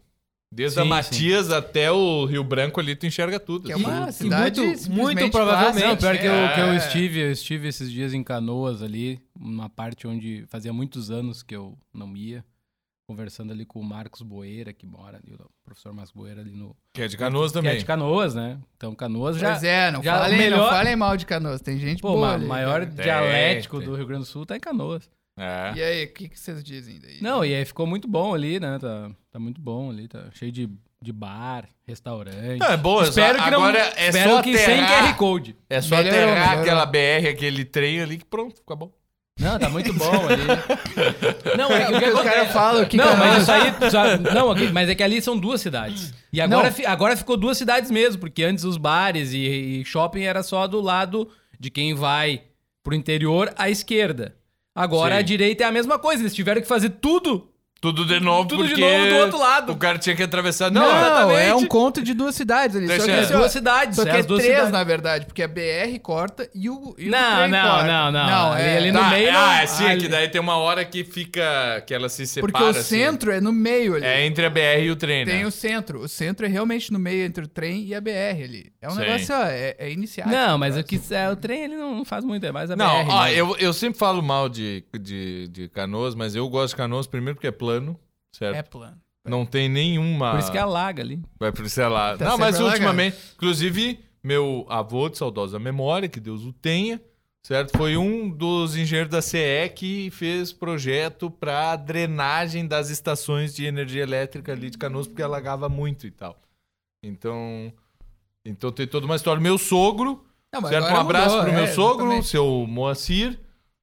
[SPEAKER 3] Desde a
[SPEAKER 5] Sim,
[SPEAKER 3] Matias até o Rio Branco ali, tu enxerga tudo.
[SPEAKER 2] Que é
[SPEAKER 3] assim.
[SPEAKER 2] uma
[SPEAKER 1] e
[SPEAKER 2] cidade
[SPEAKER 1] muito-
[SPEAKER 2] simplesmente
[SPEAKER 1] muito provavelmente,
[SPEAKER 2] clássica,
[SPEAKER 1] não, pior
[SPEAKER 2] né?
[SPEAKER 4] Pior que eu, que eu
[SPEAKER 2] É.
[SPEAKER 4] estive, eu estive esses dias em Canoas ali, uma parte onde fazia muitos anos que eu não ia, conversando ali com o Marcos Boeira, que mora ali, o professor Marcos Boeira ali no...
[SPEAKER 3] Que é de canoas
[SPEAKER 4] Que é
[SPEAKER 3] também.
[SPEAKER 4] de Canoas, né? Então Canoas já...
[SPEAKER 2] Pois é, não,
[SPEAKER 4] já
[SPEAKER 2] falem, não
[SPEAKER 4] melhor-
[SPEAKER 2] falem mal de Canoas. Tem gente
[SPEAKER 4] Pô,
[SPEAKER 2] boa
[SPEAKER 4] o
[SPEAKER 2] ali, né? cara.
[SPEAKER 4] maior dialético
[SPEAKER 3] tem.
[SPEAKER 4] do Rio Grande do Sul tá em Canoas.
[SPEAKER 3] É.
[SPEAKER 2] E aí, o que, que vocês dizem daí?
[SPEAKER 4] Não, e aí ficou muito bom ali, né? Tá, tá muito bom ali, tá cheio de, de bar, restaurante.
[SPEAKER 3] Não, é boa,
[SPEAKER 4] espero
[SPEAKER 3] só-
[SPEAKER 4] que não,
[SPEAKER 3] agora é
[SPEAKER 4] espero
[SPEAKER 3] só
[SPEAKER 4] que sem
[SPEAKER 3] aterrar.
[SPEAKER 4] QR Code.
[SPEAKER 3] É só
[SPEAKER 2] Melhorou,
[SPEAKER 3] aterrar
[SPEAKER 2] melhorou.
[SPEAKER 3] aquela BR, aquele trem ali, que pronto, fica bom.
[SPEAKER 4] Não, tá muito bom
[SPEAKER 3] [laughs]
[SPEAKER 4] ali. Não, é que o que
[SPEAKER 2] Os
[SPEAKER 4] acontece-
[SPEAKER 2] caras falam que
[SPEAKER 4] não,
[SPEAKER 2] Canoas-
[SPEAKER 4] mas isso aí. já- não, ok, mas é que ali são duas cidades. E agora, fi- agora ficou duas cidades mesmo, porque antes os bares e, e shopping era só do lado de quem vai pro interior à esquerda. Agora
[SPEAKER 3] Sim.
[SPEAKER 4] a direita é a mesma coisa. Eles tiveram que fazer tudo
[SPEAKER 3] Tudo de novo,
[SPEAKER 5] Tudo de
[SPEAKER 3] porque
[SPEAKER 5] novo do outro lado.
[SPEAKER 3] O cara tinha que atravessar. Não,
[SPEAKER 2] Não,
[SPEAKER 5] exatamente.
[SPEAKER 2] é um conto de duas cidades ali. Só
[SPEAKER 3] Deixa
[SPEAKER 2] que,
[SPEAKER 3] eu-
[SPEAKER 2] assim, ó,
[SPEAKER 5] Duas cidades,
[SPEAKER 2] Só
[SPEAKER 5] é
[SPEAKER 2] que é
[SPEAKER 5] as duas
[SPEAKER 2] três,
[SPEAKER 5] cidades.
[SPEAKER 2] na verdade, porque a BR corta e o. E o
[SPEAKER 5] Não,
[SPEAKER 2] trem
[SPEAKER 5] não,
[SPEAKER 2] corta.
[SPEAKER 5] não, não. Ali-
[SPEAKER 2] é,
[SPEAKER 5] ali no
[SPEAKER 3] Tá,
[SPEAKER 5] meio
[SPEAKER 3] é,
[SPEAKER 5] não-
[SPEAKER 3] ah, sim, é
[SPEAKER 5] ali-
[SPEAKER 3] que daí tem uma hora que fica. que ela se separa.
[SPEAKER 2] Porque o
[SPEAKER 3] assim.
[SPEAKER 2] centro é no meio ali.
[SPEAKER 3] É entre a BR e o trem, né?
[SPEAKER 2] Tem o centro. O centro é realmente no meio entre o trem e a BR ali. É um
[SPEAKER 3] Sim.
[SPEAKER 2] negócio, ó, é, é iniciático.
[SPEAKER 5] Não, mas o, que, é, o trem ele não, não faz muito, é mais a
[SPEAKER 3] Não,
[SPEAKER 5] BR.
[SPEAKER 3] ó,
[SPEAKER 5] né?
[SPEAKER 3] eu, eu sempre falo mal de, de, de canoas, mas eu gosto de canoas primeiro porque é plano, certo?
[SPEAKER 2] É plano.
[SPEAKER 3] Não tem nenhuma.
[SPEAKER 5] Por isso que
[SPEAKER 4] é
[SPEAKER 5] alaga ali.
[SPEAKER 3] Vai por sei lá.
[SPEAKER 2] Tá
[SPEAKER 3] Não, mas
[SPEAKER 2] sempre alagado.
[SPEAKER 3] ultimamente, inclusive, meu avô de saudosa memória, que Deus o tenha, certo? Foi um dos engenheiros da CE que fez projeto para drenagem das estações de energia elétrica ali de Canoas, porque alagava muito e tal. Então, então tem toda uma história. Meu sogro,
[SPEAKER 2] Não, mas
[SPEAKER 3] certo? Um
[SPEAKER 2] agora
[SPEAKER 3] abraço
[SPEAKER 2] mudou,
[SPEAKER 3] pro meu
[SPEAKER 2] é,
[SPEAKER 3] sogro,
[SPEAKER 2] exatamente.
[SPEAKER 3] seu Moacir,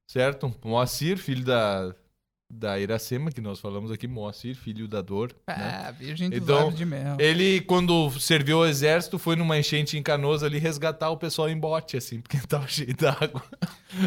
[SPEAKER 3] certo? Um Moacir, filho da da Iracema, que nós falamos aqui, Moacir, filho da dor. né?
[SPEAKER 2] Ah, virgem dos
[SPEAKER 3] Então,
[SPEAKER 2] lábios de mel.
[SPEAKER 3] Ele, quando serviu ao exército, foi numa enchente em Canoas ali resgatar o pessoal em bote, assim, porque [laughs] tava cheio d'água.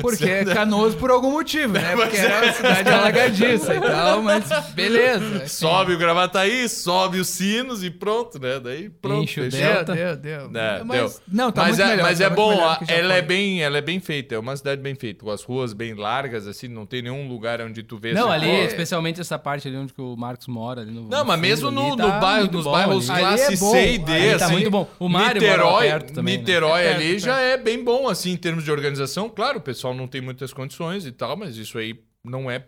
[SPEAKER 2] Porque
[SPEAKER 3] [laughs]
[SPEAKER 2] é canoso por algum motivo, né? Porque era
[SPEAKER 3] é.
[SPEAKER 2] uma cidade alagadiça e tal, mas beleza.
[SPEAKER 3] Sobe o gravataí, sobe os sinos e pronto, né? Daí pronto.
[SPEAKER 5] Enche o
[SPEAKER 3] fechou.
[SPEAKER 2] Deu, deu, deu.
[SPEAKER 3] É,
[SPEAKER 2] mas,
[SPEAKER 3] deu.
[SPEAKER 2] Não, tá
[SPEAKER 3] mas
[SPEAKER 2] muito
[SPEAKER 3] é,
[SPEAKER 2] melhor,
[SPEAKER 3] mas
[SPEAKER 2] tá
[SPEAKER 3] é
[SPEAKER 2] muito
[SPEAKER 3] bom,
[SPEAKER 2] melhor do que já
[SPEAKER 3] ela
[SPEAKER 2] foi.
[SPEAKER 3] é bem, ela é bem feita, é uma cidade bem feita, com as ruas bem largas assim, não tem nenhum lugar onde tu vê
[SPEAKER 5] Não,
[SPEAKER 3] assim,
[SPEAKER 5] ali,
[SPEAKER 3] pô,
[SPEAKER 5] especialmente essa parte ali onde que o Marcos mora. Ali no,
[SPEAKER 3] Não, mas
[SPEAKER 5] fundo
[SPEAKER 3] mesmo no,
[SPEAKER 5] ali,
[SPEAKER 3] no
[SPEAKER 5] tá
[SPEAKER 3] bairro,
[SPEAKER 5] muito
[SPEAKER 3] nos
[SPEAKER 5] bom
[SPEAKER 3] bairros
[SPEAKER 5] ali.
[SPEAKER 3] classe
[SPEAKER 2] é bom,
[SPEAKER 3] C e D,
[SPEAKER 5] ali tá
[SPEAKER 3] assim,
[SPEAKER 5] muito bom. O Mário
[SPEAKER 3] Niterói,
[SPEAKER 5] mora perto também, né?
[SPEAKER 3] Niterói
[SPEAKER 2] É perto,
[SPEAKER 3] ali
[SPEAKER 2] perto.
[SPEAKER 3] já é bem bom, assim, em termos de organização. Claro, o pessoal não tem muitas condições e tal, mas isso aí não é,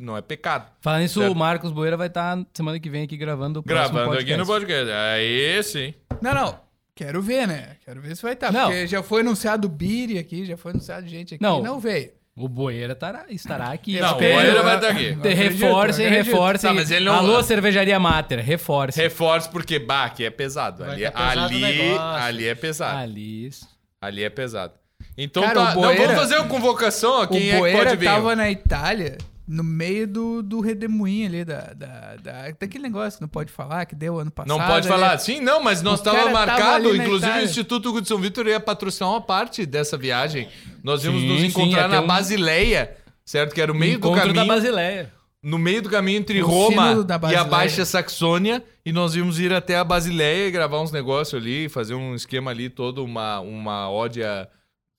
[SPEAKER 3] não é pecado.
[SPEAKER 5] Falando isso,
[SPEAKER 3] Certo.
[SPEAKER 5] o Marcos Boeira vai estar semana que vem aqui gravando o próximo
[SPEAKER 3] Gravando aqui
[SPEAKER 5] podcast.
[SPEAKER 3] no podcast. Aí sim.
[SPEAKER 2] Não, não. Quero ver, né? Quero ver se vai estar.
[SPEAKER 5] Não.
[SPEAKER 2] Porque já foi anunciado o Biri aqui, já foi anunciado gente aqui.
[SPEAKER 5] Não.
[SPEAKER 2] Não veio.
[SPEAKER 5] O Boeira tará- estará aqui.
[SPEAKER 3] Não, o
[SPEAKER 5] Espero-
[SPEAKER 3] Boeira vai estar aqui.
[SPEAKER 5] Te-
[SPEAKER 2] acredito,
[SPEAKER 5] Reforcem,
[SPEAKER 2] eu acredito.
[SPEAKER 5] reforcem.
[SPEAKER 3] Tá, mas ele não-
[SPEAKER 5] Alô, cervejaria Mater, reforcem.
[SPEAKER 3] Reforço porque, bah, aqui é pesado.
[SPEAKER 1] Vai
[SPEAKER 3] Ali,
[SPEAKER 1] tá pesado o
[SPEAKER 3] ali,
[SPEAKER 1] negócio.
[SPEAKER 3] ali é
[SPEAKER 5] Ah,
[SPEAKER 3] pesado.
[SPEAKER 5] Alice.
[SPEAKER 3] Ali é pesado. Então
[SPEAKER 2] Cara,
[SPEAKER 3] tá.
[SPEAKER 2] o
[SPEAKER 3] não,
[SPEAKER 2] Boeira-
[SPEAKER 3] vamos fazer uma convocação a quem
[SPEAKER 2] o
[SPEAKER 3] é que
[SPEAKER 2] Boeira
[SPEAKER 3] pode vir.
[SPEAKER 2] tava na Itália, no meio do, do redemoinho ali, da, da, da- daquele negócio que não pode falar, que deu ano passado.
[SPEAKER 3] Não pode
[SPEAKER 2] né?
[SPEAKER 3] falar assim, não, mas nós
[SPEAKER 2] O
[SPEAKER 3] tava
[SPEAKER 2] cara tava
[SPEAKER 3] marcado,
[SPEAKER 2] ali na
[SPEAKER 3] inclusive
[SPEAKER 2] Itália.
[SPEAKER 3] o Instituto Hugo de São Vitor ia patrocinar uma parte dessa viagem. Nós íamos
[SPEAKER 5] Sim,
[SPEAKER 3] nos
[SPEAKER 5] sim,
[SPEAKER 3] encontrar
[SPEAKER 5] ia ter
[SPEAKER 3] na
[SPEAKER 5] um-
[SPEAKER 3] Basileia, certo? Que era o meio do
[SPEAKER 5] Encontro da
[SPEAKER 3] caminho,
[SPEAKER 5] Basileia.
[SPEAKER 3] no meio do caminho entre
[SPEAKER 2] O sínodo
[SPEAKER 3] Roma
[SPEAKER 2] da
[SPEAKER 3] e a
[SPEAKER 2] Basileia.
[SPEAKER 3] Baixa Saxônia, e nós íamos ir até a Basileia e gravar uns negócios ali, fazer um esquema ali todo uma uma ódia,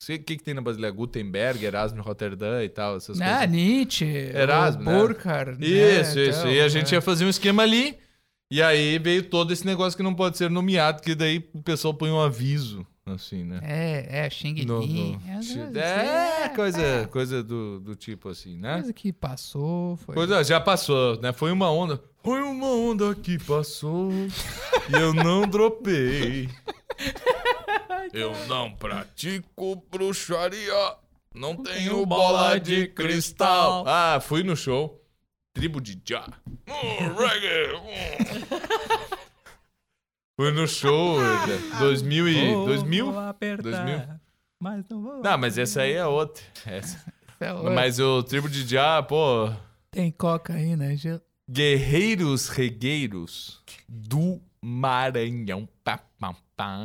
[SPEAKER 3] o que que tem na Basileia? Gutenberg, Erasmo de Roterdã e tal, essas
[SPEAKER 2] Ah,
[SPEAKER 3] coisas. né?
[SPEAKER 2] Nietzsche,
[SPEAKER 3] Erasmo, né?
[SPEAKER 2] Burkhardt. né,
[SPEAKER 3] Isso, isso.
[SPEAKER 2] então,
[SPEAKER 3] e a gente
[SPEAKER 2] é.
[SPEAKER 3] ia fazer um esquema ali. E aí veio todo esse negócio que não pode ser nomeado, que daí o pessoal põe um aviso, assim, né?
[SPEAKER 2] É, é, Xing
[SPEAKER 3] No-
[SPEAKER 2] Ling.
[SPEAKER 3] no-
[SPEAKER 2] É, as coisas,
[SPEAKER 3] É,
[SPEAKER 2] é,
[SPEAKER 3] coisa, coisa do, do tipo assim, né?
[SPEAKER 2] Coisa que passou, foi.
[SPEAKER 3] Coisa, é, já passou, né? Foi uma onda. Foi uma onda que passou e eu [laughs] não [laughs] dropei. Eu não pratico bruxaria, não tenho bola de cristal. Ah, fui no show. Tribo de Já. Hum, reggae. hum. Fui no show, né? 2000
[SPEAKER 2] assim,
[SPEAKER 3] e... 2000?
[SPEAKER 5] Vou apertar,
[SPEAKER 3] 2000?
[SPEAKER 5] Mas não vou.
[SPEAKER 3] Não, mas essa aí é outra. Essa-
[SPEAKER 2] Até hoje.
[SPEAKER 3] Mas o Tribo de Já, pô...
[SPEAKER 2] Tem coca aí, né, gelo?
[SPEAKER 3] Guerreiros Regueiros do Maranhão. Pá, pá, pá.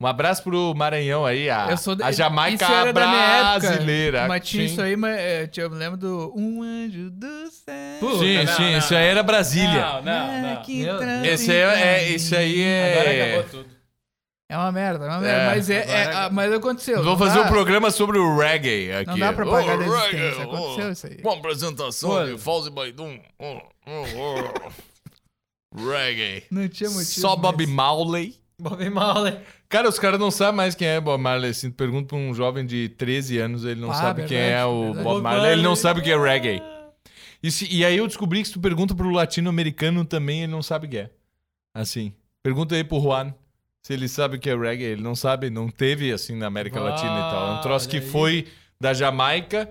[SPEAKER 3] Um abraço pro Maranhão aí, a,
[SPEAKER 2] Eu sou da-
[SPEAKER 3] Ah, a Jamaica
[SPEAKER 2] isso era da minha época.
[SPEAKER 3] brasileira.
[SPEAKER 2] Mas tinha
[SPEAKER 3] Sim.
[SPEAKER 2] isso aí, mas é, eu me lembro do Um Anjo do Céu. né,
[SPEAKER 3] Sim,
[SPEAKER 5] Não,
[SPEAKER 3] sim,
[SPEAKER 5] não,
[SPEAKER 3] isso aí era Brasília.
[SPEAKER 5] Não, não, não.
[SPEAKER 2] Que
[SPEAKER 1] Meu Deus.
[SPEAKER 2] transe
[SPEAKER 3] Esse aí é, é-
[SPEAKER 2] pra mim.
[SPEAKER 3] isso aí é.
[SPEAKER 5] tudo.
[SPEAKER 2] É uma merda, é uma merda.
[SPEAKER 3] É,
[SPEAKER 2] mas, é, é-
[SPEAKER 3] agora-
[SPEAKER 2] ah, mas aconteceu.
[SPEAKER 3] Vou
[SPEAKER 2] não
[SPEAKER 3] fazer
[SPEAKER 2] dá-
[SPEAKER 3] um programa sobre o reggae aqui.
[SPEAKER 2] Não dá pra pagar da
[SPEAKER 3] oh,
[SPEAKER 2] existência.
[SPEAKER 3] reggae,
[SPEAKER 2] Aconteceu
[SPEAKER 3] oh,
[SPEAKER 2] isso aí.
[SPEAKER 3] Uma apresentação
[SPEAKER 5] Olha.
[SPEAKER 3] de Fauzi Baidum. Oh, oh,
[SPEAKER 2] [laughs]
[SPEAKER 3] oh. reggae.
[SPEAKER 2] Não tinha motivo.
[SPEAKER 3] Só
[SPEAKER 2] mas-
[SPEAKER 3] Bob Marley.
[SPEAKER 1] Bob Marley.
[SPEAKER 3] Cara, os caras não sabem mais quem é Bob Marley. Assim, tu pergunta pra um jovem de 13 anos, ele não
[SPEAKER 2] Ah,
[SPEAKER 3] sabe quem
[SPEAKER 2] verdade,
[SPEAKER 3] é o
[SPEAKER 2] verdade.
[SPEAKER 3] Bob
[SPEAKER 1] Bob
[SPEAKER 3] Marley, ele não
[SPEAKER 1] Marley.
[SPEAKER 3] sabe o que é reggae. E, se- e aí eu descobri que se tu pergunta pro latino-americano também, ele não sabe o que é. Assim, pergunta aí pro Juan se ele sabe o que é reggae. Ele não sabe, não teve assim na América
[SPEAKER 1] Ah,
[SPEAKER 3] Latina e tal. É um troço que
[SPEAKER 1] olha aí.
[SPEAKER 3] foi da Jamaica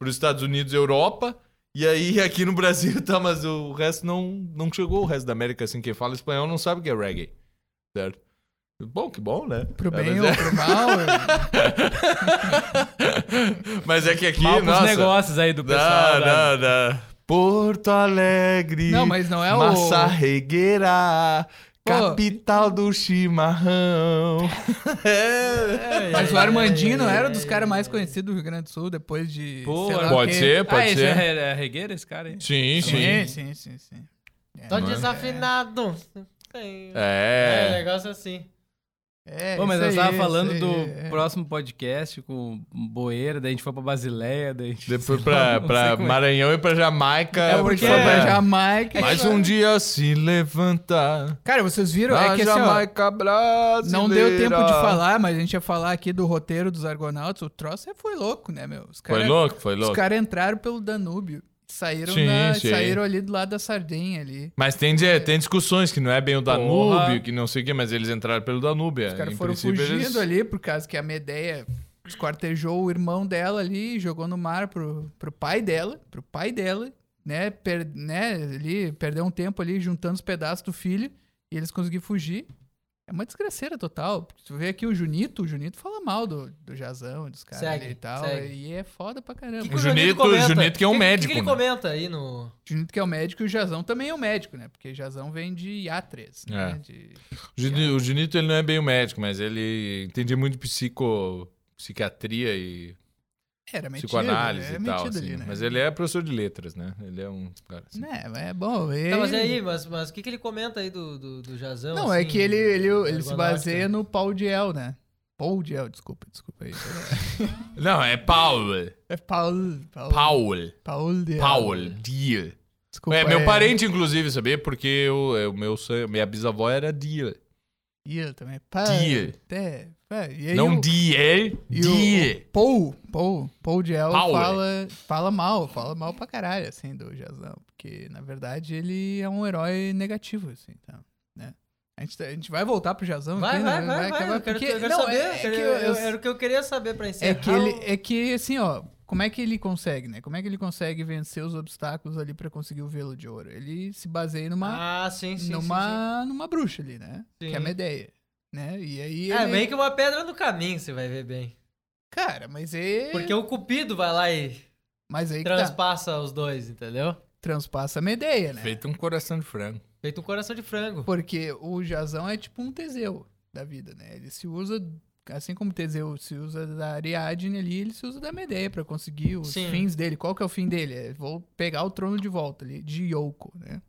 [SPEAKER 3] pros Estados Unidos e Europa. E aí [laughs] aqui no Brasil, tá, mas o resto não, não chegou. O resto da América, assim, quem fala espanhol não sabe o que é reggae. Certo? Bom, que bom, né?
[SPEAKER 2] Pro bem
[SPEAKER 3] mas,
[SPEAKER 2] ou pro mal. eu-
[SPEAKER 3] é, [laughs] mas é que aqui,
[SPEAKER 5] Mal pros
[SPEAKER 3] nossa...
[SPEAKER 5] negócios aí do pessoal. né?
[SPEAKER 3] Não,
[SPEAKER 4] né?
[SPEAKER 5] da-
[SPEAKER 3] não, não. Porto Alegre.
[SPEAKER 2] Não, mas não é o-
[SPEAKER 3] Massa Regueira. Capital do chimarrão. É.
[SPEAKER 1] É.
[SPEAKER 2] É, Mas o Armandinho não era dos caras mais conhecidos do Rio Grande do Sul depois de.
[SPEAKER 5] Pô,
[SPEAKER 2] sei lá o
[SPEAKER 3] Pode
[SPEAKER 2] quê.
[SPEAKER 3] ser, pode
[SPEAKER 5] ah, esse
[SPEAKER 3] ser.
[SPEAKER 5] é, é regueiro esse cara, hein?
[SPEAKER 3] Sim,
[SPEAKER 2] Sim,
[SPEAKER 3] sim.
[SPEAKER 2] sim, sim, sim.
[SPEAKER 1] Tô
[SPEAKER 3] Mano.
[SPEAKER 1] desafinado. É,
[SPEAKER 3] É.
[SPEAKER 1] negócio assim.
[SPEAKER 2] É,
[SPEAKER 5] Pô, mas
[SPEAKER 2] isso
[SPEAKER 5] eu tava
[SPEAKER 2] aí,
[SPEAKER 5] falando
[SPEAKER 2] isso
[SPEAKER 5] do
[SPEAKER 2] aí, é.
[SPEAKER 5] próximo podcast com o Boeira, daí a gente foi pra Basileia, daí a gente...
[SPEAKER 3] Depois
[SPEAKER 5] sei lá,
[SPEAKER 3] pra,
[SPEAKER 5] não
[SPEAKER 3] pra
[SPEAKER 5] sei como é.
[SPEAKER 3] Maranhão e pra Jamaica.
[SPEAKER 2] É porque
[SPEAKER 3] pra-
[SPEAKER 2] foi pra Jamaica.
[SPEAKER 3] Mais um dia se levantar.
[SPEAKER 2] Cara, vocês viram?
[SPEAKER 3] A
[SPEAKER 2] É que assim, ó,
[SPEAKER 3] Jamaica brasileira.
[SPEAKER 2] não deu tempo de falar, mas a gente ia falar aqui do roteiro dos Argonautas. O troço é- foi louco, né, meu? Os
[SPEAKER 3] Foi
[SPEAKER 2] cara-
[SPEAKER 3] louco, foi
[SPEAKER 2] Os
[SPEAKER 3] louco.
[SPEAKER 2] caras entraram pelo Danúbio. Saíram,
[SPEAKER 3] Sim,
[SPEAKER 2] na-
[SPEAKER 3] sim.
[SPEAKER 2] saíram ali do lado da Sardenha ali.
[SPEAKER 3] Mas tem, de- tem discussões que não é bem o Danúbio,
[SPEAKER 5] Porra.
[SPEAKER 3] que não sei o quê, mas eles entraram pelo Danúbio. é,
[SPEAKER 2] Os caras foram fugindo ali, por causa que a Medeia esquartejou o irmão dela ali, jogou no mar pro, pro pai dela, pro pai dela, né? Per, né ali, perdeu um tempo ali juntando os pedaços do filho e eles conseguiram fugir. É uma desgraceira total. Tu vê aqui o Junito, o Junito fala mal do, do Jazão, dos caras
[SPEAKER 1] Segue,
[SPEAKER 2] ali e tal.
[SPEAKER 1] segue.
[SPEAKER 2] E é foda pra caramba.
[SPEAKER 3] O Junito- Junito que é um
[SPEAKER 1] Que-
[SPEAKER 3] médico,
[SPEAKER 1] que, que ele
[SPEAKER 3] né?
[SPEAKER 1] comenta aí no...
[SPEAKER 2] O Junito que é o médico e o Jazão também é o médico, né? Porque Jazão vem de Yatres, né?
[SPEAKER 3] É.
[SPEAKER 2] De-
[SPEAKER 3] O Junito ele não é bem o médico, mas ele entendia muito psico, psiquiatria e
[SPEAKER 2] Era É metido,
[SPEAKER 3] psicoanálise
[SPEAKER 2] né?
[SPEAKER 3] e tal.
[SPEAKER 2] Metido
[SPEAKER 3] assim.
[SPEAKER 2] ali, né?
[SPEAKER 3] Mas ele é professor de letras, né? Ele é um cara assim.
[SPEAKER 2] Né, mas é bom. Ele...
[SPEAKER 1] Tá, mas e aí, mas, mas o que, que ele comenta aí do, do, do Jazão?
[SPEAKER 2] Não, é
[SPEAKER 1] assim,
[SPEAKER 2] que ele, ele,
[SPEAKER 1] do
[SPEAKER 2] ele se
[SPEAKER 1] Argonauta?
[SPEAKER 2] baseia no Paul Diel, né? Paul Diel, desculpa, desculpa aí.
[SPEAKER 3] Não, é Paul.
[SPEAKER 2] É Paul. Paul.
[SPEAKER 3] Paul.
[SPEAKER 2] Paul Diel.
[SPEAKER 3] Paul. Dia.
[SPEAKER 2] Desculpa,
[SPEAKER 3] É meu parente, inclusive, sabia? Porque eu, eu- meu, sangue- minha bisavó era Dia.
[SPEAKER 2] Diel também. Paul.
[SPEAKER 3] Diel.
[SPEAKER 2] É, é, e aí
[SPEAKER 3] Não
[SPEAKER 2] o-
[SPEAKER 3] Dier.
[SPEAKER 2] e o
[SPEAKER 3] Dia.
[SPEAKER 2] Paul, Paul, Paul Diel
[SPEAKER 3] Paul.
[SPEAKER 2] fala, fala mal, fala mal pra caralho, assim, do Jazão. Porque, na verdade, ele é um herói negativo, assim, então, né? A gente, tá- a gente vai voltar pro Jazão.
[SPEAKER 1] Vai,
[SPEAKER 2] aqui,
[SPEAKER 1] vai,
[SPEAKER 2] né?
[SPEAKER 1] vai, vai.
[SPEAKER 2] acabar,
[SPEAKER 1] Eu quero,
[SPEAKER 2] porque-
[SPEAKER 1] eu quero
[SPEAKER 2] não,
[SPEAKER 1] saber.
[SPEAKER 2] é-
[SPEAKER 1] eu
[SPEAKER 2] é
[SPEAKER 1] quero-
[SPEAKER 2] que eu-
[SPEAKER 1] eu-
[SPEAKER 2] eu-
[SPEAKER 1] era o que eu queria saber pra encerrar.
[SPEAKER 2] É que, ele,
[SPEAKER 1] o-
[SPEAKER 2] é que, assim, ó, como é que ele consegue, né? Como é que ele consegue vencer os obstáculos ali pra conseguir o velo de ouro? Ele se baseia numa,
[SPEAKER 1] ah, sim, sim, sim, sim.
[SPEAKER 2] numa, numa bruxa ali, né? Que é a
[SPEAKER 1] Sim.
[SPEAKER 2] Medeia, né? E aí
[SPEAKER 1] É,
[SPEAKER 2] ele...
[SPEAKER 1] meio que uma pedra no caminho, você vai ver bem.
[SPEAKER 2] Cara, mas é...
[SPEAKER 1] Porque o Cupido vai lá e
[SPEAKER 2] Mas aí que tá.
[SPEAKER 1] transpassa os dois, entendeu?
[SPEAKER 2] transpassa a Medeia, né?
[SPEAKER 3] Feito um coração de frango.
[SPEAKER 1] Feito um coração de frango.
[SPEAKER 2] Porque o Jazão é tipo um Teseu da vida, né? Ele se usa... Assim como Teseu se usa da Ariadne ali, ele se usa da Medeia pra conseguir os
[SPEAKER 1] Sim.
[SPEAKER 2] fins dele. Qual que é o fim dele? É, vou pegar o trono de volta ali, de Yoko, né?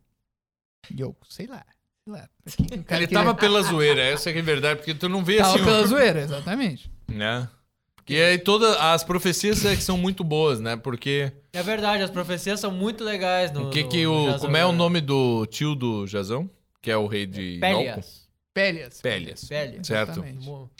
[SPEAKER 2] Yoko, sei lá. Sei lá. Pra
[SPEAKER 1] [laughs]
[SPEAKER 2] quem- o cara
[SPEAKER 3] Ele
[SPEAKER 2] queria-
[SPEAKER 3] tava pela zoeira, essa que é verdade, porque tu não vê
[SPEAKER 2] Tava
[SPEAKER 3] assim. um-
[SPEAKER 2] pela zoeira, exatamente.
[SPEAKER 3] Né? E aí todas as profecias é que são muito boas, né? Porque
[SPEAKER 1] É verdade, as profecias são muito legais no.
[SPEAKER 3] o que
[SPEAKER 1] no-
[SPEAKER 3] que
[SPEAKER 1] no
[SPEAKER 3] o
[SPEAKER 1] Jazão,
[SPEAKER 3] como é o
[SPEAKER 1] né?
[SPEAKER 3] nome do tio do Jazão, que é o rei de Nóco?
[SPEAKER 1] Pélias.
[SPEAKER 2] Pélias.
[SPEAKER 3] Pélias.
[SPEAKER 1] Pélias.
[SPEAKER 3] Certo.
[SPEAKER 2] Exatamente.
[SPEAKER 1] Mo-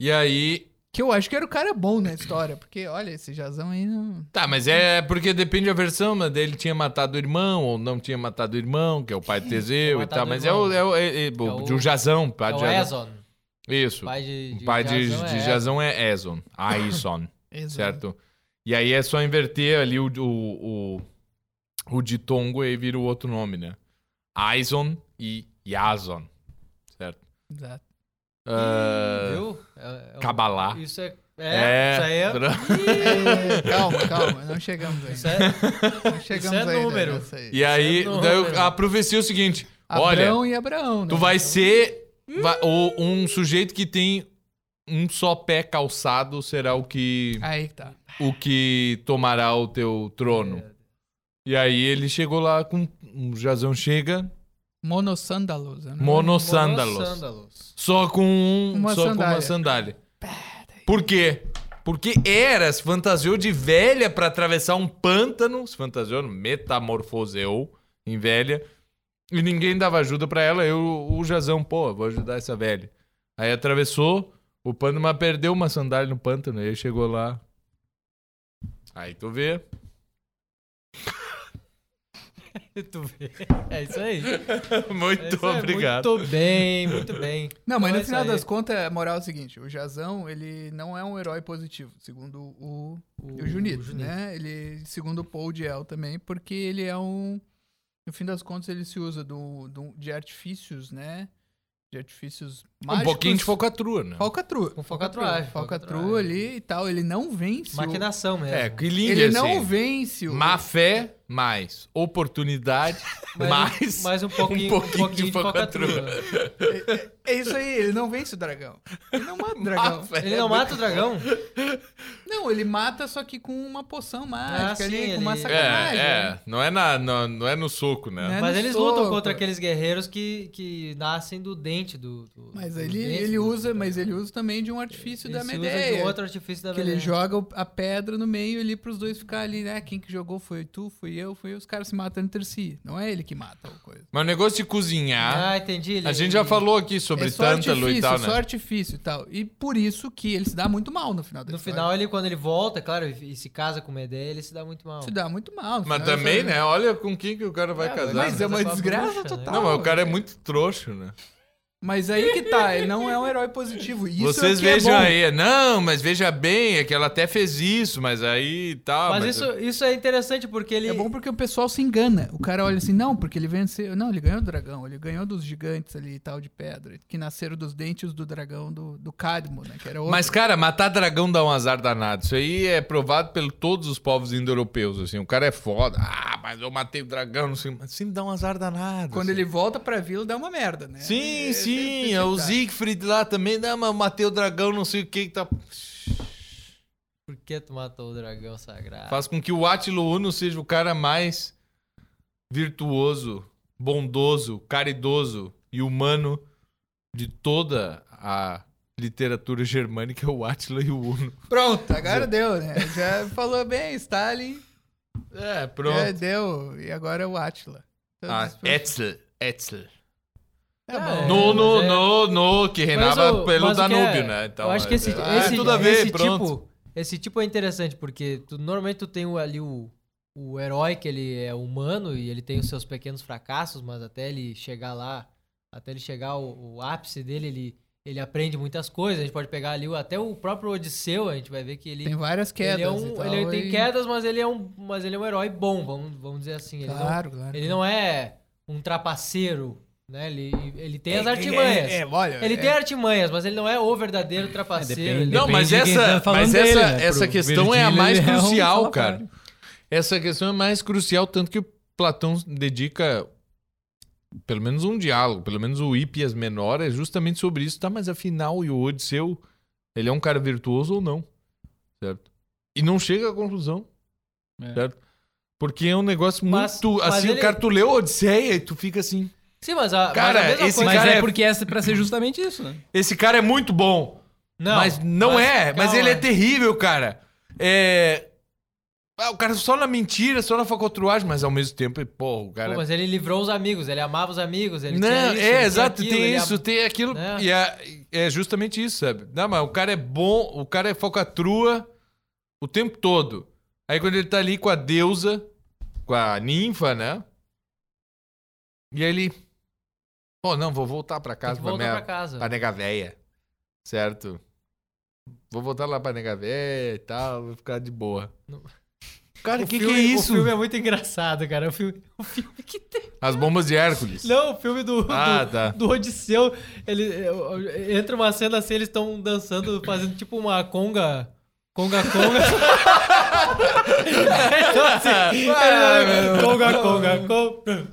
[SPEAKER 3] E aí,
[SPEAKER 2] Que eu acho que era o cara bom na história, porque olha, esse Jazão aí não.
[SPEAKER 3] tá, mas é porque depende da versão, mas daí ele tinha matado o irmão ou não tinha matado o irmão, que é o pai de Teseu e
[SPEAKER 1] matado
[SPEAKER 3] tal,
[SPEAKER 1] o
[SPEAKER 3] mas é
[SPEAKER 1] irmão.
[SPEAKER 3] o é o, é- é- o de um Jazão, pai
[SPEAKER 1] É
[SPEAKER 3] de
[SPEAKER 1] o
[SPEAKER 3] Jazão.
[SPEAKER 1] Ezon.
[SPEAKER 3] Isso.
[SPEAKER 1] O pai de,
[SPEAKER 3] O pai de,
[SPEAKER 1] Jazão é
[SPEAKER 3] de
[SPEAKER 1] Ezon.
[SPEAKER 3] Jazão é Ezon,
[SPEAKER 1] [laughs]
[SPEAKER 3] Aison,
[SPEAKER 2] Exato.
[SPEAKER 3] certo? E aí é só inverter ali o, o, o, o ditongo e vira o outro nome, né? Aison e Yazon, certo?
[SPEAKER 2] Exato.
[SPEAKER 3] Ah,
[SPEAKER 1] Viu? É- é um-
[SPEAKER 3] Cabalá.
[SPEAKER 1] Isso é. É, isso
[SPEAKER 3] [laughs]
[SPEAKER 1] aí é.
[SPEAKER 2] É, calma, calma, não chegamos aí.
[SPEAKER 3] [laughs]
[SPEAKER 1] Isso é
[SPEAKER 2] não chegamos
[SPEAKER 1] isso é
[SPEAKER 2] aí,
[SPEAKER 1] número.
[SPEAKER 2] Daniel, isso aí.
[SPEAKER 3] E aí,
[SPEAKER 1] Isso é
[SPEAKER 3] daí eu-
[SPEAKER 1] número.
[SPEAKER 3] a profecia é o seguinte: olha,
[SPEAKER 2] Abraão e Abraão, né?
[SPEAKER 3] tu vai ser va- o- um sujeito que tem um só pé calçado será o que
[SPEAKER 2] Aí que tá.
[SPEAKER 3] o que tomará o teu trono. E aí ele chegou lá com o Jazão chega
[SPEAKER 2] Monossândalos. né?
[SPEAKER 3] monossândalos,
[SPEAKER 1] Sândalos.
[SPEAKER 3] só com um,
[SPEAKER 2] Uma
[SPEAKER 3] só com uma
[SPEAKER 2] sandália.
[SPEAKER 3] sandália. Por quê? Porque Eras fantasiou de velha pra atravessar um pântano, se fantasiou, metamorfoseou em velha, e ninguém dava ajuda pra ela. Eu, o Jazão, pô, vou ajudar essa velha. Aí atravessou o pântano, mas perdeu uma sandália no pântano, aí chegou lá. Aí tu vê.
[SPEAKER 1] Tu vê. É
[SPEAKER 3] [laughs]
[SPEAKER 1] isso aí.
[SPEAKER 3] Muito
[SPEAKER 1] É isso aí.
[SPEAKER 3] obrigado.
[SPEAKER 1] Muito bem, muito bem.
[SPEAKER 2] Não,
[SPEAKER 1] Então
[SPEAKER 2] mas
[SPEAKER 1] é
[SPEAKER 2] no
[SPEAKER 1] isso
[SPEAKER 2] final
[SPEAKER 1] aí.
[SPEAKER 2] das contas, a moral é o seguinte: o Jazão, ele não é um herói positivo, segundo o E o Junito, né? Ele, segundo o Paul Diel também, porque ele é um. No fim das contas, ele se usa do, do- de artifícios, né? de artifícios
[SPEAKER 3] Um
[SPEAKER 2] mágicos.
[SPEAKER 3] pouquinho de focatrua, né?
[SPEAKER 2] Falcatrua.
[SPEAKER 1] Com
[SPEAKER 2] é.
[SPEAKER 1] falcatruagem,
[SPEAKER 2] Falcatrua
[SPEAKER 1] falcatruagem.
[SPEAKER 2] ali e tal. Ele não vence. o-
[SPEAKER 1] Maquinação mesmo.
[SPEAKER 3] É, que lindo
[SPEAKER 2] Ele
[SPEAKER 3] assim.
[SPEAKER 2] não vence. o-
[SPEAKER 3] Má fé, mais.
[SPEAKER 2] [laughs]
[SPEAKER 3] Oportunidade, mais.
[SPEAKER 1] mais,
[SPEAKER 3] [laughs]
[SPEAKER 1] mais um pouquinho, um pouquinho de, falcatrua.
[SPEAKER 2] É isso aí, ele não vence o dragão. Ele não [laughs] é mata o dragão.
[SPEAKER 3] fé.
[SPEAKER 1] Ele não mata o dragão?
[SPEAKER 2] Não, ele mata só que com uma poção mágica
[SPEAKER 1] Ah, sim,
[SPEAKER 2] ali, com uma
[SPEAKER 1] ele-
[SPEAKER 3] É,
[SPEAKER 2] sacanagem. né?
[SPEAKER 3] é. Não é, na, na- não é no soco, né?
[SPEAKER 2] Né? É
[SPEAKER 1] Mas
[SPEAKER 2] no
[SPEAKER 1] eles
[SPEAKER 2] soco.
[SPEAKER 1] lutam contra aqueles guerreiros que, que nascem do dente do. do-
[SPEAKER 2] Mas
[SPEAKER 1] dos
[SPEAKER 2] ele,
[SPEAKER 1] dentes
[SPEAKER 2] ele
[SPEAKER 1] do-
[SPEAKER 2] usa, mas ele usa também de um artifício
[SPEAKER 1] ele
[SPEAKER 2] da
[SPEAKER 1] se
[SPEAKER 2] Medeia.
[SPEAKER 1] usa de outro artifício da
[SPEAKER 2] Que ele
[SPEAKER 1] Medeia.
[SPEAKER 2] joga o- a pedra no meio ali pros dois ficar ali, né? Quem que jogou foi tu, fui eu, fui eu, os caras se matando entre si. Não é ele que mata o coisa.
[SPEAKER 3] Mas o negócio de cozinhar.
[SPEAKER 1] Ah, entendi. ele-
[SPEAKER 3] a gente já falou aqui sobre
[SPEAKER 2] é só
[SPEAKER 3] tântalo
[SPEAKER 2] artifício,
[SPEAKER 3] e tal,
[SPEAKER 2] é
[SPEAKER 3] né?
[SPEAKER 2] só artifício e tal. E por isso que ele se dá muito mal no final da
[SPEAKER 1] No
[SPEAKER 2] história.
[SPEAKER 1] final, ele, quando ele volta, claro, e e se casa com Medeia, ele se dá muito mal.
[SPEAKER 2] se dá muito mal. no
[SPEAKER 3] Mas
[SPEAKER 2] final da
[SPEAKER 3] também,
[SPEAKER 2] história.
[SPEAKER 3] né? Olha com quem que o cara vai
[SPEAKER 1] É,
[SPEAKER 3] casar.
[SPEAKER 2] Mas
[SPEAKER 3] né?
[SPEAKER 2] é uma
[SPEAKER 1] Mas é
[SPEAKER 2] desgraça
[SPEAKER 1] uma bruxa, né?
[SPEAKER 2] total.
[SPEAKER 3] Não, mas o cara é muito trouxa, né?
[SPEAKER 2] Mas aí que tá, ele não é um
[SPEAKER 3] [laughs]
[SPEAKER 2] herói positivo. Isso
[SPEAKER 3] Vocês
[SPEAKER 2] é o que é
[SPEAKER 3] vejam
[SPEAKER 2] bom.
[SPEAKER 3] aí. Não, mas veja bem, é que ela até fez isso, mas aí tá, tal.
[SPEAKER 1] Mas isso, isso é interessante porque ele.
[SPEAKER 2] É bom porque o pessoal se engana. O cara olha assim, não, porque ele venceu. Não, ele ganhou do dragão, ele ganhou dos gigantes ali e tal de pedra, que nasceram dos dentes do dragão do, do Cadmo, né? Que era outro.
[SPEAKER 3] Mas, cara, matar dragão dá um azar danado. Isso aí é provado por todos os povos indo-europeus, assim. O cara é foda. Ah, mas eu matei o dragão, não sei. Mas sempre dá um azar danado.
[SPEAKER 2] Quando
[SPEAKER 3] assim.
[SPEAKER 2] ele volta pra vila, dá uma merda, né?
[SPEAKER 3] Sim,
[SPEAKER 2] É,
[SPEAKER 3] sim.
[SPEAKER 2] é, é,
[SPEAKER 3] é o
[SPEAKER 2] tá.
[SPEAKER 3] Siegfried lá também. Não, mas eu matei o dragão, não sei o que que tá...
[SPEAKER 1] Por que tu matou o dragão sagrado?
[SPEAKER 3] Faz com que o Átilo Uno seja o cara mais virtuoso, bondoso, caridoso e humano de toda a literatura germânica, é o Átila e o Uno.
[SPEAKER 2] Pronto, agora deu, né? Já falou bem, Stalin.
[SPEAKER 3] É, pronto.
[SPEAKER 2] Já deu. E agora é o Atila. Então,
[SPEAKER 3] Ah,
[SPEAKER 2] isso foi-
[SPEAKER 3] Etzel, Etzel.
[SPEAKER 2] Tá bom.
[SPEAKER 1] É,
[SPEAKER 3] No, no,
[SPEAKER 1] mas é-
[SPEAKER 3] no, no, que reinava
[SPEAKER 1] Mas o-
[SPEAKER 3] pelo
[SPEAKER 1] mas o que é-
[SPEAKER 3] Danúbio, né? Então,
[SPEAKER 1] eu acho que
[SPEAKER 3] é-
[SPEAKER 1] esse, tipo,
[SPEAKER 3] ah,
[SPEAKER 1] esse,
[SPEAKER 3] é tudo a ver,
[SPEAKER 1] esse
[SPEAKER 3] pronto.
[SPEAKER 1] tipo, esse tipo é interessante porque tu- normalmente tu tem o- ali o, o herói que ele é humano e ele tem os seus pequenos fracassos, mas até ele chegar lá, até ele chegar ao, ao ápice dele, ele, ele aprende muitas coisas. A gente pode pegar ali o- até o próprio Odisseu, a gente vai ver que ele
[SPEAKER 2] Tem várias quedas.
[SPEAKER 1] ele é
[SPEAKER 2] e
[SPEAKER 1] um,
[SPEAKER 2] tal,
[SPEAKER 1] ele tem
[SPEAKER 2] e-
[SPEAKER 1] quedas, mas ele é um, mas ele é um herói bom, vamos, vamos dizer assim. Ele não-
[SPEAKER 2] Claro, claro.
[SPEAKER 1] ele não é um trapaceiro, né? Ele, ele tem as artimanhas.
[SPEAKER 2] É, é, olha,
[SPEAKER 1] ele
[SPEAKER 2] é-
[SPEAKER 1] tem artimanhas, mas ele não é o verdadeiro trapaceiro. ele-
[SPEAKER 3] Não,
[SPEAKER 4] Depende
[SPEAKER 3] mas
[SPEAKER 4] de quem
[SPEAKER 3] essa,
[SPEAKER 4] tá falando
[SPEAKER 3] mas
[SPEAKER 4] dele,
[SPEAKER 3] essa,
[SPEAKER 4] né?
[SPEAKER 3] essa
[SPEAKER 4] Pro
[SPEAKER 3] questão é a
[SPEAKER 4] Virgílio,
[SPEAKER 3] mais
[SPEAKER 4] ele é um
[SPEAKER 3] crucial,
[SPEAKER 4] salafrário.
[SPEAKER 3] cara. Essa questão é mais crucial, tanto que Platão dedica pelo menos um diálogo, pelo menos o Hippias Menor é justamente sobre isso, tá? Mas afinal, e o Odisseu, ele é um cara virtuoso ou não? Certo? E não chega à conclusão,
[SPEAKER 4] É.
[SPEAKER 3] certo? Porque é um negócio
[SPEAKER 1] Mas-
[SPEAKER 3] muito.
[SPEAKER 1] mas
[SPEAKER 3] assim,
[SPEAKER 1] ele-
[SPEAKER 3] o cara, tu lê Odisseia e tu fica assim.
[SPEAKER 1] Sim, mas a,
[SPEAKER 3] Cara,
[SPEAKER 1] mas a mesma
[SPEAKER 3] esse
[SPEAKER 1] coisa...
[SPEAKER 5] Mas
[SPEAKER 3] cara
[SPEAKER 5] é
[SPEAKER 3] é-
[SPEAKER 5] porque essa é pra ser justamente isso, né?
[SPEAKER 3] Esse cara é muito bom.
[SPEAKER 1] Não,
[SPEAKER 3] mas não é, mas
[SPEAKER 1] calma.
[SPEAKER 3] ele é terrível, cara. É. ah, o cara só na mentira, só na facotruagem, mas ao mesmo tempo, pô, o cara.
[SPEAKER 1] Pô, mas ele livrou os amigos, ele amava os amigos, ele tinha
[SPEAKER 3] não,
[SPEAKER 1] isso, ele
[SPEAKER 3] é,
[SPEAKER 1] tinha
[SPEAKER 3] exato,
[SPEAKER 1] aquilo,
[SPEAKER 3] tem
[SPEAKER 1] ele
[SPEAKER 3] isso,
[SPEAKER 1] ama-
[SPEAKER 3] tem aquilo.
[SPEAKER 1] né?
[SPEAKER 3] E é, é justamente isso, sabe? Não, mas o cara é bom, o cara é focatrua o tempo todo. Aí quando ele tá ali com a deusa, com a ninfa, né? E aí ele. Pô, não, vou voltar pra
[SPEAKER 1] Tem
[SPEAKER 3] casa
[SPEAKER 1] que
[SPEAKER 3] pra
[SPEAKER 1] voltar
[SPEAKER 3] minha,
[SPEAKER 1] pra casa.
[SPEAKER 3] pra nega véia. Certo? Vou voltar lá pra nega véia e tal, vou ficar de boa.
[SPEAKER 1] Não.
[SPEAKER 3] Cara,
[SPEAKER 1] O filme- O filme é muito engraçado, cara. O filme, o filme que tem...
[SPEAKER 3] As bombas de Hércules.
[SPEAKER 1] Não, o filme do... do-
[SPEAKER 3] Ah, tá.
[SPEAKER 1] do Odisseu, ele eh, entra uma cena assim, eles estão dançando, fazendo tipo uma conga, conga conga. [laughs] então, assim, ele- conga conga conga.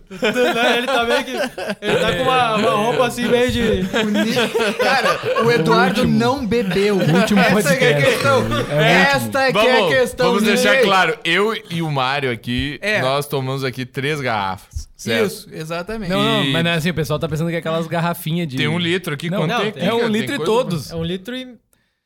[SPEAKER 1] Ele tá meio que ele tá com uma, uma roupa assim meio de É,
[SPEAKER 2] Cara, o Eduardo não bebeu.
[SPEAKER 4] último
[SPEAKER 2] Essa que é a
[SPEAKER 4] podcast,
[SPEAKER 2] questão.
[SPEAKER 4] É o último.
[SPEAKER 2] Esta que é a questão.
[SPEAKER 3] vamos deixar
[SPEAKER 2] gente.
[SPEAKER 3] claro, eu e o Mário aqui,
[SPEAKER 2] É.
[SPEAKER 3] nós tomamos aqui três garrafas. Certo?
[SPEAKER 2] Isso, exatamente.
[SPEAKER 4] Não, não,
[SPEAKER 3] E-
[SPEAKER 4] mas não é assim, o pessoal tá pensando que é aquelas garrafinhas de.
[SPEAKER 3] Tem um litro aqui,
[SPEAKER 4] Não,
[SPEAKER 3] quanto
[SPEAKER 1] não,
[SPEAKER 3] é
[SPEAKER 1] tem-
[SPEAKER 3] aqui,
[SPEAKER 4] É um
[SPEAKER 3] cara? Tem
[SPEAKER 4] litro e
[SPEAKER 3] coisa-
[SPEAKER 4] todos.
[SPEAKER 1] é um litro e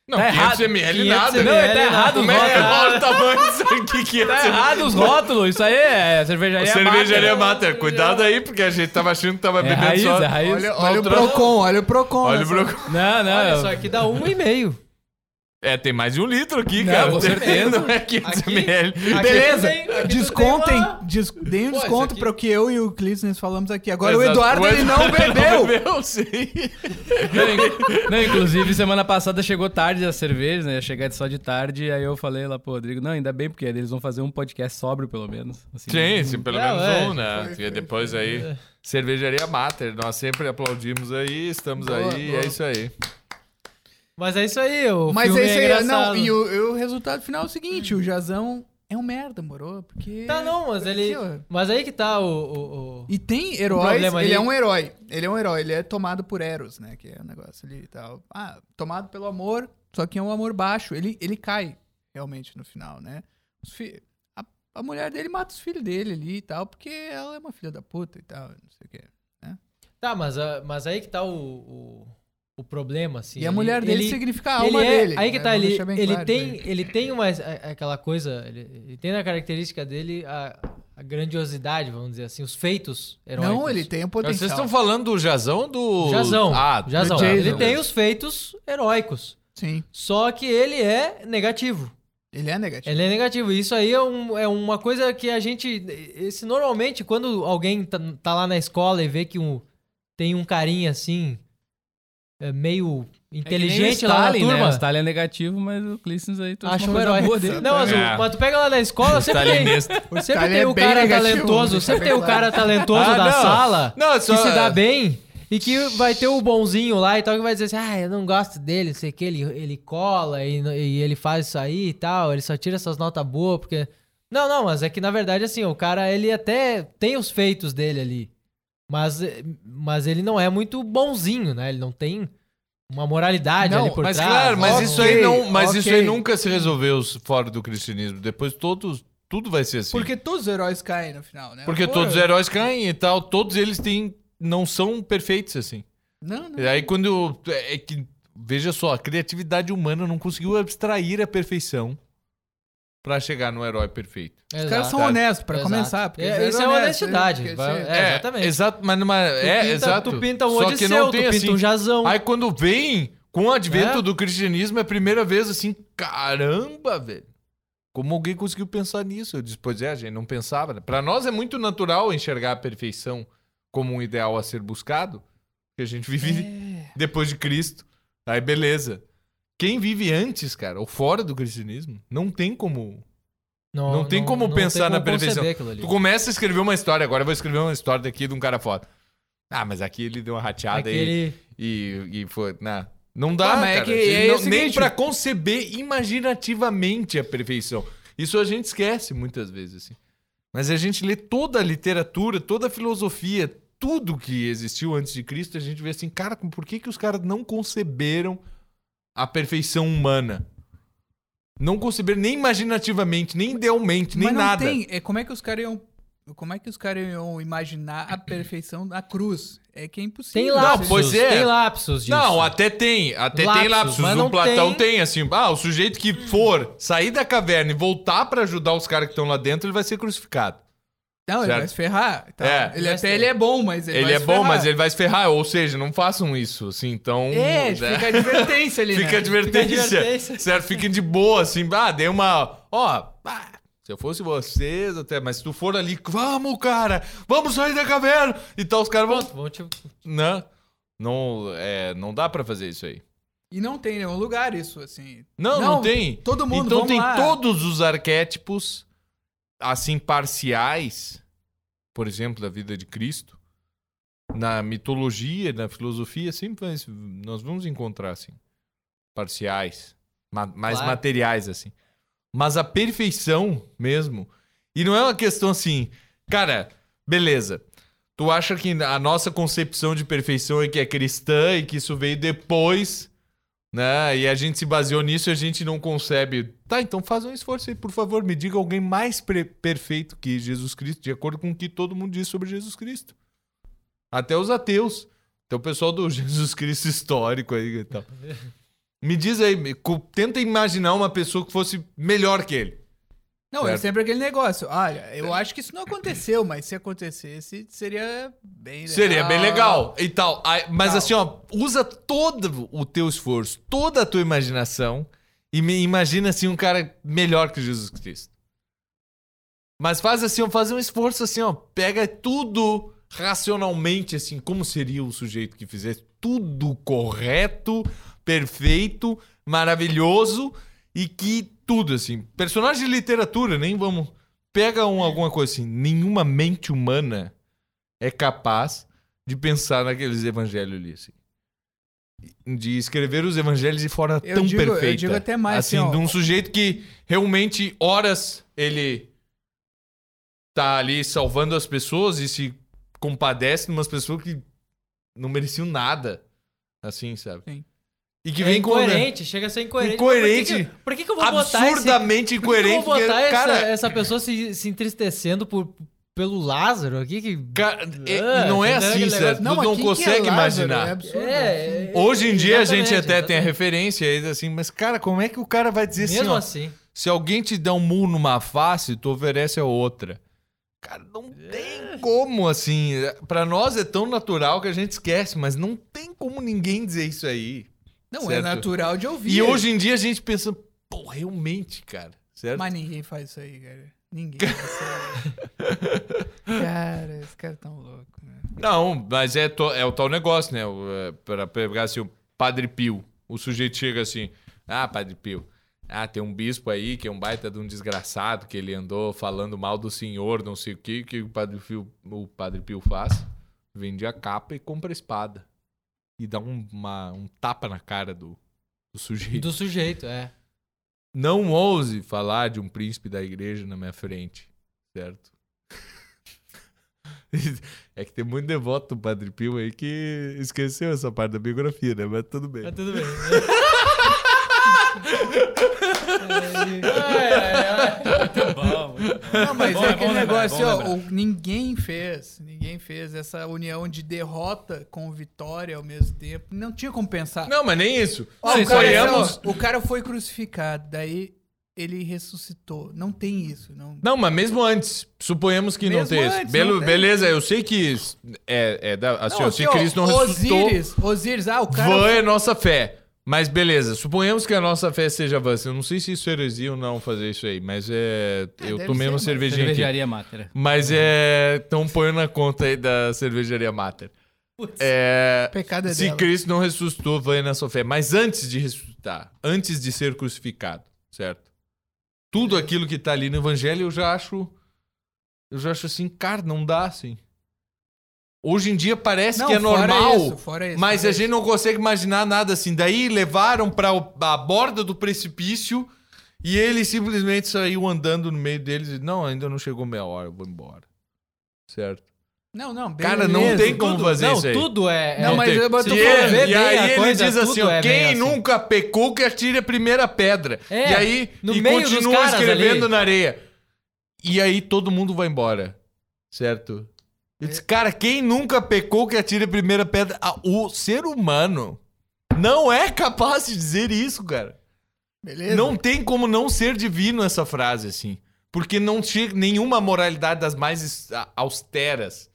[SPEAKER 3] Não,
[SPEAKER 4] Tá
[SPEAKER 3] 500
[SPEAKER 4] errado.
[SPEAKER 3] ml nada.
[SPEAKER 1] 500
[SPEAKER 4] Não,
[SPEAKER 1] ml,
[SPEAKER 4] tá errado os
[SPEAKER 3] Como é que
[SPEAKER 4] rótulos.
[SPEAKER 3] olha o tamanho disso aqui? 500
[SPEAKER 4] Tá errado os rótulos. Isso aí é cervejaria.
[SPEAKER 3] Cervejaria
[SPEAKER 4] Mater.
[SPEAKER 3] Mater, cuidado aí, porque a gente tava achando que tava
[SPEAKER 4] É
[SPEAKER 3] bebendo
[SPEAKER 4] raiz,
[SPEAKER 3] só.
[SPEAKER 4] é raiz.
[SPEAKER 2] Olha, olha o
[SPEAKER 3] troço.
[SPEAKER 2] Procon, olha o Procon.
[SPEAKER 3] Olha é o
[SPEAKER 2] nessa-
[SPEAKER 3] Broco.
[SPEAKER 4] Não,
[SPEAKER 1] olha
[SPEAKER 2] [laughs]
[SPEAKER 4] não.
[SPEAKER 1] só, aqui dá um e meio.
[SPEAKER 3] É, tem mais de um litro [laughs] aqui,
[SPEAKER 5] Não,
[SPEAKER 3] cara.
[SPEAKER 5] com
[SPEAKER 3] Tem-
[SPEAKER 5] certeza.
[SPEAKER 3] Não é 500
[SPEAKER 1] Aqui-
[SPEAKER 3] ml.
[SPEAKER 2] Beleza,
[SPEAKER 1] Aqui tu tem- aqui tu tem
[SPEAKER 2] descontem,
[SPEAKER 1] lá.
[SPEAKER 2] des, deem um
[SPEAKER 1] Pô, isso
[SPEAKER 2] desconto
[SPEAKER 1] aqui-
[SPEAKER 2] para o que eu e o Clisnes falamos aqui. Agora o
[SPEAKER 3] Exato.
[SPEAKER 2] Eduardo, ele não
[SPEAKER 3] Eduardo
[SPEAKER 2] bebeu.
[SPEAKER 3] bebeu, sim.
[SPEAKER 5] Não, in- não, inclusive, semana passada chegou tarde as cervejas, né? Ia chegar só de tarde, aí eu falei lá pro Rodrigo, não, ainda bem, porque eles vão fazer um podcast sóbrio, pelo menos. Assim,
[SPEAKER 3] Sim, sim, pelo
[SPEAKER 1] Não,
[SPEAKER 3] menos
[SPEAKER 1] é,
[SPEAKER 3] um, né? e depois aí, cervejaria Mater, nós sempre aplaudimos aí, estamos
[SPEAKER 2] Boa,
[SPEAKER 3] aí,
[SPEAKER 2] boa.
[SPEAKER 3] é isso aí.
[SPEAKER 1] Mas é isso aí, o
[SPEAKER 2] Mas
[SPEAKER 1] filme
[SPEAKER 2] é isso aí.
[SPEAKER 1] engraçado.
[SPEAKER 2] não, e o, e o resultado final é o seguinte, o Jazão é um merda, moro? Porque...
[SPEAKER 1] Tá, não, mas ele...
[SPEAKER 2] Aqui, ó.
[SPEAKER 1] Mas aí que tá o... o- o-
[SPEAKER 2] E tem
[SPEAKER 1] O
[SPEAKER 2] heróis, ele
[SPEAKER 1] problema ali-
[SPEAKER 2] é um herói. Ele é um herói, ele é tomado por Eros, né? Que é o negócio ali e tal. Ah, tomado pelo amor, só que é um amor baixo. Ele, ele cai, realmente, no final, né? Os fi- a, a mulher dele mata os filhos dele ali e tal, porque ela é uma filha da puta e tal, não sei o quê.
[SPEAKER 1] Tá, mas, a- mas aí que tá o, o, o problema, assim.
[SPEAKER 2] e a
[SPEAKER 1] Ele-
[SPEAKER 2] mulher dele
[SPEAKER 1] ele-
[SPEAKER 2] significa a
[SPEAKER 1] ele
[SPEAKER 2] alma
[SPEAKER 1] é-
[SPEAKER 2] dele.
[SPEAKER 1] Aí que
[SPEAKER 2] né?
[SPEAKER 1] tá,
[SPEAKER 2] Vamos
[SPEAKER 1] ele,
[SPEAKER 2] deixar bem
[SPEAKER 1] ele,
[SPEAKER 2] claro isso
[SPEAKER 1] tem,
[SPEAKER 2] aí.
[SPEAKER 1] ele tem uma, a- aquela coisa, ele, ele tem na característica dele a, a grandiosidade, vamos dizer assim, os feitos heróicos.
[SPEAKER 2] Não, ele tem o
[SPEAKER 3] Vocês
[SPEAKER 2] potencial.
[SPEAKER 3] estão falando do Jazão ou do...
[SPEAKER 1] Jazão,
[SPEAKER 3] Ah,
[SPEAKER 1] Jazão.
[SPEAKER 2] do
[SPEAKER 1] Ele
[SPEAKER 2] Jason.
[SPEAKER 1] tem os feitos heróicos,
[SPEAKER 2] Sim,
[SPEAKER 1] só que ele é negativo.
[SPEAKER 2] ele é negativo.
[SPEAKER 1] Ele é negativo. Isso aí é, um- é uma coisa que a gente. Esse, normalmente, quando alguém tá, tá lá na escola e vê que um, tem um carinha assim, é,
[SPEAKER 5] É
[SPEAKER 1] meio
[SPEAKER 5] que nem o
[SPEAKER 1] inteligente lá na
[SPEAKER 5] Stalin, né?
[SPEAKER 1] turma.
[SPEAKER 5] O Stalin é negativo, mas o Clístenes aí trouxe
[SPEAKER 1] Acha
[SPEAKER 5] uma
[SPEAKER 1] um
[SPEAKER 5] coisa
[SPEAKER 1] herói.
[SPEAKER 5] boa dele.
[SPEAKER 1] Não, mas, o-
[SPEAKER 3] É.
[SPEAKER 1] mas tu pega lá na escola, sempre tem,
[SPEAKER 3] Stalinista.
[SPEAKER 1] sempre
[SPEAKER 2] Stalin é
[SPEAKER 1] tem o
[SPEAKER 2] bem
[SPEAKER 1] cara
[SPEAKER 2] negativo,
[SPEAKER 1] talentoso,
[SPEAKER 2] deixa
[SPEAKER 1] sempre
[SPEAKER 2] bem
[SPEAKER 1] tem o
[SPEAKER 2] claro.
[SPEAKER 1] cara talentoso
[SPEAKER 3] Ah,
[SPEAKER 1] da
[SPEAKER 3] não.
[SPEAKER 1] sala
[SPEAKER 3] Não, só... é.
[SPEAKER 1] que se dá bem e que vai ter o bonzinho lá e tal, que vai dizer assim, ah, eu não gosto dele, não sei o que, ele, ele cola e, no- e ele faz isso aí e tal, ele só tira essas notas boas, porque... Não, não, mas é que na verdade, assim, o cara, ele até tem os feitos dele ali, mas, mas ele não é muito bonzinho, né? Ele não tem uma moralidade
[SPEAKER 2] Não,
[SPEAKER 1] ali por
[SPEAKER 3] Mas
[SPEAKER 1] trás.
[SPEAKER 3] claro, mas
[SPEAKER 1] né?
[SPEAKER 3] isso aí não, mas
[SPEAKER 2] ok.
[SPEAKER 3] isso aí nunca se resolveu fora do cristianismo. Depois todos, tudo vai ser assim.
[SPEAKER 2] Porque todos os heróis caem no final,
[SPEAKER 1] É
[SPEAKER 2] né?
[SPEAKER 3] Porque
[SPEAKER 2] Pô,
[SPEAKER 3] todos é- os heróis caem e tal, todos eles têm não são perfeitos assim.
[SPEAKER 2] Não, não.
[SPEAKER 3] E aí quando é que veja só, a criatividade humana não conseguiu abstrair a perfeição pra chegar no herói perfeito.
[SPEAKER 2] Os caras são
[SPEAKER 3] Exato.
[SPEAKER 2] honestos, pra
[SPEAKER 1] Exato.
[SPEAKER 2] começar. porque
[SPEAKER 1] É,
[SPEAKER 2] eles eram
[SPEAKER 1] isso é
[SPEAKER 2] honestos,
[SPEAKER 1] honestidade,
[SPEAKER 2] porque
[SPEAKER 1] vai-
[SPEAKER 2] se-
[SPEAKER 1] É, exatamente.
[SPEAKER 3] Exato, mas numa, é,
[SPEAKER 1] pinta-
[SPEAKER 3] exato.
[SPEAKER 1] Tu pinta um
[SPEAKER 3] Só que não
[SPEAKER 1] Odisseu, tu
[SPEAKER 3] tem
[SPEAKER 1] pinta
[SPEAKER 3] assim.
[SPEAKER 1] um Jazão.
[SPEAKER 3] Aí quando vem com o advento
[SPEAKER 1] É.
[SPEAKER 3] do cristianismo é a primeira vez assim, caramba, velho. Como alguém conseguiu pensar nisso? Eu disse, pois é, a gente não pensava. Né? Para nós é muito natural enxergar a perfeição como um ideal a ser buscado, que a gente vive depois de Cristo. Aí beleza. Quem vive antes, cara, ou fora do cristianismo, não tem como. Não tem como pensar na prevenção.
[SPEAKER 1] conceber aquilo ali.
[SPEAKER 3] Tu começa a escrever uma história, agora eu vou escrever uma história daqui de um cara foda. Ah, mas aqui ele deu uma
[SPEAKER 1] É
[SPEAKER 3] rateada aí.
[SPEAKER 1] Aquele-
[SPEAKER 3] E, e foi. Não, não dá,
[SPEAKER 2] Ah, mas é
[SPEAKER 3] cara.
[SPEAKER 2] que é
[SPEAKER 3] Não-
[SPEAKER 2] o
[SPEAKER 3] nem
[SPEAKER 2] seguinte-
[SPEAKER 3] pra conceber imaginativamente a perfeição. Isso a gente esquece muitas vezes, assim. Mas a gente lê toda a literatura, toda a filosofia, tudo que existiu antes de Cristo, a gente vê assim, cara, por que, que os caras não conceberam a perfeição humana? Não conceberam nem imaginativamente, nem idealmente, nem
[SPEAKER 2] Mas não
[SPEAKER 3] nada.
[SPEAKER 2] tem. É, como é que os caras iam. Como é que os caras iam imaginar a perfeição da cruz? É que é impossível.
[SPEAKER 1] Tem
[SPEAKER 2] né?
[SPEAKER 1] lapsos,
[SPEAKER 3] pois é.
[SPEAKER 1] tem lapsos disso.
[SPEAKER 3] Não, até tem. Até tem
[SPEAKER 1] Lapsos,
[SPEAKER 3] lapsos.
[SPEAKER 1] mas
[SPEAKER 3] O
[SPEAKER 1] não
[SPEAKER 3] Platão tem...
[SPEAKER 1] tem-
[SPEAKER 3] assim. Ah, o sujeito que for sair da caverna e voltar pra ajudar os caras que estão lá dentro, ele vai ser crucificado.
[SPEAKER 2] Não, ele
[SPEAKER 3] Certo.
[SPEAKER 2] vai se ferrar. e tal.
[SPEAKER 3] É.
[SPEAKER 2] Ele
[SPEAKER 1] Vai
[SPEAKER 2] até
[SPEAKER 1] se-
[SPEAKER 2] ele é bom, mas ele,
[SPEAKER 3] Ele,
[SPEAKER 2] vai
[SPEAKER 3] é
[SPEAKER 2] se
[SPEAKER 3] bom,
[SPEAKER 2] ferrar.
[SPEAKER 3] mas ele vai se ferrar. Ou seja, não façam isso, assim. Então.
[SPEAKER 2] É,
[SPEAKER 3] né?
[SPEAKER 2] fica a advertência ali.
[SPEAKER 3] Fica a
[SPEAKER 2] né?
[SPEAKER 3] advertência.
[SPEAKER 1] Fica a advertência.
[SPEAKER 3] Certo? Fiquem de boa, assim. Ah, dei uma. Ó, pá, se eu fosse vocês até, mas se tu for ali, vamos, cara, vamos sair da caverna. E tal, os caras vão.
[SPEAKER 1] Pronto, vão te-
[SPEAKER 3] Não, não, é, não dá pra fazer isso aí.
[SPEAKER 2] E não tem nenhum lugar isso, assim.
[SPEAKER 3] Não, não, tem.
[SPEAKER 2] Todo mundo
[SPEAKER 3] Então
[SPEAKER 2] vamos
[SPEAKER 3] tem
[SPEAKER 2] lá.
[SPEAKER 3] todos os arquétipos, assim, parciais, por exemplo, da vida de Cristo, na mitologia, na filosofia, sempre vai- nós vamos encontrar, assim, parciais, ma- mais
[SPEAKER 1] Claro.
[SPEAKER 3] materiais, assim. Mas a perfeição mesmo. E não é uma questão assim, cara, beleza. Tu acha que a nossa concepção de perfeição é que é cristã e que isso veio depois, né? E a gente se baseou nisso e a gente não concebe. Tá, então faz um esforço aí, por favor, me diga alguém mais pre- perfeito que Jesus Cristo, de acordo com o que todo mundo diz sobre Jesus Cristo. Até os ateus. Até o pessoal do [laughs] Jesus Cristo histórico aí e tal. Me diz aí, me- co- tenta imaginar uma pessoa que fosse melhor que ele.
[SPEAKER 2] Não, é
[SPEAKER 3] Certo.
[SPEAKER 2] sempre aquele negócio. Olha, eu acho que isso não aconteceu, mas se acontecesse, seria bem legal.
[SPEAKER 3] Seria bem legal e tal. Aí- Mas
[SPEAKER 2] Tal.
[SPEAKER 3] assim, ó, usa todo o teu esforço, toda a tua imaginação E me- imagina assim um cara melhor que Jesus Cristo. Mas faz assim, ó, faz um esforço assim, ó, pega tudo racionalmente assim, como seria o sujeito que fizesse tudo correto, perfeito, maravilhoso e que tudo assim, personagem de literatura, nem vamos pega um alguma coisa assim, nenhuma mente humana é capaz de pensar naqueles evangelhos ali assim. De escrever os evangelhos de forma
[SPEAKER 2] Eu
[SPEAKER 3] tão
[SPEAKER 2] digo- eu
[SPEAKER 3] perfeita.
[SPEAKER 2] digo até mais,
[SPEAKER 3] Assim,
[SPEAKER 2] assim, ó.
[SPEAKER 3] de um sujeito que realmente, horas, ele tá ali salvando as pessoas e se compadece de umas pessoas que não mereciam nada. Assim, sabe?
[SPEAKER 2] Sim.
[SPEAKER 3] E que
[SPEAKER 1] É
[SPEAKER 3] vem com.
[SPEAKER 1] incoerente, chega a ser incoerente.
[SPEAKER 3] Incoerente.
[SPEAKER 1] Por que que, por que que eu vou botar esse...
[SPEAKER 3] Absurdamente
[SPEAKER 1] por que que
[SPEAKER 3] incoerente.
[SPEAKER 1] eu [laughs] vou
[SPEAKER 3] porque,
[SPEAKER 1] botar essa,
[SPEAKER 3] cara,
[SPEAKER 1] essa pessoa se, se entristecendo por, pelo Lázaro aqui? Que...
[SPEAKER 3] Cara, é-
[SPEAKER 1] Ah,
[SPEAKER 3] não é
[SPEAKER 1] entendeu?
[SPEAKER 3] assim,
[SPEAKER 1] Aquele
[SPEAKER 3] certo?
[SPEAKER 2] Não,
[SPEAKER 3] tu não
[SPEAKER 2] aqui que é
[SPEAKER 3] consegue
[SPEAKER 2] Lázaro,
[SPEAKER 3] imaginar.
[SPEAKER 2] É absurdo. assim.
[SPEAKER 1] né?
[SPEAKER 3] Hoje em dia a gente
[SPEAKER 1] é, exatamente,
[SPEAKER 3] até tem a
[SPEAKER 1] exatamente.
[SPEAKER 3] referência aí, assim, mas cara, como é que o cara vai dizer assim,
[SPEAKER 1] Mesmo
[SPEAKER 3] ó,
[SPEAKER 1] assim.
[SPEAKER 3] se alguém te dá um murro numa face, tu oferece a outra. Cara, não
[SPEAKER 1] É.
[SPEAKER 3] tem como assim. Pra nós é tão natural que a gente esquece, mas não tem como ninguém dizer isso aí.
[SPEAKER 2] Não, é
[SPEAKER 3] Certo.
[SPEAKER 2] natural de ouvir.
[SPEAKER 3] E hoje em dia a gente pensa, pô, realmente, cara, certo?
[SPEAKER 2] Mas ninguém faz isso aí, cara. Ninguém faz isso [laughs] aí. Cara, esse cara é tão louco, né?
[SPEAKER 3] Não, mas é, to- é o tal negócio, né? O, é, Pra pegar assim, o Padre Pio. O sujeito chega assim, ah, Padre Pio, ah, tem um bispo aí que é um baita de um desgraçado, que ele andou falando mal do senhor, não sei o que, que o Padre Pio, o padre Pio faz? Vende a capa e compra a espada. E dá um, uma- um tapa na cara do, do sujeito.
[SPEAKER 1] Do sujeito, é.
[SPEAKER 3] Não ouse falar de um príncipe da igreja na minha frente, certo? [laughs] É que tem muito devoto do Padre Pio aí que esqueceu essa parte da biografia, né? Mas tudo bem.
[SPEAKER 1] Mas tudo bem. Ai, ai, ai.
[SPEAKER 3] Tá
[SPEAKER 2] Não, mas
[SPEAKER 5] Bom,
[SPEAKER 2] é
[SPEAKER 5] é
[SPEAKER 2] aquele
[SPEAKER 5] bom lembrar, é
[SPEAKER 2] negócio,
[SPEAKER 5] bom
[SPEAKER 2] ó, o- ninguém fez, ninguém fez essa união de derrota com vitória ao mesmo tempo. Não tinha como pensar.
[SPEAKER 3] Não, mas nem isso. é
[SPEAKER 2] Ó, o, cara, é
[SPEAKER 3] Convenhamos.
[SPEAKER 2] ó, o cara foi crucificado, daí ele ressuscitou. Não tem isso, não.
[SPEAKER 3] Não, mas mesmo antes, suponhamos que não
[SPEAKER 2] Mesmo
[SPEAKER 3] tem isso.
[SPEAKER 2] antes,
[SPEAKER 3] Belo-
[SPEAKER 2] não tem.
[SPEAKER 3] Beleza, eu sei que isso é, é da, assim,
[SPEAKER 2] Não,
[SPEAKER 3] ó, se
[SPEAKER 2] assim, ó,
[SPEAKER 3] Cristo não ressuscitou,
[SPEAKER 2] Osíris, Osíris, ah, o cara
[SPEAKER 3] vã é nossa fé. Mas beleza, suponhamos que a nossa fé seja vã. Eu não sei se isso é heresia ou não fazer isso aí, mas é.
[SPEAKER 2] É,
[SPEAKER 3] eu
[SPEAKER 2] deve
[SPEAKER 3] tomei
[SPEAKER 2] ser,
[SPEAKER 3] uma
[SPEAKER 2] mas-
[SPEAKER 3] cervejinha aqui.
[SPEAKER 4] Cervejaria Mátera.
[SPEAKER 3] Mas é. Então põe na conta aí da cervejaria Mater. É,
[SPEAKER 2] pecado é
[SPEAKER 3] se
[SPEAKER 2] dela.
[SPEAKER 3] Cristo não ressuscitou, vai na sua fé. Mas antes de ressuscitar, antes de ser crucificado, certo? Tudo aquilo que tá ali no evangelho eu já acho. Eu já acho assim, cara, não dá assim. Hoje em dia parece
[SPEAKER 2] Não,
[SPEAKER 3] que é
[SPEAKER 2] fora
[SPEAKER 3] normal.
[SPEAKER 2] isso, fora isso,
[SPEAKER 3] Mas
[SPEAKER 2] fora
[SPEAKER 3] a
[SPEAKER 2] isso.
[SPEAKER 3] gente não consegue imaginar nada assim. Daí levaram para a borda do precipício e ele simplesmente saiu andando no meio deles e não, ainda não chegou meia hora, eu vou embora. Certo?
[SPEAKER 2] Não, não,
[SPEAKER 3] Cara, não tem como
[SPEAKER 1] Tudo-
[SPEAKER 3] fazer
[SPEAKER 1] não,
[SPEAKER 3] isso aí.
[SPEAKER 1] tudo é. é
[SPEAKER 2] Não, mas
[SPEAKER 3] tem.
[SPEAKER 2] eu boto
[SPEAKER 3] e
[SPEAKER 2] pra
[SPEAKER 3] ele-
[SPEAKER 1] ver
[SPEAKER 3] e
[SPEAKER 1] bem a
[SPEAKER 3] aí ele
[SPEAKER 1] coisa,
[SPEAKER 3] diz assim,
[SPEAKER 1] tudo
[SPEAKER 3] ó,
[SPEAKER 1] é
[SPEAKER 3] quem
[SPEAKER 1] bem assim."
[SPEAKER 3] nunca pecou que atire a primeira pedra.
[SPEAKER 1] É,
[SPEAKER 3] e aí
[SPEAKER 1] no
[SPEAKER 3] e
[SPEAKER 1] meio dos
[SPEAKER 3] continua
[SPEAKER 1] caras
[SPEAKER 3] escrevendo
[SPEAKER 1] ali.
[SPEAKER 3] na areia. E aí todo mundo vai embora. Certo? Eu disse, cara, quem nunca pecou que atire a primeira pedra? Ah, o ser humano não é capaz de dizer isso, cara.
[SPEAKER 2] Beleza?
[SPEAKER 3] Não tem como não ser divino essa frase, assim. Porque não chega nenhuma moralidade das mais es- a- austeras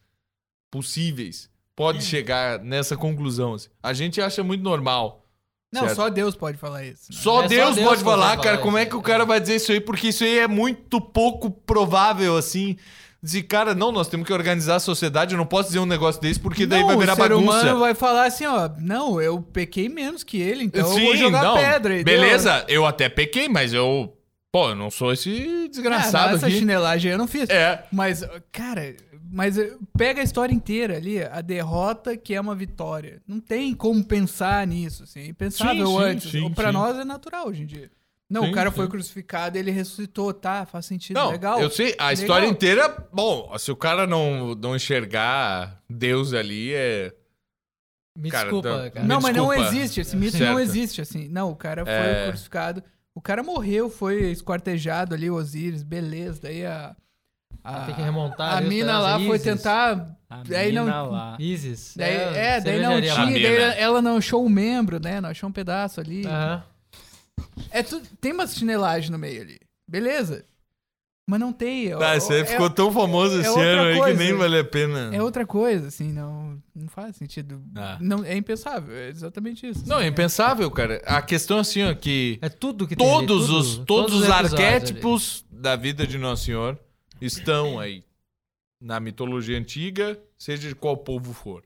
[SPEAKER 3] possíveis pode chegar nessa conclusão. assim. A gente acha muito normal.
[SPEAKER 2] Não,
[SPEAKER 3] certo.
[SPEAKER 2] só Deus pode falar isso. né?
[SPEAKER 3] Só,
[SPEAKER 1] É só
[SPEAKER 3] Deus,
[SPEAKER 1] Deus
[SPEAKER 3] pode
[SPEAKER 1] que pode
[SPEAKER 3] falar,
[SPEAKER 1] falar
[SPEAKER 3] cara. Como é
[SPEAKER 1] isso,
[SPEAKER 3] que o
[SPEAKER 1] é.
[SPEAKER 3] cara vai dizer isso aí? Porque isso aí é muito pouco provável, assim. De cara, não, nós temos que organizar a sociedade. Eu não posso dizer um negócio desse porque daí
[SPEAKER 2] Não,
[SPEAKER 3] vai virar
[SPEAKER 2] o ser
[SPEAKER 3] bagunça.
[SPEAKER 2] humano vai falar assim, ó, não, eu pequei menos que ele, então eu vou jogar pedra. entendeu? Ah,
[SPEAKER 3] Beleza, eu até pequei, mas eu. Pô, eu não sou esse
[SPEAKER 2] Ah,
[SPEAKER 3] desgraçado
[SPEAKER 2] essa
[SPEAKER 3] aqui.
[SPEAKER 2] chinelagem eu não fiz.
[SPEAKER 3] É.
[SPEAKER 2] Mas, cara, mas eh, pega a história inteira ali, a derrota que é uma vitória. Não tem como pensar nisso, assim. É Impensável
[SPEAKER 3] Sim, sim,
[SPEAKER 2] antes.
[SPEAKER 3] sim,
[SPEAKER 2] Ou pra
[SPEAKER 3] sim.
[SPEAKER 2] nós é natural hoje em dia. Não,
[SPEAKER 3] Sim,
[SPEAKER 2] o cara
[SPEAKER 3] sim.
[SPEAKER 2] foi crucificado, ele ressuscitou, tá? Faz sentido,
[SPEAKER 3] Não,
[SPEAKER 2] legal.
[SPEAKER 3] eu sei, a
[SPEAKER 2] Legal.
[SPEAKER 3] história inteira, bom, se o cara não, não enxergar Deus ali, é.
[SPEAKER 1] Me
[SPEAKER 3] Cara,
[SPEAKER 1] desculpa,
[SPEAKER 3] não-
[SPEAKER 1] cara.
[SPEAKER 2] Não,
[SPEAKER 3] Me
[SPEAKER 2] mas não
[SPEAKER 3] desculpa.
[SPEAKER 2] existe, esse mito
[SPEAKER 3] Certo.
[SPEAKER 2] não existe, assim. Não, o cara foi
[SPEAKER 3] É.
[SPEAKER 2] crucificado, o cara morreu, foi esquartejado ali, Osíris, beleza. Daí a...
[SPEAKER 1] Ah,
[SPEAKER 2] A,
[SPEAKER 1] tem que remontar
[SPEAKER 2] a
[SPEAKER 1] ali os
[SPEAKER 2] mina
[SPEAKER 1] pedaços.
[SPEAKER 2] lá foi
[SPEAKER 1] Isis.
[SPEAKER 2] tentar...
[SPEAKER 4] A
[SPEAKER 2] Daí não-
[SPEAKER 4] mina lá.
[SPEAKER 1] Isis.
[SPEAKER 2] Daí, é, daí não
[SPEAKER 1] cervejaria
[SPEAKER 2] tinha,
[SPEAKER 3] lá. né?
[SPEAKER 2] daí
[SPEAKER 3] A mina.
[SPEAKER 2] ela- ela não achou um membro, né? Não achou um pedaço ali.
[SPEAKER 1] Aham.
[SPEAKER 2] É tudo, tem uma chinelagem no meio ali. Beleza. Mas não tem.
[SPEAKER 3] Ah,
[SPEAKER 2] é-
[SPEAKER 3] isso aí
[SPEAKER 2] é-
[SPEAKER 3] ficou tão famoso
[SPEAKER 2] é
[SPEAKER 3] esse
[SPEAKER 2] outra
[SPEAKER 3] ano aí que
[SPEAKER 2] coisa.
[SPEAKER 3] nem vale a pena.
[SPEAKER 2] É outra coisa, assim, não, não faz sentido.
[SPEAKER 3] Ah.
[SPEAKER 2] Não, é impensável, é exatamente isso.
[SPEAKER 3] Não, é impensável, cara. A questão é assim, ó, que
[SPEAKER 1] É tudo que tem ali,
[SPEAKER 3] todos,
[SPEAKER 1] tudo,
[SPEAKER 3] os, todos, os
[SPEAKER 1] episódios ali.
[SPEAKER 3] arquétipos da vida de Nosso Senhor estão aí. Na mitologia antiga, seja de qual povo for.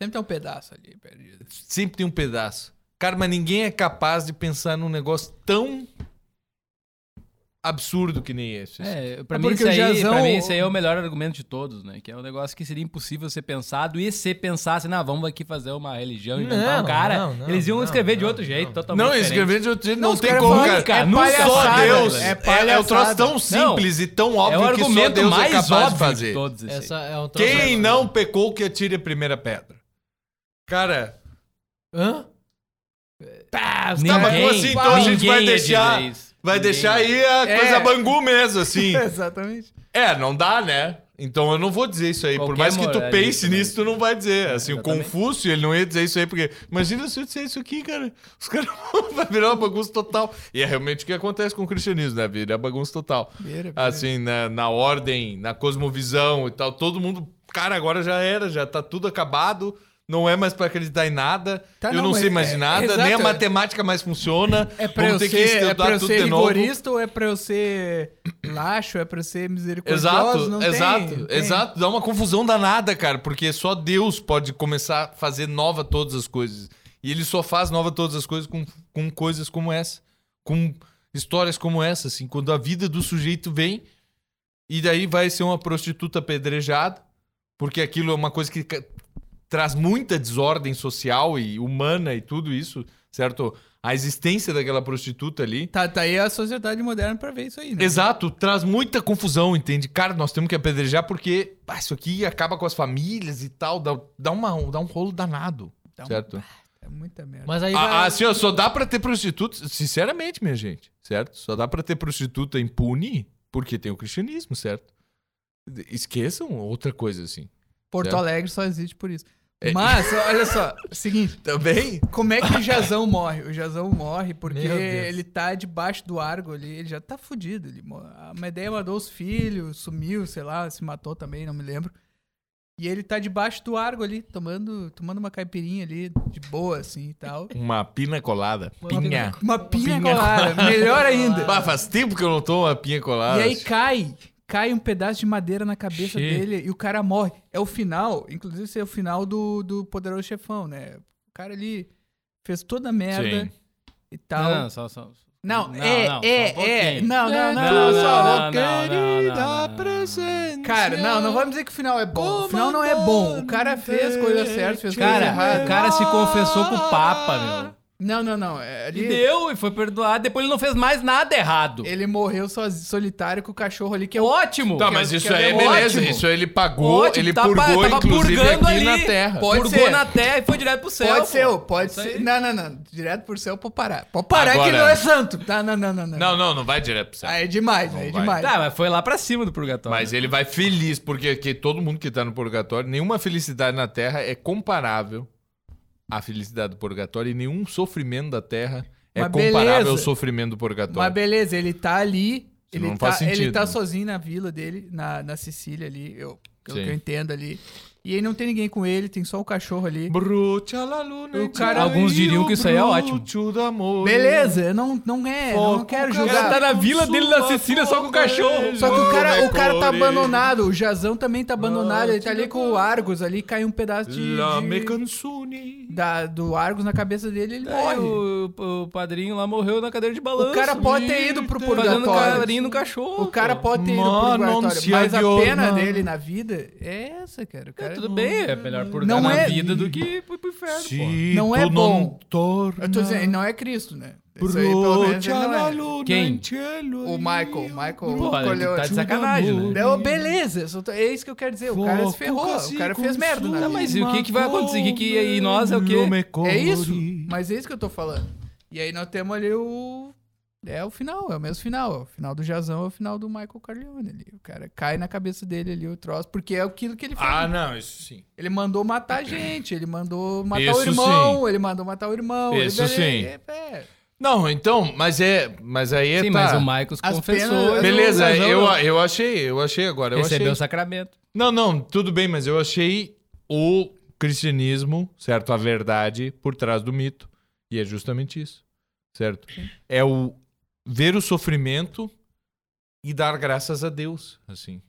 [SPEAKER 2] Sempre tem um pedaço ali perdido.
[SPEAKER 3] Sempre tem um pedaço. Cara, mas ninguém é capaz de pensar num negócio tão absurdo que nem esse. assim.
[SPEAKER 4] É, pra,
[SPEAKER 2] Ah,
[SPEAKER 4] mim
[SPEAKER 2] porque
[SPEAKER 4] esse
[SPEAKER 2] o
[SPEAKER 4] aí,
[SPEAKER 2] Jazão-
[SPEAKER 4] pra mim esse aí é o melhor argumento de todos, né? Que é um negócio que seria impossível ser pensado e se pensasse, não, vamos aqui fazer uma religião e inventar
[SPEAKER 1] Não,
[SPEAKER 4] um cara,
[SPEAKER 1] não, não,
[SPEAKER 4] eles iam
[SPEAKER 1] não,
[SPEAKER 4] escrever de
[SPEAKER 1] não,
[SPEAKER 4] outro jeito,
[SPEAKER 1] não.
[SPEAKER 4] totalmente
[SPEAKER 3] Não,
[SPEAKER 4] Tá diferente.
[SPEAKER 3] escrever de outro jeito não
[SPEAKER 2] os
[SPEAKER 3] tem
[SPEAKER 2] caras
[SPEAKER 3] como,
[SPEAKER 2] falam,
[SPEAKER 3] cara.
[SPEAKER 2] cara,
[SPEAKER 4] não
[SPEAKER 3] É só
[SPEAKER 2] palhaçada,
[SPEAKER 3] Deus. É,
[SPEAKER 2] velho. É
[SPEAKER 3] é um troço
[SPEAKER 2] palhaçada.
[SPEAKER 3] tão simples e tão
[SPEAKER 4] É o
[SPEAKER 3] óbvio que só
[SPEAKER 4] argumento
[SPEAKER 3] Deus é
[SPEAKER 4] mais
[SPEAKER 3] capaz
[SPEAKER 4] óbvio
[SPEAKER 3] de fazer.
[SPEAKER 4] de todos. assim. esse aí.
[SPEAKER 1] Essa é um troço-
[SPEAKER 3] Quem não pecou que atire a primeira pedra. Cara,
[SPEAKER 1] Hã?
[SPEAKER 4] Pá,
[SPEAKER 3] tá, mas como assim? Então a gente vai
[SPEAKER 4] ninguém ia
[SPEAKER 3] deixar-
[SPEAKER 4] dizer isso.
[SPEAKER 3] vai
[SPEAKER 4] Ninguém.
[SPEAKER 3] deixar aí a
[SPEAKER 2] É.
[SPEAKER 3] coisa bangu mesmo,
[SPEAKER 4] [laughs]
[SPEAKER 3] assim.
[SPEAKER 2] [laughs] Exatamente.
[SPEAKER 3] é, não dá, né? Então eu não vou dizer isso aí. Por
[SPEAKER 4] Qualquer
[SPEAKER 3] mais que tu
[SPEAKER 4] moralista,
[SPEAKER 3] pense
[SPEAKER 4] né?
[SPEAKER 3] nisso, tu não vai dizer. Assim, o
[SPEAKER 4] exatamente.
[SPEAKER 3] Confúcio, ele não ia dizer isso aí, porque... Imagina se eu disser isso aqui, cara. Os caras [laughs] vão vai virar uma bagunça total. E é realmente o que acontece com o cristianismo, né? Vira bagunça total.
[SPEAKER 2] Beira, beira.
[SPEAKER 3] assim, na, na ordem, na cosmovisão e tal. Todo mundo, cara, agora já era, já tá tudo acabado. Não é mais pra acreditar em nada.
[SPEAKER 2] Tá,
[SPEAKER 3] eu
[SPEAKER 2] não,
[SPEAKER 3] não, sei
[SPEAKER 2] mas
[SPEAKER 3] mais
[SPEAKER 2] é-
[SPEAKER 3] de
[SPEAKER 2] é
[SPEAKER 3] nada, nem a
[SPEAKER 2] exato.
[SPEAKER 3] matemática mais funciona.
[SPEAKER 2] É pra
[SPEAKER 3] Vamos
[SPEAKER 2] eu
[SPEAKER 3] ter que
[SPEAKER 2] ser, é
[SPEAKER 3] estudar
[SPEAKER 2] pra eu
[SPEAKER 3] tudo
[SPEAKER 2] ser
[SPEAKER 3] de novo.
[SPEAKER 2] rigorista ou é pra eu ser laxo? É pra eu ser misericordioso?
[SPEAKER 3] Exato,
[SPEAKER 2] Não tem,
[SPEAKER 3] exato,
[SPEAKER 2] não tem.
[SPEAKER 3] exato. Dá uma confusão danada, cara, porque só Deus pode começar a fazer nova todas as coisas. E ele só faz nova todas as coisas com, com coisas como essa, com histórias como essa, assim, quando a vida do sujeito vem e daí vai ser uma prostituta apedrejada, porque aquilo é uma coisa que ca- traz muita desordem social e humana e tudo isso, certo? A existência daquela prostituta ali
[SPEAKER 2] Tá, tá aí a sociedade moderna pra ver isso aí, né?
[SPEAKER 3] Exato, traz muita confusão, entende? Cara, nós temos que apedrejar porque pá, isso aqui acaba com as famílias e tal, dá, dá, uma, dá um rolo danado,
[SPEAKER 2] Dá um-
[SPEAKER 3] certo?
[SPEAKER 2] É muita merda.
[SPEAKER 1] Mas aí
[SPEAKER 3] Ah,
[SPEAKER 1] vai-
[SPEAKER 3] ah, assim, ó, só dá pra ter prostituta, sinceramente, minha gente, certo? Só dá pra ter prostituta impune porque tem o cristianismo, certo? Esqueçam outra coisa assim.
[SPEAKER 2] Porto
[SPEAKER 3] É.
[SPEAKER 2] Alegre só existe por isso.
[SPEAKER 3] É.
[SPEAKER 2] Mas, olha só,
[SPEAKER 3] [laughs]
[SPEAKER 2] seguinte,
[SPEAKER 3] Também?
[SPEAKER 2] como é que o Jazão morre? O Jazão morre porque
[SPEAKER 1] Meu Deus.
[SPEAKER 2] ele tá debaixo do argo ali, ele já tá fudido. Ele, mo- a Medeia mandou os filhos, sumiu, sei lá, se matou também, não me lembro. E ele tá debaixo do argo ali, tomando, tomando uma caipirinha ali, de boa, assim e tal.
[SPEAKER 3] Uma pina colada. Pinha.
[SPEAKER 2] Uma pinha,
[SPEAKER 3] Pinha
[SPEAKER 2] colada, melhor ainda.
[SPEAKER 3] Bah, faz tempo que eu não tomo uma pinha colada.
[SPEAKER 2] E aí cai, cai um pedaço de madeira na cabeça
[SPEAKER 4] Xê.
[SPEAKER 2] dele e o cara morre. É o final, inclusive esse é o final do, do Poderoso Chefão, né? O cara ali fez toda a merda
[SPEAKER 3] Sim.
[SPEAKER 2] e
[SPEAKER 4] Não,
[SPEAKER 2] tal.
[SPEAKER 1] Então,
[SPEAKER 4] não, só, só-
[SPEAKER 2] Não,
[SPEAKER 4] não,
[SPEAKER 2] é,
[SPEAKER 4] não, só um
[SPEAKER 2] é, é.
[SPEAKER 4] pouquinho.
[SPEAKER 2] Não, não, não,
[SPEAKER 4] Não,
[SPEAKER 2] não, só-
[SPEAKER 4] não, não, não, não, não.
[SPEAKER 2] Cara, não, não vamos dizer que o final é bom. O final não é bom. O cara fez coisa certa, fez coisa
[SPEAKER 4] Cara,
[SPEAKER 2] errada.
[SPEAKER 4] o cara se confessou com o Papa, meu.
[SPEAKER 2] Não, não, não. é,
[SPEAKER 4] E
[SPEAKER 2] Ali,
[SPEAKER 4] deu, e foi perdoado. Depois ele não fez mais nada errado.
[SPEAKER 2] ele morreu sozinho, solitário com o cachorro ali, que é o
[SPEAKER 4] Ótimo!
[SPEAKER 3] Tá,
[SPEAKER 2] Que-
[SPEAKER 3] mas
[SPEAKER 2] que
[SPEAKER 3] isso
[SPEAKER 2] é
[SPEAKER 3] aí,
[SPEAKER 2] bem
[SPEAKER 3] beleza.
[SPEAKER 4] ótimo.
[SPEAKER 3] Isso aí ele pagou,
[SPEAKER 4] Ótimo,
[SPEAKER 3] ele
[SPEAKER 2] Tá
[SPEAKER 4] tava-
[SPEAKER 3] purgou,
[SPEAKER 4] tava
[SPEAKER 3] inclusive,
[SPEAKER 4] purgando
[SPEAKER 3] aqui
[SPEAKER 4] ali.
[SPEAKER 3] na Terra.
[SPEAKER 2] Pode
[SPEAKER 4] Purgou
[SPEAKER 2] ser.
[SPEAKER 4] na terra e foi direto pro céu.
[SPEAKER 2] Pode
[SPEAKER 4] pô.
[SPEAKER 2] ser, ô, pode
[SPEAKER 4] Isso aí.
[SPEAKER 2] ser. Não, não, não. Direto por céu, pode parar. Pode parar que
[SPEAKER 3] Agora-
[SPEAKER 2] não é santo. Tá, não, não, não, não.
[SPEAKER 3] Não, não, não vai direto pro céu.
[SPEAKER 2] Ah, é demais, né? É
[SPEAKER 3] vai.
[SPEAKER 2] demais.
[SPEAKER 4] Tá, mas foi lá pra cima do purgatório.
[SPEAKER 3] Mas ele vai feliz, porque aqui todo mundo que tá no purgatório, nenhuma felicidade na Terra é comparável à felicidade do purgatório e nenhum sofrimento da Terra é
[SPEAKER 2] Mas
[SPEAKER 3] comparável
[SPEAKER 2] beleza.
[SPEAKER 3] ao sofrimento do
[SPEAKER 2] Mas
[SPEAKER 3] purgatório.
[SPEAKER 2] beleza, ele tá ali. Ele,
[SPEAKER 3] não
[SPEAKER 2] tá,
[SPEAKER 3] faz sentido,
[SPEAKER 2] ele tá
[SPEAKER 3] né?
[SPEAKER 2] sozinho na vila dele, na, na Sicília ali, eu, que eu,
[SPEAKER 3] Sim.
[SPEAKER 2] que eu entendo ali. E aí não tem ninguém com ele, tem só o cachorro ali.
[SPEAKER 3] Bruxa la luna
[SPEAKER 2] O cara-
[SPEAKER 3] e
[SPEAKER 4] Alguns diriam que isso aí é ótimo.
[SPEAKER 3] bruxo do amor.
[SPEAKER 2] Beleza, eu não, não é, eu não
[SPEAKER 3] Foco,
[SPEAKER 2] quero
[SPEAKER 3] cara.
[SPEAKER 4] O cara
[SPEAKER 2] julgar.
[SPEAKER 4] tá na vila dele na Sicília só com o cachorro.
[SPEAKER 2] Só que o
[SPEAKER 3] né,
[SPEAKER 2] cara, o cara tá
[SPEAKER 3] Cores.
[SPEAKER 2] abandonado, o Jazão também tá abandonado, ele tá ali com o Argos ali, cai um pedaço de,
[SPEAKER 3] La
[SPEAKER 2] de-
[SPEAKER 3] me canzoni.
[SPEAKER 2] da, do Argos na cabeça dele, ele
[SPEAKER 4] Daí
[SPEAKER 2] morre.
[SPEAKER 4] É, o, o padrinho lá morreu na cadeira de balanço.
[SPEAKER 2] O cara pode ter ido pro
[SPEAKER 4] Fazendo
[SPEAKER 2] purgatório.
[SPEAKER 4] carinho no cachorro.
[SPEAKER 2] O cara
[SPEAKER 4] pô.
[SPEAKER 2] pode ter ido pro
[SPEAKER 3] Mano,
[SPEAKER 2] purgatório,
[SPEAKER 3] ansia
[SPEAKER 2] mas a
[SPEAKER 3] de ouro,
[SPEAKER 2] pena
[SPEAKER 3] mano.
[SPEAKER 2] dele na vida é essa, cara. O
[SPEAKER 4] É,
[SPEAKER 2] cara
[SPEAKER 4] tudo
[SPEAKER 2] não-
[SPEAKER 4] bem, é melhor purgar
[SPEAKER 2] Não
[SPEAKER 4] na
[SPEAKER 2] é-
[SPEAKER 4] vida do que ir pro pro inferno, pô.
[SPEAKER 3] Se
[SPEAKER 2] Não é
[SPEAKER 3] tu
[SPEAKER 2] bom.
[SPEAKER 3] torna-
[SPEAKER 2] Eu tô dizendo, ele não é Cristo, né? Isso aí, pelo menos, ele não é.
[SPEAKER 4] Quem?
[SPEAKER 3] Quem?
[SPEAKER 2] O Michael, Michael
[SPEAKER 4] Pô,
[SPEAKER 2] colheu-
[SPEAKER 4] tá de sacanagem, né?
[SPEAKER 2] Não, beleza, eu só tô- é isso que eu quero dizer. O cara se ferrou, o cara fez merda. Na
[SPEAKER 4] Não,
[SPEAKER 2] vida.
[SPEAKER 4] mas e o que que vai acontecer? O que que- e nós é o quê?
[SPEAKER 2] É isso, mas é isso que eu tô falando. E aí nós temos ali o. É o final, é o mesmo final. é O final do Jazão é o final do Michael Corleone ali. O cara cai na cabeça dele ali o troço, porque é aquilo que ele fez.
[SPEAKER 3] Ah, não, isso sim.
[SPEAKER 2] Ele mandou matar gente, ele mandou matar o
[SPEAKER 3] Isso
[SPEAKER 2] irmão, ele mandou matar o irmão.
[SPEAKER 3] Isso
[SPEAKER 2] ele,
[SPEAKER 3] sim.
[SPEAKER 2] É, é.
[SPEAKER 3] Não, então, mas é. Mas aí é.
[SPEAKER 4] Sim,
[SPEAKER 3] tá.
[SPEAKER 4] mas o Michaels
[SPEAKER 2] As
[SPEAKER 4] confessou.
[SPEAKER 2] penas-
[SPEAKER 3] Beleza,
[SPEAKER 4] mas não-
[SPEAKER 3] eu, eu achei, eu achei agora. Eu achei...
[SPEAKER 5] Recebeu o sacramento.
[SPEAKER 3] Não, não, tudo bem, mas eu achei o cristianismo, certo? A verdade por trás do mito. E é justamente isso, certo? É o ver o sofrimento e dar graças a Deus, assim.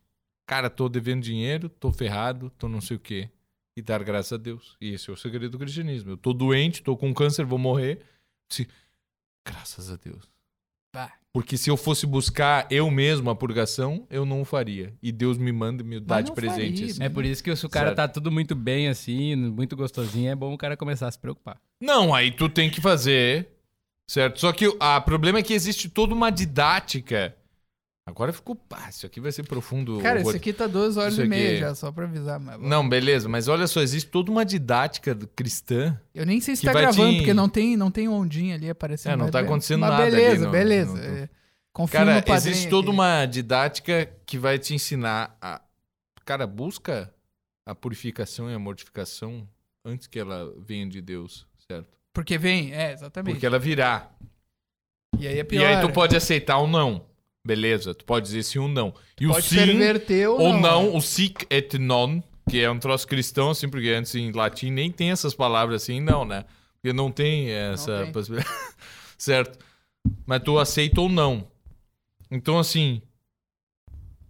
[SPEAKER 3] Cara, tô devendo dinheiro, tô ferrado, tô não sei o quê. E dar graças a Deus. E esse é o segredo do cristianismo. Eu tô doente, tô com câncer, vou morrer. Se- Graças a Deus.
[SPEAKER 2] Bah.
[SPEAKER 3] Porque se eu fosse buscar eu mesmo a purgação, eu não o faria. E Deus me manda e me dá
[SPEAKER 2] Mas
[SPEAKER 3] de
[SPEAKER 2] não
[SPEAKER 3] presente.
[SPEAKER 2] faria,
[SPEAKER 3] assim.
[SPEAKER 4] É por isso que se o cara
[SPEAKER 3] Certo.
[SPEAKER 4] tá tudo muito bem assim, muito gostosinho, é bom o cara começar a se preocupar.
[SPEAKER 3] Não, aí tu tem que fazer, certo? Só que o a problema é que existe toda uma didática. Agora ficou, pá, isso aqui vai ser profundo.
[SPEAKER 2] Cara,
[SPEAKER 3] horror.
[SPEAKER 2] esse aqui tá duas horas
[SPEAKER 3] Isso
[SPEAKER 2] e meia
[SPEAKER 3] aqui-
[SPEAKER 2] já, só pra avisar. Mas
[SPEAKER 3] Não, beleza, mas olha só, existe toda uma didática do- cristã.
[SPEAKER 2] Eu nem sei se
[SPEAKER 3] Que
[SPEAKER 2] tá
[SPEAKER 3] vai te-
[SPEAKER 2] gravando, porque não tem, não tem ondinha ali aparecendo.
[SPEAKER 3] É, não
[SPEAKER 2] mas
[SPEAKER 3] tá
[SPEAKER 2] be-
[SPEAKER 3] acontecendo
[SPEAKER 2] mas
[SPEAKER 3] nada ali
[SPEAKER 2] Beleza,
[SPEAKER 3] no-
[SPEAKER 2] beleza.
[SPEAKER 3] no-
[SPEAKER 2] É, Confia no
[SPEAKER 3] Cara,
[SPEAKER 2] padrinho
[SPEAKER 3] existe toda
[SPEAKER 2] aqui.
[SPEAKER 3] uma didática que vai te ensinar a. Cara, busca a purificação e a mortificação antes que ela venha de Deus, certo?
[SPEAKER 2] Porque vem, é, exatamente.
[SPEAKER 3] Porque ela virá.
[SPEAKER 2] E aí é
[SPEAKER 3] E
[SPEAKER 2] pior.
[SPEAKER 3] aí tu pode aceitar ou não. Beleza, tu pode dizer sim ou não. E o
[SPEAKER 2] Pode
[SPEAKER 3] sim
[SPEAKER 2] perverter ou,
[SPEAKER 3] Ou
[SPEAKER 2] não. né?
[SPEAKER 3] não, o sic et non, que é um troço cristão, assim, porque antes em latim nem tem essas palavras assim, não, né? Porque não tem essa
[SPEAKER 2] tem.
[SPEAKER 3] possibilidade. [laughs] certo. Mas tu aceita ou não. Então, assim,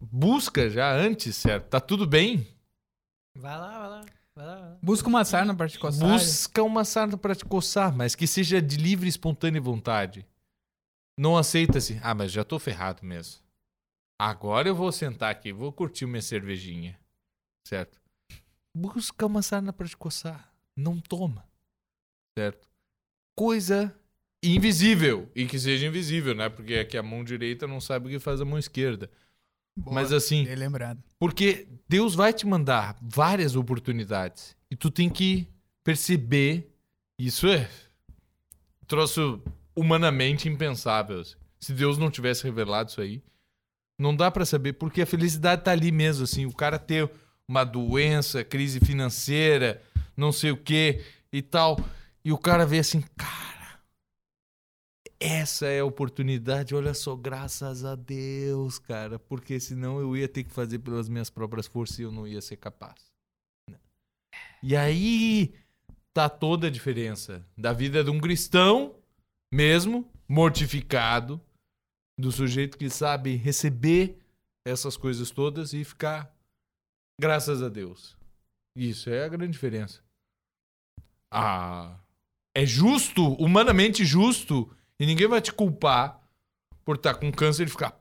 [SPEAKER 3] busca já antes, certo? Tá tudo bem?
[SPEAKER 1] Vai lá, vai lá. Vai lá.
[SPEAKER 2] Busca uma sarna pra te coçar.
[SPEAKER 3] Busca uma sarna pra te coçar, mas que seja de livre e espontânea vontade. Não aceita assim, ah, mas já tô ferrado mesmo. Agora eu vou sentar aqui, vou curtir minha cervejinha. Certo? Busca uma sarna pra te coçar. Não toma. Certo? Coisa invisível. E que seja invisível, né? Porque é que a mão direita não sabe o que faz a mão esquerda.
[SPEAKER 2] né? Boa,
[SPEAKER 3] Mas assim.
[SPEAKER 2] bem lembrado.
[SPEAKER 3] Porque Deus vai te mandar várias oportunidades e tu tem que perceber isso é um troço humanamente impensável. assim. Se Deus não tivesse revelado isso aí, não dá pra saber porque a felicidade tá ali mesmo assim, o cara ter uma doença, crise financeira, não sei o que e tal, e o cara vê assim, cara, essa é a oportunidade, olha só, graças a Deus, cara, porque senão eu ia ter que fazer pelas minhas próprias forças e eu não ia ser capaz. né? E aí tá toda a diferença da vida de um cristão mesmo mortificado do sujeito que sabe receber essas coisas todas e ficar graças a Deus. Isso é a grande diferença. Ah, é justo, humanamente justo, e ninguém vai te culpar por estar com câncer e ficar.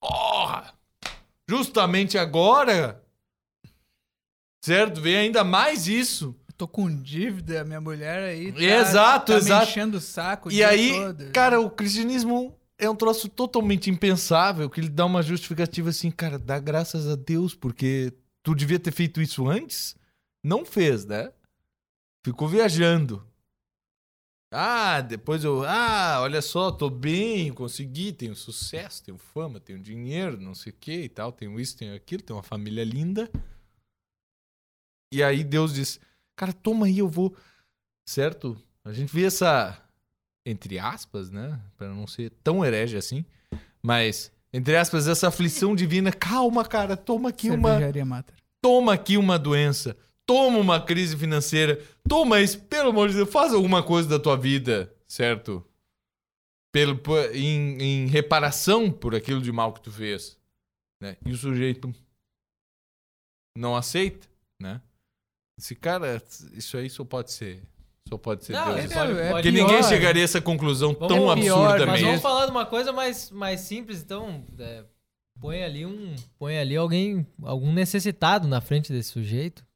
[SPEAKER 3] Porra! Justamente agora! Certo? Vem ainda mais isso.
[SPEAKER 2] Eu tô com dívida, minha mulher aí. Tá,
[SPEAKER 3] Exato,
[SPEAKER 2] tá
[SPEAKER 3] exato.
[SPEAKER 2] Me enchendo o saco. o
[SPEAKER 3] E
[SPEAKER 2] dia
[SPEAKER 3] aí,
[SPEAKER 2] todo.
[SPEAKER 3] cara, o cristianismo é um troço totalmente impensável que ele dá uma justificativa assim, cara, dá graças a Deus, porque tu devia ter feito isso antes, não fez, né? Ficou viajando. Ah, depois eu. Ah, olha só, tô bem, consegui, tenho sucesso, tenho fama, tenho dinheiro, não sei o que e tal, tenho isso, tenho aquilo, tenho uma família linda. E aí Deus diz: Cara, toma aí, eu vou. Certo? A gente vê essa entre aspas, né? Pra não ser tão herege assim. Mas, entre aspas, essa aflição divina. Calma, cara, toma aqui uma.
[SPEAKER 2] Cervejaria Mater.
[SPEAKER 3] Toma aqui uma doença. Toma uma crise financeira. Toma isso, pelo amor de Deus. Faz alguma coisa da tua vida, certo? Pelo, po- em, em reparação por aquilo de mal que tu fez. Né? E o sujeito não aceita, né? Esse cara, isso aí só pode ser. Só pode ser
[SPEAKER 1] Não,
[SPEAKER 3] Deus.
[SPEAKER 2] é
[SPEAKER 1] ele
[SPEAKER 3] Isso
[SPEAKER 1] pode- pode-
[SPEAKER 3] porque ninguém
[SPEAKER 1] pior.
[SPEAKER 3] chegaria a essa conclusão
[SPEAKER 1] Vamos-
[SPEAKER 3] tão
[SPEAKER 1] é
[SPEAKER 2] pior,
[SPEAKER 1] Mas
[SPEAKER 2] Também.
[SPEAKER 1] vamos
[SPEAKER 3] absurdamente.
[SPEAKER 1] falar de uma coisa mais, mais simples, então. é, põe ali um. Põe ali alguém. algum necessitado na frente desse sujeito.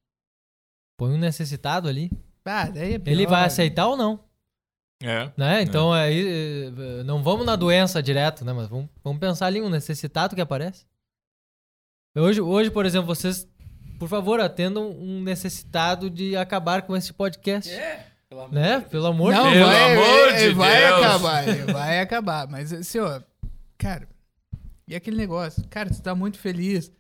[SPEAKER 1] Põe um necessitado ali.
[SPEAKER 2] Ah, daí é pior.
[SPEAKER 1] Ele vai aceitar ou não,
[SPEAKER 3] É.
[SPEAKER 1] né? Então aí. eh, Não vamos na doença direto, né? Mas vamos, vamos pensar ali em um necessitado que aparece. Hoje, hoje, por exemplo, vocês. Por favor, atendam um necessitado de acabar com esse podcast.
[SPEAKER 4] É.
[SPEAKER 1] Né? Pelo amor de
[SPEAKER 2] Não,
[SPEAKER 1] Deus.
[SPEAKER 3] Pelo
[SPEAKER 2] vai,
[SPEAKER 3] amor de
[SPEAKER 2] vai
[SPEAKER 3] Deus.
[SPEAKER 2] acabar, ele vai acabar. Mas, assim, ó, cara, e aquele negócio? Cara, tu tá muito feliz.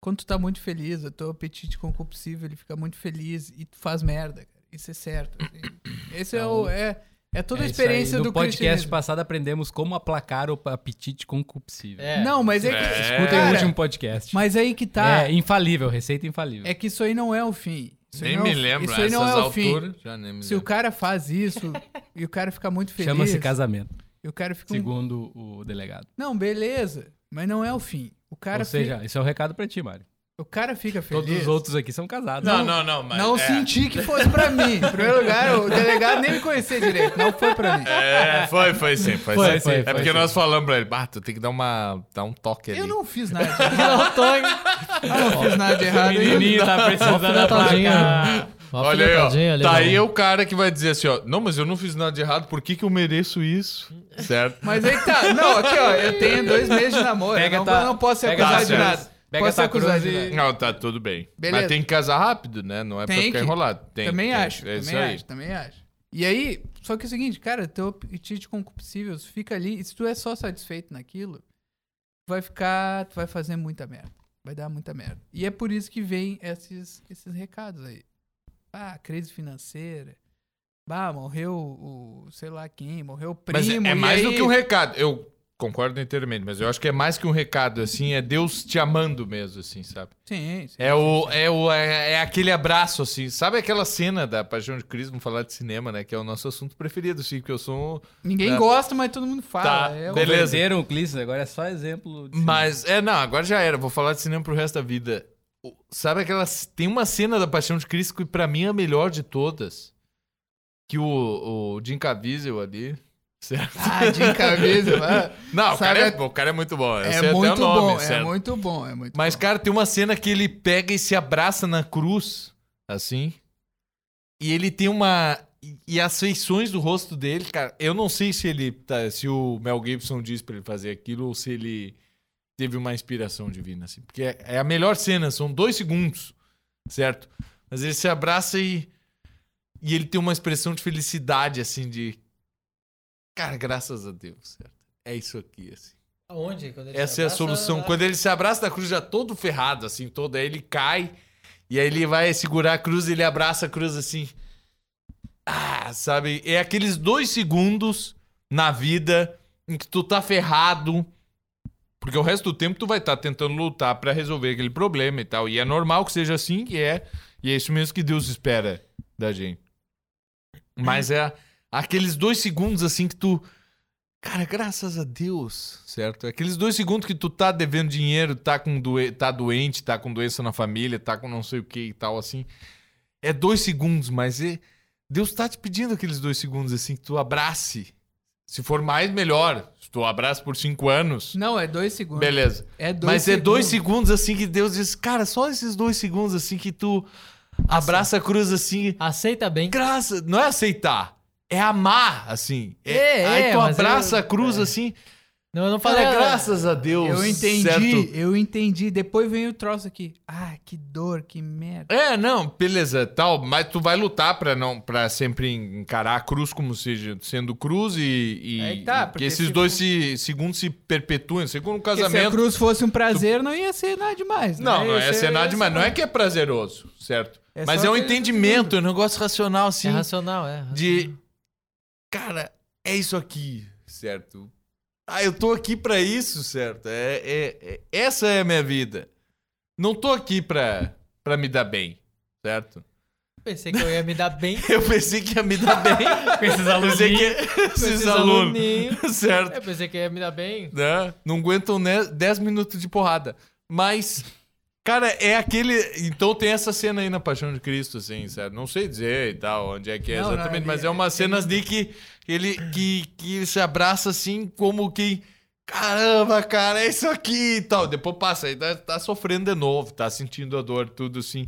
[SPEAKER 2] Quando tu tá muito feliz, o teu apetite concupiscível, ele fica muito feliz e tu faz merda, cara. Isso é certo. assim. Esse é o... É, É toda a
[SPEAKER 4] É isso aí.
[SPEAKER 2] experiência do
[SPEAKER 4] No podcast
[SPEAKER 2] cristianismo.
[SPEAKER 4] passado aprendemos como aplacar o apetite concupiscível.
[SPEAKER 1] É.
[SPEAKER 3] [laughs]
[SPEAKER 2] Não, mas é que.
[SPEAKER 3] É.
[SPEAKER 4] Escutem
[SPEAKER 2] Cara,
[SPEAKER 4] o último podcast.
[SPEAKER 2] Mas aí que tá.
[SPEAKER 4] É
[SPEAKER 2] É,
[SPEAKER 4] infalível, receita infalível.
[SPEAKER 2] que isso aí não é o fim. Isso aí
[SPEAKER 3] Nem
[SPEAKER 2] não é
[SPEAKER 3] me
[SPEAKER 2] o-
[SPEAKER 3] lembro.
[SPEAKER 2] Isso aí não é
[SPEAKER 3] essas
[SPEAKER 2] o fim.
[SPEAKER 3] alturas, já nem me
[SPEAKER 2] Se o
[SPEAKER 3] lembro.
[SPEAKER 2] cara faz isso e o cara fica muito feliz.
[SPEAKER 4] Chama-se casamento,
[SPEAKER 2] E o cara fica. um-
[SPEAKER 4] segundo o delegado.
[SPEAKER 2] Não, beleza. Mas não é o fim. O cara,
[SPEAKER 4] Ou seja,
[SPEAKER 2] fica,
[SPEAKER 4] esse é o recado pra ti, Mário.
[SPEAKER 2] o cara fica feliz.
[SPEAKER 4] Todos os outros aqui são casados.
[SPEAKER 3] Não, não, não, mas.
[SPEAKER 2] Não
[SPEAKER 3] é.
[SPEAKER 2] senti que fosse pra
[SPEAKER 4] [laughs]
[SPEAKER 2] mim. Em primeiro lugar, o delegado nem me conhecia direito. Não foi pra mim.
[SPEAKER 3] É, foi, foi sim, foi,
[SPEAKER 1] Foi,
[SPEAKER 3] sim.
[SPEAKER 1] foi,
[SPEAKER 3] é
[SPEAKER 1] foi,
[SPEAKER 3] porque
[SPEAKER 1] sim.
[SPEAKER 3] nós falamos pra ele, bah, tu tem que dar, uma, dar um toque ali.
[SPEAKER 2] Eu não fiz nada.
[SPEAKER 1] Não tô, hein?
[SPEAKER 2] Eu não fiz nada de errado.
[SPEAKER 4] O menininho tá precisando
[SPEAKER 1] Ó, filha
[SPEAKER 4] aplacar.
[SPEAKER 1] Ó,
[SPEAKER 3] Olha aí, ó.
[SPEAKER 1] filhotadinho ali, né?
[SPEAKER 3] Tá
[SPEAKER 1] ó.
[SPEAKER 3] aí o cara que vai dizer assim, ó. Não, mas eu não fiz nada de errado, por que, que eu mereço isso? Certo?
[SPEAKER 2] Mas aí que tá. Não, aqui, ó. Eu tenho dois meses de namoro.
[SPEAKER 4] Pega
[SPEAKER 2] eu não,
[SPEAKER 4] tua-
[SPEAKER 2] eu não posso ser
[SPEAKER 4] pega tá,
[SPEAKER 2] acusado
[SPEAKER 3] tua
[SPEAKER 2] de
[SPEAKER 3] cruz.
[SPEAKER 2] nada.
[SPEAKER 4] Pega
[SPEAKER 2] posso ser
[SPEAKER 4] tua cruz
[SPEAKER 2] acusado de
[SPEAKER 4] e-
[SPEAKER 2] nada.
[SPEAKER 3] Não, tá tudo bem.
[SPEAKER 2] Beleza.
[SPEAKER 3] Mas tem que casar rápido, né? Não é pra
[SPEAKER 2] Tem
[SPEAKER 3] ficar
[SPEAKER 2] que.
[SPEAKER 3] enrolado. Tem,
[SPEAKER 2] também
[SPEAKER 3] tem.
[SPEAKER 2] acho.
[SPEAKER 3] É isso
[SPEAKER 2] também
[SPEAKER 3] aí.
[SPEAKER 2] acho, também acho. E aí, só que é o seguinte, cara, teu apetite concupiscível fica ali. E se tu é só satisfeito naquilo, tu vai ficar. Tu vai fazer muita merda. Vai dar muita merda. E é por isso que vem esses, esses recados aí. Ah, crise financeira. Bah, morreu o, o sei lá quem, morreu o primo.
[SPEAKER 3] Mas é- é,
[SPEAKER 2] e
[SPEAKER 3] mais do
[SPEAKER 2] aí-
[SPEAKER 3] que um recado. Eu concordo inteiramente, mas eu acho que é mais que um recado, assim, é Deus te amando mesmo, assim, sabe?
[SPEAKER 2] Sim, sim.
[SPEAKER 3] É o, é o é, é aquele abraço, assim. Sabe aquela cena da Paixão de Cristo, vamos falar de cinema, né? Que é o nosso assunto preferido, assim, porque eu sou...
[SPEAKER 2] Ninguém
[SPEAKER 3] Tá.
[SPEAKER 2] gosta, mas todo mundo fala.
[SPEAKER 3] Tá,
[SPEAKER 2] é o-
[SPEAKER 3] beleza.
[SPEAKER 4] Perderam o Clício, agora é só exemplo. de- [laughs]
[SPEAKER 3] Mas, é, não, agora já era. Vou falar de cinema pro resto da vida. O- Sabe aquela... Tem uma cena da Paixão de Cristo que pra mim é a melhor de todas. Que o, o Jim Caviezel ali... Certo?
[SPEAKER 2] [laughs] Ah, de
[SPEAKER 3] [laughs]
[SPEAKER 2] cabeça, vai.
[SPEAKER 3] Não, o cara,
[SPEAKER 2] Sabe-
[SPEAKER 3] é, o cara é muito bom. Eu
[SPEAKER 2] É
[SPEAKER 3] sei
[SPEAKER 2] muito
[SPEAKER 3] até o nome,
[SPEAKER 2] bom, é
[SPEAKER 3] certo?
[SPEAKER 2] muito bom, é muito
[SPEAKER 3] Mas,
[SPEAKER 2] bom.
[SPEAKER 3] cara, tem uma cena que ele pega e se abraça na cruz, assim. E ele tem uma. e- E as feições do rosto dele, cara, eu não sei se ele. tá- se o Mel Gibson disse pra ele fazer aquilo ou se ele teve uma inspiração divina, assim. Porque é, é a melhor cena, são dois segundos, certo? Mas ele se abraça e. E ele tem uma expressão de felicidade, assim, de. Cara, graças a Deus, certo? É isso aqui, assim.
[SPEAKER 1] Aonde? Quando ele
[SPEAKER 3] Essa
[SPEAKER 1] se
[SPEAKER 3] é a
[SPEAKER 1] abraça,
[SPEAKER 3] solução.
[SPEAKER 1] lá-
[SPEAKER 3] Quando ele se abraça da cruz, já todo ferrado, assim, todo. Aí ele cai. E aí ele vai segurar a cruz, ele abraça a cruz assim. Ah, sabe? É aqueles dois segundos na vida em que tu tá ferrado. Porque o resto do tempo tu vai estar tentando lutar pra resolver aquele problema e tal. E é normal que seja assim que é. E é isso mesmo que Deus espera da gente. Mas é aqueles dois segundos assim que tu. Cara, graças a Deus, certo? É Aqueles dois segundos que tu tá devendo dinheiro, tá, com doen- tá doente, tá com doença na família, tá com não sei o que e tal, assim. É dois segundos, mas é- Deus tá te pedindo aqueles dois segundos, assim, que tu abrace. Se for mais, melhor. Se tu abraça por cinco anos,
[SPEAKER 2] Não, é dois segundos.
[SPEAKER 3] beleza.
[SPEAKER 2] É dois
[SPEAKER 3] Mas é
[SPEAKER 2] segundos.
[SPEAKER 3] dois segundos assim que Deus diz, cara, só esses dois segundos assim que tu abraça a cruz assim.
[SPEAKER 1] Aceita bem.
[SPEAKER 3] Graça, não é aceitar, é amar, assim. É,
[SPEAKER 1] É,
[SPEAKER 3] aí
[SPEAKER 1] é,
[SPEAKER 3] tu
[SPEAKER 1] mas
[SPEAKER 3] abraça a
[SPEAKER 1] eu-
[SPEAKER 2] é.
[SPEAKER 3] cruz assim.
[SPEAKER 1] Não, eu não falei. é
[SPEAKER 3] Fala, graças a Deus.
[SPEAKER 2] "Ah, Eu entendi,
[SPEAKER 3] certo?
[SPEAKER 2] eu entendi. Depois vem o troço aqui. Ah, que dor, que merda.
[SPEAKER 3] É, não, beleza, tal, mas tu vai lutar pra não para sempre encarar a cruz como seja sendo cruz e, e-
[SPEAKER 2] Aí tá,
[SPEAKER 3] e que
[SPEAKER 2] porque
[SPEAKER 3] esses
[SPEAKER 2] se-
[SPEAKER 3] dois se, segundos se perpetuem, segundo o
[SPEAKER 2] Porque se a
[SPEAKER 3] casamento.
[SPEAKER 2] cruz fosse um prazer, não ia ser nada demais. né?
[SPEAKER 3] Não, não
[SPEAKER 2] Ia
[SPEAKER 3] é
[SPEAKER 2] ser-
[SPEAKER 3] cenar
[SPEAKER 2] ia
[SPEAKER 3] demais,
[SPEAKER 2] ser-
[SPEAKER 3] não é que é prazeroso, certo?
[SPEAKER 2] É
[SPEAKER 3] mas
[SPEAKER 2] só
[SPEAKER 3] é um
[SPEAKER 2] aquele
[SPEAKER 3] entendimento, é um negócio racional assim.
[SPEAKER 1] É racional, é.
[SPEAKER 3] de cara, é isso aqui, certo? Ah, eu tô aqui pra isso, certo? É, é- é- essa é a minha vida. Não tô aqui pra, pra me dar bem, certo? [laughs]
[SPEAKER 1] Pensei que eu ia me dar bem
[SPEAKER 3] Eu pensei que ia me dar bem.
[SPEAKER 4] Com esses [laughs]
[SPEAKER 3] pensei
[SPEAKER 4] alunos.
[SPEAKER 3] que [laughs] esses,
[SPEAKER 1] esses
[SPEAKER 3] alunos, [laughs]
[SPEAKER 1] aluninhos.
[SPEAKER 3] certo?
[SPEAKER 1] Eu pensei que ia me dar bem.
[SPEAKER 3] Né? Não aguentam né, 10 minutos de porrada. Mas cara, é aquele, então tem essa cena aí na Paixão de Cristo, assim, certo? Não sei dizer e tal, onde é que é
[SPEAKER 2] Não, não,
[SPEAKER 3] exatamente,
[SPEAKER 2] ele-
[SPEAKER 3] mas é uma cena de que ele que, que ele se abraça assim como que caramba, cara, é isso aqui e tal. Depois passa aí, tá, tá sofrendo de novo, tá sentindo a dor, tudo assim.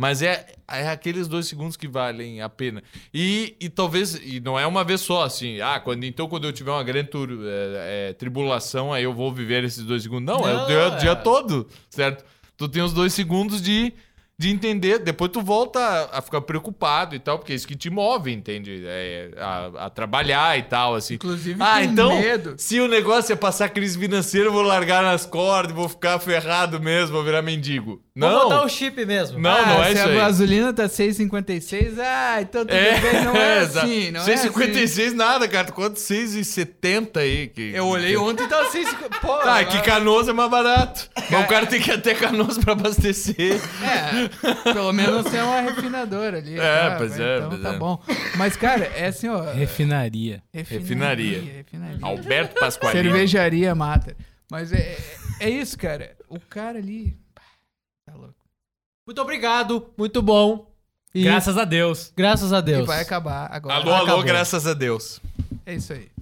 [SPEAKER 3] Mas é, é aqueles dois segundos que valem a pena. E, e talvez, e não é uma vez só, assim, ah, quando, então quando eu tiver uma grande tur- é, é, tribulação, aí eu vou viver esses dois segundos. Não, é o
[SPEAKER 1] Não,
[SPEAKER 3] dia,
[SPEAKER 1] é.
[SPEAKER 3] dia todo, certo? Tu tem os dois segundos de, de entender, depois tu volta a- a ficar preocupado e tal, porque é isso que te move, entende? É, a, a trabalhar e tal, assim.
[SPEAKER 2] Inclusive,
[SPEAKER 3] Ah,
[SPEAKER 2] com
[SPEAKER 3] então,
[SPEAKER 2] medo.
[SPEAKER 3] se o negócio é passar crise financeira, eu vou largar nas cordas, vou ficar ferrado mesmo, vou virar mendigo.
[SPEAKER 1] Vamos botar um
[SPEAKER 3] Não,
[SPEAKER 1] o chip mesmo.
[SPEAKER 3] Não, não é
[SPEAKER 2] Ah, se
[SPEAKER 3] isso
[SPEAKER 2] a
[SPEAKER 3] aí.
[SPEAKER 2] gasolina tá 6,56, ah, então tudo
[SPEAKER 3] [laughs]
[SPEAKER 2] bem, não é
[SPEAKER 3] exato.
[SPEAKER 2] assim, não é
[SPEAKER 3] 6,56 nada, cara. Quanto? 6,70 aí. Que...
[SPEAKER 2] Eu olhei ontem e tava 6, pô.
[SPEAKER 3] Tá, que canoas é mais barato. Mas o cara tem que ir até canoas pra abastecer.
[SPEAKER 2] É, pelo menos você é uma refinadora ali.
[SPEAKER 3] É,
[SPEAKER 2] tá,
[SPEAKER 3] pois
[SPEAKER 2] vai,
[SPEAKER 3] é,
[SPEAKER 2] Então
[SPEAKER 3] pois
[SPEAKER 2] tá
[SPEAKER 3] é.
[SPEAKER 2] bom. Mas, cara, é assim, ó.
[SPEAKER 4] Refinaria.
[SPEAKER 3] Refinaria.
[SPEAKER 2] refinaria.
[SPEAKER 3] Alberto Pasqualini.
[SPEAKER 2] Cervejaria mata. Mas é, é isso, cara. O cara ali. pá, Tá louco.
[SPEAKER 1] Muito obrigado, muito bom. E
[SPEAKER 5] Graças a Deus.
[SPEAKER 1] graças a
[SPEAKER 2] E
[SPEAKER 1] Deus.
[SPEAKER 2] vai acabar agora.
[SPEAKER 3] Alô, alô,
[SPEAKER 1] Acabou.
[SPEAKER 3] graças a Deus.
[SPEAKER 2] É isso aí.